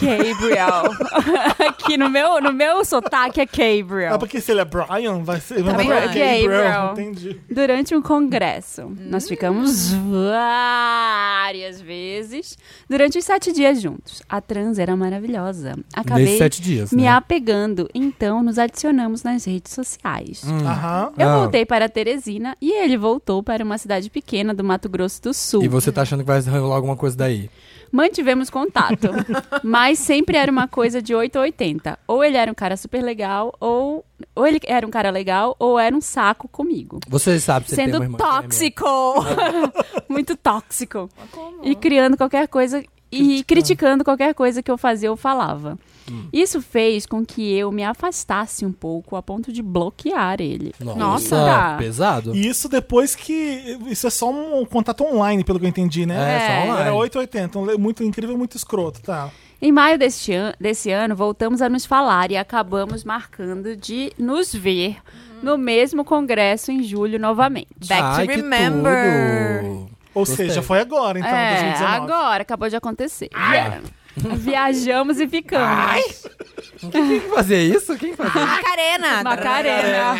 Speaker 3: Gabriel. Aqui no meu, no meu sotaque é Gabriel.
Speaker 1: Ah, porque se ele é Brian, vai ser. vai
Speaker 5: bem,
Speaker 1: falar
Speaker 3: Gabriel.
Speaker 1: Entendi.
Speaker 3: Durante um congresso, nós ficamos várias vezes durante os sete dias juntos. A trans era maravilhosa. Acabei
Speaker 2: dias,
Speaker 3: me
Speaker 2: né?
Speaker 3: apegando, então nos adicionamos nas redes sociais.
Speaker 1: Hum. Aham.
Speaker 3: Eu
Speaker 2: Ah.
Speaker 3: voltei para Teresina e ele voltou para uma cidade pequena do Mato Grosso do Sul.
Speaker 2: E você tá achando que vai rolar alguma coisa daí?
Speaker 3: Mantivemos contato, mas sempre era uma coisa de 8 a 80. Ou ele era um cara super legal, ou, ou ele era um cara legal, ou era um saco comigo.
Speaker 2: Você sabe que é você tem uma
Speaker 3: Sendo
Speaker 2: irmã
Speaker 3: tóxico! Muito tóxico. E criando qualquer coisa. E criticando qualquer coisa que eu fazia ou falava.
Speaker 2: Hum.
Speaker 3: Isso fez com que eu me afastasse um pouco a ponto de bloquear ele.
Speaker 2: gêmea.
Speaker 3: Nossa.
Speaker 2: é
Speaker 3: tá.
Speaker 2: pesado.
Speaker 1: E isso depois que. Isso é só um contato online, pelo que eu entendi, né?
Speaker 2: É, só
Speaker 3: É.
Speaker 2: online.
Speaker 1: Era 880. um le- Muito incrível, muito escroto, tá?
Speaker 3: Em maio deste, an- desse ano, voltamos a nos falar e acabamos marcando de nos ver no mesmo congresso em julho novamente.
Speaker 5: Back to
Speaker 2: Ai, que
Speaker 5: remember.
Speaker 2: tudo.
Speaker 1: Ou
Speaker 2: Gostei.
Speaker 1: seja, foi agora, então,
Speaker 3: é,
Speaker 1: 2019.
Speaker 3: agora, acabou de acontecer. Via- Viajamos e ficamos.
Speaker 2: Quem que fazia isso? Quem que fazia?
Speaker 5: Macarena!
Speaker 3: Macarena.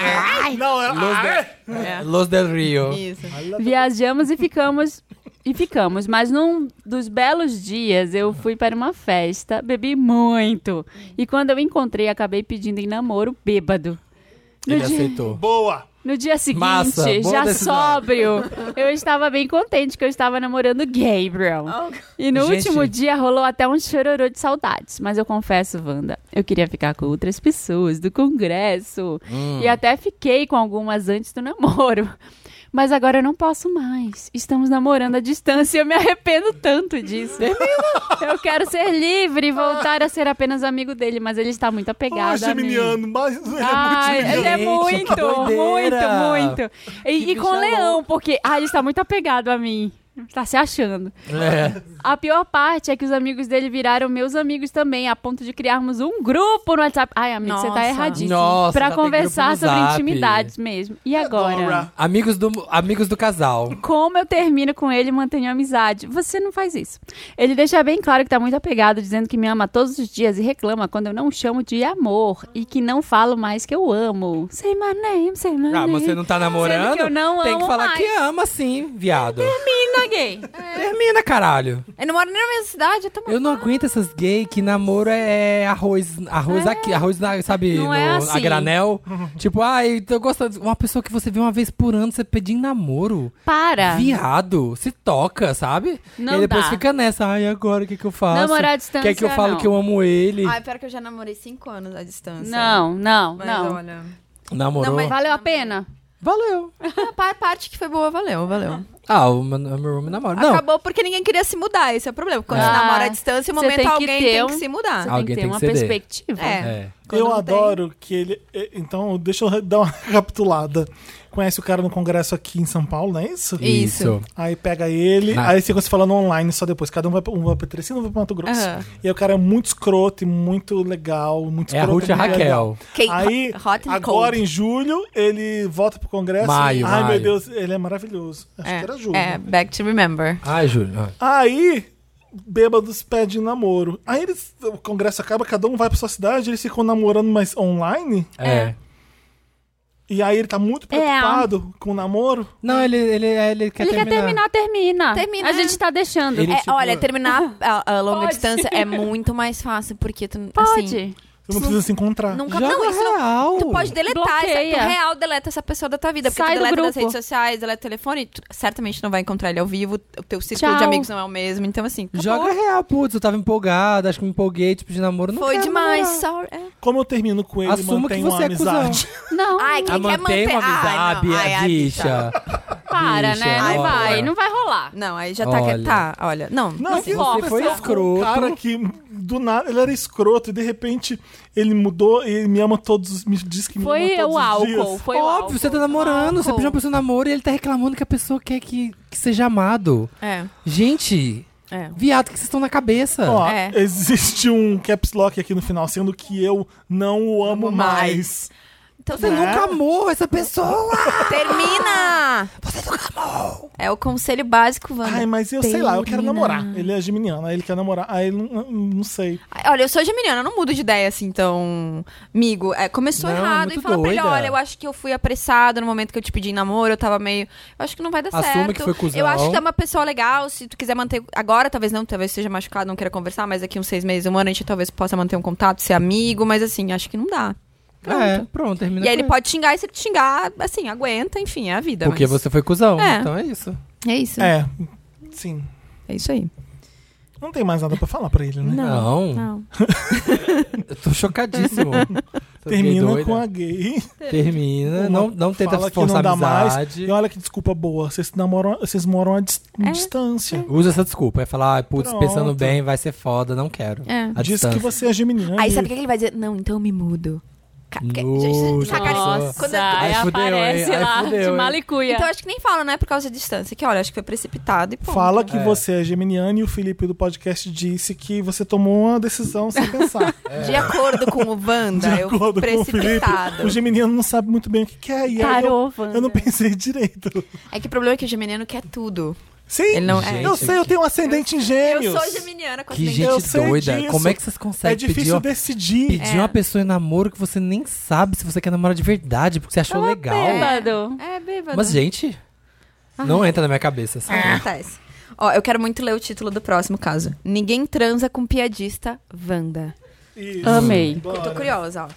Speaker 1: Não, era.
Speaker 2: Los, del-
Speaker 3: É.
Speaker 2: Los del Rio.
Speaker 5: Isso.
Speaker 3: Viajamos e ficamos. E ficamos, mas num dos belos dias eu fui para uma festa, bebi muito. E quando eu encontrei, acabei pedindo em namoro bêbado. No
Speaker 2: Ele
Speaker 3: dia-
Speaker 2: aceitou.
Speaker 1: Boa!
Speaker 3: No dia seguinte,
Speaker 2: Massa, boa
Speaker 3: já
Speaker 2: decisão.
Speaker 3: sóbrio, eu estava bem contente que eu estava namorando o Gabriel. E no
Speaker 2: Gente.
Speaker 3: último dia rolou até um chororô de saudades. Mas eu confesso, Wanda, eu queria ficar com outras pessoas do congresso.
Speaker 2: Hum.
Speaker 3: E até fiquei com algumas antes do namoro. Mas agora eu não posso mais. Estamos namorando à distância e eu me arrependo tanto disso. Eu quero ser livre e voltar a ser apenas amigo dele, mas ele está muito
Speaker 1: Ô,
Speaker 3: apegado a mim.
Speaker 1: Geminiano, mas ele é
Speaker 3: Ai,
Speaker 1: muito
Speaker 3: ele
Speaker 1: geminiano.
Speaker 3: é
Speaker 2: Gente,
Speaker 3: muito,
Speaker 2: que doideira.
Speaker 3: muito, muito. E, e com
Speaker 2: bicha
Speaker 3: o leão, porque ah, ele está muito apegado a mim. Tá se achando.
Speaker 2: É.
Speaker 3: A pior parte é que os amigos dele viraram meus amigos também, a ponto de criarmos um grupo no WhatsApp. Ai, amigo, você tá
Speaker 5: Nossa.
Speaker 3: erradíssimo.
Speaker 2: Nossa,
Speaker 3: pra
Speaker 2: já tem
Speaker 3: conversar
Speaker 2: grupo no
Speaker 3: sobre
Speaker 2: Zap.
Speaker 3: intimidades mesmo. E agora?
Speaker 1: Dora.
Speaker 2: Amigos do, amigos do casal.
Speaker 3: Como eu termino com ele e mantenho a amizade? Você não faz isso. Ele deixa bem claro que tá muito apegado, dizendo que me ama todos os dias e reclama quando eu não chamo de amor e que não falo mais que eu amo. Say my name, say my
Speaker 2: Ah,
Speaker 3: name.
Speaker 2: mas você não tá namorando?
Speaker 3: Sendo que eu não
Speaker 2: tem que
Speaker 3: amo
Speaker 2: falar
Speaker 3: mais. É.
Speaker 2: que ama sim, viado.
Speaker 3: Menina gay.
Speaker 2: Termina, caralho.
Speaker 5: Eu não moro nem na mesma cidade, eu tô
Speaker 2: Eu não aguento essas gay que namoro é arroz, arroz aqui, arroz na, sabe,
Speaker 3: Não é
Speaker 2: no- a
Speaker 3: assim.
Speaker 2: granel. tipo, ai, eu gosto de uma pessoa que você vê uma vez por ano, você pedir em namoro.
Speaker 3: Para.
Speaker 2: Viado, se toca, sabe?
Speaker 3: Não
Speaker 2: e aí depois
Speaker 3: dá.
Speaker 2: fica nessa, ai, agora o que que eu faço?
Speaker 3: Namorar à
Speaker 2: Quer que eu
Speaker 3: distância,
Speaker 2: falo
Speaker 3: não.
Speaker 2: que eu amo ele?
Speaker 5: Ai, Ah, é pior que eu já namorei cinco anos à distância.
Speaker 3: Não, não,
Speaker 5: Mas
Speaker 3: não.
Speaker 5: olha.
Speaker 2: Namorou?
Speaker 5: Não, mas-
Speaker 3: Valeu a pena?
Speaker 2: Valeu.
Speaker 5: A Ah, pa- parte que foi boa, valeu, valeu.
Speaker 2: Ah, o meu, o meu namoro. Não,
Speaker 5: Acabou porque ninguém queria se mudar, esse é o problema. Quando
Speaker 3: É.
Speaker 5: você namora
Speaker 3: Ah,
Speaker 5: à distância, em um
Speaker 3: você
Speaker 5: momento
Speaker 3: tem que
Speaker 5: alguém
Speaker 3: ter
Speaker 5: tem
Speaker 3: um-
Speaker 5: que se
Speaker 3: Você
Speaker 5: mudar.
Speaker 3: tem
Speaker 2: Alguém
Speaker 3: que ter
Speaker 2: tem
Speaker 3: uma
Speaker 2: que ceder.
Speaker 3: perspectiva.
Speaker 5: É.
Speaker 2: é.
Speaker 5: Quando
Speaker 1: Eu
Speaker 5: não tem-
Speaker 1: eh, adoro que ele. Então, deixa eu dar uma recapitulada. conhece o cara no congresso aqui em São Paulo, não é isso?
Speaker 5: Isso.
Speaker 1: Aí pega ele,
Speaker 2: Ah.
Speaker 1: aí ficam se falando online só depois. Cada um vai, pra- um vai pra Petricina, um vai pra Mato Grosso.
Speaker 5: Aham.
Speaker 1: E aí o cara é muito escroto e muito legal, muito
Speaker 2: É a
Speaker 1: escroto.
Speaker 2: Ruth e a
Speaker 1: muito legal.
Speaker 2: Raquel.
Speaker 5: Quem-
Speaker 1: Aí,
Speaker 5: hot and
Speaker 1: agora
Speaker 5: cold.
Speaker 1: em julho, ele volta pro congresso.
Speaker 2: Maio,
Speaker 1: Ai,
Speaker 2: maio.
Speaker 1: meu Deus, ele é maravilhoso. Acho que era julho.
Speaker 5: É, Back to Remember.
Speaker 2: Ai, Júlio. ah.
Speaker 1: Aí, bêbados pedem namoro. Aí eles, o congresso acaba, cada um vai pra sua cidade, eles ficam namorando, mas online.
Speaker 2: É.
Speaker 1: E aí ele tá muito preocupado com o namoro.
Speaker 2: Não, ele, ele, ele quer
Speaker 3: Ele quer
Speaker 2: terminar.
Speaker 3: terminar, termina.
Speaker 5: Termina.
Speaker 3: A gente tá deixando.
Speaker 2: Ele-
Speaker 5: É,
Speaker 2: tipo-
Speaker 5: olha, terminar a, a longa
Speaker 3: Pode.
Speaker 5: distância é muito mais fácil, porque tu
Speaker 3: É, Pode.
Speaker 5: assim,
Speaker 1: Você não precisa se encontrar.
Speaker 5: nunca.
Speaker 2: Joga
Speaker 5: não, isso não-
Speaker 2: real.
Speaker 5: Tu pode deletar, essa,
Speaker 3: Bloqueia.
Speaker 5: tu real deleta essa pessoa da tua vida. Porque
Speaker 3: Sai
Speaker 5: tu
Speaker 3: do
Speaker 5: deleta das
Speaker 3: grupo.
Speaker 5: redes sociais, deleta o telefone, tu certamente não vai encontrar ele ao vivo, o teu círculo
Speaker 3: Tchau.
Speaker 5: de amigos não é o mesmo. Então, assim, acabou.
Speaker 2: Joga real, putz, eu tava empolgada, acho que me empolguei, tipo, de namoro. Não
Speaker 5: foi
Speaker 2: quero
Speaker 5: demais,
Speaker 2: namorar.
Speaker 5: sorry. É.
Speaker 1: Como eu termino com ele,
Speaker 2: Assumo que
Speaker 1: mantenho uma
Speaker 2: você é cuzão.
Speaker 1: amizade.
Speaker 3: Não,
Speaker 5: Ai, quem
Speaker 2: Ah,
Speaker 5: quer
Speaker 2: mantém
Speaker 5: manter?
Speaker 2: uma
Speaker 5: Ai,
Speaker 2: amizade,
Speaker 5: não. Ai,
Speaker 2: a bicha.
Speaker 3: para,
Speaker 2: Bicha,
Speaker 3: né? Não
Speaker 2: olha.
Speaker 3: vai, não vai rolar.
Speaker 5: Não, aí já tá
Speaker 2: Olha.
Speaker 5: que tá. Olha, não.
Speaker 1: Não,
Speaker 3: se
Speaker 1: que
Speaker 3: força.
Speaker 1: você
Speaker 2: foi escroto.
Speaker 1: Um cara que do nada ele era escroto e de repente ele mudou e ele me ama todos, os- me diz que me ama
Speaker 3: Foi
Speaker 1: todos
Speaker 3: o
Speaker 1: os
Speaker 3: álcool.
Speaker 1: dias.
Speaker 3: Foi o
Speaker 2: Óbvio,
Speaker 3: álcool.
Speaker 2: você tá namorando, você
Speaker 5: álcool.
Speaker 2: pediu uma pessoa em namoro e ele tá reclamando que a pessoa quer que, que seja amado.
Speaker 5: É,
Speaker 2: Gente,
Speaker 5: é.
Speaker 2: viado, o que vocês estão na cabeça?
Speaker 1: Ó,
Speaker 5: É.
Speaker 1: existe um caps lock aqui no final, sendo que eu não o amo
Speaker 5: Amo
Speaker 1: mais.
Speaker 5: mais. Então,
Speaker 1: né?
Speaker 2: Você nunca amou essa pessoa!
Speaker 5: Termina! É o conselho básico, Wanda.
Speaker 1: Ai, mas eu sei lá, eu quero
Speaker 5: Termina.
Speaker 1: namorar. Ele é geminiano, aí ele quer namorar. Aí não, não sei.
Speaker 5: Ai, Olha, eu sou geminiana, eu não mudo de ideia assim, então. Amigo, é, começou
Speaker 2: Não,
Speaker 5: errado
Speaker 2: muito
Speaker 5: e fala pra ele:
Speaker 2: doida.
Speaker 5: olha, eu acho que eu fui apressada no momento que eu te pedi em namoro, eu tava meio. Eu acho que não vai dar
Speaker 2: Assume
Speaker 5: certo.
Speaker 2: que foi cuzão.
Speaker 5: Eu acho que é uma pessoa legal, se tu quiser manter. Agora, talvez não, talvez seja machucado, não queira conversar, mas daqui uns seis meses, um ano, a gente talvez possa manter um contato, ser amigo, mas assim, acho que não dá. Pronto.
Speaker 2: É, pronto, termina
Speaker 5: E aí
Speaker 2: com
Speaker 5: ele pode xingar, e se ele te xingar, assim, aguenta, enfim, é a vida.
Speaker 2: Porque
Speaker 5: mas-
Speaker 2: você foi cuzão,
Speaker 5: É.
Speaker 2: então é isso.
Speaker 5: É isso. É,
Speaker 1: É, sim.
Speaker 5: isso aí.
Speaker 1: Não tem mais nada pra falar pra ele, né?
Speaker 2: Não,
Speaker 5: Não.
Speaker 2: eu tô chocadíssimo. Tô
Speaker 1: Termina
Speaker 2: doida.
Speaker 1: com a gay.
Speaker 2: Termina,
Speaker 1: Uma
Speaker 2: não, não tenta
Speaker 1: fala que
Speaker 2: forçar
Speaker 1: não dá mais.
Speaker 2: amizade.
Speaker 1: E olha que desculpa boa. Vocês, namoram, vocês moram à dis-
Speaker 5: É.
Speaker 1: distância.
Speaker 2: Usa essa desculpa, é falar, ah, putz,
Speaker 1: Pronto.
Speaker 2: pensando bem, vai ser foda, não quero.
Speaker 5: É.
Speaker 2: A
Speaker 1: Diz que
Speaker 2: distância.
Speaker 1: você é geminiano.
Speaker 5: Aí
Speaker 1: e-
Speaker 5: sabe o que ele vai dizer? Não, então eu me mudo. Ca- porque-
Speaker 2: Hum. Nossa.
Speaker 5: sacanagem.
Speaker 3: Nossa,
Speaker 5: Quando-
Speaker 2: Ai,
Speaker 3: aí
Speaker 2: fudeu, hein?
Speaker 3: aparece
Speaker 2: Ai,
Speaker 3: lá
Speaker 2: fudeu,
Speaker 3: de
Speaker 2: hein?
Speaker 3: malicuia.
Speaker 5: Então acho que nem fala, né? Por causa da distância. Que olha, acho que foi precipitado e pô.
Speaker 1: Fala que
Speaker 2: É.
Speaker 1: você é geminiano e o Felipe do podcast disse que você tomou uma decisão sem pensar.
Speaker 5: De acordo com o
Speaker 1: É.
Speaker 5: Wanda,
Speaker 1: De
Speaker 5: É, eu
Speaker 1: acordo
Speaker 5: fui
Speaker 1: com o Felipe,
Speaker 5: precipitado.
Speaker 1: o geminiano não sabe muito bem o que quer. E aí eu,
Speaker 3: Tarô, Wanda.
Speaker 1: eu não pensei direito.
Speaker 5: É que o problema é que o geminiano quer tudo.
Speaker 1: Sim,
Speaker 5: Ele não é.
Speaker 1: eu
Speaker 2: Gente,
Speaker 1: sei, eu tenho um ascendente em gêmeos.
Speaker 5: Eu sou geminiana com
Speaker 2: Que
Speaker 5: ascendente.
Speaker 2: gente
Speaker 1: Eu sei
Speaker 2: doida.
Speaker 1: disso.
Speaker 2: Como é que vocês
Speaker 1: É
Speaker 2: conseguem pedir,
Speaker 1: difícil
Speaker 2: ó,
Speaker 1: decidir.
Speaker 2: pedir uma pessoa em namoro que você nem sabe se você quer namorar de verdade, porque você achou legal.
Speaker 3: tá Bêbado.
Speaker 5: É, bêbado.
Speaker 2: Mas, gente, não entra na minha cabeça. Assim.
Speaker 5: É. Acontece. Ó, eu quero muito ler o título do próximo caso. Ninguém transa com piadista Wanda.
Speaker 1: Isso.
Speaker 3: Amei.
Speaker 5: É. Eu tô
Speaker 1: Bora.
Speaker 5: curiosa, ó.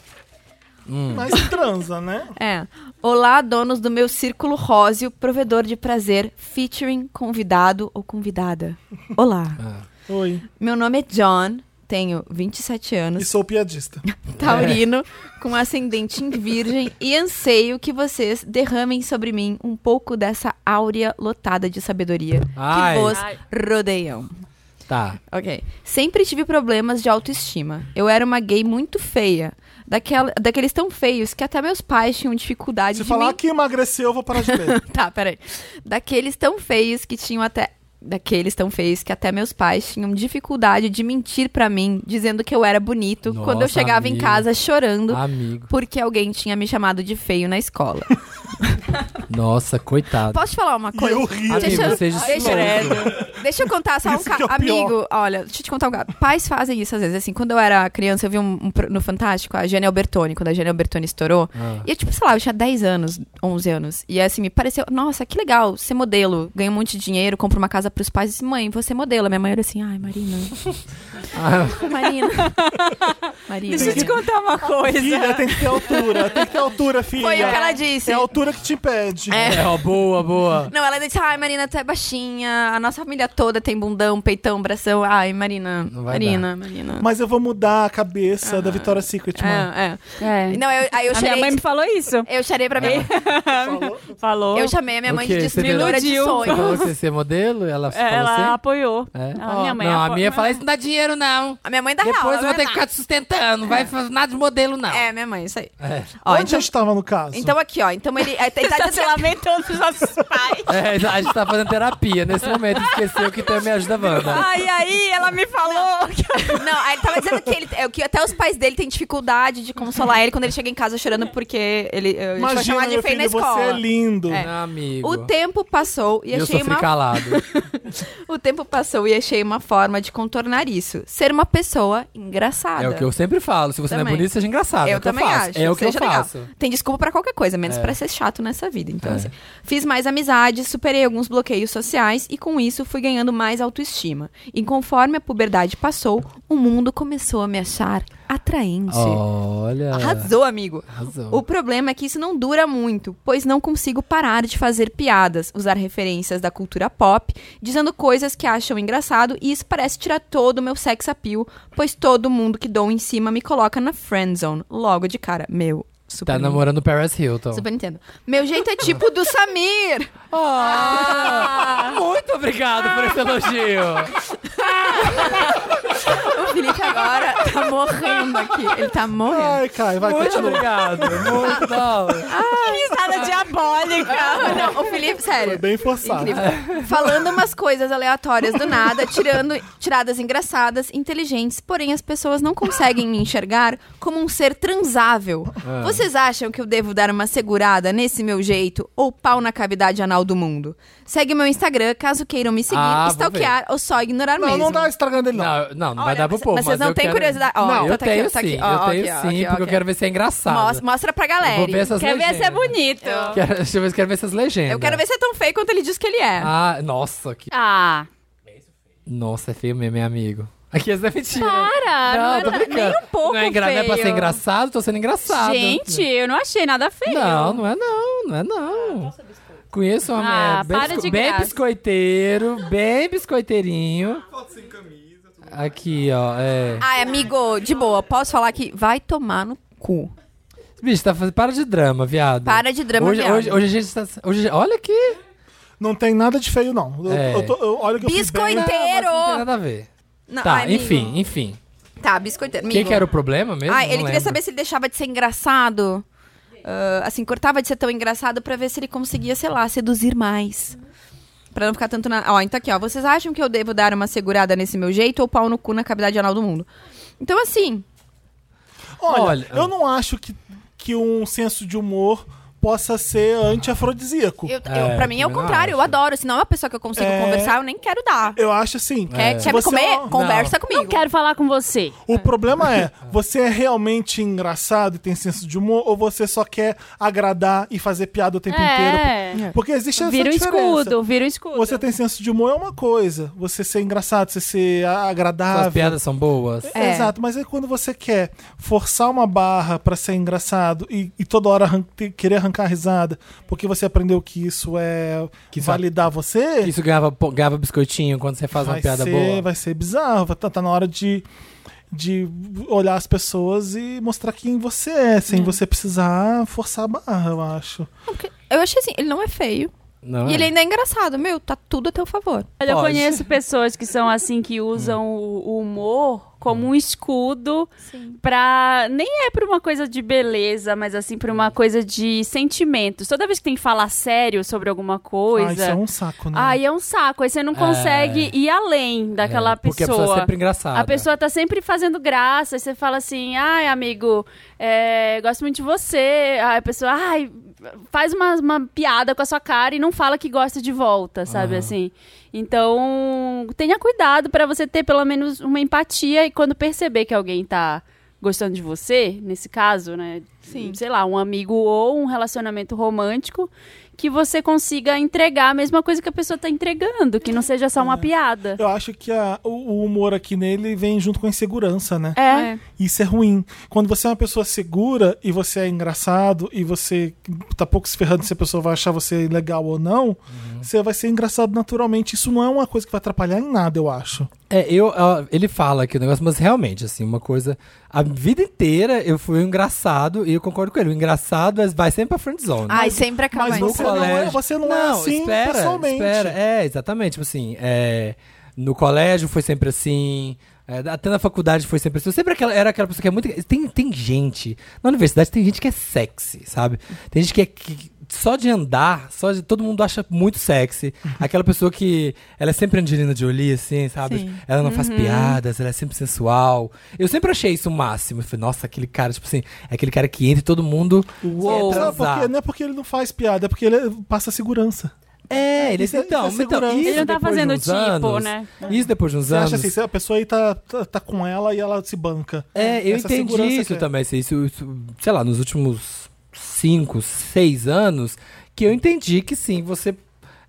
Speaker 1: Mas transa, né?
Speaker 5: É. Olá, donos do meu círculo róseo, provedor de prazer, featuring convidado ou convidada. Olá.
Speaker 1: Ah. Oi.
Speaker 5: Meu nome é John, tenho 27 anos.
Speaker 1: E sou piadista.
Speaker 5: taurino, com ascendente em virgem, e anseio que vocês derramem sobre mim um pouco dessa áurea lotada de sabedoria
Speaker 2: Ai.
Speaker 5: que vos
Speaker 3: Ai.
Speaker 5: rodeiam.
Speaker 2: Tá.
Speaker 5: Ok. Sempre tive problemas de autoestima. Eu era uma gay muito feia. Daquela, daqueles tão feios que até meus pais tinham dificuldade
Speaker 1: Se
Speaker 5: de
Speaker 1: falar
Speaker 5: me
Speaker 1: que emagreceu, eu vou parar de ver.
Speaker 5: tá, peraí. Daqueles tão feios que tinham até. Daqueles tão feios que até meus pais tinham dificuldade de mentir pra mim, dizendo que eu era bonito,
Speaker 2: Nossa,
Speaker 5: quando eu chegava em
Speaker 2: amiga.
Speaker 5: casa chorando
Speaker 2: Amigo.
Speaker 5: porque alguém tinha me chamado de feio na escola.
Speaker 2: Nossa, coitado.
Speaker 5: Posso te falar uma coisa?
Speaker 1: eu ri. é
Speaker 5: Deixa,
Speaker 2: Amigo,
Speaker 5: eu-
Speaker 2: seja
Speaker 5: deixa, deixa eu contar só um
Speaker 1: Isso que é
Speaker 5: caso.
Speaker 1: o pior.
Speaker 5: Amigo, olha, deixa eu te contar um caso. Pais fazem isso às vezes. Assim, quando eu era criança, eu vi um, um pro- no Fantástico a Jane Albertoni, quando a Jane Albertoni estourou.
Speaker 2: Ah.
Speaker 5: E eu, tipo, sei lá, eu tinha 10 anos, 11 anos. E assim, me pareceu, nossa, que legal ser modelo. Ganho um monte de dinheiro, compro uma casa pros pais e disse, mãe, você é modelo. A Minha mãe era assim, ai, Marina.
Speaker 1: Ah.
Speaker 5: Marina. Marina.
Speaker 3: Deixa eu te contar uma coisa.
Speaker 1: Filha, tem que ter altura. Tem que ter altura, filha.
Speaker 5: é. Foi o que ela disse.
Speaker 1: É a altura que te impede.
Speaker 2: É, ó, boa, boa.
Speaker 5: Não, ela disse, ai, Marina, tu é baixinha, a nossa família toda tem bundão, peitão, bração. Ai, Marina.
Speaker 2: Não vai
Speaker 5: Marina, Marina.
Speaker 1: Mas eu vou mudar a
Speaker 5: Ah.
Speaker 1: cabeça da Victoria's Secret, mano.
Speaker 5: É,
Speaker 3: É.
Speaker 5: é. Não, eu, aí eu
Speaker 3: a minha
Speaker 5: chorei.
Speaker 3: mãe me falou isso.
Speaker 5: Eu chorei pra minha mãe.
Speaker 3: Falou.
Speaker 5: Eu chamei a minha
Speaker 2: O
Speaker 5: mãe
Speaker 2: quê?
Speaker 5: de
Speaker 2: Você me
Speaker 5: destruidora de
Speaker 3: iludiu.
Speaker 5: sonhos.
Speaker 2: Falou que você ser modelo? Ela
Speaker 3: É,
Speaker 2: falou
Speaker 3: ela
Speaker 2: assim?
Speaker 3: apoiou.
Speaker 2: É?
Speaker 3: A minha mãe
Speaker 2: não, a
Speaker 3: apo-
Speaker 2: minha fala, é isso não dá dinheiro, não.
Speaker 5: A minha mãe dá real.
Speaker 2: Depois eu
Speaker 5: ela
Speaker 2: vou ter
Speaker 5: vai
Speaker 2: que
Speaker 5: dar.
Speaker 2: ficar te sustentando, não vai fazer nada de modelo, não.
Speaker 5: É, minha mãe, isso aí.
Speaker 2: É.
Speaker 5: Ó,
Speaker 1: Onde
Speaker 5: então,
Speaker 1: eu estava no caso?
Speaker 5: então aqui, ó. Então ele. A idade
Speaker 3: Tá
Speaker 5: da
Speaker 3: se lamentando dos nossos pais.
Speaker 2: É, a gente tá fazendo terapia nesse momento, esqueceu que tem a Me Ajuda Wanda.
Speaker 3: Ai, aí ela me falou que
Speaker 5: Não, aí ele tava dizendo que, ele, é, que até os pais dele têm dificuldade de consolar ele quando ele chega em casa chorando porque ele. Eu, a gente vai
Speaker 1: Imagina,
Speaker 5: chamar de
Speaker 1: meu
Speaker 5: feio na
Speaker 1: filho, você é
Speaker 5: escola.
Speaker 1: lindo.
Speaker 2: Não, amigo.
Speaker 5: O tempo passou e
Speaker 2: eu
Speaker 5: achei
Speaker 2: sofri
Speaker 5: uma
Speaker 2: calado. É
Speaker 5: O tempo passou e achei uma forma de contornar isso. Ser uma pessoa engraçada.
Speaker 2: É o que eu sempre falo. Se você não é
Speaker 5: Também.
Speaker 2: bonito, seja engraçado.
Speaker 5: Eu
Speaker 2: é o que
Speaker 5: também
Speaker 2: eu faço.
Speaker 5: acho.
Speaker 2: É o que eu
Speaker 5: seja legal.
Speaker 2: faço.
Speaker 5: Tem desculpa pra qualquer coisa, menos
Speaker 2: É.
Speaker 5: pra ser chato nessa vida. Então,
Speaker 2: É.
Speaker 5: assim, fiz mais amizades, superei alguns bloqueios sociais e com isso fui ganhando mais autoestima. E conforme a puberdade passou, o mundo começou a me achar atraente.
Speaker 2: Olha.
Speaker 5: Arrasou, amigo.
Speaker 2: Arrasou.
Speaker 5: O problema é que isso não dura muito, pois não consigo parar de fazer piadas, usar referências da cultura pop, dizendo coisas que acham engraçado e isso parece tirar todo o meu sex appeal, pois todo mundo que dou em cima me coloca na friend zone logo de cara. Meu, super.
Speaker 2: Tá namorando o Paris Hilton.
Speaker 5: Super Nintendo. Meu jeito é tipo do Samir.
Speaker 2: Ah, Muito obrigado por esse
Speaker 5: Ah.
Speaker 2: elogio.
Speaker 5: O Felipe agora tá morrendo aqui. Ele tá morrendo.
Speaker 1: Ai, Caio, vai,
Speaker 2: Muito
Speaker 1: continua.
Speaker 2: obrigado. Muito não.
Speaker 3: risada diabólica.
Speaker 5: Não, o Felipe,
Speaker 1: Foi
Speaker 5: sério.
Speaker 1: bem forçado.
Speaker 5: Incrível. Falando umas coisas aleatórias do nada, tirando tiradas engraçadas, inteligentes, porém as pessoas não conseguem me enxergar como um ser transável.
Speaker 2: Ah.
Speaker 5: Vocês acham que eu devo dar uma segurada nesse meu jeito ou pau na cavidade anal do mundo? Segue meu Instagram caso queiram me seguir,
Speaker 2: Ah, vou
Speaker 5: stalkear ou só ignorar
Speaker 1: Não,
Speaker 5: mesmo.
Speaker 1: não dá estragando ele, não.
Speaker 2: Não, não, não vai
Speaker 5: Olha,
Speaker 2: dar pro
Speaker 5: mas-
Speaker 2: povo.
Speaker 5: mas vocês não
Speaker 2: eu
Speaker 5: têm
Speaker 2: quero-
Speaker 5: curiosidade. Ó,
Speaker 2: não,
Speaker 5: tá
Speaker 2: eu
Speaker 5: aqui, ó,
Speaker 2: tenho
Speaker 5: tá aqui,
Speaker 2: sim.
Speaker 5: ó,
Speaker 2: eu
Speaker 5: ó,
Speaker 2: tenho
Speaker 5: aqui, ó,
Speaker 2: sim,
Speaker 5: aqui, ó,
Speaker 2: porque eu
Speaker 5: aqui.
Speaker 2: quero ver se é engraçado.
Speaker 5: Mostra, mostra pra galera.
Speaker 2: Eu vou ver essas
Speaker 3: Quer ver
Speaker 2: legendas.
Speaker 3: se é bonito.
Speaker 2: Quero, deixa eu ver, quero ver essas legendas.
Speaker 5: Eu quero ver se é tão feio quanto ele diz que ele é.
Speaker 2: Ah, nossa, que...
Speaker 3: Ah,
Speaker 2: Nossa, é feio mesmo, meu amigo. Aqui essa é mentira.
Speaker 3: para.
Speaker 2: Não,
Speaker 3: Não,
Speaker 2: tô
Speaker 3: é-
Speaker 2: brincando.
Speaker 3: nem um pouco
Speaker 2: não é, engra- não é pra
Speaker 3: feio.
Speaker 2: ser engraçado, tô sendo engraçado.
Speaker 3: Gente, eu não achei nada feio.
Speaker 2: Não, não é não, não é não. Conheço um homem
Speaker 3: Ah,
Speaker 2: é, bem,
Speaker 3: para de
Speaker 2: bem
Speaker 3: graça.
Speaker 2: biscoiteiro, bem biscoiteirinho. Foto sem camisa. Aqui, ó, é.
Speaker 5: Ai, amigo, de boa, posso falar que vai tomar no cu.
Speaker 2: Bicho, tá fazendo... para de drama, viado.
Speaker 5: Para de drama,
Speaker 2: hoje,
Speaker 5: viado.
Speaker 2: hoje, hoje a gente tá... Hoje, olha aqui.
Speaker 1: Não tem nada de feio, não. Eu,
Speaker 2: É.
Speaker 1: eu tô- eu- olha que eu fiz bem.
Speaker 5: Biscoiteiro.
Speaker 2: Não, mas não tem nada a ver.
Speaker 3: Ah,
Speaker 5: Não,
Speaker 2: tá,
Speaker 5: ai, amigo.
Speaker 2: enfim, enfim.
Speaker 5: Tá, biscoiteiro.
Speaker 2: O
Speaker 5: amigo.
Speaker 2: que era o problema mesmo?
Speaker 5: Ai,
Speaker 2: Não
Speaker 5: ele queria
Speaker 2: lembro.
Speaker 5: saber se ele deixava de ser engraçado. ah, assim, cortava de ser tão engraçado pra ver se ele conseguia, sei lá, seduzir mais. Pra não ficar tanto na. Ó, então aqui, ó. Vocês acham que eu devo dar uma segurada nesse meu jeito ou pau no cu na cavidade anal do mundo? Então, assim,
Speaker 1: Olha,
Speaker 2: Olha,
Speaker 1: eu não acho que, que um senso de humor possa ser anti-afrodisíaco. Eu...
Speaker 5: eu, eu- pra
Speaker 2: também
Speaker 5: mim é o
Speaker 2: não
Speaker 5: contrário, eu
Speaker 2: acho.
Speaker 5: adoro. Se não é uma pessoa que eu consigo
Speaker 1: É.
Speaker 5: conversar, eu nem quero dar.
Speaker 1: acho assim.
Speaker 3: É.
Speaker 5: Quer,
Speaker 2: É.
Speaker 1: se
Speaker 5: quer me
Speaker 1: você-
Speaker 5: comer?
Speaker 1: Não.
Speaker 5: Conversa comigo.
Speaker 3: Não quero falar com você.
Speaker 1: O problema é, você é realmente engraçado e tem senso de humor, ou você só quer agradar e fazer piada o tempo inteiro?
Speaker 3: É.
Speaker 1: Porque existe essa
Speaker 3: Vira um
Speaker 1: diferença.
Speaker 3: escudo, vira um escudo.
Speaker 1: Você tem senso de humor é uma coisa. Você ser engraçado, você ser a-
Speaker 2: As
Speaker 1: agradável.
Speaker 2: piadas são boas.
Speaker 5: É.
Speaker 1: Exato, mas é quando você quer forçar uma barra pra ser engraçado e, e toda hora arran- ter- querer arrancar a risada, porque você aprendeu que isso é
Speaker 2: Que isso-
Speaker 1: validar você,
Speaker 2: Isso ganhava, po- ganhava biscoitinho quando você faz
Speaker 1: vai,
Speaker 2: uma piada
Speaker 1: ser,
Speaker 2: boa.
Speaker 1: vai ser bizarro. Vai- Tá, tá na hora de, de olhar as pessoas e mostrar quem você é, sem você precisar forçar a barra, eu acho.
Speaker 5: Eu achei assim, ele não é feio.
Speaker 2: Não
Speaker 5: E
Speaker 2: é?
Speaker 5: ele ainda é engraçado. Meu, tá tudo a teu favor.
Speaker 3: Olha, eu
Speaker 2: Pode.
Speaker 3: conheço pessoas que são assim, que usam o, o humor como um escudo pra. Nem é pra uma coisa de beleza, mas assim, pra uma coisa de sentimentos. Toda vez que tem que falar sério sobre alguma
Speaker 1: Ah, isso
Speaker 3: coisa.
Speaker 1: é um saco, né?
Speaker 3: Aí é um saco, aí você não consegue ir além daquela
Speaker 2: É, Porque
Speaker 3: pessoa.
Speaker 2: a pessoa é sempre engraçada.
Speaker 3: A pessoa tá sempre fazendo graça, e você fala assim, ai, amigo, é, gosto muito de você. Aí a pessoa, ai, faz uma, uma piada com a sua cara e não fala que gosta de volta, sabe assim? Então, tenha cuidado pra você ter pelo menos uma empatia e quando perceber que alguém tá gostando de você, nesse caso, né? Sim. Sei lá, um amigo ou um relacionamento romântico, que você consiga entregar a mesma coisa que a pessoa tá entregando, que não seja só uma piada.
Speaker 1: Eu acho que a- o, o humor aqui nele vem junto com a insegurança, né?
Speaker 3: É.
Speaker 1: Isso é ruim. Quando você é uma pessoa segura e você é engraçado e você tá pouco se ferrando se a pessoa vai achar você legal ou não,
Speaker 2: Uhum.
Speaker 1: você vai ser engraçado naturalmente. Isso não é uma coisa que vai atrapalhar em nada, eu acho.
Speaker 2: É, eu, ó, ele fala aqui o negócio, mas realmente, assim, uma coisa. A vida inteira eu fui um engraçado e eu concordo com ele. O engraçado é- vai sempre pra friend zone.
Speaker 6: Ai, sempre acaba
Speaker 1: Mas
Speaker 6: isso.
Speaker 1: no você não é- você não é assim
Speaker 2: espera,
Speaker 1: pessoalmente.
Speaker 2: Espera, é, exatamente. Tipo assim, é, no colégio foi sempre assim. é, até na faculdade foi sempre assim. Eu sempre aquela- era aquela pessoa que é muito. Tem, tem gente. Na universidade tem gente que é sexy, sabe? Tem gente que é. que- só de andar, só de, todo mundo acha muito sexy.
Speaker 1: Uhum.
Speaker 2: Aquela pessoa que ela é sempre Angelina Jolie, assim, sabe? Ela não
Speaker 1: Uhum.
Speaker 2: faz piadas, ela é sempre sensual. Eu sempre achei isso o máximo. Eu falei, nossa, aquele cara, tipo assim, é aquele cara que entra e todo mundo.
Speaker 1: Não,
Speaker 2: Uou,
Speaker 1: porque, não é porque ele não faz piada, é porque ele passa segurança.
Speaker 2: é, ele
Speaker 1: Isso é-
Speaker 2: então,
Speaker 1: isso é
Speaker 2: então
Speaker 1: segurança.
Speaker 2: isso
Speaker 3: Ele não tá
Speaker 2: depois de
Speaker 3: fazendo
Speaker 2: uns
Speaker 3: tipo,
Speaker 2: anos, É.
Speaker 3: né?
Speaker 2: Isso depois de uns
Speaker 1: Você
Speaker 2: anos.
Speaker 1: acha assim, se a pessoa aí tá, tá, tá com ela e ela se banca.
Speaker 2: é, eu
Speaker 1: Essa
Speaker 2: entendi
Speaker 1: segurança
Speaker 2: isso
Speaker 1: que é.
Speaker 2: também. assim, Isso, isso, sei lá, nos últimos cinco, seis anos, que eu entendi que sim, você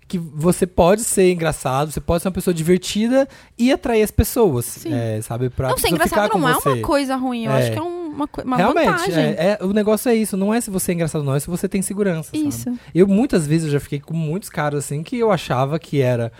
Speaker 2: que você pode ser engraçado, você pode ser uma pessoa divertida e atrair as pessoas, é, sabe? Pra
Speaker 5: Não, ser
Speaker 2: pessoa
Speaker 5: engraçado
Speaker 2: ficar com
Speaker 5: não é
Speaker 2: você.
Speaker 5: uma coisa ruim. Eu
Speaker 2: É.
Speaker 5: acho que é uma, co- uma
Speaker 2: Realmente,
Speaker 5: vantagem.
Speaker 2: é, é- o negócio é isso. Não é se você é engraçado, não. É se você tem segurança. sabe?
Speaker 5: Isso.
Speaker 2: Eu muitas vezes eu já fiquei com muitos caras assim que eu achava que era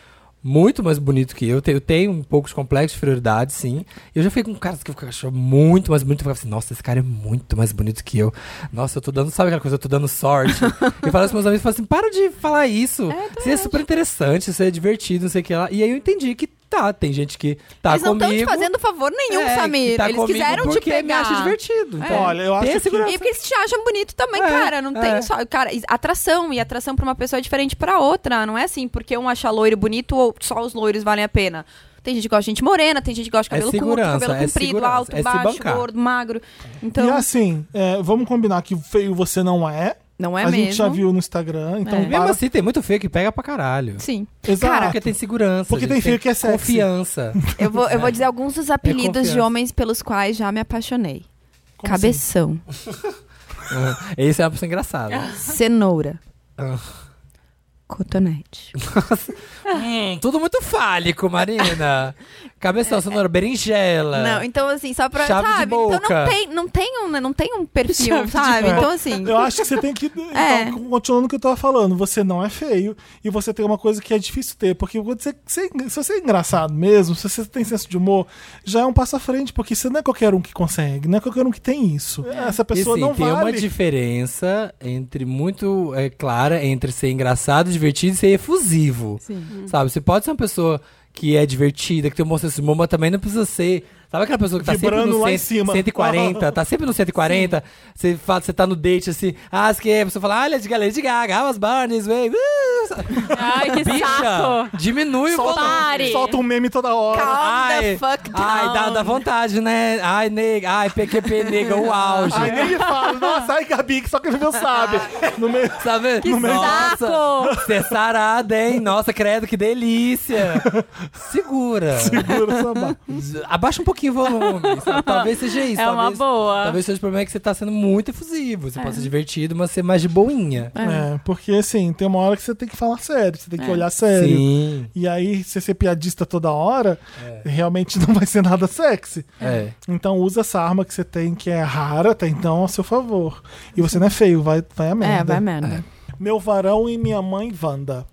Speaker 2: muito mais bonito que eu. Te- Eu tenho um pouco de complexo de inferioridade, sim. Eu já fiquei com caras que eu achava muito mais bonito. Eu falava assim, nossa, esse cara é muito mais bonito que eu. Nossa, eu tô dando, sabe aquela coisa? Eu tô dando sorte. eu falo isso pros meus amigos, eu falo assim, para de falar isso. isso é super interessante, isso é divertido, não sei o que lá. E aí eu entendi que tá, tem gente que tá
Speaker 6: Eles não
Speaker 2: comigo.
Speaker 6: estão te fazendo favor nenhum,
Speaker 2: É, que
Speaker 6: Samir.
Speaker 2: tá
Speaker 6: Eles
Speaker 2: comigo
Speaker 6: quiseram te
Speaker 2: porque
Speaker 6: pegar. É.
Speaker 2: me acha divertido. Então,
Speaker 1: Olha, eu
Speaker 2: tem
Speaker 1: acho
Speaker 2: a
Speaker 1: que-
Speaker 2: segurança.
Speaker 6: E porque eles te acham bonito também,
Speaker 2: É,
Speaker 6: cara. Não
Speaker 2: é.
Speaker 6: tem só.
Speaker 5: Só- Cara, e- atração e atração pra uma pessoa é diferente pra outra. Não é assim, porque um acha loiro bonito ou só os loiros valem a pena. Tem gente que gosta de gente morena, tem gente que gosta de
Speaker 2: É
Speaker 5: cabelo curto,
Speaker 2: segurança,
Speaker 5: cabelo
Speaker 2: é
Speaker 5: comprido,
Speaker 2: segurança,
Speaker 5: alto,
Speaker 2: é se
Speaker 5: baixo,
Speaker 2: bancar.
Speaker 5: gordo, magro.
Speaker 1: E
Speaker 5: Então,
Speaker 1: assim, é, vamos combinar que feio você não é.
Speaker 6: Não é
Speaker 1: a
Speaker 6: mesmo. É.
Speaker 1: gente já viu no Instagram, então
Speaker 2: Mesmo
Speaker 1: para-
Speaker 2: assim, tem muito feio que pega pra caralho.
Speaker 5: sim.
Speaker 1: Exato.
Speaker 2: Cara, porque tem segurança.
Speaker 1: Porque
Speaker 2: gente,
Speaker 1: tem feio que é sexy.
Speaker 2: Confiança.
Speaker 6: Eu vou, eu vou dizer alguns dos apelidos de
Speaker 2: É. confiança.
Speaker 6: homens pelos quais já me apaixonei:
Speaker 1: Como assim?
Speaker 6: cabeção,
Speaker 2: Ah, Esse é uma pessoa engraçada.
Speaker 6: cenoura,
Speaker 2: Ah.
Speaker 6: cotonete.
Speaker 2: Hum, tudo muito fálico, Marina. Cabeção, sonora, berinjela.
Speaker 6: Não, então assim, só pra.
Speaker 2: Chave de
Speaker 6: sabe? Então
Speaker 2: boca.
Speaker 6: não tem, não tem, um, não tem um perfil,
Speaker 3: Chave de
Speaker 6: sabe?
Speaker 1: boca.
Speaker 6: Então assim.
Speaker 1: É. Eu acho que você tem que.
Speaker 6: É.
Speaker 1: Então, continuando o que eu tava falando, você não é feio e você tem uma coisa que é difícil ter. Porque quando você, você- se você é engraçado mesmo, se você tem senso de humor, já é um passo à frente, porque você não é qualquer um que consegue, não é qualquer um que tem isso. Essa
Speaker 2: É. E,
Speaker 1: pessoa
Speaker 2: sim,
Speaker 1: não
Speaker 2: tem
Speaker 1: vale.
Speaker 2: uma diferença entre muito é, clara entre ser engraçado, divertido e ser efusivo. Uhum. Sabe? Você pode ser uma pessoa que é divertida, que tem um bom senso de humor, mas também não precisa ser. Sabe aquela pessoa que tá sempre
Speaker 1: Vibrando
Speaker 2: no
Speaker 1: lá em
Speaker 2: cento-
Speaker 1: cima.
Speaker 2: 140, tá sempre no 140, você, fala, você tá no date assim, ah, você quer, a pessoa fala, ah, Lady Gaga, Lady Gaga, Alice Barnes, way, uh, sabe?
Speaker 3: Ai, que
Speaker 2: Bicha,
Speaker 3: saco.
Speaker 2: diminui o
Speaker 1: Solta,
Speaker 2: volume.
Speaker 3: Pare.
Speaker 1: solta um meme toda hora.
Speaker 2: Ai, ai dá, dá vontade, né? Ai, nega, ai, PQP, nega, o auge.
Speaker 1: Aí ele fala, nossa, ai, Gabi, que só quem viveu sabe. No meio.
Speaker 2: Sabe? Que
Speaker 3: saco!
Speaker 2: Você é sarada, hein? Nossa, credo, que delícia! Segura.
Speaker 1: Segura essa barra.
Speaker 2: Abaixa um pouquinho o volume. sabe? Talvez seja isso.
Speaker 3: É uma
Speaker 2: talvez,
Speaker 3: boa.
Speaker 2: Talvez seja o problema é que você tá sendo muito efusivo. Você pode ser divertido, mas ser mais de boinha.
Speaker 1: É, porque assim, tem uma hora que você tem que falar sério, você tem
Speaker 6: É.
Speaker 1: que olhar sério.
Speaker 2: Sim.
Speaker 1: E aí, se você ser piadista toda hora, realmente não vai ser nada sexy.
Speaker 2: É.
Speaker 1: Então usa essa arma que você tem, que é rara até então, a seu favor. E você não é feio, vai, vai a merda.
Speaker 6: É, vai merda.
Speaker 1: Meu varão e minha mãe Wanda.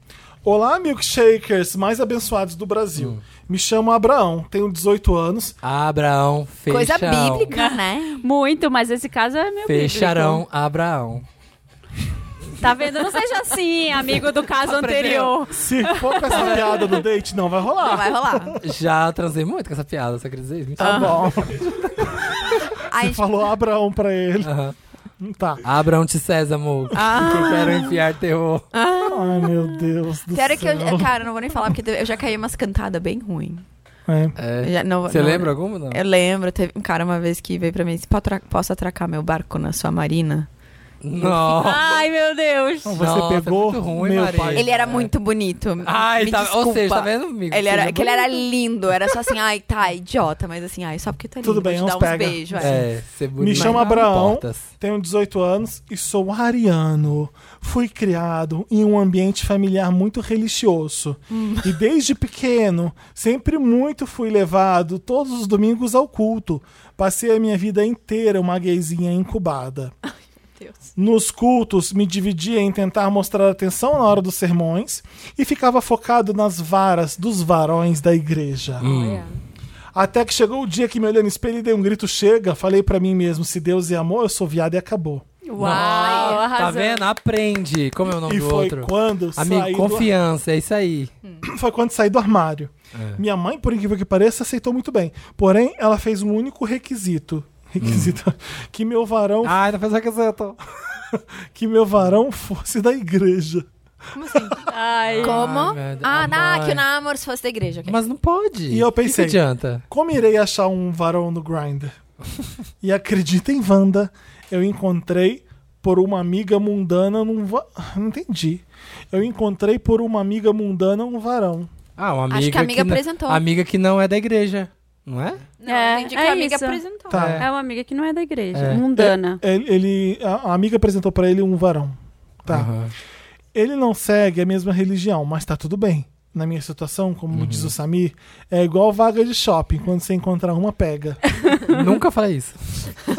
Speaker 1: Olá, milkshakers mais abençoados do Brasil.
Speaker 2: Hum.
Speaker 1: Me chamo Abraão, tenho 18 anos.
Speaker 2: Abraão, fechão.
Speaker 6: Coisa bíblica, né?
Speaker 3: Muito, mas esse caso é meu
Speaker 2: Fecharão, Abraão.
Speaker 3: bíblico. Tá vendo? Não seja assim, amigo do caso anterior.
Speaker 1: Se for com essa piada no date, não vai rolar.
Speaker 6: Vai rolar.
Speaker 2: Já transei muito com essa piada, só quer dizer isso.
Speaker 1: Tá bom.
Speaker 6: Ai,
Speaker 1: Você falou Abraão pra ele.
Speaker 2: Aham.
Speaker 1: Tá.
Speaker 2: Abraão de Sésamo, que eu quero enfiar terror.
Speaker 1: Ai, meu Deus do
Speaker 6: Pior
Speaker 1: céu.
Speaker 6: é que eu. Cara, eu não vou nem falar, porque eu já caí umas cantadas bem ruim.
Speaker 1: É.
Speaker 6: Eu já- não-
Speaker 2: Você
Speaker 6: não-
Speaker 2: lembra alguma? Não?
Speaker 6: Eu lembro, teve um cara uma vez que veio pra mim e disse: "Po- atra- Posso atracar meu barco na sua marina?
Speaker 2: Não.
Speaker 3: Ai, meu Deus.
Speaker 1: Então, Você
Speaker 2: Nossa, é
Speaker 1: pegou
Speaker 2: muito ruim,
Speaker 1: meu
Speaker 2: Maria.
Speaker 1: pai.
Speaker 5: Ele era muito bonito.
Speaker 2: Ai,
Speaker 5: me
Speaker 2: tá-
Speaker 5: desculpa.
Speaker 2: ou seja, tá vendo, amigo?
Speaker 5: Ele
Speaker 2: Seja
Speaker 5: era, que ele era
Speaker 2: bonito.
Speaker 5: lindo, era só assim, ai, tá, idiota, mas assim, ai, só porque tu é lindo,
Speaker 1: Tudo bem,
Speaker 5: vou te
Speaker 1: uns
Speaker 5: dar uns
Speaker 1: pega.
Speaker 5: beijos. é.
Speaker 2: É, ser bonito.
Speaker 1: Me
Speaker 2: mas
Speaker 1: chamo
Speaker 2: não
Speaker 1: Abraão,
Speaker 2: importas.
Speaker 1: tenho 18 anos e sou ariano. Fui criado em um ambiente familiar muito religioso. E desde pequeno, sempre muito fui levado todos os domingos ao culto. Passei a minha vida inteira uma gayzinha incubada. Nos cultos, me dividia em tentar mostrar atenção na hora dos sermões e ficava focado nas varas dos varões da igreja. Até que chegou o dia que me olhei no espelho e dei um grito: Chega! Falei pra mim mesmo: Se Deus é amor, eu sou viado e acabou.
Speaker 3: Uau,
Speaker 2: Tá
Speaker 3: arrasou.
Speaker 2: vendo? Aprende. Como é o nome
Speaker 1: e
Speaker 2: do
Speaker 1: foi
Speaker 2: outro?
Speaker 1: quando saí
Speaker 2: Amigo, confiança, é isso aí.
Speaker 1: do... foi quando saí do armário.
Speaker 2: É.
Speaker 1: Minha mãe, por incrível que pareça, aceitou muito bem. Porém, ela fez um único requisito. Requisito
Speaker 2: Hum.
Speaker 1: que meu varão
Speaker 2: Ai, não fez o que eu tô.
Speaker 1: que meu varão fosse da igreja.
Speaker 5: assim?
Speaker 3: Ai.
Speaker 6: Como?
Speaker 2: Ai, merda.
Speaker 6: Ah,
Speaker 2: A
Speaker 5: é
Speaker 6: na,
Speaker 2: mãe.
Speaker 6: que o namoro se fosse da igreja. ok.
Speaker 2: Mas não pode.
Speaker 1: E eu pensei-
Speaker 2: O que que adianta?
Speaker 1: Como irei achar um varão no Grindr? e acredita em Wanda, eu encontrei por uma amiga mundana num. Va... Não entendi. Eu encontrei por uma amiga mundana um varão.
Speaker 2: Ah, uma amiga.
Speaker 6: Acho que a amiga
Speaker 2: n-
Speaker 6: apresentou.
Speaker 2: Amiga que não é da igreja, não é?
Speaker 6: Não,
Speaker 3: É,
Speaker 6: entendi que
Speaker 3: é
Speaker 6: a amiga
Speaker 3: isso.
Speaker 6: apresentou.
Speaker 1: Tá.
Speaker 3: É uma amiga que não é da igreja,
Speaker 2: É.
Speaker 3: mundana.
Speaker 1: Ele, ele- a a amiga apresentou pra ele um varão. Tá.
Speaker 2: Aham.
Speaker 1: Ele não segue a mesma religião, mas tá tudo bem. Na minha situação, como diz o Samir, é igual vaga de shopping. Quando você encontrar uma, pega.
Speaker 2: Nunca falei isso.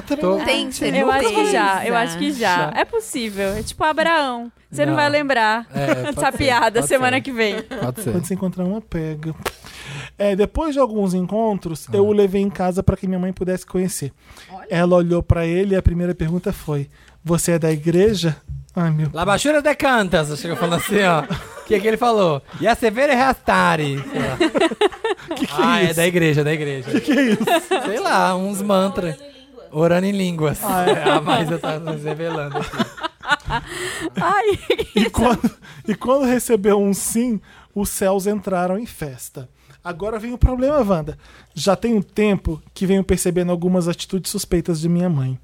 Speaker 1: Tá
Speaker 2: Tô-
Speaker 6: Tem
Speaker 3: Eu acho que
Speaker 6: certeza.
Speaker 3: já, eu acho que já.
Speaker 2: Já.
Speaker 3: É possível. É tipo Abraão. Você não,
Speaker 2: Não.
Speaker 3: vai lembrar
Speaker 2: É, pode
Speaker 3: dessa
Speaker 2: ser,
Speaker 3: piada
Speaker 2: pode
Speaker 3: semana
Speaker 2: ser.
Speaker 3: que vem.
Speaker 2: Pode ser.
Speaker 1: Quando você encontrar uma, pega. É, depois de alguns encontros, eu o levei em casa pra que minha mãe pudesse conhecer. Ela olhou pra ele e a primeira pergunta foi: Você é da igreja? Ai, meu.
Speaker 2: La Bachura de Cantas, chega falando assim, ó. O que, que ele falou? E a Severa Rastari. que que ah, é, da igreja, é da igreja. Que que é isso? Sei lá, uns mantras. Orando em línguas. Ah, é. A Maísa tá nos revelando aqui.
Speaker 3: Ai,
Speaker 1: E quando, e quando recebeu um sim, os céus entraram em festa. Agora vem o problema, Wanda. Já tem um tempo que venho percebendo algumas atitudes suspeitas de minha mãe.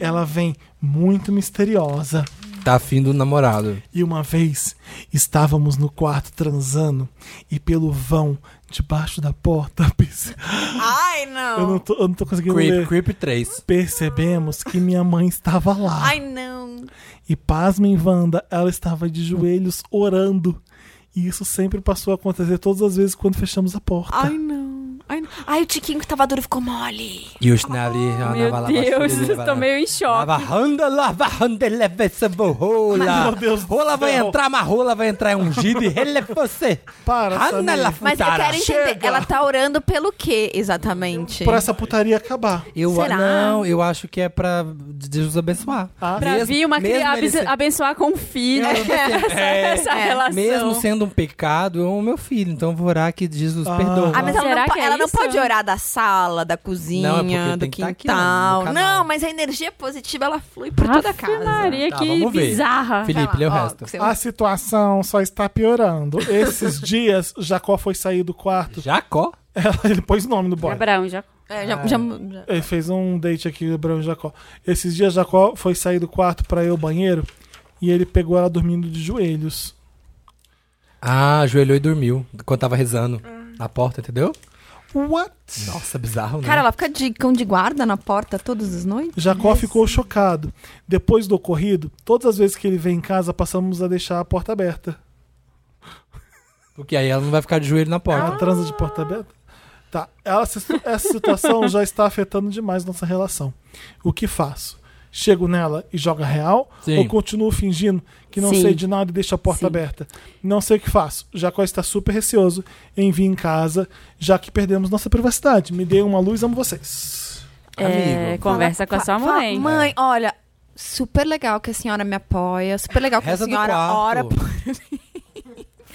Speaker 1: Ela vem muito misteriosa.
Speaker 2: Tá afim do namorado.
Speaker 1: E uma vez estávamos no quarto transando e pelo vão debaixo da porta. perce-
Speaker 5: Ai,
Speaker 1: Eu não
Speaker 5: não.
Speaker 1: tô, eu não tô conseguindo ler.
Speaker 2: Creep, Creep 3.
Speaker 1: Percebemos que minha mãe estava lá.
Speaker 5: Ai, não.
Speaker 1: E pasmem, Wanda, ela estava de joelhos orando. E isso sempre passou a acontecer todas as vezes quando fechamos a porta.
Speaker 5: Ai, não. Ai, não. Ai, o tiquinho que tava duro ficou mole.
Speaker 2: E o Shinari,
Speaker 3: meu Deus, eu tô meio em choque.
Speaker 2: Lavarranda, lavarranda, leva essa borrola.
Speaker 1: Meu Deus do
Speaker 2: Rola vai
Speaker 1: céu.
Speaker 2: entrar, mas rola vai entrar ungida e ele é você.
Speaker 1: Para,
Speaker 2: Hanna
Speaker 1: Samir.
Speaker 2: la
Speaker 6: Mas eu
Speaker 2: futara.
Speaker 6: quero entender, ela tá orando pelo quê, exatamente?
Speaker 1: Pra essa putaria acabar.
Speaker 2: Eu,
Speaker 6: Será?
Speaker 2: Não, eu acho que é pra Deus abençoar.
Speaker 1: Ah.
Speaker 3: Pra vir uma
Speaker 2: mesmo
Speaker 3: criança
Speaker 2: ele
Speaker 3: abenço-
Speaker 2: se-
Speaker 3: abençoar com um filho.
Speaker 2: Eu pensei,
Speaker 3: Essa, essa relação.
Speaker 2: É. Mesmo sendo um pecado, eu amo meu filho, então eu vou orar que Jesus
Speaker 1: Ah.
Speaker 2: perdoa.
Speaker 1: Ah,
Speaker 5: Ah, mas ela,
Speaker 3: Será
Speaker 5: não, po-
Speaker 3: que é
Speaker 5: ela não
Speaker 3: isso?
Speaker 5: pode orar da sala, da
Speaker 2: Não,
Speaker 5: cozinha,
Speaker 2: é porque
Speaker 5: do
Speaker 2: tem que tá aqui, ó, no
Speaker 5: quintal.
Speaker 2: canal.
Speaker 5: não, mas a energia positiva ela flui por toda a casa.
Speaker 3: Maria,
Speaker 2: Tá,
Speaker 3: que
Speaker 2: vamos ver.
Speaker 3: bizarra.
Speaker 2: Felipe, lê o
Speaker 5: Ó,
Speaker 2: resto.
Speaker 5: que você-
Speaker 1: A situação só está piorando. Esses dias, Jacó foi sair do quarto.
Speaker 2: Jacó?
Speaker 1: Ela- ele pôs o nome no boy.
Speaker 3: Abraão já.
Speaker 5: É, já- já- já-
Speaker 1: Ele fez um date aqui, Abraão e Jacó. Esses dias, Jacó foi sair do quarto pra ir ao banheiro e ele pegou ela dormindo de joelhos.
Speaker 2: Ah, ajoelhou e dormiu quando tava rezando na porta, entendeu?
Speaker 1: What?
Speaker 2: Nossa, bizarro, né?
Speaker 6: Cara, ela fica de cão de guarda na porta todas as noites?
Speaker 1: Jacó ficou chocado. Depois do ocorrido, todas as vezes que ele vem em casa, passamos a deixar a porta aberta.
Speaker 2: Porque aí ela não vai ficar de joelho na
Speaker 1: Ela
Speaker 3: Ah.
Speaker 2: porta.
Speaker 1: transa Tá de porta aberta? Tá. Ela- essa situação já está afetando demais nossa relação. O que faço? Chego nela e joga real?
Speaker 2: Sim.
Speaker 1: Ou continuo fingindo que não
Speaker 3: Sim.
Speaker 1: sei de nada e deixo a porta
Speaker 3: Sim.
Speaker 1: aberta? Não sei o que faço. Jacó está super receoso em vir em casa, já que perdemos nossa privacidade. Me dê uma luz, amo vocês.
Speaker 3: É,
Speaker 2: Amigo.
Speaker 3: conversa com a sua
Speaker 6: Fala- fala-
Speaker 3: mãe. né?
Speaker 6: Mãe, olha, super legal que a senhora me apoia, super legal que
Speaker 2: Reza
Speaker 6: a
Speaker 2: do
Speaker 6: senhora
Speaker 2: quarto.
Speaker 6: ora.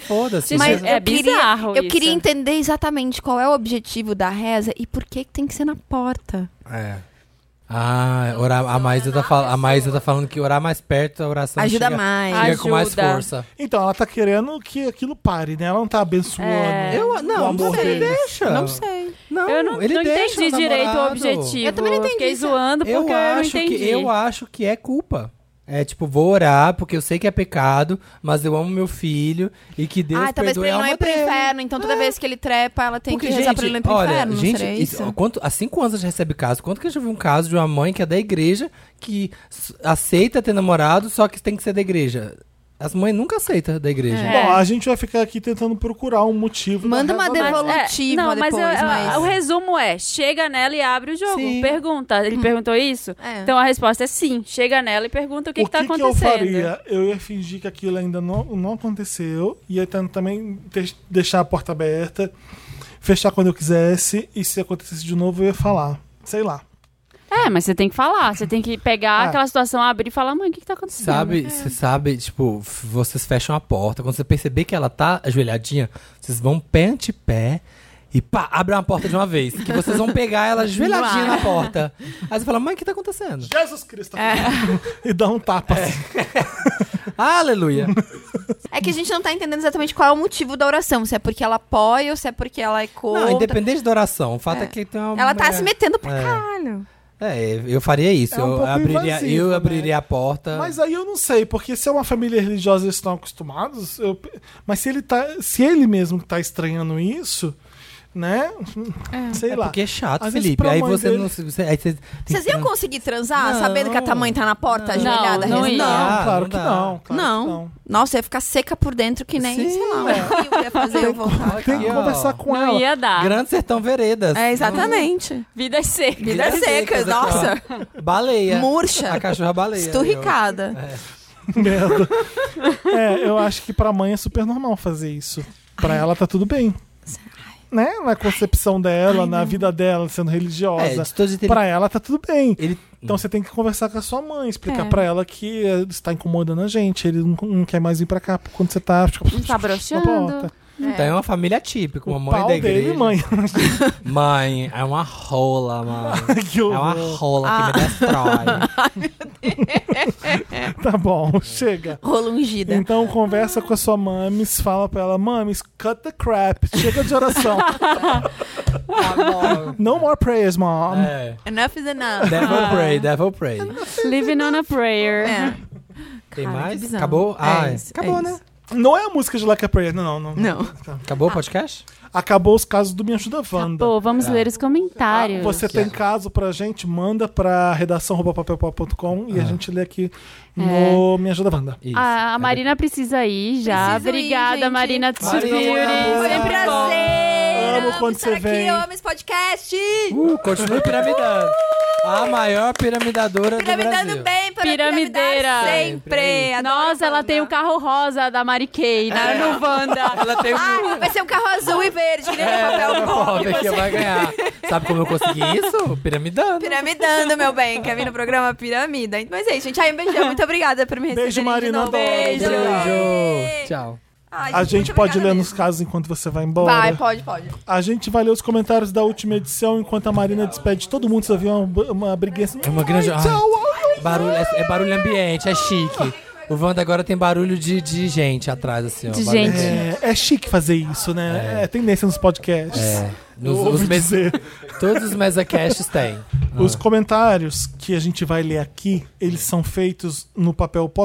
Speaker 2: Foda-se.
Speaker 3: Mas
Speaker 2: reza-
Speaker 3: é bizarro
Speaker 6: queria, Eu
Speaker 3: isso.
Speaker 6: queria entender exatamente qual é o objetivo da reza e por que que tem que ser na porta.
Speaker 2: É. Ah, orar, a, Maísa tá fal- a Maísa tá falando que orar mais perto, a oração
Speaker 6: Ajuda
Speaker 2: chega,
Speaker 6: mais.
Speaker 2: chega é com mais
Speaker 3: Ajuda.
Speaker 2: força.
Speaker 1: Então, ela tá querendo que aquilo pare, né? Ela não tá abençoando.
Speaker 3: É. Eu-
Speaker 1: o amor deles.
Speaker 2: deixa.
Speaker 6: Não sei.
Speaker 2: Não,
Speaker 3: Eu não,
Speaker 2: ele
Speaker 3: não
Speaker 2: deixa
Speaker 3: entendi
Speaker 2: o
Speaker 3: direito o
Speaker 2: namorado.
Speaker 3: objetivo.
Speaker 6: Eu também não entendi,
Speaker 3: Fiquei
Speaker 6: sabe?
Speaker 3: zoando porque
Speaker 2: Eu
Speaker 3: eu, não
Speaker 2: acho que
Speaker 3: entendi.
Speaker 2: eu acho que é culpa. É tipo, vou orar, porque eu sei que é pecado, mas eu amo meu filho e que Deus
Speaker 6: ah, talvez pra
Speaker 2: perdoe
Speaker 6: ele
Speaker 2: a
Speaker 6: não
Speaker 2: alma
Speaker 6: ir pro
Speaker 2: dele. É.
Speaker 6: inferno. Então toda vez que ele trepa, ela tem que rezar pra ele não ir pro
Speaker 2: olha,
Speaker 6: inferno.
Speaker 2: gente,
Speaker 6: seria
Speaker 2: isso- é um
Speaker 6: isso?
Speaker 2: quanto, há cinco anos a gente recebe caso. Quanto que eu já vi um caso de uma mãe que é da igreja que s- aceita ter namorado, só que tem que ser da igreja. As mães nunca aceitam da igreja.
Speaker 3: É.
Speaker 1: Bom, a gente vai ficar aqui tentando procurar um motivo. pra
Speaker 6: Manda uma
Speaker 1: resolver.
Speaker 6: devolução.
Speaker 3: é,
Speaker 6: evolutiva
Speaker 3: não, mas,
Speaker 6: depois,
Speaker 3: eu-
Speaker 6: mas-
Speaker 3: o resumo é: chega nela e abre o jogo.
Speaker 2: Sim.
Speaker 3: Pergunta. Ele perguntou isso?
Speaker 6: Hum. É.
Speaker 3: Então a resposta é sim. Chega nela e pergunta o que,
Speaker 1: o
Speaker 3: que tá
Speaker 1: eu
Speaker 3: acontecendo.
Speaker 1: faria? Eu ia fingir que aquilo ainda não, não aconteceu. Ia tentar também te- deixar a porta aberta, fechar quando eu quisesse. E se acontecesse de novo, eu ia falar. Sei lá.
Speaker 3: É, mas você tem que falar. Você tem que pegar
Speaker 1: Ah.
Speaker 3: aquela situação, abrir e falar: mãe, o que, que tá
Speaker 6: é
Speaker 3: acontecendo?
Speaker 2: Sabe, você sabe, tipo, f- vocês fecham a porta. Quando você perceber que ela tá ajoelhadinha, vocês vão pé ante pé e pá, abrem a porta de uma vez. Que vocês vão pegar ela ajoelhadinha na porta. Aí você fala, mãe, o que tá acontecendo?
Speaker 1: Jesus Cristo! tá
Speaker 3: É.
Speaker 1: e dá um tapa. assim.
Speaker 2: Aleluia!
Speaker 6: É
Speaker 2: um
Speaker 6: que a gente não tá entendendo exatamente qual é o motivo da oração. Se é porque ela apoia ou se é porque ela é contra.
Speaker 2: Não, independente da oração, o fato é, que tem uma.
Speaker 6: Ela tá
Speaker 2: mulher-
Speaker 6: se metendo pra
Speaker 2: É.
Speaker 6: caralho.
Speaker 2: É, eu faria isso.
Speaker 1: É um
Speaker 2: eu
Speaker 1: pouco
Speaker 2: abriria,
Speaker 1: invasivo,
Speaker 2: eu
Speaker 1: né?
Speaker 2: abriria a porta.
Speaker 1: Mas aí eu não sei, porque se é uma família religiosa eles estão acostumados. eu pe- Mas se ele tá. Se ele mesmo tá estranhando isso, né? Sei
Speaker 2: é
Speaker 1: lá.
Speaker 2: porque é chato,
Speaker 1: Às vezes
Speaker 2: Felipe.
Speaker 1: pra
Speaker 2: Aí
Speaker 1: mãe
Speaker 2: você
Speaker 1: dele-
Speaker 2: não. se- Você, aí você tem que
Speaker 6: Vocês iam
Speaker 2: trans-
Speaker 6: conseguir transar
Speaker 2: Não.
Speaker 6: sabendo que a mãe tá na porta,
Speaker 3: Não,
Speaker 6: ajoelhada,
Speaker 3: não
Speaker 6: rezando?
Speaker 3: ia.
Speaker 1: Não,
Speaker 2: Ah,
Speaker 1: claro
Speaker 2: não
Speaker 1: que
Speaker 2: dá.
Speaker 1: não. claro
Speaker 6: Não.
Speaker 1: que não.
Speaker 6: Nossa, ia ficar seca por dentro que nem,
Speaker 2: Sim.
Speaker 6: sei lá, um fio ia fazer eu voltar.
Speaker 1: Tem que
Speaker 2: Aqui, ó.
Speaker 1: conversar com
Speaker 3: Não
Speaker 1: ela.
Speaker 3: ia dar. é
Speaker 2: Grande Sertão Veredas.
Speaker 6: Ah. É, exatamente.
Speaker 3: Vidas secas.
Speaker 6: Vidas secas, nossa.
Speaker 2: Baleia.
Speaker 6: Murcha.
Speaker 2: A cachorra baleia.
Speaker 6: Esturricada.
Speaker 1: Merda. É, eu acho que pra mãe é super normal fazer isso. Pra ela tá tudo bem. Né? Na concepção dela, na vida dela, sendo
Speaker 2: É,
Speaker 1: religiosa.
Speaker 2: de todos eles-
Speaker 1: Pra ela tá tudo bem.
Speaker 2: ele- É.
Speaker 1: Então você tem que conversar com a sua mãe, explicar pra ela que eh, está incomodando a gente, ele não, não quer mais vir pra cá quando você tá, tipo,
Speaker 3: Tá
Speaker 1: na
Speaker 3: broxando.
Speaker 1: porta.
Speaker 2: Então é uma família típica, uma
Speaker 1: o
Speaker 2: mãe
Speaker 1: pau
Speaker 2: da igreja.
Speaker 1: dele, mãe.
Speaker 2: Mãe, é uma rola, mãe.
Speaker 1: que
Speaker 2: É uma
Speaker 1: horror.
Speaker 2: rola que me
Speaker 6: Ah.
Speaker 2: destrói.
Speaker 1: Tá bom,
Speaker 2: É.
Speaker 1: chega.
Speaker 6: Rolo
Speaker 2: Né?
Speaker 6: ungida.
Speaker 1: Então conversa com a sua mames, fala pra ela, mames, cut the crap, chega de oração. no more prayers, mom.
Speaker 2: É.
Speaker 6: Enough is enough.
Speaker 2: Devil Pray, Devil Pray.
Speaker 3: Living on a prayer.
Speaker 6: É,
Speaker 2: Tem
Speaker 6: Cara, que
Speaker 2: mais?
Speaker 6: bizarro.
Speaker 2: Acabou?
Speaker 6: É
Speaker 2: Ah,
Speaker 6: isso,
Speaker 2: acabou,
Speaker 6: é
Speaker 2: né?
Speaker 6: isso. Ah.
Speaker 1: Não é a música de Like a Prayer, não, não. não.
Speaker 6: não.
Speaker 2: Acabou o podcast?
Speaker 1: Acabou os casos do Me Ajuda Wanda.
Speaker 3: Pô, vamos ler os comentários.
Speaker 1: Você tem caso pra gente, manda pra redação@papelpop.com e a gente lê aqui
Speaker 6: É.
Speaker 1: no Me Ajuda Wanda.
Speaker 2: Isso. É
Speaker 3: A, a Marina precisa ir já.
Speaker 6: Preciso ir,
Speaker 3: Obrigada,
Speaker 6: gente.
Speaker 3: Marina Tsubiri.
Speaker 2: Marina.
Speaker 6: Foi um
Speaker 3: Sempre bom.
Speaker 6: prazer.
Speaker 1: Amo quando
Speaker 6: estar
Speaker 1: você vem.
Speaker 6: aqui, Homens Podcast.
Speaker 2: Uh, continue piramidando. A maior piramidadora
Speaker 6: Piramidando
Speaker 2: do Brasil.
Speaker 6: bem para
Speaker 3: Piramideira.
Speaker 6: piramidar sempre.
Speaker 2: Sempre.
Speaker 6: Adoro
Speaker 3: Nossa, ela
Speaker 6: Wanda.
Speaker 3: tem um o carro rosa da Mari Kay, na no Wanda.
Speaker 2: Ela tem um é,
Speaker 6: Ah, é vai ser um carro azul e verde, que nem
Speaker 1: É,
Speaker 6: no papel pop.
Speaker 2: pobre que
Speaker 6: Você-
Speaker 2: vai ganhar. Sabe como eu consegui isso? Piramidando.
Speaker 6: Piramidando, meu bem. Quer vir no programa Piramida? Mas é isso, gente. Aí, um beijão. Muito obrigada por me receber.
Speaker 1: Beijo, Marina. tá Adoro.
Speaker 6: Beijo.
Speaker 2: Beijo. Tchau.
Speaker 6: Ai,
Speaker 1: A gente
Speaker 6: muito
Speaker 1: pode
Speaker 6: obrigada
Speaker 1: ler
Speaker 6: mesmo.
Speaker 1: nos casos enquanto você vai embora.
Speaker 6: Vai, pode, pode.
Speaker 1: A gente vai ler os comentários da última edição enquanto a Marina despede todo mundo. Você viu uma, uma briguinha assim.
Speaker 2: É uma grande-
Speaker 1: Ai, tchau, ai, ai.
Speaker 2: Barulho, é, é barulho ambiente, é chique. O Wanda agora tem barulho de, de gente atrás, assim, ó.
Speaker 3: De
Speaker 2: barulho
Speaker 3: gente.
Speaker 1: É, é chique fazer isso, né? É, tendência nos podcasts.
Speaker 2: É. Nos,
Speaker 1: Eu ouvi
Speaker 2: os mes-
Speaker 1: dizer.
Speaker 2: todos os mesacasts têm.
Speaker 1: Os comentários que a gente vai ler aqui, eles são feitos no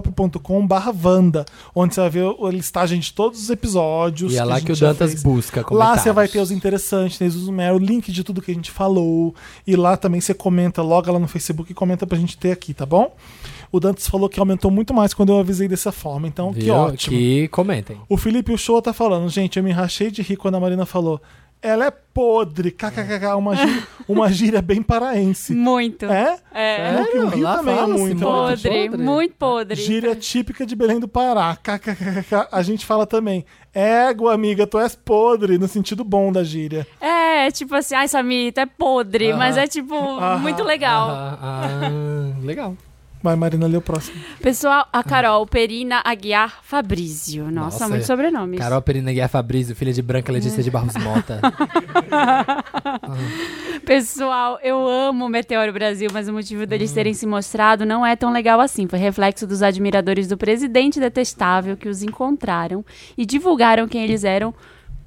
Speaker 1: papelpop.com barra Vanda, onde você vai ver a listagem de todos os episódios.
Speaker 2: E é lá
Speaker 1: a
Speaker 2: que,
Speaker 1: gente
Speaker 2: o
Speaker 1: já
Speaker 2: Dantas
Speaker 1: fez.
Speaker 2: busca
Speaker 1: Lá
Speaker 2: comentários.
Speaker 1: você vai ter os interessantes, tem os mero, o link de tudo que a gente falou. E lá também você comenta, logo lá no Facebook e comenta pra gente ter aqui, tá bom? O Dantas falou que aumentou muito mais quando eu avisei dessa forma, então que
Speaker 2: Viu?
Speaker 1: ótimo.
Speaker 2: Que comentem.
Speaker 1: O Felipe o Show tá falando, gente, eu me rachei de rir quando a Marina falou. Ela é podre, kkkk, uma gíria, uma gíria bem paraense.
Speaker 3: Muito.
Speaker 1: É?
Speaker 3: É.
Speaker 1: Não, que o Rio
Speaker 2: Lá assim,
Speaker 1: também é
Speaker 2: fala-se
Speaker 1: muito.
Speaker 2: podre.
Speaker 3: Podre, muito podre.
Speaker 1: Gíria típica de Belém do Pará. Kkkk. A gente fala também. Égua, amiga, tu és podre, no sentido bom da gíria.
Speaker 3: É, tipo assim, ai, Samita, é podre, mas é tipo muito legal.
Speaker 2: Ah, ah, legal.
Speaker 1: Vai, Marina, lê o próximo.
Speaker 3: Pessoal, a Carol Perina Aguiar Fabrizio. Nossa,
Speaker 2: Nossa,
Speaker 3: muitos sobrenomes.
Speaker 2: Carol Perina Guerra Fabrício, filha de Branca Letícia de Barros Mota.
Speaker 3: Pessoal, eu amo o Meteoro Brasil, mas o motivo deles
Speaker 2: Hum.
Speaker 3: terem se mostrado não é tão legal assim. Foi reflexo dos admiradores do presidente detestável que os encontraram e divulgaram quem eles eram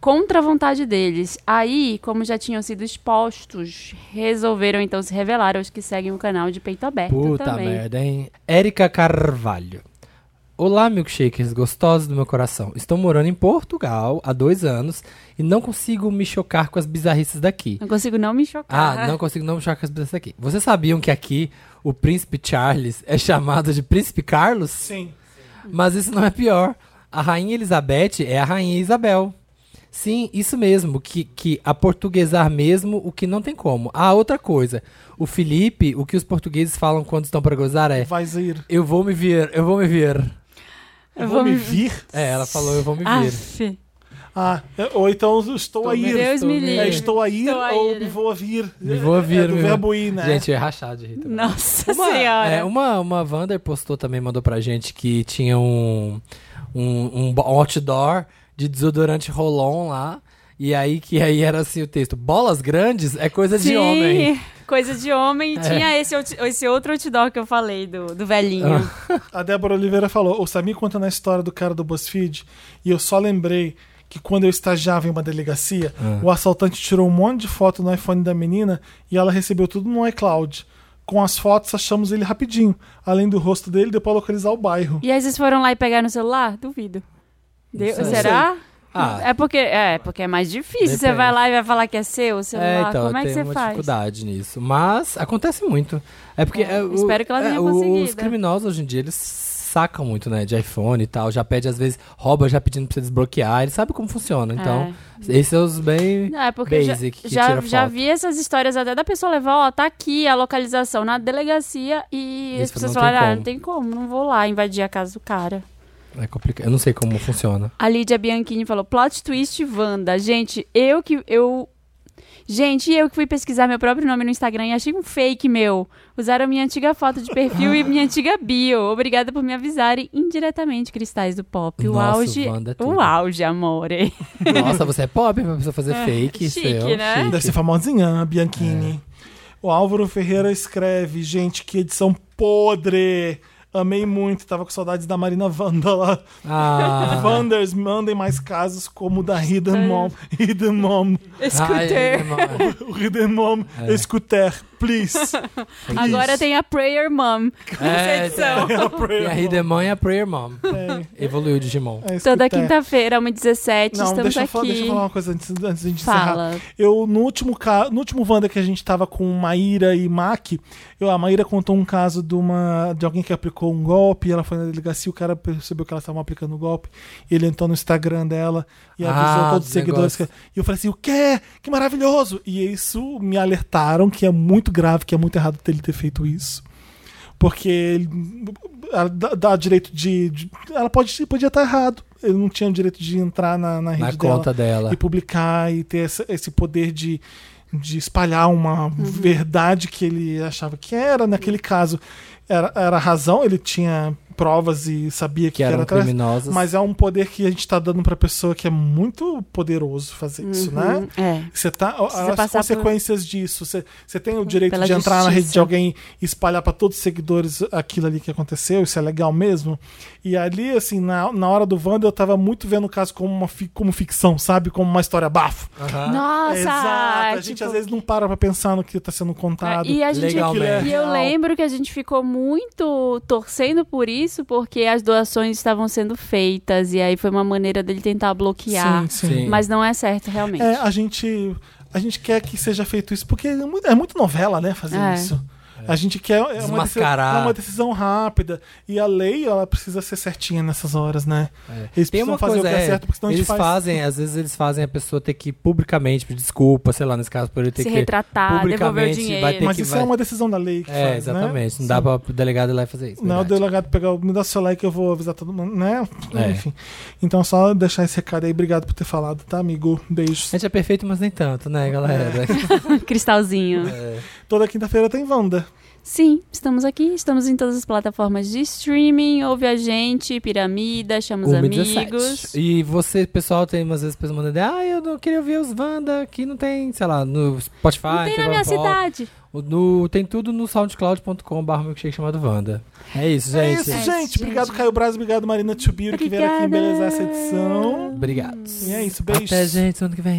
Speaker 3: contra a vontade deles. Aí, como já tinham sido expostos, resolveram então se revelar aos que seguem o canal de peito aberto
Speaker 2: Puta
Speaker 3: também.
Speaker 2: merda, hein? Érica Carvalho. Olá, milkshakers gostosos do meu coração. Estou morando em Portugal há dois anos e não consigo me chocar com as bizarrices daqui.
Speaker 3: Não consigo não me chocar.
Speaker 2: Ah, não consigo não me chocar com as bizarrices daqui. Vocês sabiam que aqui o príncipe Charles é chamado de príncipe Carlos?
Speaker 1: Sim.
Speaker 2: Mas isso não é pior. A rainha Elizabeth é a rainha Isabel. Sim, isso mesmo, que, que a portuguesar mesmo o que não tem como. Ah, outra coisa. O Felipe, o que os portugueses falam quando estão para gozar é
Speaker 1: Vai ir.
Speaker 2: eu vou me vir, eu vou me vir.
Speaker 1: Eu vou me vir?
Speaker 2: É, ela falou eu vou me vir.
Speaker 3: Aff,
Speaker 1: Ah, é- ou então estou a
Speaker 2: me-
Speaker 1: ir.
Speaker 3: Deus
Speaker 2: estou
Speaker 3: me
Speaker 1: É,
Speaker 3: livre.
Speaker 1: estou a ir
Speaker 3: Estou a
Speaker 1: ou
Speaker 3: ir.
Speaker 1: me vou a vir.
Speaker 2: Me vou a vir,
Speaker 1: É do
Speaker 2: me-
Speaker 1: verbo ir, né?
Speaker 2: Gente, eu ia rachar de rir. também.
Speaker 3: Nossa
Speaker 2: Uma,
Speaker 3: senhora.
Speaker 2: é, uma, uma Wander postou também, mandou pra gente que tinha um, um, um bo- outdoor de desodorante Rolon lá. E aí que aí era assim o texto: bolas grandes é coisa de
Speaker 3: Sim,
Speaker 2: homem.
Speaker 3: Coisa de homem. E
Speaker 2: É.
Speaker 3: tinha esse, out- esse outro outdoor que eu falei, do, do velhinho.
Speaker 2: Ah.
Speaker 1: A Débora Oliveira falou: o Samir contando a história do cara do BuzzFeed, e eu só lembrei que quando eu estagiava em uma delegacia, o assaltante tirou um monte de foto no iPhone da menina e ela recebeu tudo no iCloud. Com as fotos, achamos ele rapidinho. Além do rosto dele, deu pra localizar o bairro.
Speaker 3: E aí vocês foram lá e pegaram no celular? Duvido. Deu-
Speaker 2: sei.
Speaker 3: será?
Speaker 2: Ah,
Speaker 3: É porque, é porque é mais difícil. Você
Speaker 2: Depende.
Speaker 3: vai lá e vai falar que é seu o celular.
Speaker 2: é, então,
Speaker 3: Como é que
Speaker 2: tem
Speaker 3: você
Speaker 2: uma
Speaker 3: faz?
Speaker 2: dificuldade nisso. Mas acontece muito. É porque. é, o-
Speaker 3: espero que ela tenha
Speaker 2: é, o- Os
Speaker 3: conseguido.
Speaker 2: criminosos hoje em dia, eles sacam muito, né? De iPhone e tal. Já pede, às vezes, rouba já pedindo pra você desbloquear. Eles sabem como funciona. Então,
Speaker 3: É.
Speaker 2: esses são os bem.
Speaker 3: Não, é porque eu já-
Speaker 2: Basic, que
Speaker 3: já,
Speaker 2: tira
Speaker 3: já
Speaker 2: foto.
Speaker 3: vi essas histórias até da pessoa levar, ó, tá aqui a localização na delegacia e
Speaker 2: Isso,
Speaker 3: as pessoas
Speaker 2: não tem
Speaker 3: falaram, ah,
Speaker 2: como.
Speaker 3: não tem como, não vou lá invadir a casa do cara.
Speaker 2: É complicado. Eu não sei como funciona.
Speaker 3: A Lídia Bianchini falou, plot twist Wanda. Gente, eu que, eu... Gente, eu que fui pesquisar meu próprio nome no Instagram e achei um fake meu. Usaram minha antiga foto de perfil e minha antiga bio. Obrigada por me avisarem indiretamente, cristais do pop. O
Speaker 2: Nossa,
Speaker 3: auge...
Speaker 2: Wanda é tudo.
Speaker 3: o auge, amore.
Speaker 2: Nossa, você é pop pra pessoa fazer fake.
Speaker 3: chique,
Speaker 2: seu,
Speaker 3: né?
Speaker 2: chique.
Speaker 1: Deve ser famosinha, a Bianchini. O Álvaro Ferreira escreve: gente, que edição podre! Amei muito, tava com saudades da Marina Wanda lá.
Speaker 2: Ah,
Speaker 1: Wanders, mandem mais casos como o da Hidden Mom. Hidden Mom.
Speaker 2: ai,
Speaker 3: Escutei.
Speaker 2: irmão.
Speaker 1: O Hidden Mom Scooter, please.
Speaker 3: Agora tem a Prayer Mom.
Speaker 2: É,
Speaker 3: edição.
Speaker 2: E a Hidemon e a Prayer Mom. Evoluiu o Digimon.
Speaker 1: É, escutar.
Speaker 3: Toda quinta-feira, 1h17,
Speaker 1: Não,
Speaker 3: estamos
Speaker 1: deixa eu,
Speaker 3: aqui.
Speaker 1: falar, deixa eu falar uma coisa antes, antes de encerrar.
Speaker 3: Fala.
Speaker 1: Eu, no último, ca... no último Wanda que a gente tava com Maíra e Mac, eu, a Maíra contou um caso de, uma, de alguém que aplicou um golpe, ela foi na delegacia, o cara percebeu que ela estava aplicando o golpe, ele entrou no Instagram dela e avisou
Speaker 2: Ah,
Speaker 1: todos os
Speaker 2: os
Speaker 1: seguidores.
Speaker 2: negócios.
Speaker 1: que- E eu falei assim, o quê? Que maravilhoso! E isso me alertaram que é muito grave, que é muito errado ele ter feito isso. Porque ele- ela dá, dá direito de, de- Ela pode, podia estar errado. Ele não tinha o direito de entrar na, na rede
Speaker 2: Na
Speaker 1: dela
Speaker 2: conta dela.
Speaker 1: e publicar e ter essa- esse poder de, de espalhar uma verdade que ele achava que era. Naquele caso, era, era a razão, ele tinha provas e sabia que,
Speaker 2: Que eram
Speaker 1: era atrás,
Speaker 2: criminosas.
Speaker 1: Mas é um poder que a gente tá dando pra pessoa que é muito poderoso fazer isso, né?
Speaker 3: É.
Speaker 1: Você tá,
Speaker 3: Precisa
Speaker 1: as
Speaker 3: passar por-
Speaker 1: consequências disso. Você, você tem o direito
Speaker 3: Pela
Speaker 1: de entrar na rede de
Speaker 3: justiça.
Speaker 1: alguém e espalhar para todos os seguidores aquilo ali que aconteceu, isso é legal mesmo. E ali, assim, na, na hora do Wanda, eu tava muito vendo o caso como, uma, fi- como ficção, sabe? Como uma história bafo.
Speaker 3: Nossa!
Speaker 1: Ah, Exato. A
Speaker 3: é
Speaker 1: gente
Speaker 3: tipo- É,
Speaker 1: às vezes não para pra pensar no que tá sendo contado.
Speaker 3: E, a gente,
Speaker 2: Legalmente.
Speaker 3: e eu
Speaker 1: Legal.
Speaker 3: lembro que a gente ficou muito torcendo por isso, porque as doações estavam sendo feitas, e aí foi uma maneira dele tentar bloquear.
Speaker 1: sim, sim.
Speaker 2: Sim.
Speaker 3: Mas não é certo, realmente.
Speaker 1: É, a gente, a gente quer que seja feito isso, porque é muito, é muito novela, né, fazer
Speaker 3: É.
Speaker 1: isso. A gente quer é uma, decisão,
Speaker 2: Desmascarar.
Speaker 1: é uma decisão rápida. E a lei, ela precisa ser certinha nessas horas, né? Eles
Speaker 2: É. Tem
Speaker 1: precisam
Speaker 2: uma
Speaker 1: fazer
Speaker 2: coisa,
Speaker 1: o que é
Speaker 2: é,
Speaker 1: certo, porque senão a
Speaker 2: eles
Speaker 1: gente faz...
Speaker 2: fazem, às vezes eles fazem a pessoa ter que publicamente pedir desculpa, sei lá, nesse caso, por ele ter
Speaker 3: Se
Speaker 2: que...
Speaker 3: retratar, devolver o
Speaker 2: publicamente
Speaker 3: dinheiro.
Speaker 2: vai ter
Speaker 1: Mas
Speaker 2: que
Speaker 1: isso
Speaker 2: vai-
Speaker 1: é uma decisão da lei que
Speaker 2: É,
Speaker 1: faz,
Speaker 2: exatamente.
Speaker 1: né?
Speaker 2: Não dá
Speaker 1: Sim.
Speaker 2: pra o delegado ir lá e fazer isso.
Speaker 1: Não, o
Speaker 2: verdade.
Speaker 1: delegado pegar, o- me dá seu like que eu vou avisar todo mundo, né?
Speaker 2: É.
Speaker 1: Enfim. Então, só deixar esse recado aí. Obrigado por ter falado, tá, amigo? Beijos.
Speaker 2: A gente é
Speaker 1: É.
Speaker 2: perfeito, mas nem tanto, né, galera?
Speaker 3: Cristalzinho.
Speaker 1: Toda quinta-feira tem Wanda.
Speaker 3: Sim, estamos aqui, estamos em todas as plataformas de streaming, ouve a gente, Piramida, chama os
Speaker 2: Uma e 17.
Speaker 3: amigos.
Speaker 2: E você, pessoal, tem às vezes pessoas mandando, ah, eu não queria ouvir os Wanda, que não tem, sei lá, no Spotify. é
Speaker 3: Não tem na minha
Speaker 2: Pop,
Speaker 3: cidade.
Speaker 2: No, tem tudo no soundcloud.com.br milkshake chamado Wanda. É isso,
Speaker 1: É
Speaker 2: gente.
Speaker 1: isso, gente. Obrigado, Caio Braz. Obrigado, Marina Tchubiro, que vieram aqui
Speaker 3: Obrigada.
Speaker 1: embelezar essa edição.
Speaker 2: Obrigado.
Speaker 1: E é isso, beijos.
Speaker 2: Até, gente, ano que vem.